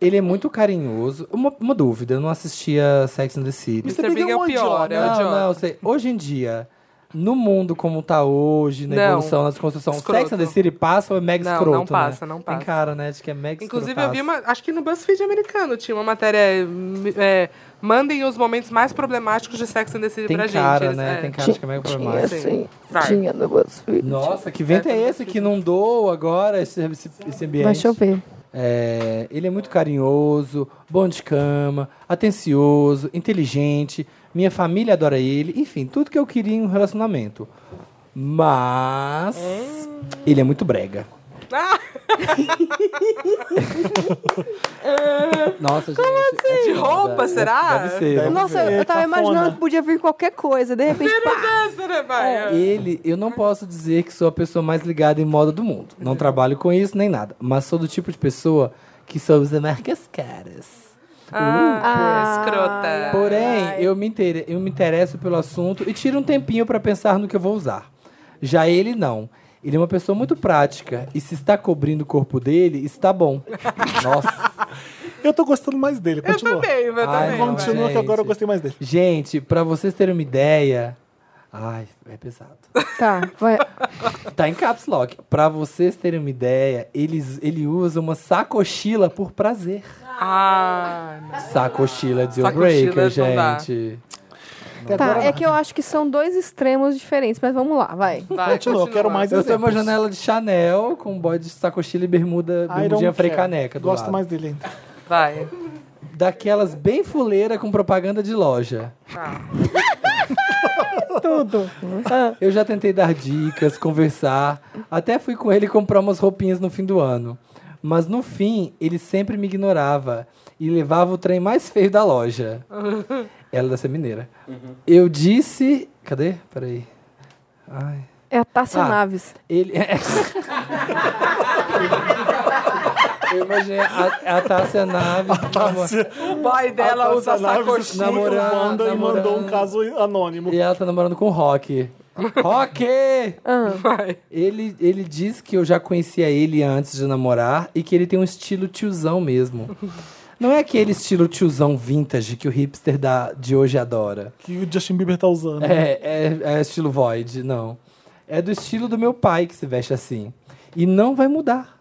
S2: Ele é muito carinhoso. Uma, uma dúvida, eu não assistia Sex and the City.
S3: Mr. Big é o pior, é o
S2: um não, não, eu
S3: idiota.
S2: sei. Hoje em dia, no mundo como tá hoje, na
S3: Não.
S2: evolução, na construção,
S3: Escroto.
S2: Sex and the City passa ou é mega
S3: Não,
S2: escroto,
S3: não passa,
S2: né?
S3: não
S2: Tem
S3: passa.
S2: cara, né, de que é mega
S3: Inclusive, eu
S2: escrotaço.
S3: vi uma. Acho que no BuzzFeed americano tinha uma matéria. é, é, mandem os momentos mais problemáticos de Sex and the City
S2: Tem
S3: pra
S2: cara,
S3: gente.
S2: né?
S3: é.
S2: Tem cara de que é mega problemático.
S3: sim.
S4: Tinha, assim,
S3: Vai.
S4: tinha no BuzzFeed.
S2: Nossa, que vento é esse que inundou agora esse, esse, esse ambiente?
S4: Vai chover.
S2: É, ele é muito carinhoso, bom de cama, atencioso, inteligente. Minha família adora ele. Enfim, tudo que eu queria em um relacionamento. Mas ele é muito brega.
S3: Ah.
S2: Nossa, gente. é
S3: De
S2: foda.
S3: assim? roupa,
S2: É-
S3: será?
S2: Deve ser.
S4: Nossa, eu, eu tava
S1: Cafona.
S4: imaginando que podia vir qualquer coisa. De repente, pá,
S3: Essa, né, vai? É.
S2: Ele, eu não posso dizer que sou a pessoa mais ligada em moda do mundo. Não trabalho com isso nem nada. Mas sou do tipo de pessoa que só usa marcas caras.
S3: Ah, escrota.
S2: Porém, eu me, intere- eu me interesso pelo assunto e tiro um tempinho pra pensar no que eu vou usar. Já ele não. Ele é uma pessoa muito prática e se está cobrindo o corpo dele, está bom. Nossa.
S1: Eu tô gostando mais dele.
S3: Eu
S1: Continua.
S3: também, eu
S2: Ai,
S3: também.
S2: não,
S3: vai.
S1: Continua que agora eu
S2: gente.
S1: gostei mais dele.
S2: Gente, pra vocês terem uma ideia, ai, é pesado.
S4: tá, vai.
S2: Tá em caps lock. Pra vocês terem uma ideia, ele, ele usa uma sacochila por prazer.
S3: Ah,
S2: Sacochila de
S3: Sacochila
S2: breaker,
S3: não dá.
S2: gente.
S4: Tá, é que eu acho que são dois extremos diferentes, mas vamos lá, vai.
S3: vai,
S1: Continua, eu quero mais
S2: Eu tenho uma
S1: exemplos.
S2: janela de Chanel com boy de sacochila e bermuda,
S1: I don't
S2: bermudinha freio
S1: care.
S2: caneca do
S1: Gosto
S2: lado.
S1: mais dele ainda.
S3: Vai.
S2: Daquelas bem fuleira com propaganda de loja.
S3: Ah.
S4: Hum?
S2: Tudo. Eu já tentei dar dicas, conversar, até fui com ele comprar umas roupinhas no fim do ano. Mas no fim, ele sempre me ignorava e levava o trem mais feio da loja. Ela deve ser mineira. Eu disse. Cadê? Peraí. Ai.
S4: É a Tássia
S2: Ah.
S4: Naves.
S2: Ele. Eu imaginei a, a Tássia Naves
S1: Tássia,
S3: O boy dela usa
S1: Naves
S3: sacochila.
S1: escuta
S2: namorando,
S1: o Wanda e
S2: namorando.
S1: mandou um caso anônimo.
S2: e ela tá namorando com o Rock. Rock!
S3: Vai.
S2: Ele, ele diz que eu já conhecia ele antes de namorar e que ele tem um estilo tiozão mesmo. Não é aquele estilo tiozão vintage que o hipster da, de hoje adora.
S1: Que o Justin Bieber tá usando.
S2: É, é, é estilo Void, não. É do estilo do meu pai que se veste assim. E não vai mudar.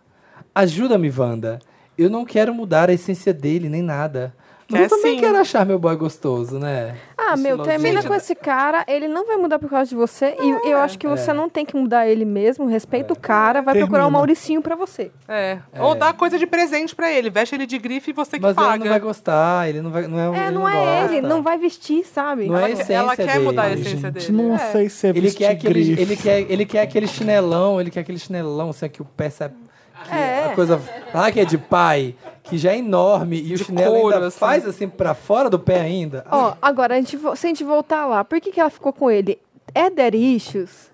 S2: Ajuda-me, Wanda. Eu não quero mudar a essência dele nem nada. Mas
S3: Quer
S4: É
S2: eu também
S4: assim.
S3: sim.
S2: quero achar meu boy gostoso, né?
S4: Ah, meu,
S2: Estilosinho.
S4: termina com esse cara, ele não vai mudar por causa de você. E eu acho que
S2: É.
S4: você não é. tem que mudar ele mesmo. Respeita o cara, vai procurar um
S1: Termina.
S4: Mauricinho pra você.
S3: É. Ou dá coisa de presente pra ele. Veste ele de grife e você que
S2: Mas ele não
S3: paga.
S2: vai gostar, ele não vai. Não é,
S4: É,
S2: ele
S4: não, é
S2: gosta.
S4: ele, não vai vestir, sabe?
S2: Não é a
S3: Ela
S2: essência
S3: quer
S2: dele.
S3: mudar a
S1: Ai,
S3: essência
S1: gente,
S3: é dele.
S1: não sei se é
S2: Ele
S1: vestir
S2: quer, aquele,
S1: grife.
S2: ele, quer, ele quer aquele chinelão, ele quer aquele chinelão, assim, que o pé sai. que
S4: É.
S2: A coisa. Ah, que é de pai, que já é enorme, e o chinelo
S3: couro,
S2: ainda
S3: assim.
S2: faz assim pra fora do pé ainda.
S4: Ó, agora, a gente, vo- se a gente voltar lá, por que, que ela ficou com ele? É der issues?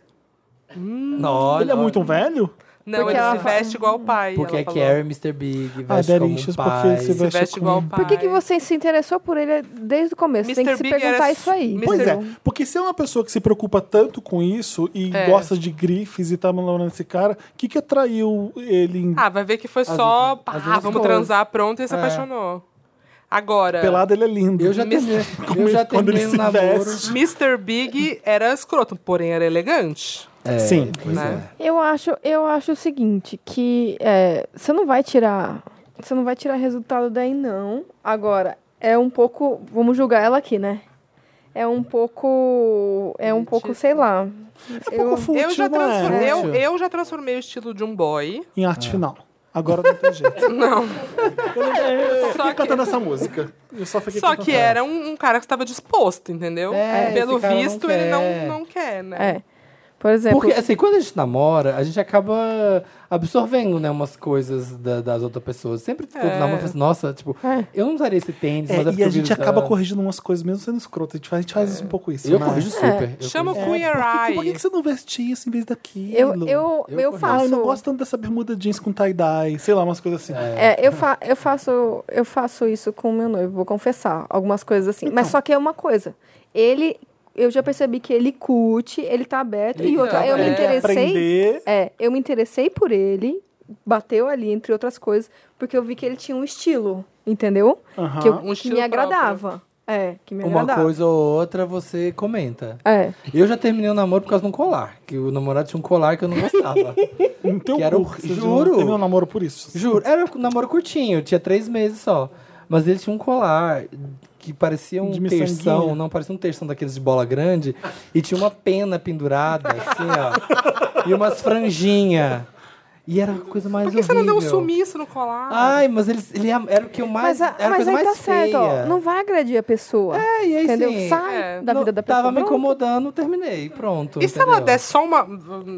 S2: Olha,
S1: Ele é muito um velho?
S3: Não,
S4: Porque
S3: ele
S4: ela
S3: se veste igual o pai.
S2: Porque
S3: ela
S2: é
S3: falou.
S2: Carrie, Mr. Big,
S1: Ah,
S2: veste como um
S1: Derinchas, porque
S2: pai.
S1: ele se
S3: Se
S1: veste,
S3: veste
S1: com...
S3: igual o pai.
S4: Por que, que você se interessou por ele desde o começo? tem que
S3: Mr.
S4: se
S3: Big
S4: perguntar
S3: era
S4: isso aí.
S3: Mr.
S1: Pois é,
S4: entendeu?
S1: porque se é uma pessoa que se preocupa tanto com isso e
S3: É.
S1: gosta de grifes e tá namorando esse cara, o que que atraiu ele em...
S3: Ah, vai ver que foi só. pá,
S2: duas
S3: vamos
S2: coisas.
S3: transar, pronto, e se apaixonou. Agora.
S1: Pelado ele é lindo.
S2: Eu já terminei, eu já
S1: Quando ele
S2: terminei um
S1: se
S2: namoro.
S1: veste.
S3: Mr. Big era escroto, porém era elegante.
S2: É,
S1: Sim.
S2: pois
S3: Né?
S4: Eu acho, eu acho o seguinte, que é, você não vai tirar, você não vai tirar resultado daí não. Agora é um pouco, vamos julgar ela aqui, né? É um pouco, é um pouco, sei lá.
S1: É um pouco fútil,
S3: eu, já
S1: não
S3: transformei,
S1: é?
S3: né? eu, eu já transformei o estilo de um boy.
S1: Em arte final. Agora não tem jeito.
S3: Não.
S1: Fiquei
S3: Só que,
S1: cantando essa música. Eu só fiquei
S3: só
S1: cantando.
S3: que era um, um cara que estava disposto, entendeu?
S2: É,
S3: Pelo
S2: esse cara não
S3: visto, ele não,
S2: quer.
S3: não quer, né?
S4: É. Por exemplo,
S2: Porque, assim, quando a gente namora, a gente acaba absorvendo, né, umas coisas da- das outras pessoas. Sempre quando namora, eu falo assim, nossa, tipo,
S4: É.
S2: eu não usaria esse tênis,
S1: É,
S2: mas é porque
S1: e a
S2: eu vi
S1: gente
S2: essa-
S1: acaba corrigindo umas coisas, mesmo sendo escroto. A gente faz, a gente faz um pouco isso.
S2: Eu
S1: mas-
S2: corrijo super.
S4: É,
S2: eu
S3: Chama o
S2: corrijo.
S3: É.
S1: É,
S3: Queer
S1: Por que, por que
S3: Eye.
S1: que você não veste isso em vez daquilo?
S4: eu, eu,
S2: Eu
S4: eu,
S2: corrijo.
S1: Ah,
S4: faço.
S1: eu não gosto tanto dessa bermuda jeans com tie-dye, sei lá, umas coisas assim.
S4: É, eu, fa eu, faço, eu faço isso com o meu noivo, vou confessar. Algumas coisas assim.
S2: Então.
S4: Mas só que é uma coisa. Ele. Eu já percebi que ele curte, ele tá aberto.
S2: Ele
S4: e outra,
S2: tá
S4: eu me
S2: aberto.
S4: interessei.
S1: Aprender.
S4: É, eu me interessei por ele, bateu ali, entre outras coisas, porque eu vi que ele tinha um estilo, entendeu?
S1: Aham.
S4: Que, eu-
S1: Um
S4: que
S3: estilo
S4: me agradava. É, que me
S2: Uma
S4: agradava.
S2: coisa ou outra você comenta.
S4: É.
S2: Eu já terminei o namoro por causa de um colar. Que o namorado tinha um colar que eu não gostava.
S1: Não tem um
S2: Quero-
S1: curso.
S2: Juro.
S1: Teve um namoro por isso.
S2: Juro, era um namoro curtinho, tinha três meses só. Mas ele tinha um colar que parecia um
S1: De miçanguinha.
S2: terção, não, parecia um terção daqueles de bola grande. E tinha uma pena pendurada, assim, ó. E umas franjinhas. E era a coisa mais
S3: Por que você não deu um
S2: horrível.
S3: sumiço no colar?
S1: Ah,
S2: Ai, mas ele, ele am- era o que eu mais.
S4: Mas, a-
S2: era a
S4: mas
S2: coisa
S4: aí
S2: mais
S4: tá
S2: feia.
S4: certo, ó. Não vai agredir a pessoa.
S2: É, e aí
S4: entendeu?
S2: sim.
S4: Sai
S3: É.
S4: da
S2: Não,
S4: vida da pessoa.
S2: Tava me
S4: pronto.
S2: incomodando, terminei. Pronto.
S3: E se ela
S2: entendeu?
S3: der só uma.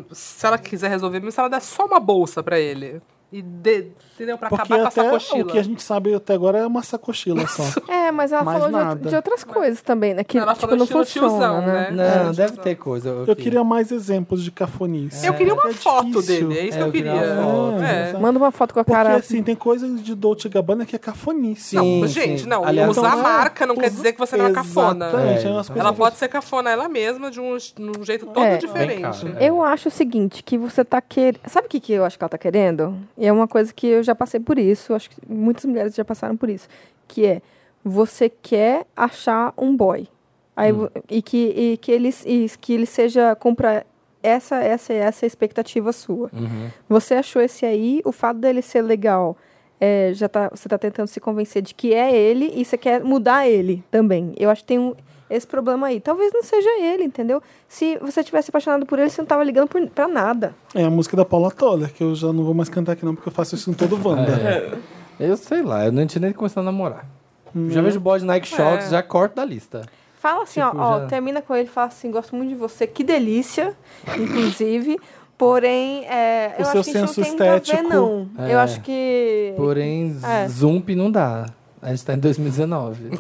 S3: Se ela quiser resolver, mesmo se ela der só uma bolsa pra ele. E dê- entendeu? Pra
S1: Porque
S3: acabar com a
S1: até o
S3: sacochila.
S1: que a gente sabe até agora é uma sacochila só.
S4: É, mas ela
S1: Mais
S4: falou de,
S1: nada.
S4: out- de outras coisas também, né? Que
S1: é
S3: Ela
S4: tipo,
S3: falou
S4: não
S3: estilo
S4: funciona,
S3: tiozão,
S4: né?
S3: né?
S2: Não,
S3: É,
S2: deve
S3: tipo,
S2: ter coisa.
S1: Eu queria mais exemplos de cafonice.
S3: Eu queria uma
S1: É
S3: foto
S1: difícil.
S3: dele, é
S2: É,
S3: isso que eu
S2: eu queria
S3: queria.
S2: uma foto.
S3: É.
S1: Exato.
S4: Manda uma foto com a
S1: Porque
S4: cara.
S1: assim, tem coisa de Dolce Gabbana que é cafonice.
S2: Sim,
S3: Não, gente,
S2: sim.
S3: não.
S2: Aliás,
S3: usar
S1: então, é,
S3: marca não quer
S1: usa-
S3: dizer que você não é cafona.
S1: Exatamente,
S2: É,
S1: é umas coisas
S3: Ela pode ser cafona ela mesma de um, de um jeito todo
S4: É.
S2: Bem
S3: diferente.
S2: caro, é.
S4: Eu acho o seguinte, que você tá querendo. Sabe o que, que eu acho que ela tá querendo? E é uma coisa que eu já passei por isso, acho que muitas mulheres já passaram por isso. Que é você quer achar um boy. Aí, vo- e, que, e que ele, e que ele seja compra essa, essa e essa expectativa sua.
S2: Uhum.
S4: Você achou esse aí, o fato dele ser legal, é, já tá, você tá tentando se convencer de que é ele e você quer mudar ele também. Eu acho que tem um, esse problema aí. Talvez não seja ele, entendeu? Se você tivesse apaixonado por ele, você não tava ligando por, pra nada.
S1: É a música da Paula Toller, que eu já não vou mais cantar aqui não, porque eu faço isso em todo
S3: É.
S1: Wanda.
S2: Eu sei lá, eu não tinha nem começado a namorar.
S1: É.
S2: Já vejo bode Nike Shocks, já corto da lista.
S4: Fala assim,
S2: Tipo,
S4: ó, ó,
S2: já-
S4: termina com ele, fala assim, gosto muito de você, que delícia, inclusive. Porém, é,
S1: O
S4: eu
S1: seu
S4: acho que isso
S1: senso
S4: não tem muito a ver,
S1: estético.
S4: não. Eu
S2: É.
S4: acho que.
S2: Porém, z-
S4: É.
S2: Zump não dá. A gente tá em 2019.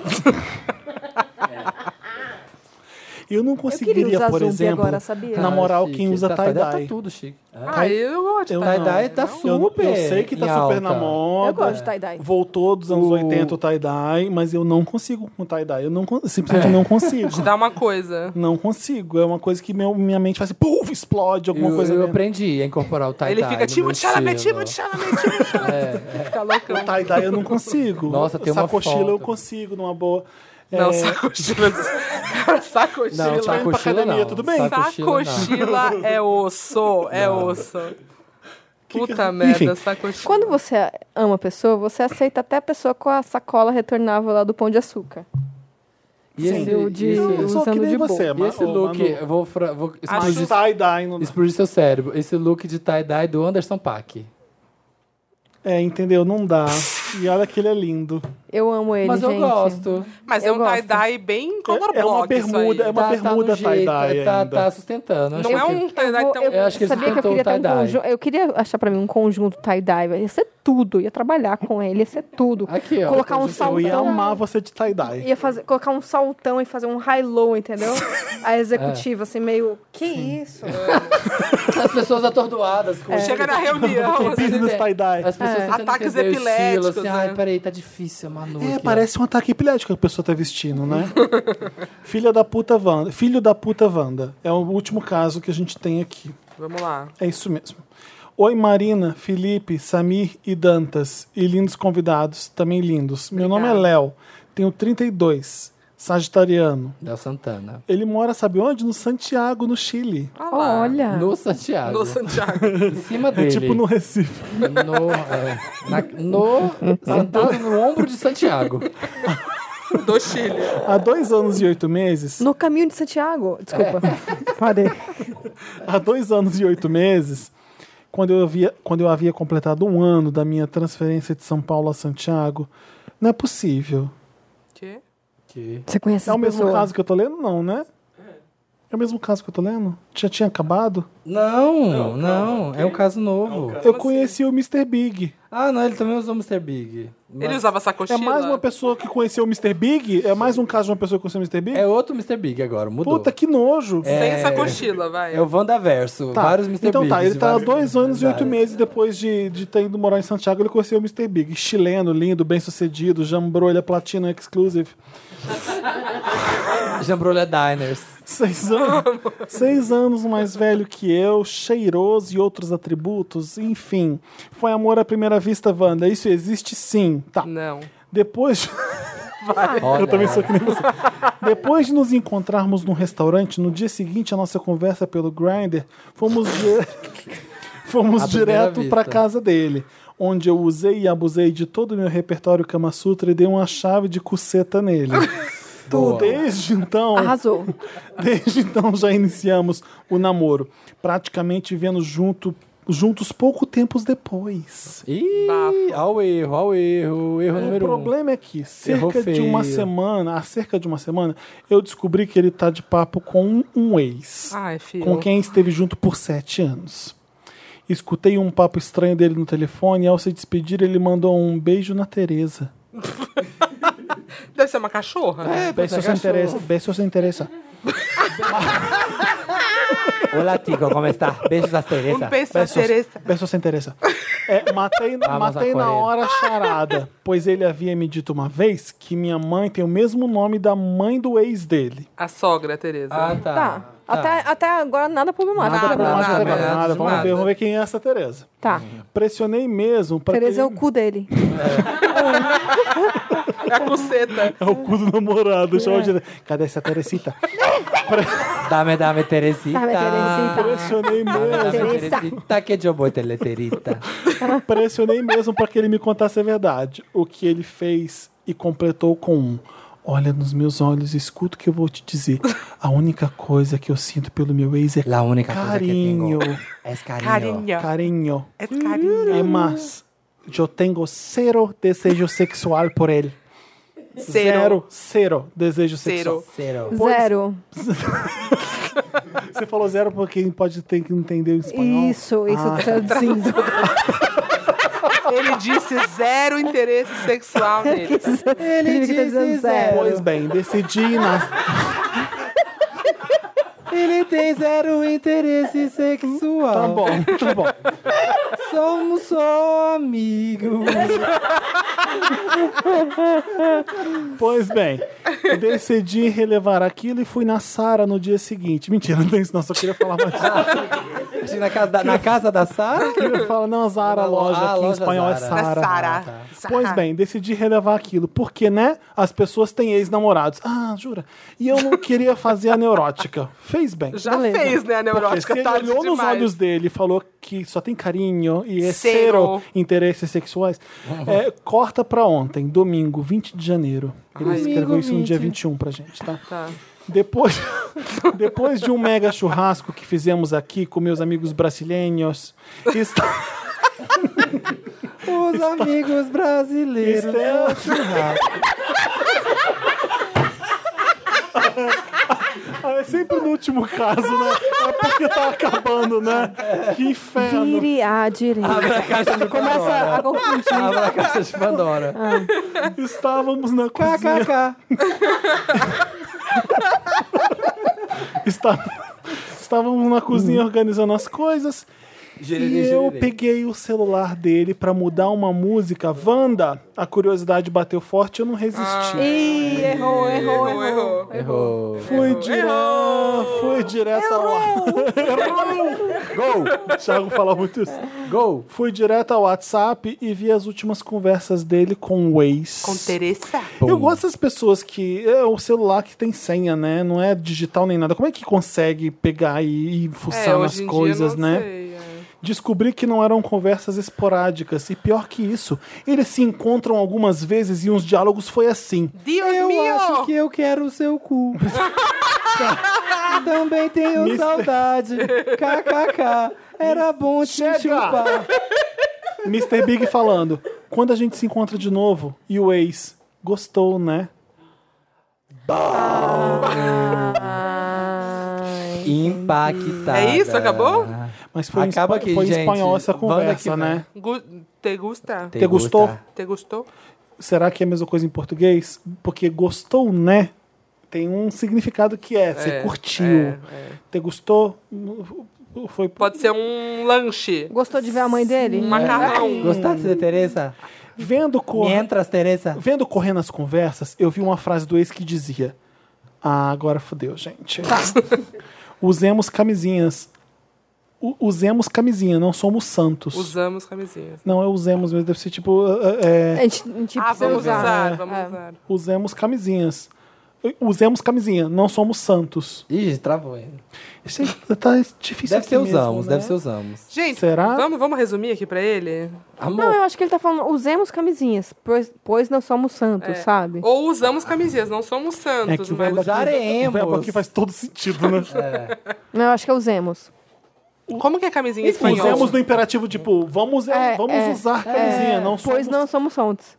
S1: Eu não
S4: eu queria
S1: conseguiria,
S4: usar
S1: por
S4: Zumbi
S1: exemplo,
S4: agora, sabia?
S1: na moral,
S2: Ah,
S1: quem
S2: chique.
S1: usa
S2: Tá-
S1: tie-dye. É?
S2: Tá tudo chique.
S3: Ah, eu gosto.
S1: Eu
S3: de
S1: Tipo, não.
S2: tie-dye tá
S1: Eu-
S2: super
S1: Eu, sei que tá
S2: em
S1: super
S2: alta.
S1: na moda.
S4: Eu gosto de tie-dye.
S1: Voltou dos anos
S2: O-
S1: 80 o tie-dye, mas eu não consigo com tie-dye. Eu não, con-
S2: É.
S1: simplesmente não consigo.
S3: Te dá uma coisa.
S1: Não consigo. É uma coisa que meu- minha mente faz assim, puf, explode alguma
S2: eu,
S1: coisa.
S2: eu
S1: dentro.
S2: aprendi a incorporar o tie-dye.
S3: Ele fica
S2: no
S3: tipo
S2: meu
S3: de chalamet,
S2: estilo.
S3: tipo de chalamet, tipo de
S1: É.
S3: chalamet. Fica loucão.
S1: O tie-dye eu não consigo.
S2: Nossa, tem uma
S1: Sacochila
S2: foto.
S1: eu consigo, numa boa. É,
S3: Não, sacochila. Cara, sacochila.
S2: Não,
S1: indo pra
S2: sacochila
S1: academia,
S2: não.
S1: tudo bem?
S2: Sacochila não.
S3: Sacochila é osso, é osso. Puta merda,
S1: Enfim.
S3: sacochila.
S4: Quando você ama a pessoa, você aceita até a pessoa com a sacola retornável lá do pão de açúcar.
S2: E esse,
S4: Sendo de-
S2: e esse,
S1: eu sou
S4: usando
S1: que nem
S4: de boa.
S1: você,
S2: e esse
S1: Ô,
S2: look,
S1: É,
S2: é
S1: Manu,
S2: eu vou, fra- vou
S1: mas
S2: explodir,
S1: tie-dye não dá.
S2: explodir seu cérebro. Esse look de tie-dye do Anderson Paak.
S1: É, entendeu? Não dá. E olha que ele é lindo.
S4: Eu amo ele,
S2: Mas eu
S4: gente.
S2: gosto.
S3: Mas é
S4: Eu
S3: um
S4: gosto.
S3: tie-dye bem color
S1: É- é uma
S3: block isso aí.
S1: bermuda, é uma-
S2: tá,
S1: bermuda
S2: tá no jeito,
S1: tie-dye
S2: tá,
S1: ainda.
S2: tá sustentando. Acho
S3: Não é
S2: que-
S3: um
S4: Eu,
S3: tie-dye
S4: vou-
S3: tão...
S4: eu
S2: Eu acho que
S4: sabia que eu
S2: eles
S4: queria ter um
S2: tentam o tie-dye.
S4: conjunto. Eu queria achar pra mim um conjunto tie-dye. velho. Ia ser tudo. Ia trabalhar com ele, ia ser tudo.
S2: Aqui, ó.
S4: Colocar um
S2: conjunto-
S1: Eu ia
S4: saltão.
S1: amar você de tie-dye.
S4: Ia fazer, colocar um saltão e fazer um high-low, entendeu? A executiva, assim, meio. Que isso?
S2: As pessoas atordoadas com
S3: É. Chega na reunião, assim,
S1: Business
S2: ideia.
S1: tie-dye.
S2: As pessoas tentando
S3: Ataques
S2: entender o estilo,
S3: epiléticos,
S2: assim,
S3: né?
S2: Ai, peraí, tá difícil, Manu.
S1: É,
S2: aqui, ó."
S1: parece um ataque epilético que a pessoa tá vestindo, né? Filha da puta Wanda. Filho da puta Wanda. É o último caso que a gente tem aqui.
S3: Vamos lá.
S1: É isso mesmo. Oi, Marina, Felipe, Samir e Dantas. E lindos convidados, também lindos. Meu nome é Léo, tenho 32, sagitariano.
S2: Del Santana.
S1: Ele mora, sabe onde? No Santiago, no Chile.
S3: lá.
S4: Olha.
S2: No Santiago.
S3: Ah. No Santiago.
S2: Em cima dele.
S1: Tipo no Recife.
S2: No, é, na- no- sentado no ombro de Santiago.
S3: Do Chile.
S1: Há dois anos e oito meses,
S4: No caminho de Santiago. Desculpa. Parei.
S1: há dois anos e oito meses, quando eu havia, quando eu havia completado um ano da minha transferência de São Paulo a Santiago, não é possível.
S3: Que?
S2: Que-
S4: Você conhece
S1: É o
S4: essa
S1: mesmo
S4: pessoa?
S1: caso que eu tô lendo, não, né? É o mesmo caso que eu tô lendo? Já tinha acabado?
S2: Não, não, é um caso novo.
S1: Eu conheci o Mr. Big.
S2: Ah, não, ele também usou Mr. Big.
S3: Ele
S2: Mas
S3: usava essa
S1: É
S3: cochila?
S1: mais uma pessoa que conheceu o Mr. Big? É mais um caso de uma pessoa que conheceu o Mr. Big?
S2: É outro Mr. Big agora, mudou.
S1: Puta, que nojo.
S3: Sem
S2: É.
S3: essa cochila, vai.
S2: É o Wandaverso,
S1: Tá,
S2: vários Mr.
S1: Então
S2: Bigs.
S1: tá, ele tá há
S2: vários-
S1: dois anos e oito
S2: vários.
S1: meses depois de, de ter ido morar em Santiago, ele conheceu o Mr. Big. Chileno, lindo, bem sucedido, jambrolha platina é exclusive.
S2: Jambrolha Diners.
S1: Seis anos, seis anos mais velho que eu, cheiroso e outros atributos, enfim. Foi amor à primeira vista, Wanda. Isso existe sim. Tá.
S3: Não.
S1: Depois. de-
S2: Olha,
S1: Ah, Eu também sou que nem você. Depois de nos encontrarmos num restaurante, no dia seguinte à nossa conversa pelo Grindr, fomos, di- fomos
S2: À primeira
S1: direto
S2: vista.
S1: pra casa dele, onde eu usei e abusei de todo o meu repertório Kama Sutra e dei uma chave de cuceta nele. Tu,
S2: Boa.
S1: desde então,
S4: Arrasou.
S1: desde então já iniciamos o namoro, praticamente vivendo junto, juntos pouco tempos depois.
S2: Ih, ao erro, ao erro, erro número um.
S1: O problema é que,
S2: Errou
S1: cerca de uma
S2: feio.
S1: semana, há cerca de uma semana, eu descobri que ele tá de papo com um, um ex.
S3: Ai, filho.
S1: com quem esteve junto por sete anos. Escutei um papo estranho dele no telefone e ao se despedir ele mandou um beijo na Tereza.
S3: Deve ser uma cachorra?
S2: É,
S3: né?
S1: Bem se você interessa, bem se você interessa.
S2: um. Olá, Tico, como está? Beijos da Teresa.
S3: Um peixe na Teresa.
S1: Bem se você interessa. É, matei na,
S2: Vamos
S1: matei
S2: a
S1: na
S2: Coreia.
S1: hora a charada, pois ele havia me dito uma vez que minha mãe tem o mesmo nome da mãe do ex dele.
S3: A sogra, Tereza.
S2: Ah, tá.
S4: Tá. Até, até agora nada problemático.
S3: Nada
S1: Não,
S3: nada,
S1: acho que não é
S3: nada,
S1: nada. Vamos
S3: nada.
S1: ver, vamos ver quem é essa Tereza.
S4: Tá.
S1: Pressionei mesmo para
S4: Tereza é o cu dele.
S3: É a buceta.
S1: É o cu do namorado. chama de- Cadê essa Teresita?
S2: Dame, dame, Teresita.
S4: Dame, Teresita.
S1: Pressionei mesmo.
S4: Teresa.
S2: Teresita, que de boa, Teleterita.
S1: Pressionei mesmo para que ele me contasse a verdade. O que ele fez e completou com um. Olha nos meus olhos, escuta o que eu vou te dizer. A única coisa que eu sinto pelo meu ex é
S2: La única
S1: carinho.
S2: coisa que tengo es carinho.
S3: Carinha.
S1: Carinho.
S3: É carinha.
S1: É mas eu tenho zero desejo sexual por ele. Zero, zero desejo sexual.
S3: Zero.
S2: Zero.
S4: Zero.
S1: Você falou zero porque pode ter que entender o espanhol.
S4: Isso, isso traduzindo.
S3: Ele disse zero interesse sexual nele.
S4: Ele
S2: disse zero.
S1: Pois bem, decidi na...
S2: Ele tem zero interesse sexual.
S1: Tá bom, tá bom.
S2: Somos só amigos.
S1: Pois bem, decidi relevar aquilo e fui na Sara no dia seguinte. Mentira, não tem isso, não. Só queria falar mais.
S2: Na casa da, na casa da Sara?
S1: queria falar, não, a Zara, a loja
S2: Ah, a
S1: aqui em
S2: loja
S1: espanhol
S2: Zara.
S1: é Sara.
S3: Sara.
S1: Pois bem, decidi relevar aquilo, porque, né, as pessoas têm ex-namorados. Ah, jura? E eu não queria fazer a neurótica. Fez bem.
S3: Já fez, né, a
S1: Porque
S3: neurótica.
S1: se ele
S3: tarde
S1: olhou nos
S3: demais.
S1: olhos dele e falou que só tem carinho e é
S3: Zero.
S1: zero interesses sexuais, é, corta pra ontem, domingo, 20 de janeiro. Ele escreveu isso no dia 21 pra gente, tá?
S3: Tá.
S1: Depois, depois de um mega churrasco que fizemos aqui com meus amigos brasileiros, está-
S2: Os amigos brasileiros.
S1: Estela- Ah, é sempre no último caso, né? É porque tá acabando, né? Que inferno.
S4: Vire à direita.
S2: Abra a caixa de
S4: Começa a
S2: Pandora.
S4: confundir.
S2: Abra a caixa de Pandora.
S1: Estávamos na cozinha.
S2: KKK.
S1: Está- Estávamos na cozinha organizando as coisas.
S2: Gererê,
S1: e eu
S2: gererê.
S1: peguei o celular dele pra mudar uma música. Wanda, a curiosidade bateu forte, eu não resisti.
S4: Ah. Ih, errou, errou, errou.
S3: Errou.
S2: Errou.
S1: Fui direto, fui direto ao
S2: Gol!
S1: O Thiago fala muito isso.
S2: Gol!
S1: Fui direto ao WhatsApp e vi as últimas conversas dele com o ex.
S3: Com Teresa.
S1: Eu gosto das pessoas que. É o celular que tem senha, né? Não é digital nem nada. Como é que consegue pegar e, e fuçar nas
S3: É, hoje em
S1: coisas,
S3: dia, eu não
S1: né?
S3: sei, é.
S1: Descobri que não eram conversas esporádicas. E pior que isso, eles se encontram algumas vezes e uns diálogos foi assim.
S3: Deus
S2: Eu
S3: meu!
S2: acho que eu quero o seu cu. Também tenho
S1: Mister-
S2: saudade. KKK. Era bom te
S1: Chega!
S2: chupar.
S1: Mr. Big falando: quando a gente se encontra de novo, e o ex, gostou, né?
S2: Impactada.
S3: É isso? Acabou?
S1: Mas foi, em
S2: Acaba
S1: espa-
S2: aqui,
S1: foi em
S2: gente.
S1: espanhol essa
S2: Banda que
S1: conversa,
S2: vai.
S1: né?
S3: Gu- te gusta?
S1: Te gostou?
S2: gusta?
S3: Te gostou?
S1: Será que é a mesma coisa em português? Porque gostou, né? Tem um significado que é, você
S3: É,
S1: curtiu.
S3: é, é.
S1: Te gostou? Foi
S3: Pode ser um lanche.
S4: Gostou de ver a mãe dele?
S3: Um macarrão.
S2: Gostaste de Teresa?
S1: vendo cor...
S2: Mientras, Teresa.
S1: vendo correndo as conversas, eu vi uma frase do ex que dizia: Ah, agora fodeu, gente.
S2: Tá.
S1: Usemos camisinhas. U- usemos camisinha, não somos santos.
S3: Usamos camisinhas.
S1: Não, é usemos, mas deve ser tipo. é, é,
S4: A gente, a gente
S3: ah,
S4: precisa
S3: vamos usar,
S4: usar.
S3: vamos
S4: É.
S3: usar.
S1: usemos camisinhas. Usemos camisinha, não somos santos.
S2: Ih, gente, travou. hein?
S1: Isso aí tá difícil
S2: Deve
S1: aqui
S2: ser
S1: mesmo,
S2: usamos,
S1: né?
S2: deve ser usamos.
S3: Gente,
S1: Será?
S3: Vamos, vamos resumir aqui pra ele?
S4: Não,
S2: Amor,
S4: eu acho que ele tá falando, usemos camisinhas, pois, pois não somos
S3: É.
S4: santos, sabe?
S3: Ou usamos camisinhas, não somos
S1: É
S3: santos,
S1: que o
S3: mas
S1: verbo aqui-
S2: usaremos.
S1: o verbo aqui é faz todo sentido, né?
S3: É.
S4: Não, eu acho que é usemos.
S3: como que é camisinha em espanhol?
S1: Usemos no imperativo, tipo, vamos, é,
S4: É,
S1: vamos
S4: é,
S1: usar camisinha, não
S4: pois
S1: somos...
S4: não somos santos.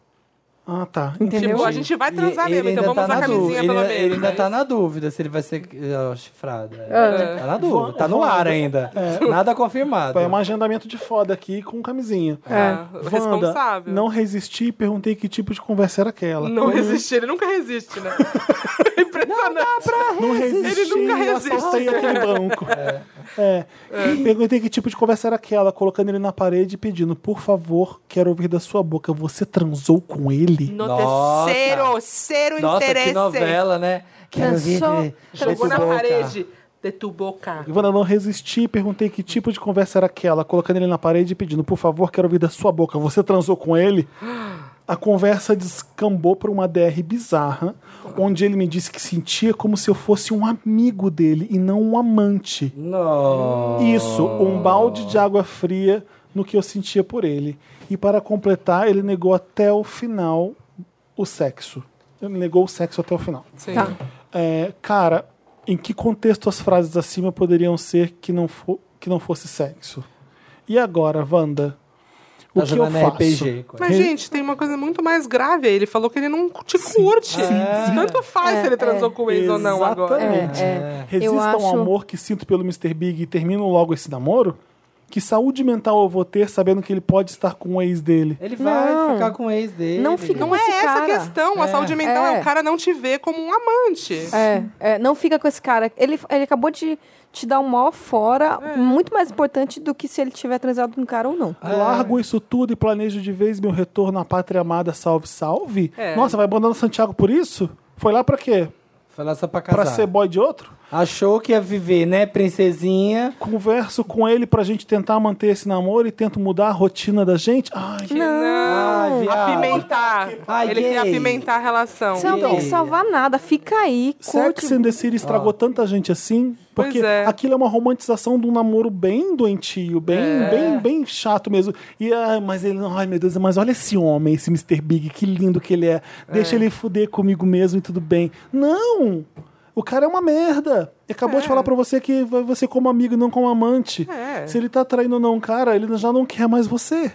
S1: Ah, tá.
S4: Entendeu?
S3: Tipo, a gente vai transar
S2: E- ele
S3: mesmo, então
S2: ainda
S3: vamos
S2: tá
S3: usar
S2: na
S3: camisinha
S2: dúvida,
S3: pelo
S2: ele,
S3: menos.
S2: Ele ainda
S3: né?
S2: tá na dúvida se ele vai ser ó, chifrado. né?
S4: É.
S3: Ah.
S2: Tá na dúvida, tá no ar ainda. Nada confirmado.
S1: É um agendamento de foda aqui com camisinha.
S3: Ah,
S1: É, Wanda,
S3: responsável.
S1: não resisti e perguntei que tipo de conversa era aquela.
S3: Não resiste, ele nunca resiste, né? Impressionante.
S1: Não resisti,
S3: Ele nunca
S1: eu
S3: resiste. É.
S1: assaltei aquele banco. É. E Perguntei que tipo de conversa era aquela, colocando ele na parede e pedindo, por favor, quero ouvir da sua boca, você transou com ele?
S3: No
S2: Nossa.
S3: terceiro, zero
S2: Nossa, que
S3: interesse.
S2: novela, né? Quero ver
S4: Transou-
S2: de- de
S3: Jogou
S2: tu
S3: na
S2: boca.
S3: parede. De tu boca.
S1: Ivana, não resisti e perguntei que tipo de conversa era aquela, colocando ele na parede e pedindo, por favor, quero ouvir da sua boca, você transou com ele? A conversa descambou para uma DR bizarra, onde ele me disse que sentia como se eu fosse um amigo dele e não um amante.
S2: Nossa.
S1: Isso, um balde de água fria no que eu sentia por ele. E para completar, ele negou até o final o sexo. Ele negou o sexo até o final.
S3: Sim.
S4: Tá.
S1: É, cara, em que contexto as frases acima poderiam ser que não, fo- que não fosse sexo? E agora, Wanda? O
S2: Tá
S1: que eu
S2: jogando
S1: faço?
S2: RPG. coisa.
S3: Mas, gente, tem uma coisa muito mais grave aí. Ele falou que ele não te curte. Tanto faz se ele transou com o ex ou não agora.
S1: Exatamente.
S4: É, é.
S1: Resistam
S4: Eu
S1: ao
S4: acho-
S1: amor que sinto pelo Mr. Big e termino logo esse namoro? Que saúde mental eu vou ter sabendo que ele pode estar com o ex dele?
S2: Ele vai
S4: Não.
S2: ficar com o ex dele.
S4: Não fica
S3: é. Não
S4: com
S3: é
S4: esse
S3: essa a
S4: cara.
S3: questão. A saúde mental é.
S4: É.
S3: o cara não te ver como um amante.
S4: É, é, não fica com esse cara. Ele, ele acabou de te dar um mal fora,
S3: É.
S4: muito mais importante do que se ele tiver transado com um cara ou não.
S2: Ah.
S1: Largo isso tudo e planejo de vez meu retorno à pátria amada, salve, salve?
S3: É.
S1: Nossa, vai abandonando Santiago por isso? Foi lá pra quê?
S2: Foi lá só pra
S1: Pra
S2: casar.
S1: ser boy de outro?
S2: Achou que ia viver, né, princesinha?
S1: Converso com ele pra gente tentar manter esse namoro e tento mudar a rotina da gente? Ai,
S3: Que não.
S2: Ai, viado.
S3: apimentar.
S2: Ai,
S3: ele quer
S2: gay.
S3: apimentar a relação.
S4: Você não tem que salvar nada, fica aí, curte.
S1: Sex and the City estragou tanta gente assim,
S3: Pois
S1: porque
S3: é.
S1: aquilo é uma romantização de um namoro bem doentio, bem,
S3: É.
S1: bem, bem chato mesmo. E ah, mas ele, ai meu Deus, mas olha esse homem, esse Mr. Big, que lindo que ele é. Deixa ele fuder comigo mesmo e tudo bem. Não! O cara é uma merda. E Acabou de falar pra você que vai você como amigo e não como amante.
S3: É.
S1: Se ele tá traindo ou não um cara, ele já não quer mais você.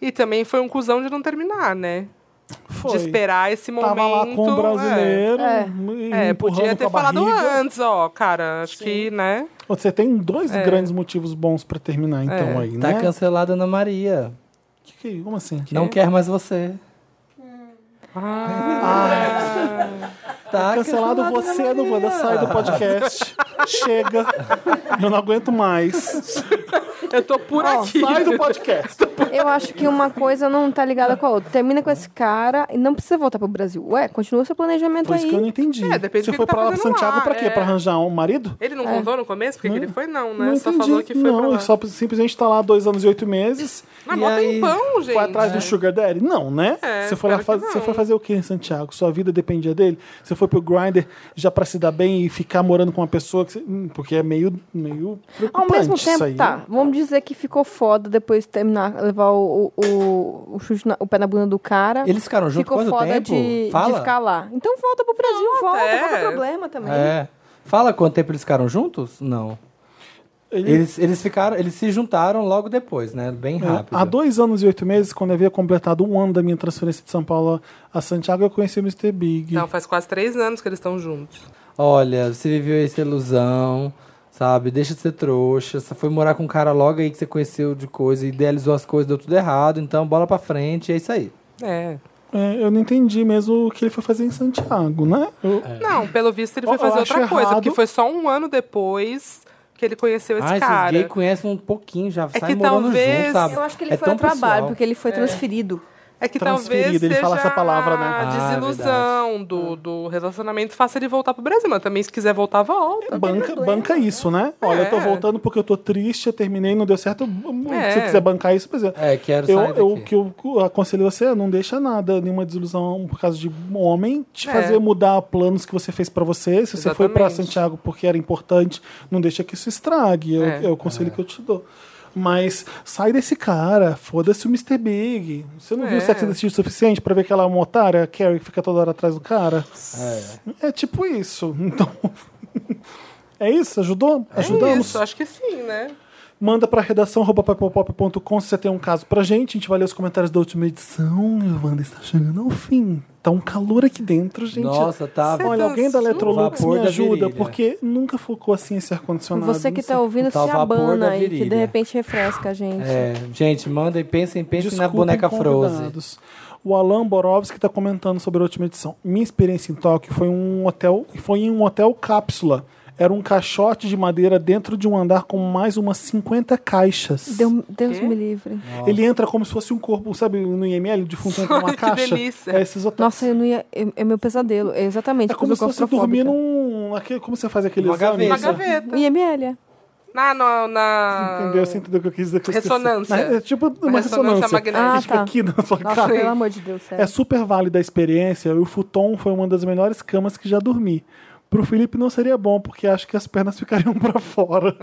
S3: E também foi um cuzão de não terminar, né?
S1: Foi.
S3: De esperar esse momento.
S1: Tava lá com o brasileiro.
S4: É.
S1: e
S3: É, é
S1: empurrando
S3: podia
S1: com a
S3: ter falado
S1: barriga.
S3: antes, ó, cara. Acho que, né?
S1: Você tem dois grandes motivos bons pra terminar, então,
S3: É.
S1: aí,
S2: Tá
S1: né?
S2: cancelada Ana Maria.
S1: Que que é? Como assim?
S2: Não quer mais você. Tá
S1: Ah. Cancelado
S3: né,
S1: você, não Wanda, sai do podcast. Chega. Eu não aguento mais.
S3: Eu tô por aqui.
S1: Sai do podcast.
S4: Eu acho que uma coisa não tá ligada com a outra. Termina com esse cara e não precisa voltar pro Brasil. Ué, continua seu planejamento
S1: Foi isso que eu
S4: aí.
S1: não entendi.
S3: É, depende
S1: Você
S3: do que
S1: foi
S3: ele tá
S1: pra lá pra
S3: fazendo lá,
S1: Santiago pra quê?
S3: é.
S1: Pra arranjar um marido?
S3: Ele não contou no começo porque ele foi, não, né?
S1: não
S3: Só
S1: entendi.
S3: falou que foi
S1: não,
S3: pra lá.
S1: só simplesmente tá lá dois anos e oito meses.
S3: Mas
S2: E
S3: bota
S2: aí?
S3: em pão, gente. né?
S1: Foi atrás do Sugar Daddy? Não, né?
S3: É,
S1: você, foi lá
S3: espero
S1: faz-
S3: que não.
S1: você foi fazer o que em Santiago? Sua vida dependia dele? Você foi pro Grindr já pra se dar bem e ficar morando com uma pessoa que você... Hum, Porque é meio, meio
S4: Ao
S1: preocupante
S4: mesmo
S1: isso
S4: tempo,
S1: aí. né?
S2: é
S4: tá. Vamos dizer que ficou foda depois de terminar, levar o, o, o, o chute na- o pé na bunda do cara.
S2: Eles ficaram juntos
S4: ficou
S2: quanto
S4: foda
S2: tempo?
S4: de,
S2: Fala.
S4: de ficar lá. Então volta pro Brasil, volta,
S3: é.
S4: qual que é o problema também.
S2: É. Fala quanto tempo eles ficaram juntos? Não.
S1: Ele-
S2: Eles, eles ficaram, eles se juntaram logo depois, né? Bem
S1: É,
S2: rápido.
S1: Há dois anos e oito meses, quando eu havia completado um ano da minha transferência de São Paulo a Santiago, eu conheci o Mr. Big.
S3: Não, faz quase três anos que eles estão juntos.
S2: olha, você viveu essa ilusão, sabe? Deixa de ser trouxa. Você foi morar com um cara logo aí que você conheceu de coisa, idealizou as coisas, deu tudo errado. Então, bola pra frente, é isso aí.
S3: É.
S1: É, eu não entendi mesmo o que ele foi fazer em Santiago, né? Eu-
S3: Não, pelo visto ele foi
S1: Eu- eu
S3: fazer
S1: acho
S3: outra coisa,
S1: errado.
S3: porque foi só um ano depois que ele conheceu esse
S2: ah,
S3: cara. É
S2: esses gays conhecem um pouquinho, já sai
S3: que
S2: morando
S3: talvez-
S2: junto, sabe?
S4: Eu acho que ele
S2: É
S4: foi
S2: tão
S4: ao trabalho,
S2: pessoal.
S4: porque ele foi transferido.
S3: É que
S1: Transferido,
S3: talvez
S1: ele
S3: seja
S1: fala essa palavra, né?
S3: a
S2: Ah, é
S3: desilusão do, do relacionamento faça ele voltar pro Brasil, mas também se quiser voltar, volta.
S1: Banca, banca isso, né? Olha, eu tô
S3: É.
S1: voltando porque eu tô triste, eu terminei, não deu certo. Se
S3: É.
S1: você quiser bancar isso, pois é.
S2: É, quero
S1: Eu,
S2: sair
S1: eu, o
S2: daqui.
S1: que eu aconselho você é não deixa nada, nenhuma desilusão por causa de um homem te
S3: É.
S1: fazer mudar planos que você fez pra você. Se você foi pra
S3: Exatamente.
S1: Santiago porque era importante, não deixa que isso estrague. Eu,
S3: É.
S1: é o conselho que eu te dou. Mas sai desse cara, foda-se o Mr. Big. Você não
S3: É.
S1: viu sexo desse o suficiente pra ver que ela é uma otária, a Carrie, que fica toda hora atrás do cara? É, tipo isso. Então. é isso? Ajudou?
S3: É
S1: Ajudamos?
S3: isso, acho que sim, né?
S1: Manda pra redação arroba papelpop.com se você tem um caso pra gente. A gente vai ler os comentários da última edição. E o Wanda está chegando ao fim. Tá um calor aqui dentro, gente.
S2: Nossa, tá.
S3: Você
S1: Olha,
S3: tá
S1: alguém da
S3: no
S1: Electrolux
S2: vapor
S1: me
S2: da
S1: ajuda,
S2: virilha.
S1: porque nunca focou assim esse ar-condicionado.
S4: Você que
S1: não sei.
S4: tá ouvindo se
S2: Tá o vapor da
S4: abana aí, que de
S2: virilha.
S4: repente refresca a gente.
S2: É, gente, manda e pensem, pensem na
S1: Desculpem,
S2: boneca Frozen.
S1: convidados. um O Alan Borowski está comentando sobre a última edição. Minha experiência em Tóquio foi, um hotel, foi em um hotel cápsula. Era um caixote de madeira dentro de um andar com mais umas 50 caixas.
S4: Deu- Deus me livre.
S1: Ele entra como se fosse um corpo, sabe, no IML, de fundo entra uma
S3: Que
S1: caixa.
S3: delícia.
S1: É, esses hotéis.
S4: Nossa, eu não ia. É, é meu pesadelo. É exatamente.
S1: é como se
S4: coisa
S1: fosse dormir
S4: claustrofóbica.
S1: num. Aquele, como você faz aquele
S2: Uma
S1: exame?
S3: Uma
S2: gaveta. Isso.
S3: gaveta.
S4: é IML.
S3: Na, na, na...
S1: Entendeu? assim, Você entendeu o que eu quis dizer? que eu esqueci.
S3: Ressonância.
S1: Na- É tipo uma
S3: Uma ressonância
S1: ressonância.
S3: magnética.
S1: Que fica
S4: Ah, tá.
S1: aqui na sua
S4: Nossa,
S1: cara.
S4: pelo amor de Deus, sério.
S1: É super válida a experiência e o futon foi uma das melhores camas que já dormi. Pro Felipe não seria bom, porque acho que as pernas ficariam pra fora.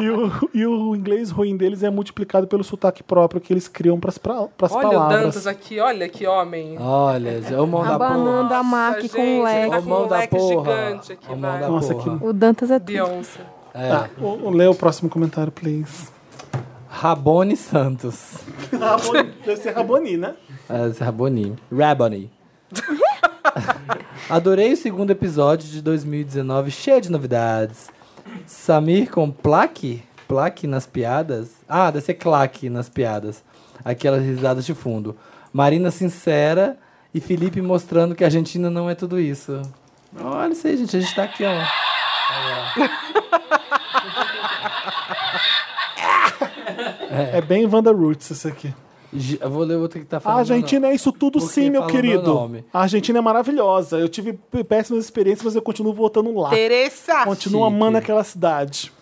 S1: e, o, e o inglês ruim deles é multiplicado pelo sotaque próprio que eles criam pras, pra, pras
S3: Olha o
S1: palavras. Ah.
S3: Dantas aqui, olha que homem.
S2: Olha, já- ô mão da porra.
S4: Abanando a MAC
S3: gente,
S4: com um
S3: ele
S4: leque.
S3: tá
S2: Ô
S3: com
S2: mão
S3: um
S2: da
S3: leque
S2: porra.
S3: gigante aqui,
S2: Ô mão
S3: vai.
S2: da
S1: Nossa,
S2: porra.
S1: que-
S4: O Dantas é tudo.
S3: Beyoncé.
S2: É,
S1: Ah, o, o- lê o próximo comentário, please.
S2: Rabone Santos.
S1: Raboni, deve ser Raboni, né?
S2: Ah, Raboni. Raboni. Adorei o segundo episódio de 2019, cheio de novidades. Samir com plaque? Plaque nas piadas? Ah, deve ser claque nas piadas. Aquelas risadas de fundo. Marina sincera e Felipe mostrando que a Argentina não é tudo isso. Olha isso aí, gente. A gente tá aqui, ó.
S1: É, bem Wanda Roots isso aqui.
S2: Gi- Eu vou ler outra que tá
S1: A
S2: falando.
S1: Argentina é isso tudo
S2: Porque
S1: sim, meu
S2: fala meu
S1: querido.
S2: nome.
S1: a Argentina é maravilhosa. Eu tive péssimas experiências, mas eu continuo votando lá.
S3: Teresa!
S1: Continuo
S2: Tá chique.
S1: amando aquela cidade.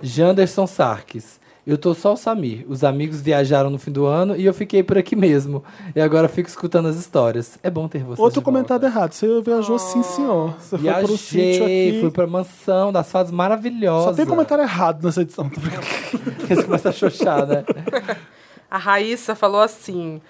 S2: Janderson Sarkis. Eu tô só o Samir. Os amigos viajaram no fim do ano e eu fiquei por aqui mesmo. E agora fico escutando as histórias. É bom ter vocês.
S1: Outro
S2: de
S1: comentário
S2: volta. Ah,
S1: errado. Você viajou sim, senhor. Você foi pro sítio
S2: Viajei,
S1: aqui.
S2: fui pra mansão das fases maravilhosas.
S1: Só tem comentário errado nessa edição. Tô brincando.
S2: Você começa a xoxar, né?
S3: A Raíssa falou assim.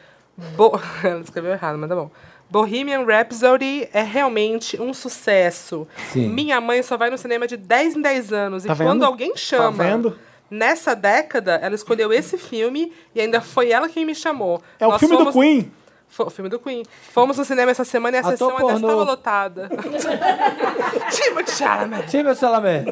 S3: Bo... Ela escreveu errado, mas tá bom. Bohemian Rhapsody é realmente um sucesso.
S2: Sim.
S3: Minha mãe só vai no cinema de 10 em 10 anos.
S1: Tá
S3: e
S1: vendo?
S3: quando alguém chama.
S1: Tá vendo?
S3: Nessa década, ela escolheu esse filme e ainda foi ela quem me chamou.
S1: É o
S3: Nós
S1: filme do
S3: fomos-
S1: Queen.
S3: Fo- o filme do Queen. Fomos no cinema essa semana e a
S2: Ator
S3: sessão ainda
S2: pornô.
S3: estava lotada. Timothée Chalamet.
S2: Sim, meu Salamé.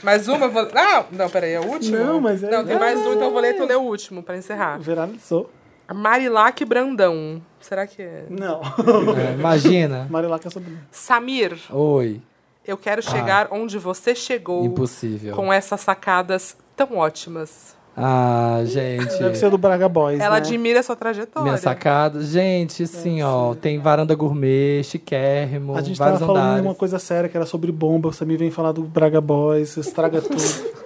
S3: Mais uma? eu Vou... Não, não, peraí, é o último?
S1: Não, mas é-
S3: Não, tem mais um, então eu vou ler, então eu leio o último, pra encerrar.
S1: Viralizou.
S3: Marilac Brandão. Será que é?
S1: Não.
S2: É, imagina.
S1: Marilac é sobre.
S3: Samir,
S2: Oi.
S3: eu quero chegar onde você chegou
S2: Ah. Impossível.
S3: com essas sacadas tão ótimas.
S2: Ah, gente.
S1: Deve ser do Braga Boys.
S3: Ela
S1: né?
S3: admira sua trajetória.
S2: é. Minha sacada. Gente, assim, ó. Tem varanda gourmet, chiquérrimo,
S1: A gente tava
S2: vários
S1: falando de
S2: andares.
S1: uma coisa séria que era sobre bomba. Você me vem falar do Braga Boys, estraga tudo.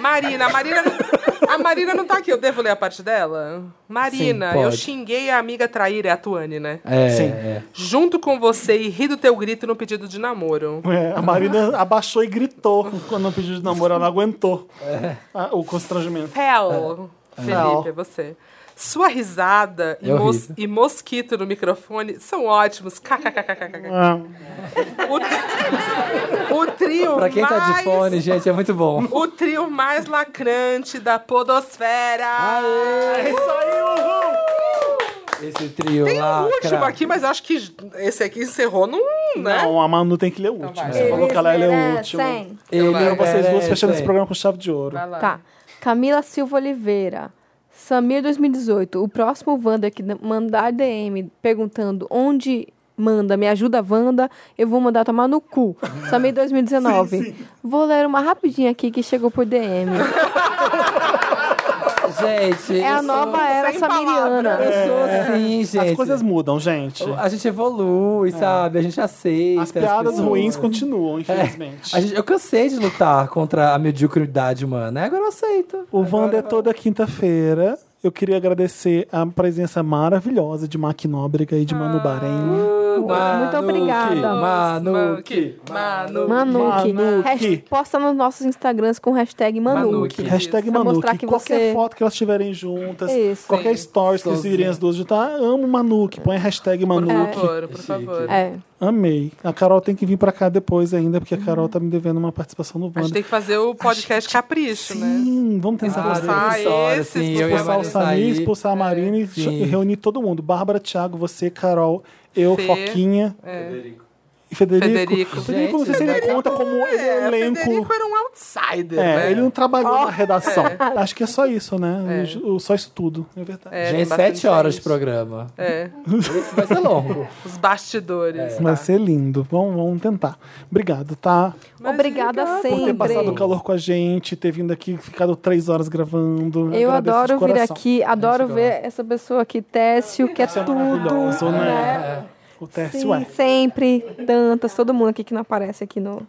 S3: Marina, a Marina, não- a Marina não tá aqui. Eu devo ler a parte dela? Marina,
S2: Sim, pode.
S3: eu xinguei a amiga traíra, é a Tuane, né?
S2: É,
S1: Sim.
S2: é.
S3: Junto com você e ri do teu grito no pedido de namoro.
S1: É, a Marina abaixou e gritou quando eu pedi de namoro. Ela não aguentou
S2: É.
S1: Ah, o constrangimento.
S3: Fel, Felipe, é você. Sua risada e,
S2: Eu
S3: mos-
S2: riso.
S3: e mosquito no microfone são ótimos. KKKKKK.
S1: Ah,
S2: É.
S3: O, tri- o trio
S2: Pra quem tá de
S3: mais-
S2: fone, gente, é muito bom.
S3: O trio mais lacrante da podosfera.
S1: é isso aí, uhul!
S2: Esse trio
S3: Tem
S2: lá.
S3: um último aqui, mas acho que esse aqui encerrou num, né?
S1: Não, a Manu tem que ler o último.
S3: vai.
S1: Você falou que ela é ler
S3: É,
S1: o último.
S4: Merecem.
S2: Eu
S1: Quero vocês
S2: É,
S1: duas fechando esse programa com chave de ouro.
S3: Vai lá.
S4: Tá. Camila Silva Oliveira. Samir 2018. O próximo Wanda que mandar DM perguntando onde manda, me ajuda Wanda, eu vou mandar tomar no cu. Samir 2019. Vou ler uma rapidinha aqui que chegou por DM.
S2: Gente, é
S4: É a nova né? era
S3: sem
S4: samiriana.
S2: eu sou assim, gente.
S1: As coisas mudam, gente.
S2: A gente evolui, sabe? A gente aceita.
S1: As piadas
S2: pessoas.
S1: ruins continuam,
S2: É.
S1: infelizmente.
S2: A gente- eu cansei de lutar contra a mediocridade humana. né? Agora eu aceito.
S1: O Wanda é
S2: Agora-
S1: toda quinta-feira. Eu queria agradecer a presença maravilhosa de Mac Nóbrega e de Manu Bahrein.
S4: Muito obrigada.
S2: Manuque.
S3: Manu.
S4: Manuque.
S1: Manuque.
S4: Hashtag- Posta nos nossos Instagrams com hashtag Manuque.
S2: Manuque.
S1: Hashtag
S4: Pra
S1: Manu.
S4: é mostrar que
S1: Qualquer
S4: você- É
S1: foto que elas tiverem juntas,
S4: Isso.
S1: qualquer stories que vocês
S2: Sozinha.
S1: virem as duas juntar, amo Manuque. Põe hashtag Manuque.
S3: Por favor, por favor.
S4: É.
S1: Amei. A Carol tem que vir pra cá depois ainda, porque a Carol
S4: Uhum.
S1: tá me devendo uma participação no
S3: A gente
S1: Wanda.
S3: tem que fazer o podcast Capricho, né?
S1: Sim, vamos tentar
S3: Ah,
S1: fazer
S3: Deus.
S1: isso.
S3: expulsar esses,
S2: é assim, eu e a
S1: Expulsar o
S2: Mari
S1: Samir,
S2: sair.
S1: expulsar a Marina e
S2: Sim.
S1: ch- reunir todo mundo. Bárbara, Thiago, você, Carol, eu,
S3: Fê.
S1: Foquinha
S2: Federico.
S1: e Federico.
S3: Federico.
S1: Federico, não sei
S2: Gente,
S1: se ele
S2: Federico
S1: conta como ele é elenco.
S3: Federico era um outsider,
S1: É,
S3: né?
S1: ele não trabalhou na redação. Acho que é só isso, né? O- o- Só isso tudo, é verdade.
S3: É, tem
S2: Gente,
S3: bastante
S2: sete horas de
S3: gente.
S2: programa.
S3: É,
S2: Isso vai ser longo.
S3: os
S2: É.
S3: bastidores. tá?
S1: Vai ser lindo. Vamos, vamos tentar. Obrigado, tá?
S3: Mas
S4: Obrigada
S3: obrigado
S1: Por ter
S4: sempre.
S1: passado o calor com a gente, ter vindo aqui, ficado três horas gravando.
S4: Eu
S1: Agradeço de
S4: adoro vir
S1: coração.
S4: aqui, adoro
S2: Gente,
S4: ver essa pessoa aqui, Técio, que é tudo.
S1: maravilhoso, né?
S4: né?
S1: O teste
S4: Sim,
S1: é.
S4: sempre, tantas, todo mundo aqui que não aparece aqui no.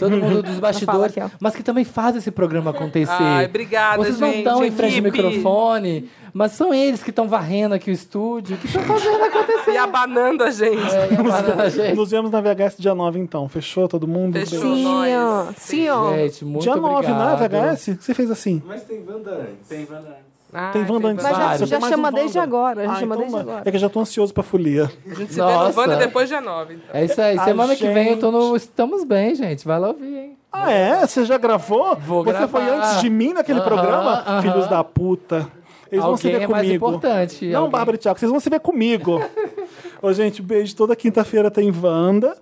S2: Todo mundo dos bastidores,
S4: aqui, ó.
S2: mas que também faz esse programa acontecer.
S3: Ai, obrigada,
S2: Vocês não
S3: gente,
S2: estão em frente ao
S3: equipe.
S2: microfone, mas são eles que estão varrendo aqui o estúdio, que estão fazendo acontecer.
S3: E abanando a gente.
S2: É. Parada, gente.
S1: Nos vemos na VHS dia 9, então. Fechou todo mundo?
S3: Fechou.
S1: Beijo.
S4: Sim, ó.
S3: nós.
S4: Sim, ó.
S2: Gente, muito
S1: Dia 9,
S2: obrigado.
S1: né? VHS? Você fez assim.
S8: Mas tem Wanda antes. Tem Wanda antes.
S3: Ai,
S1: Tem Wanda antes
S4: Mas já-
S1: disso,
S4: já
S1: tem mais
S4: chama
S1: um Wanda.
S4: desde agora, já chama desde
S1: vai.
S4: agora.
S1: É que eu já tô ansioso pra folia.
S3: A gente se vê
S2: Nossa.
S3: no Wanda depois dia 9. Então.
S2: É isso aí.
S1: Ai,
S2: Semana que vem eu tô no
S1: gente.
S2: Estamos Bem, gente. Vai lá ouvir, hein?
S1: Ah, é? Você já gravou?
S2: Vou
S1: Você
S2: gravar.
S1: foi antes de mim naquele
S2: Aham,
S1: programa?
S2: aham.
S1: Filhos da puta. Eles vão se
S2: Alguém
S1: ver
S2: é
S1: comigo.
S2: mais importante,
S1: Não,
S2: alguém.
S1: Bárbara e Thiago, vocês vão se ver comigo. Ô, gente, beijo. Toda quinta-feira tem Wanda.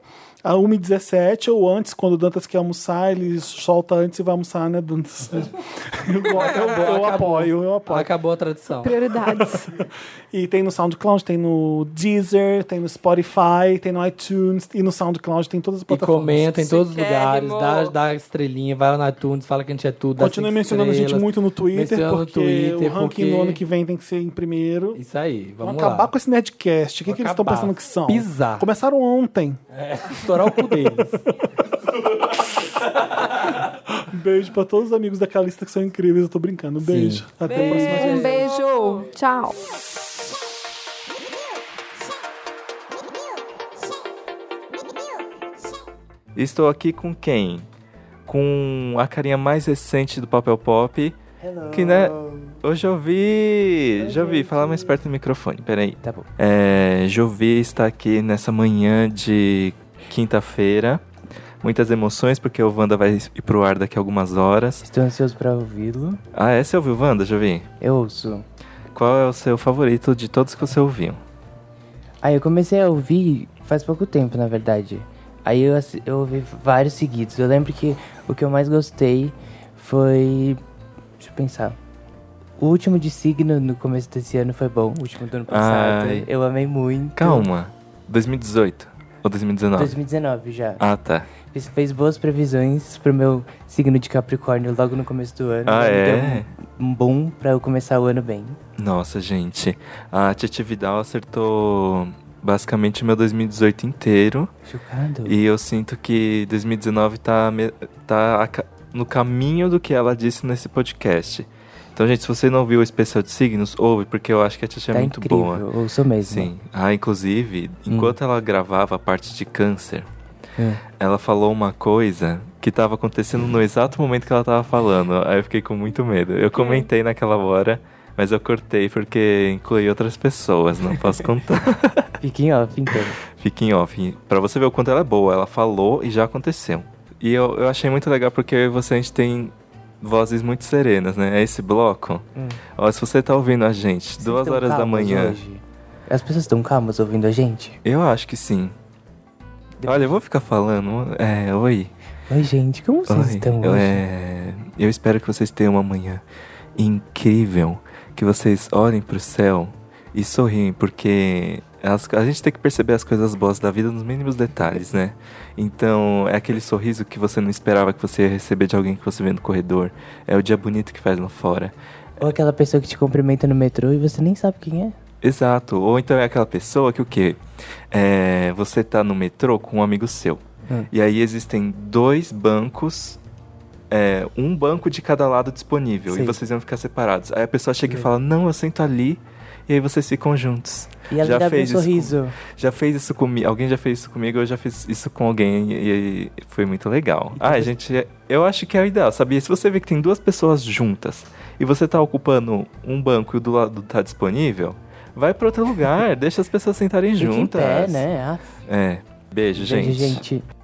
S1: A 1h17 ou antes, quando o Dantas quer almoçar, ele solta antes e vai almoçar, né, Dantas? Eu, gosto, eu- eu apoio, eu apoio.
S2: Acabou a tradição.
S4: Prioridades.
S1: E tem no SoundCloud, tem no Deezer, tem no Spotify, tem no iTunes e no SoundCloud tem todas as
S2: E
S1: plataformas.
S2: comenta em todos os lugares,
S3: Siquérrimo.
S2: dá, dá estrelinha, vai lá na iTunes, fala que a gente é tudo. dá
S1: Continue
S2: cinco
S1: mencionando a gente
S2: estrelas.
S1: muito no Twitter,
S2: Menciona no
S1: porque
S2: Twitter,
S1: o ranking
S2: porque-
S1: no ano que vem tem que ser em primeiro.
S2: Isso aí, vamos,
S1: Vamos acabar
S2: lá.
S1: com esse Nerdcast. O que,
S2: Vamos
S1: que eles estão
S2: acabar.
S1: pensando que são?
S2: Pisar.
S1: Começaram ontem.
S2: Estourar o cu deles.
S1: Beijo pra todos os amigos da Calista que são incríveis. Eu tô brincando. Beijo. Até a próxima.
S4: um beijo. Tchau.
S8: Estou aqui com quem? Com a carinha mais recente do Papel Pop. Que, né? Hoje eu vi. Já vi, fala mais perto do microfone, peraí.
S2: tá bom.
S8: É, Jovi está aqui nessa manhã de quinta-feira. Muitas emoções, porque o Wanda vai ir pro ar daqui a algumas horas.
S9: Estou ansioso para ouvi-lo.
S8: Ah, é? Você ouviu o Wanda, Jovi?
S9: Eu ouço.
S8: Qual é o seu favorito de todos que você ouviu?
S9: Aí Ah, eu comecei a ouvir faz pouco tempo, na verdade. Aí eu, assi- eu ouvi vários seguidos. Eu lembro que o que eu mais gostei foi. Deixa eu pensar. O último de signo no começo desse ano foi bom. O último do ano passado.
S8: Ai.
S9: Eu amei muito.
S8: Calma. 2018 ou 2019?
S9: 2019 já.
S8: Ah, tá.
S9: Isso fez boas previsões pro meu signo de Capricórnio logo no começo do ano.
S8: Ah,
S9: Me deu
S8: é?
S9: um- um bom pra eu começar o ano bem.
S8: Nossa, gente. A Titi Vidal acertou basicamente meu 2018 inteiro.
S9: Chocado.
S8: E eu sinto que 2019 tá, me- tá a ca- no caminho do que ela disse nesse podcast. Então, gente, se você não viu o especial de signos, ouve, porque eu acho que a Titi
S9: tá
S8: é muito
S9: incrível.
S8: boa.
S9: Ouço mesmo.
S8: Sim. Ah, inclusive, enquanto ela gravava a parte de câncer,
S9: Hum. É.
S8: ela falou uma coisa que estava acontecendo no exato momento que ela estava falando. Aí eu fiquei com muito medo.
S9: É.
S8: Eu comentei naquela hora, mas eu cortei porque incluí outras pessoas, não posso contar.
S9: Fiquem off, então.
S8: Fique em off. Pra você ver o quanto ela é boa, ela falou e já aconteceu. E eu, eu achei muito legal porque eu e você a gente tem vozes muito serenas, né? É esse bloco.
S9: Hum.
S8: Ó, se você tá ouvindo a gente,
S9: Vocês
S8: duas
S9: estão
S8: horas da
S9: calmos
S8: manhã.
S9: hoje. As pessoas estão calmas ouvindo a gente?
S8: Eu acho que sim. Olha, eu vou ficar falando. É, oi.
S9: Oi, gente, como vocês
S8: Oi,
S9: estão
S8: eu,
S9: hoje?
S8: é, eu espero que vocês tenham uma manhã incrível, que vocês olhem pro céu e sorriem, porque as- a gente tem que perceber as coisas boas da vida nos mínimos detalhes, né? Então, é aquele sorriso que você não esperava que você ia receber de alguém que você vê no corredor. É o dia bonito que faz lá fora.
S9: Ou aquela pessoa que te cumprimenta no metrô e você nem sabe quem é?
S8: Exato. Ou então é aquela pessoa que o quê? É, você tá no metrô com um amigo seu.
S9: Hum.
S8: E aí existem dois bancos. é, um banco de cada lado disponível. E
S9: Sim.
S8: vocês vão ficar separados. Aí a pessoa chega e fala, não, eu sento ali. E aí vocês ficam juntos.
S9: E ela
S8: Já
S9: te dá um
S8: fez isso
S9: sorriso.
S8: Já fez isso comigo. Alguém já fez isso comigo, eu já fiz isso com alguém. E, e foi muito legal. Ah, gente, eu acho que é o ideal, sabia? Se você vê que tem duas pessoas juntas e você tá ocupando um banco e o do lado tá disponível, vai pra outro lugar, deixa as pessoas sentarem
S9: Fica em
S8: juntas.
S9: pé, né? Ah,
S8: É. Beijo,
S9: gente.
S8: gente.
S9: gente.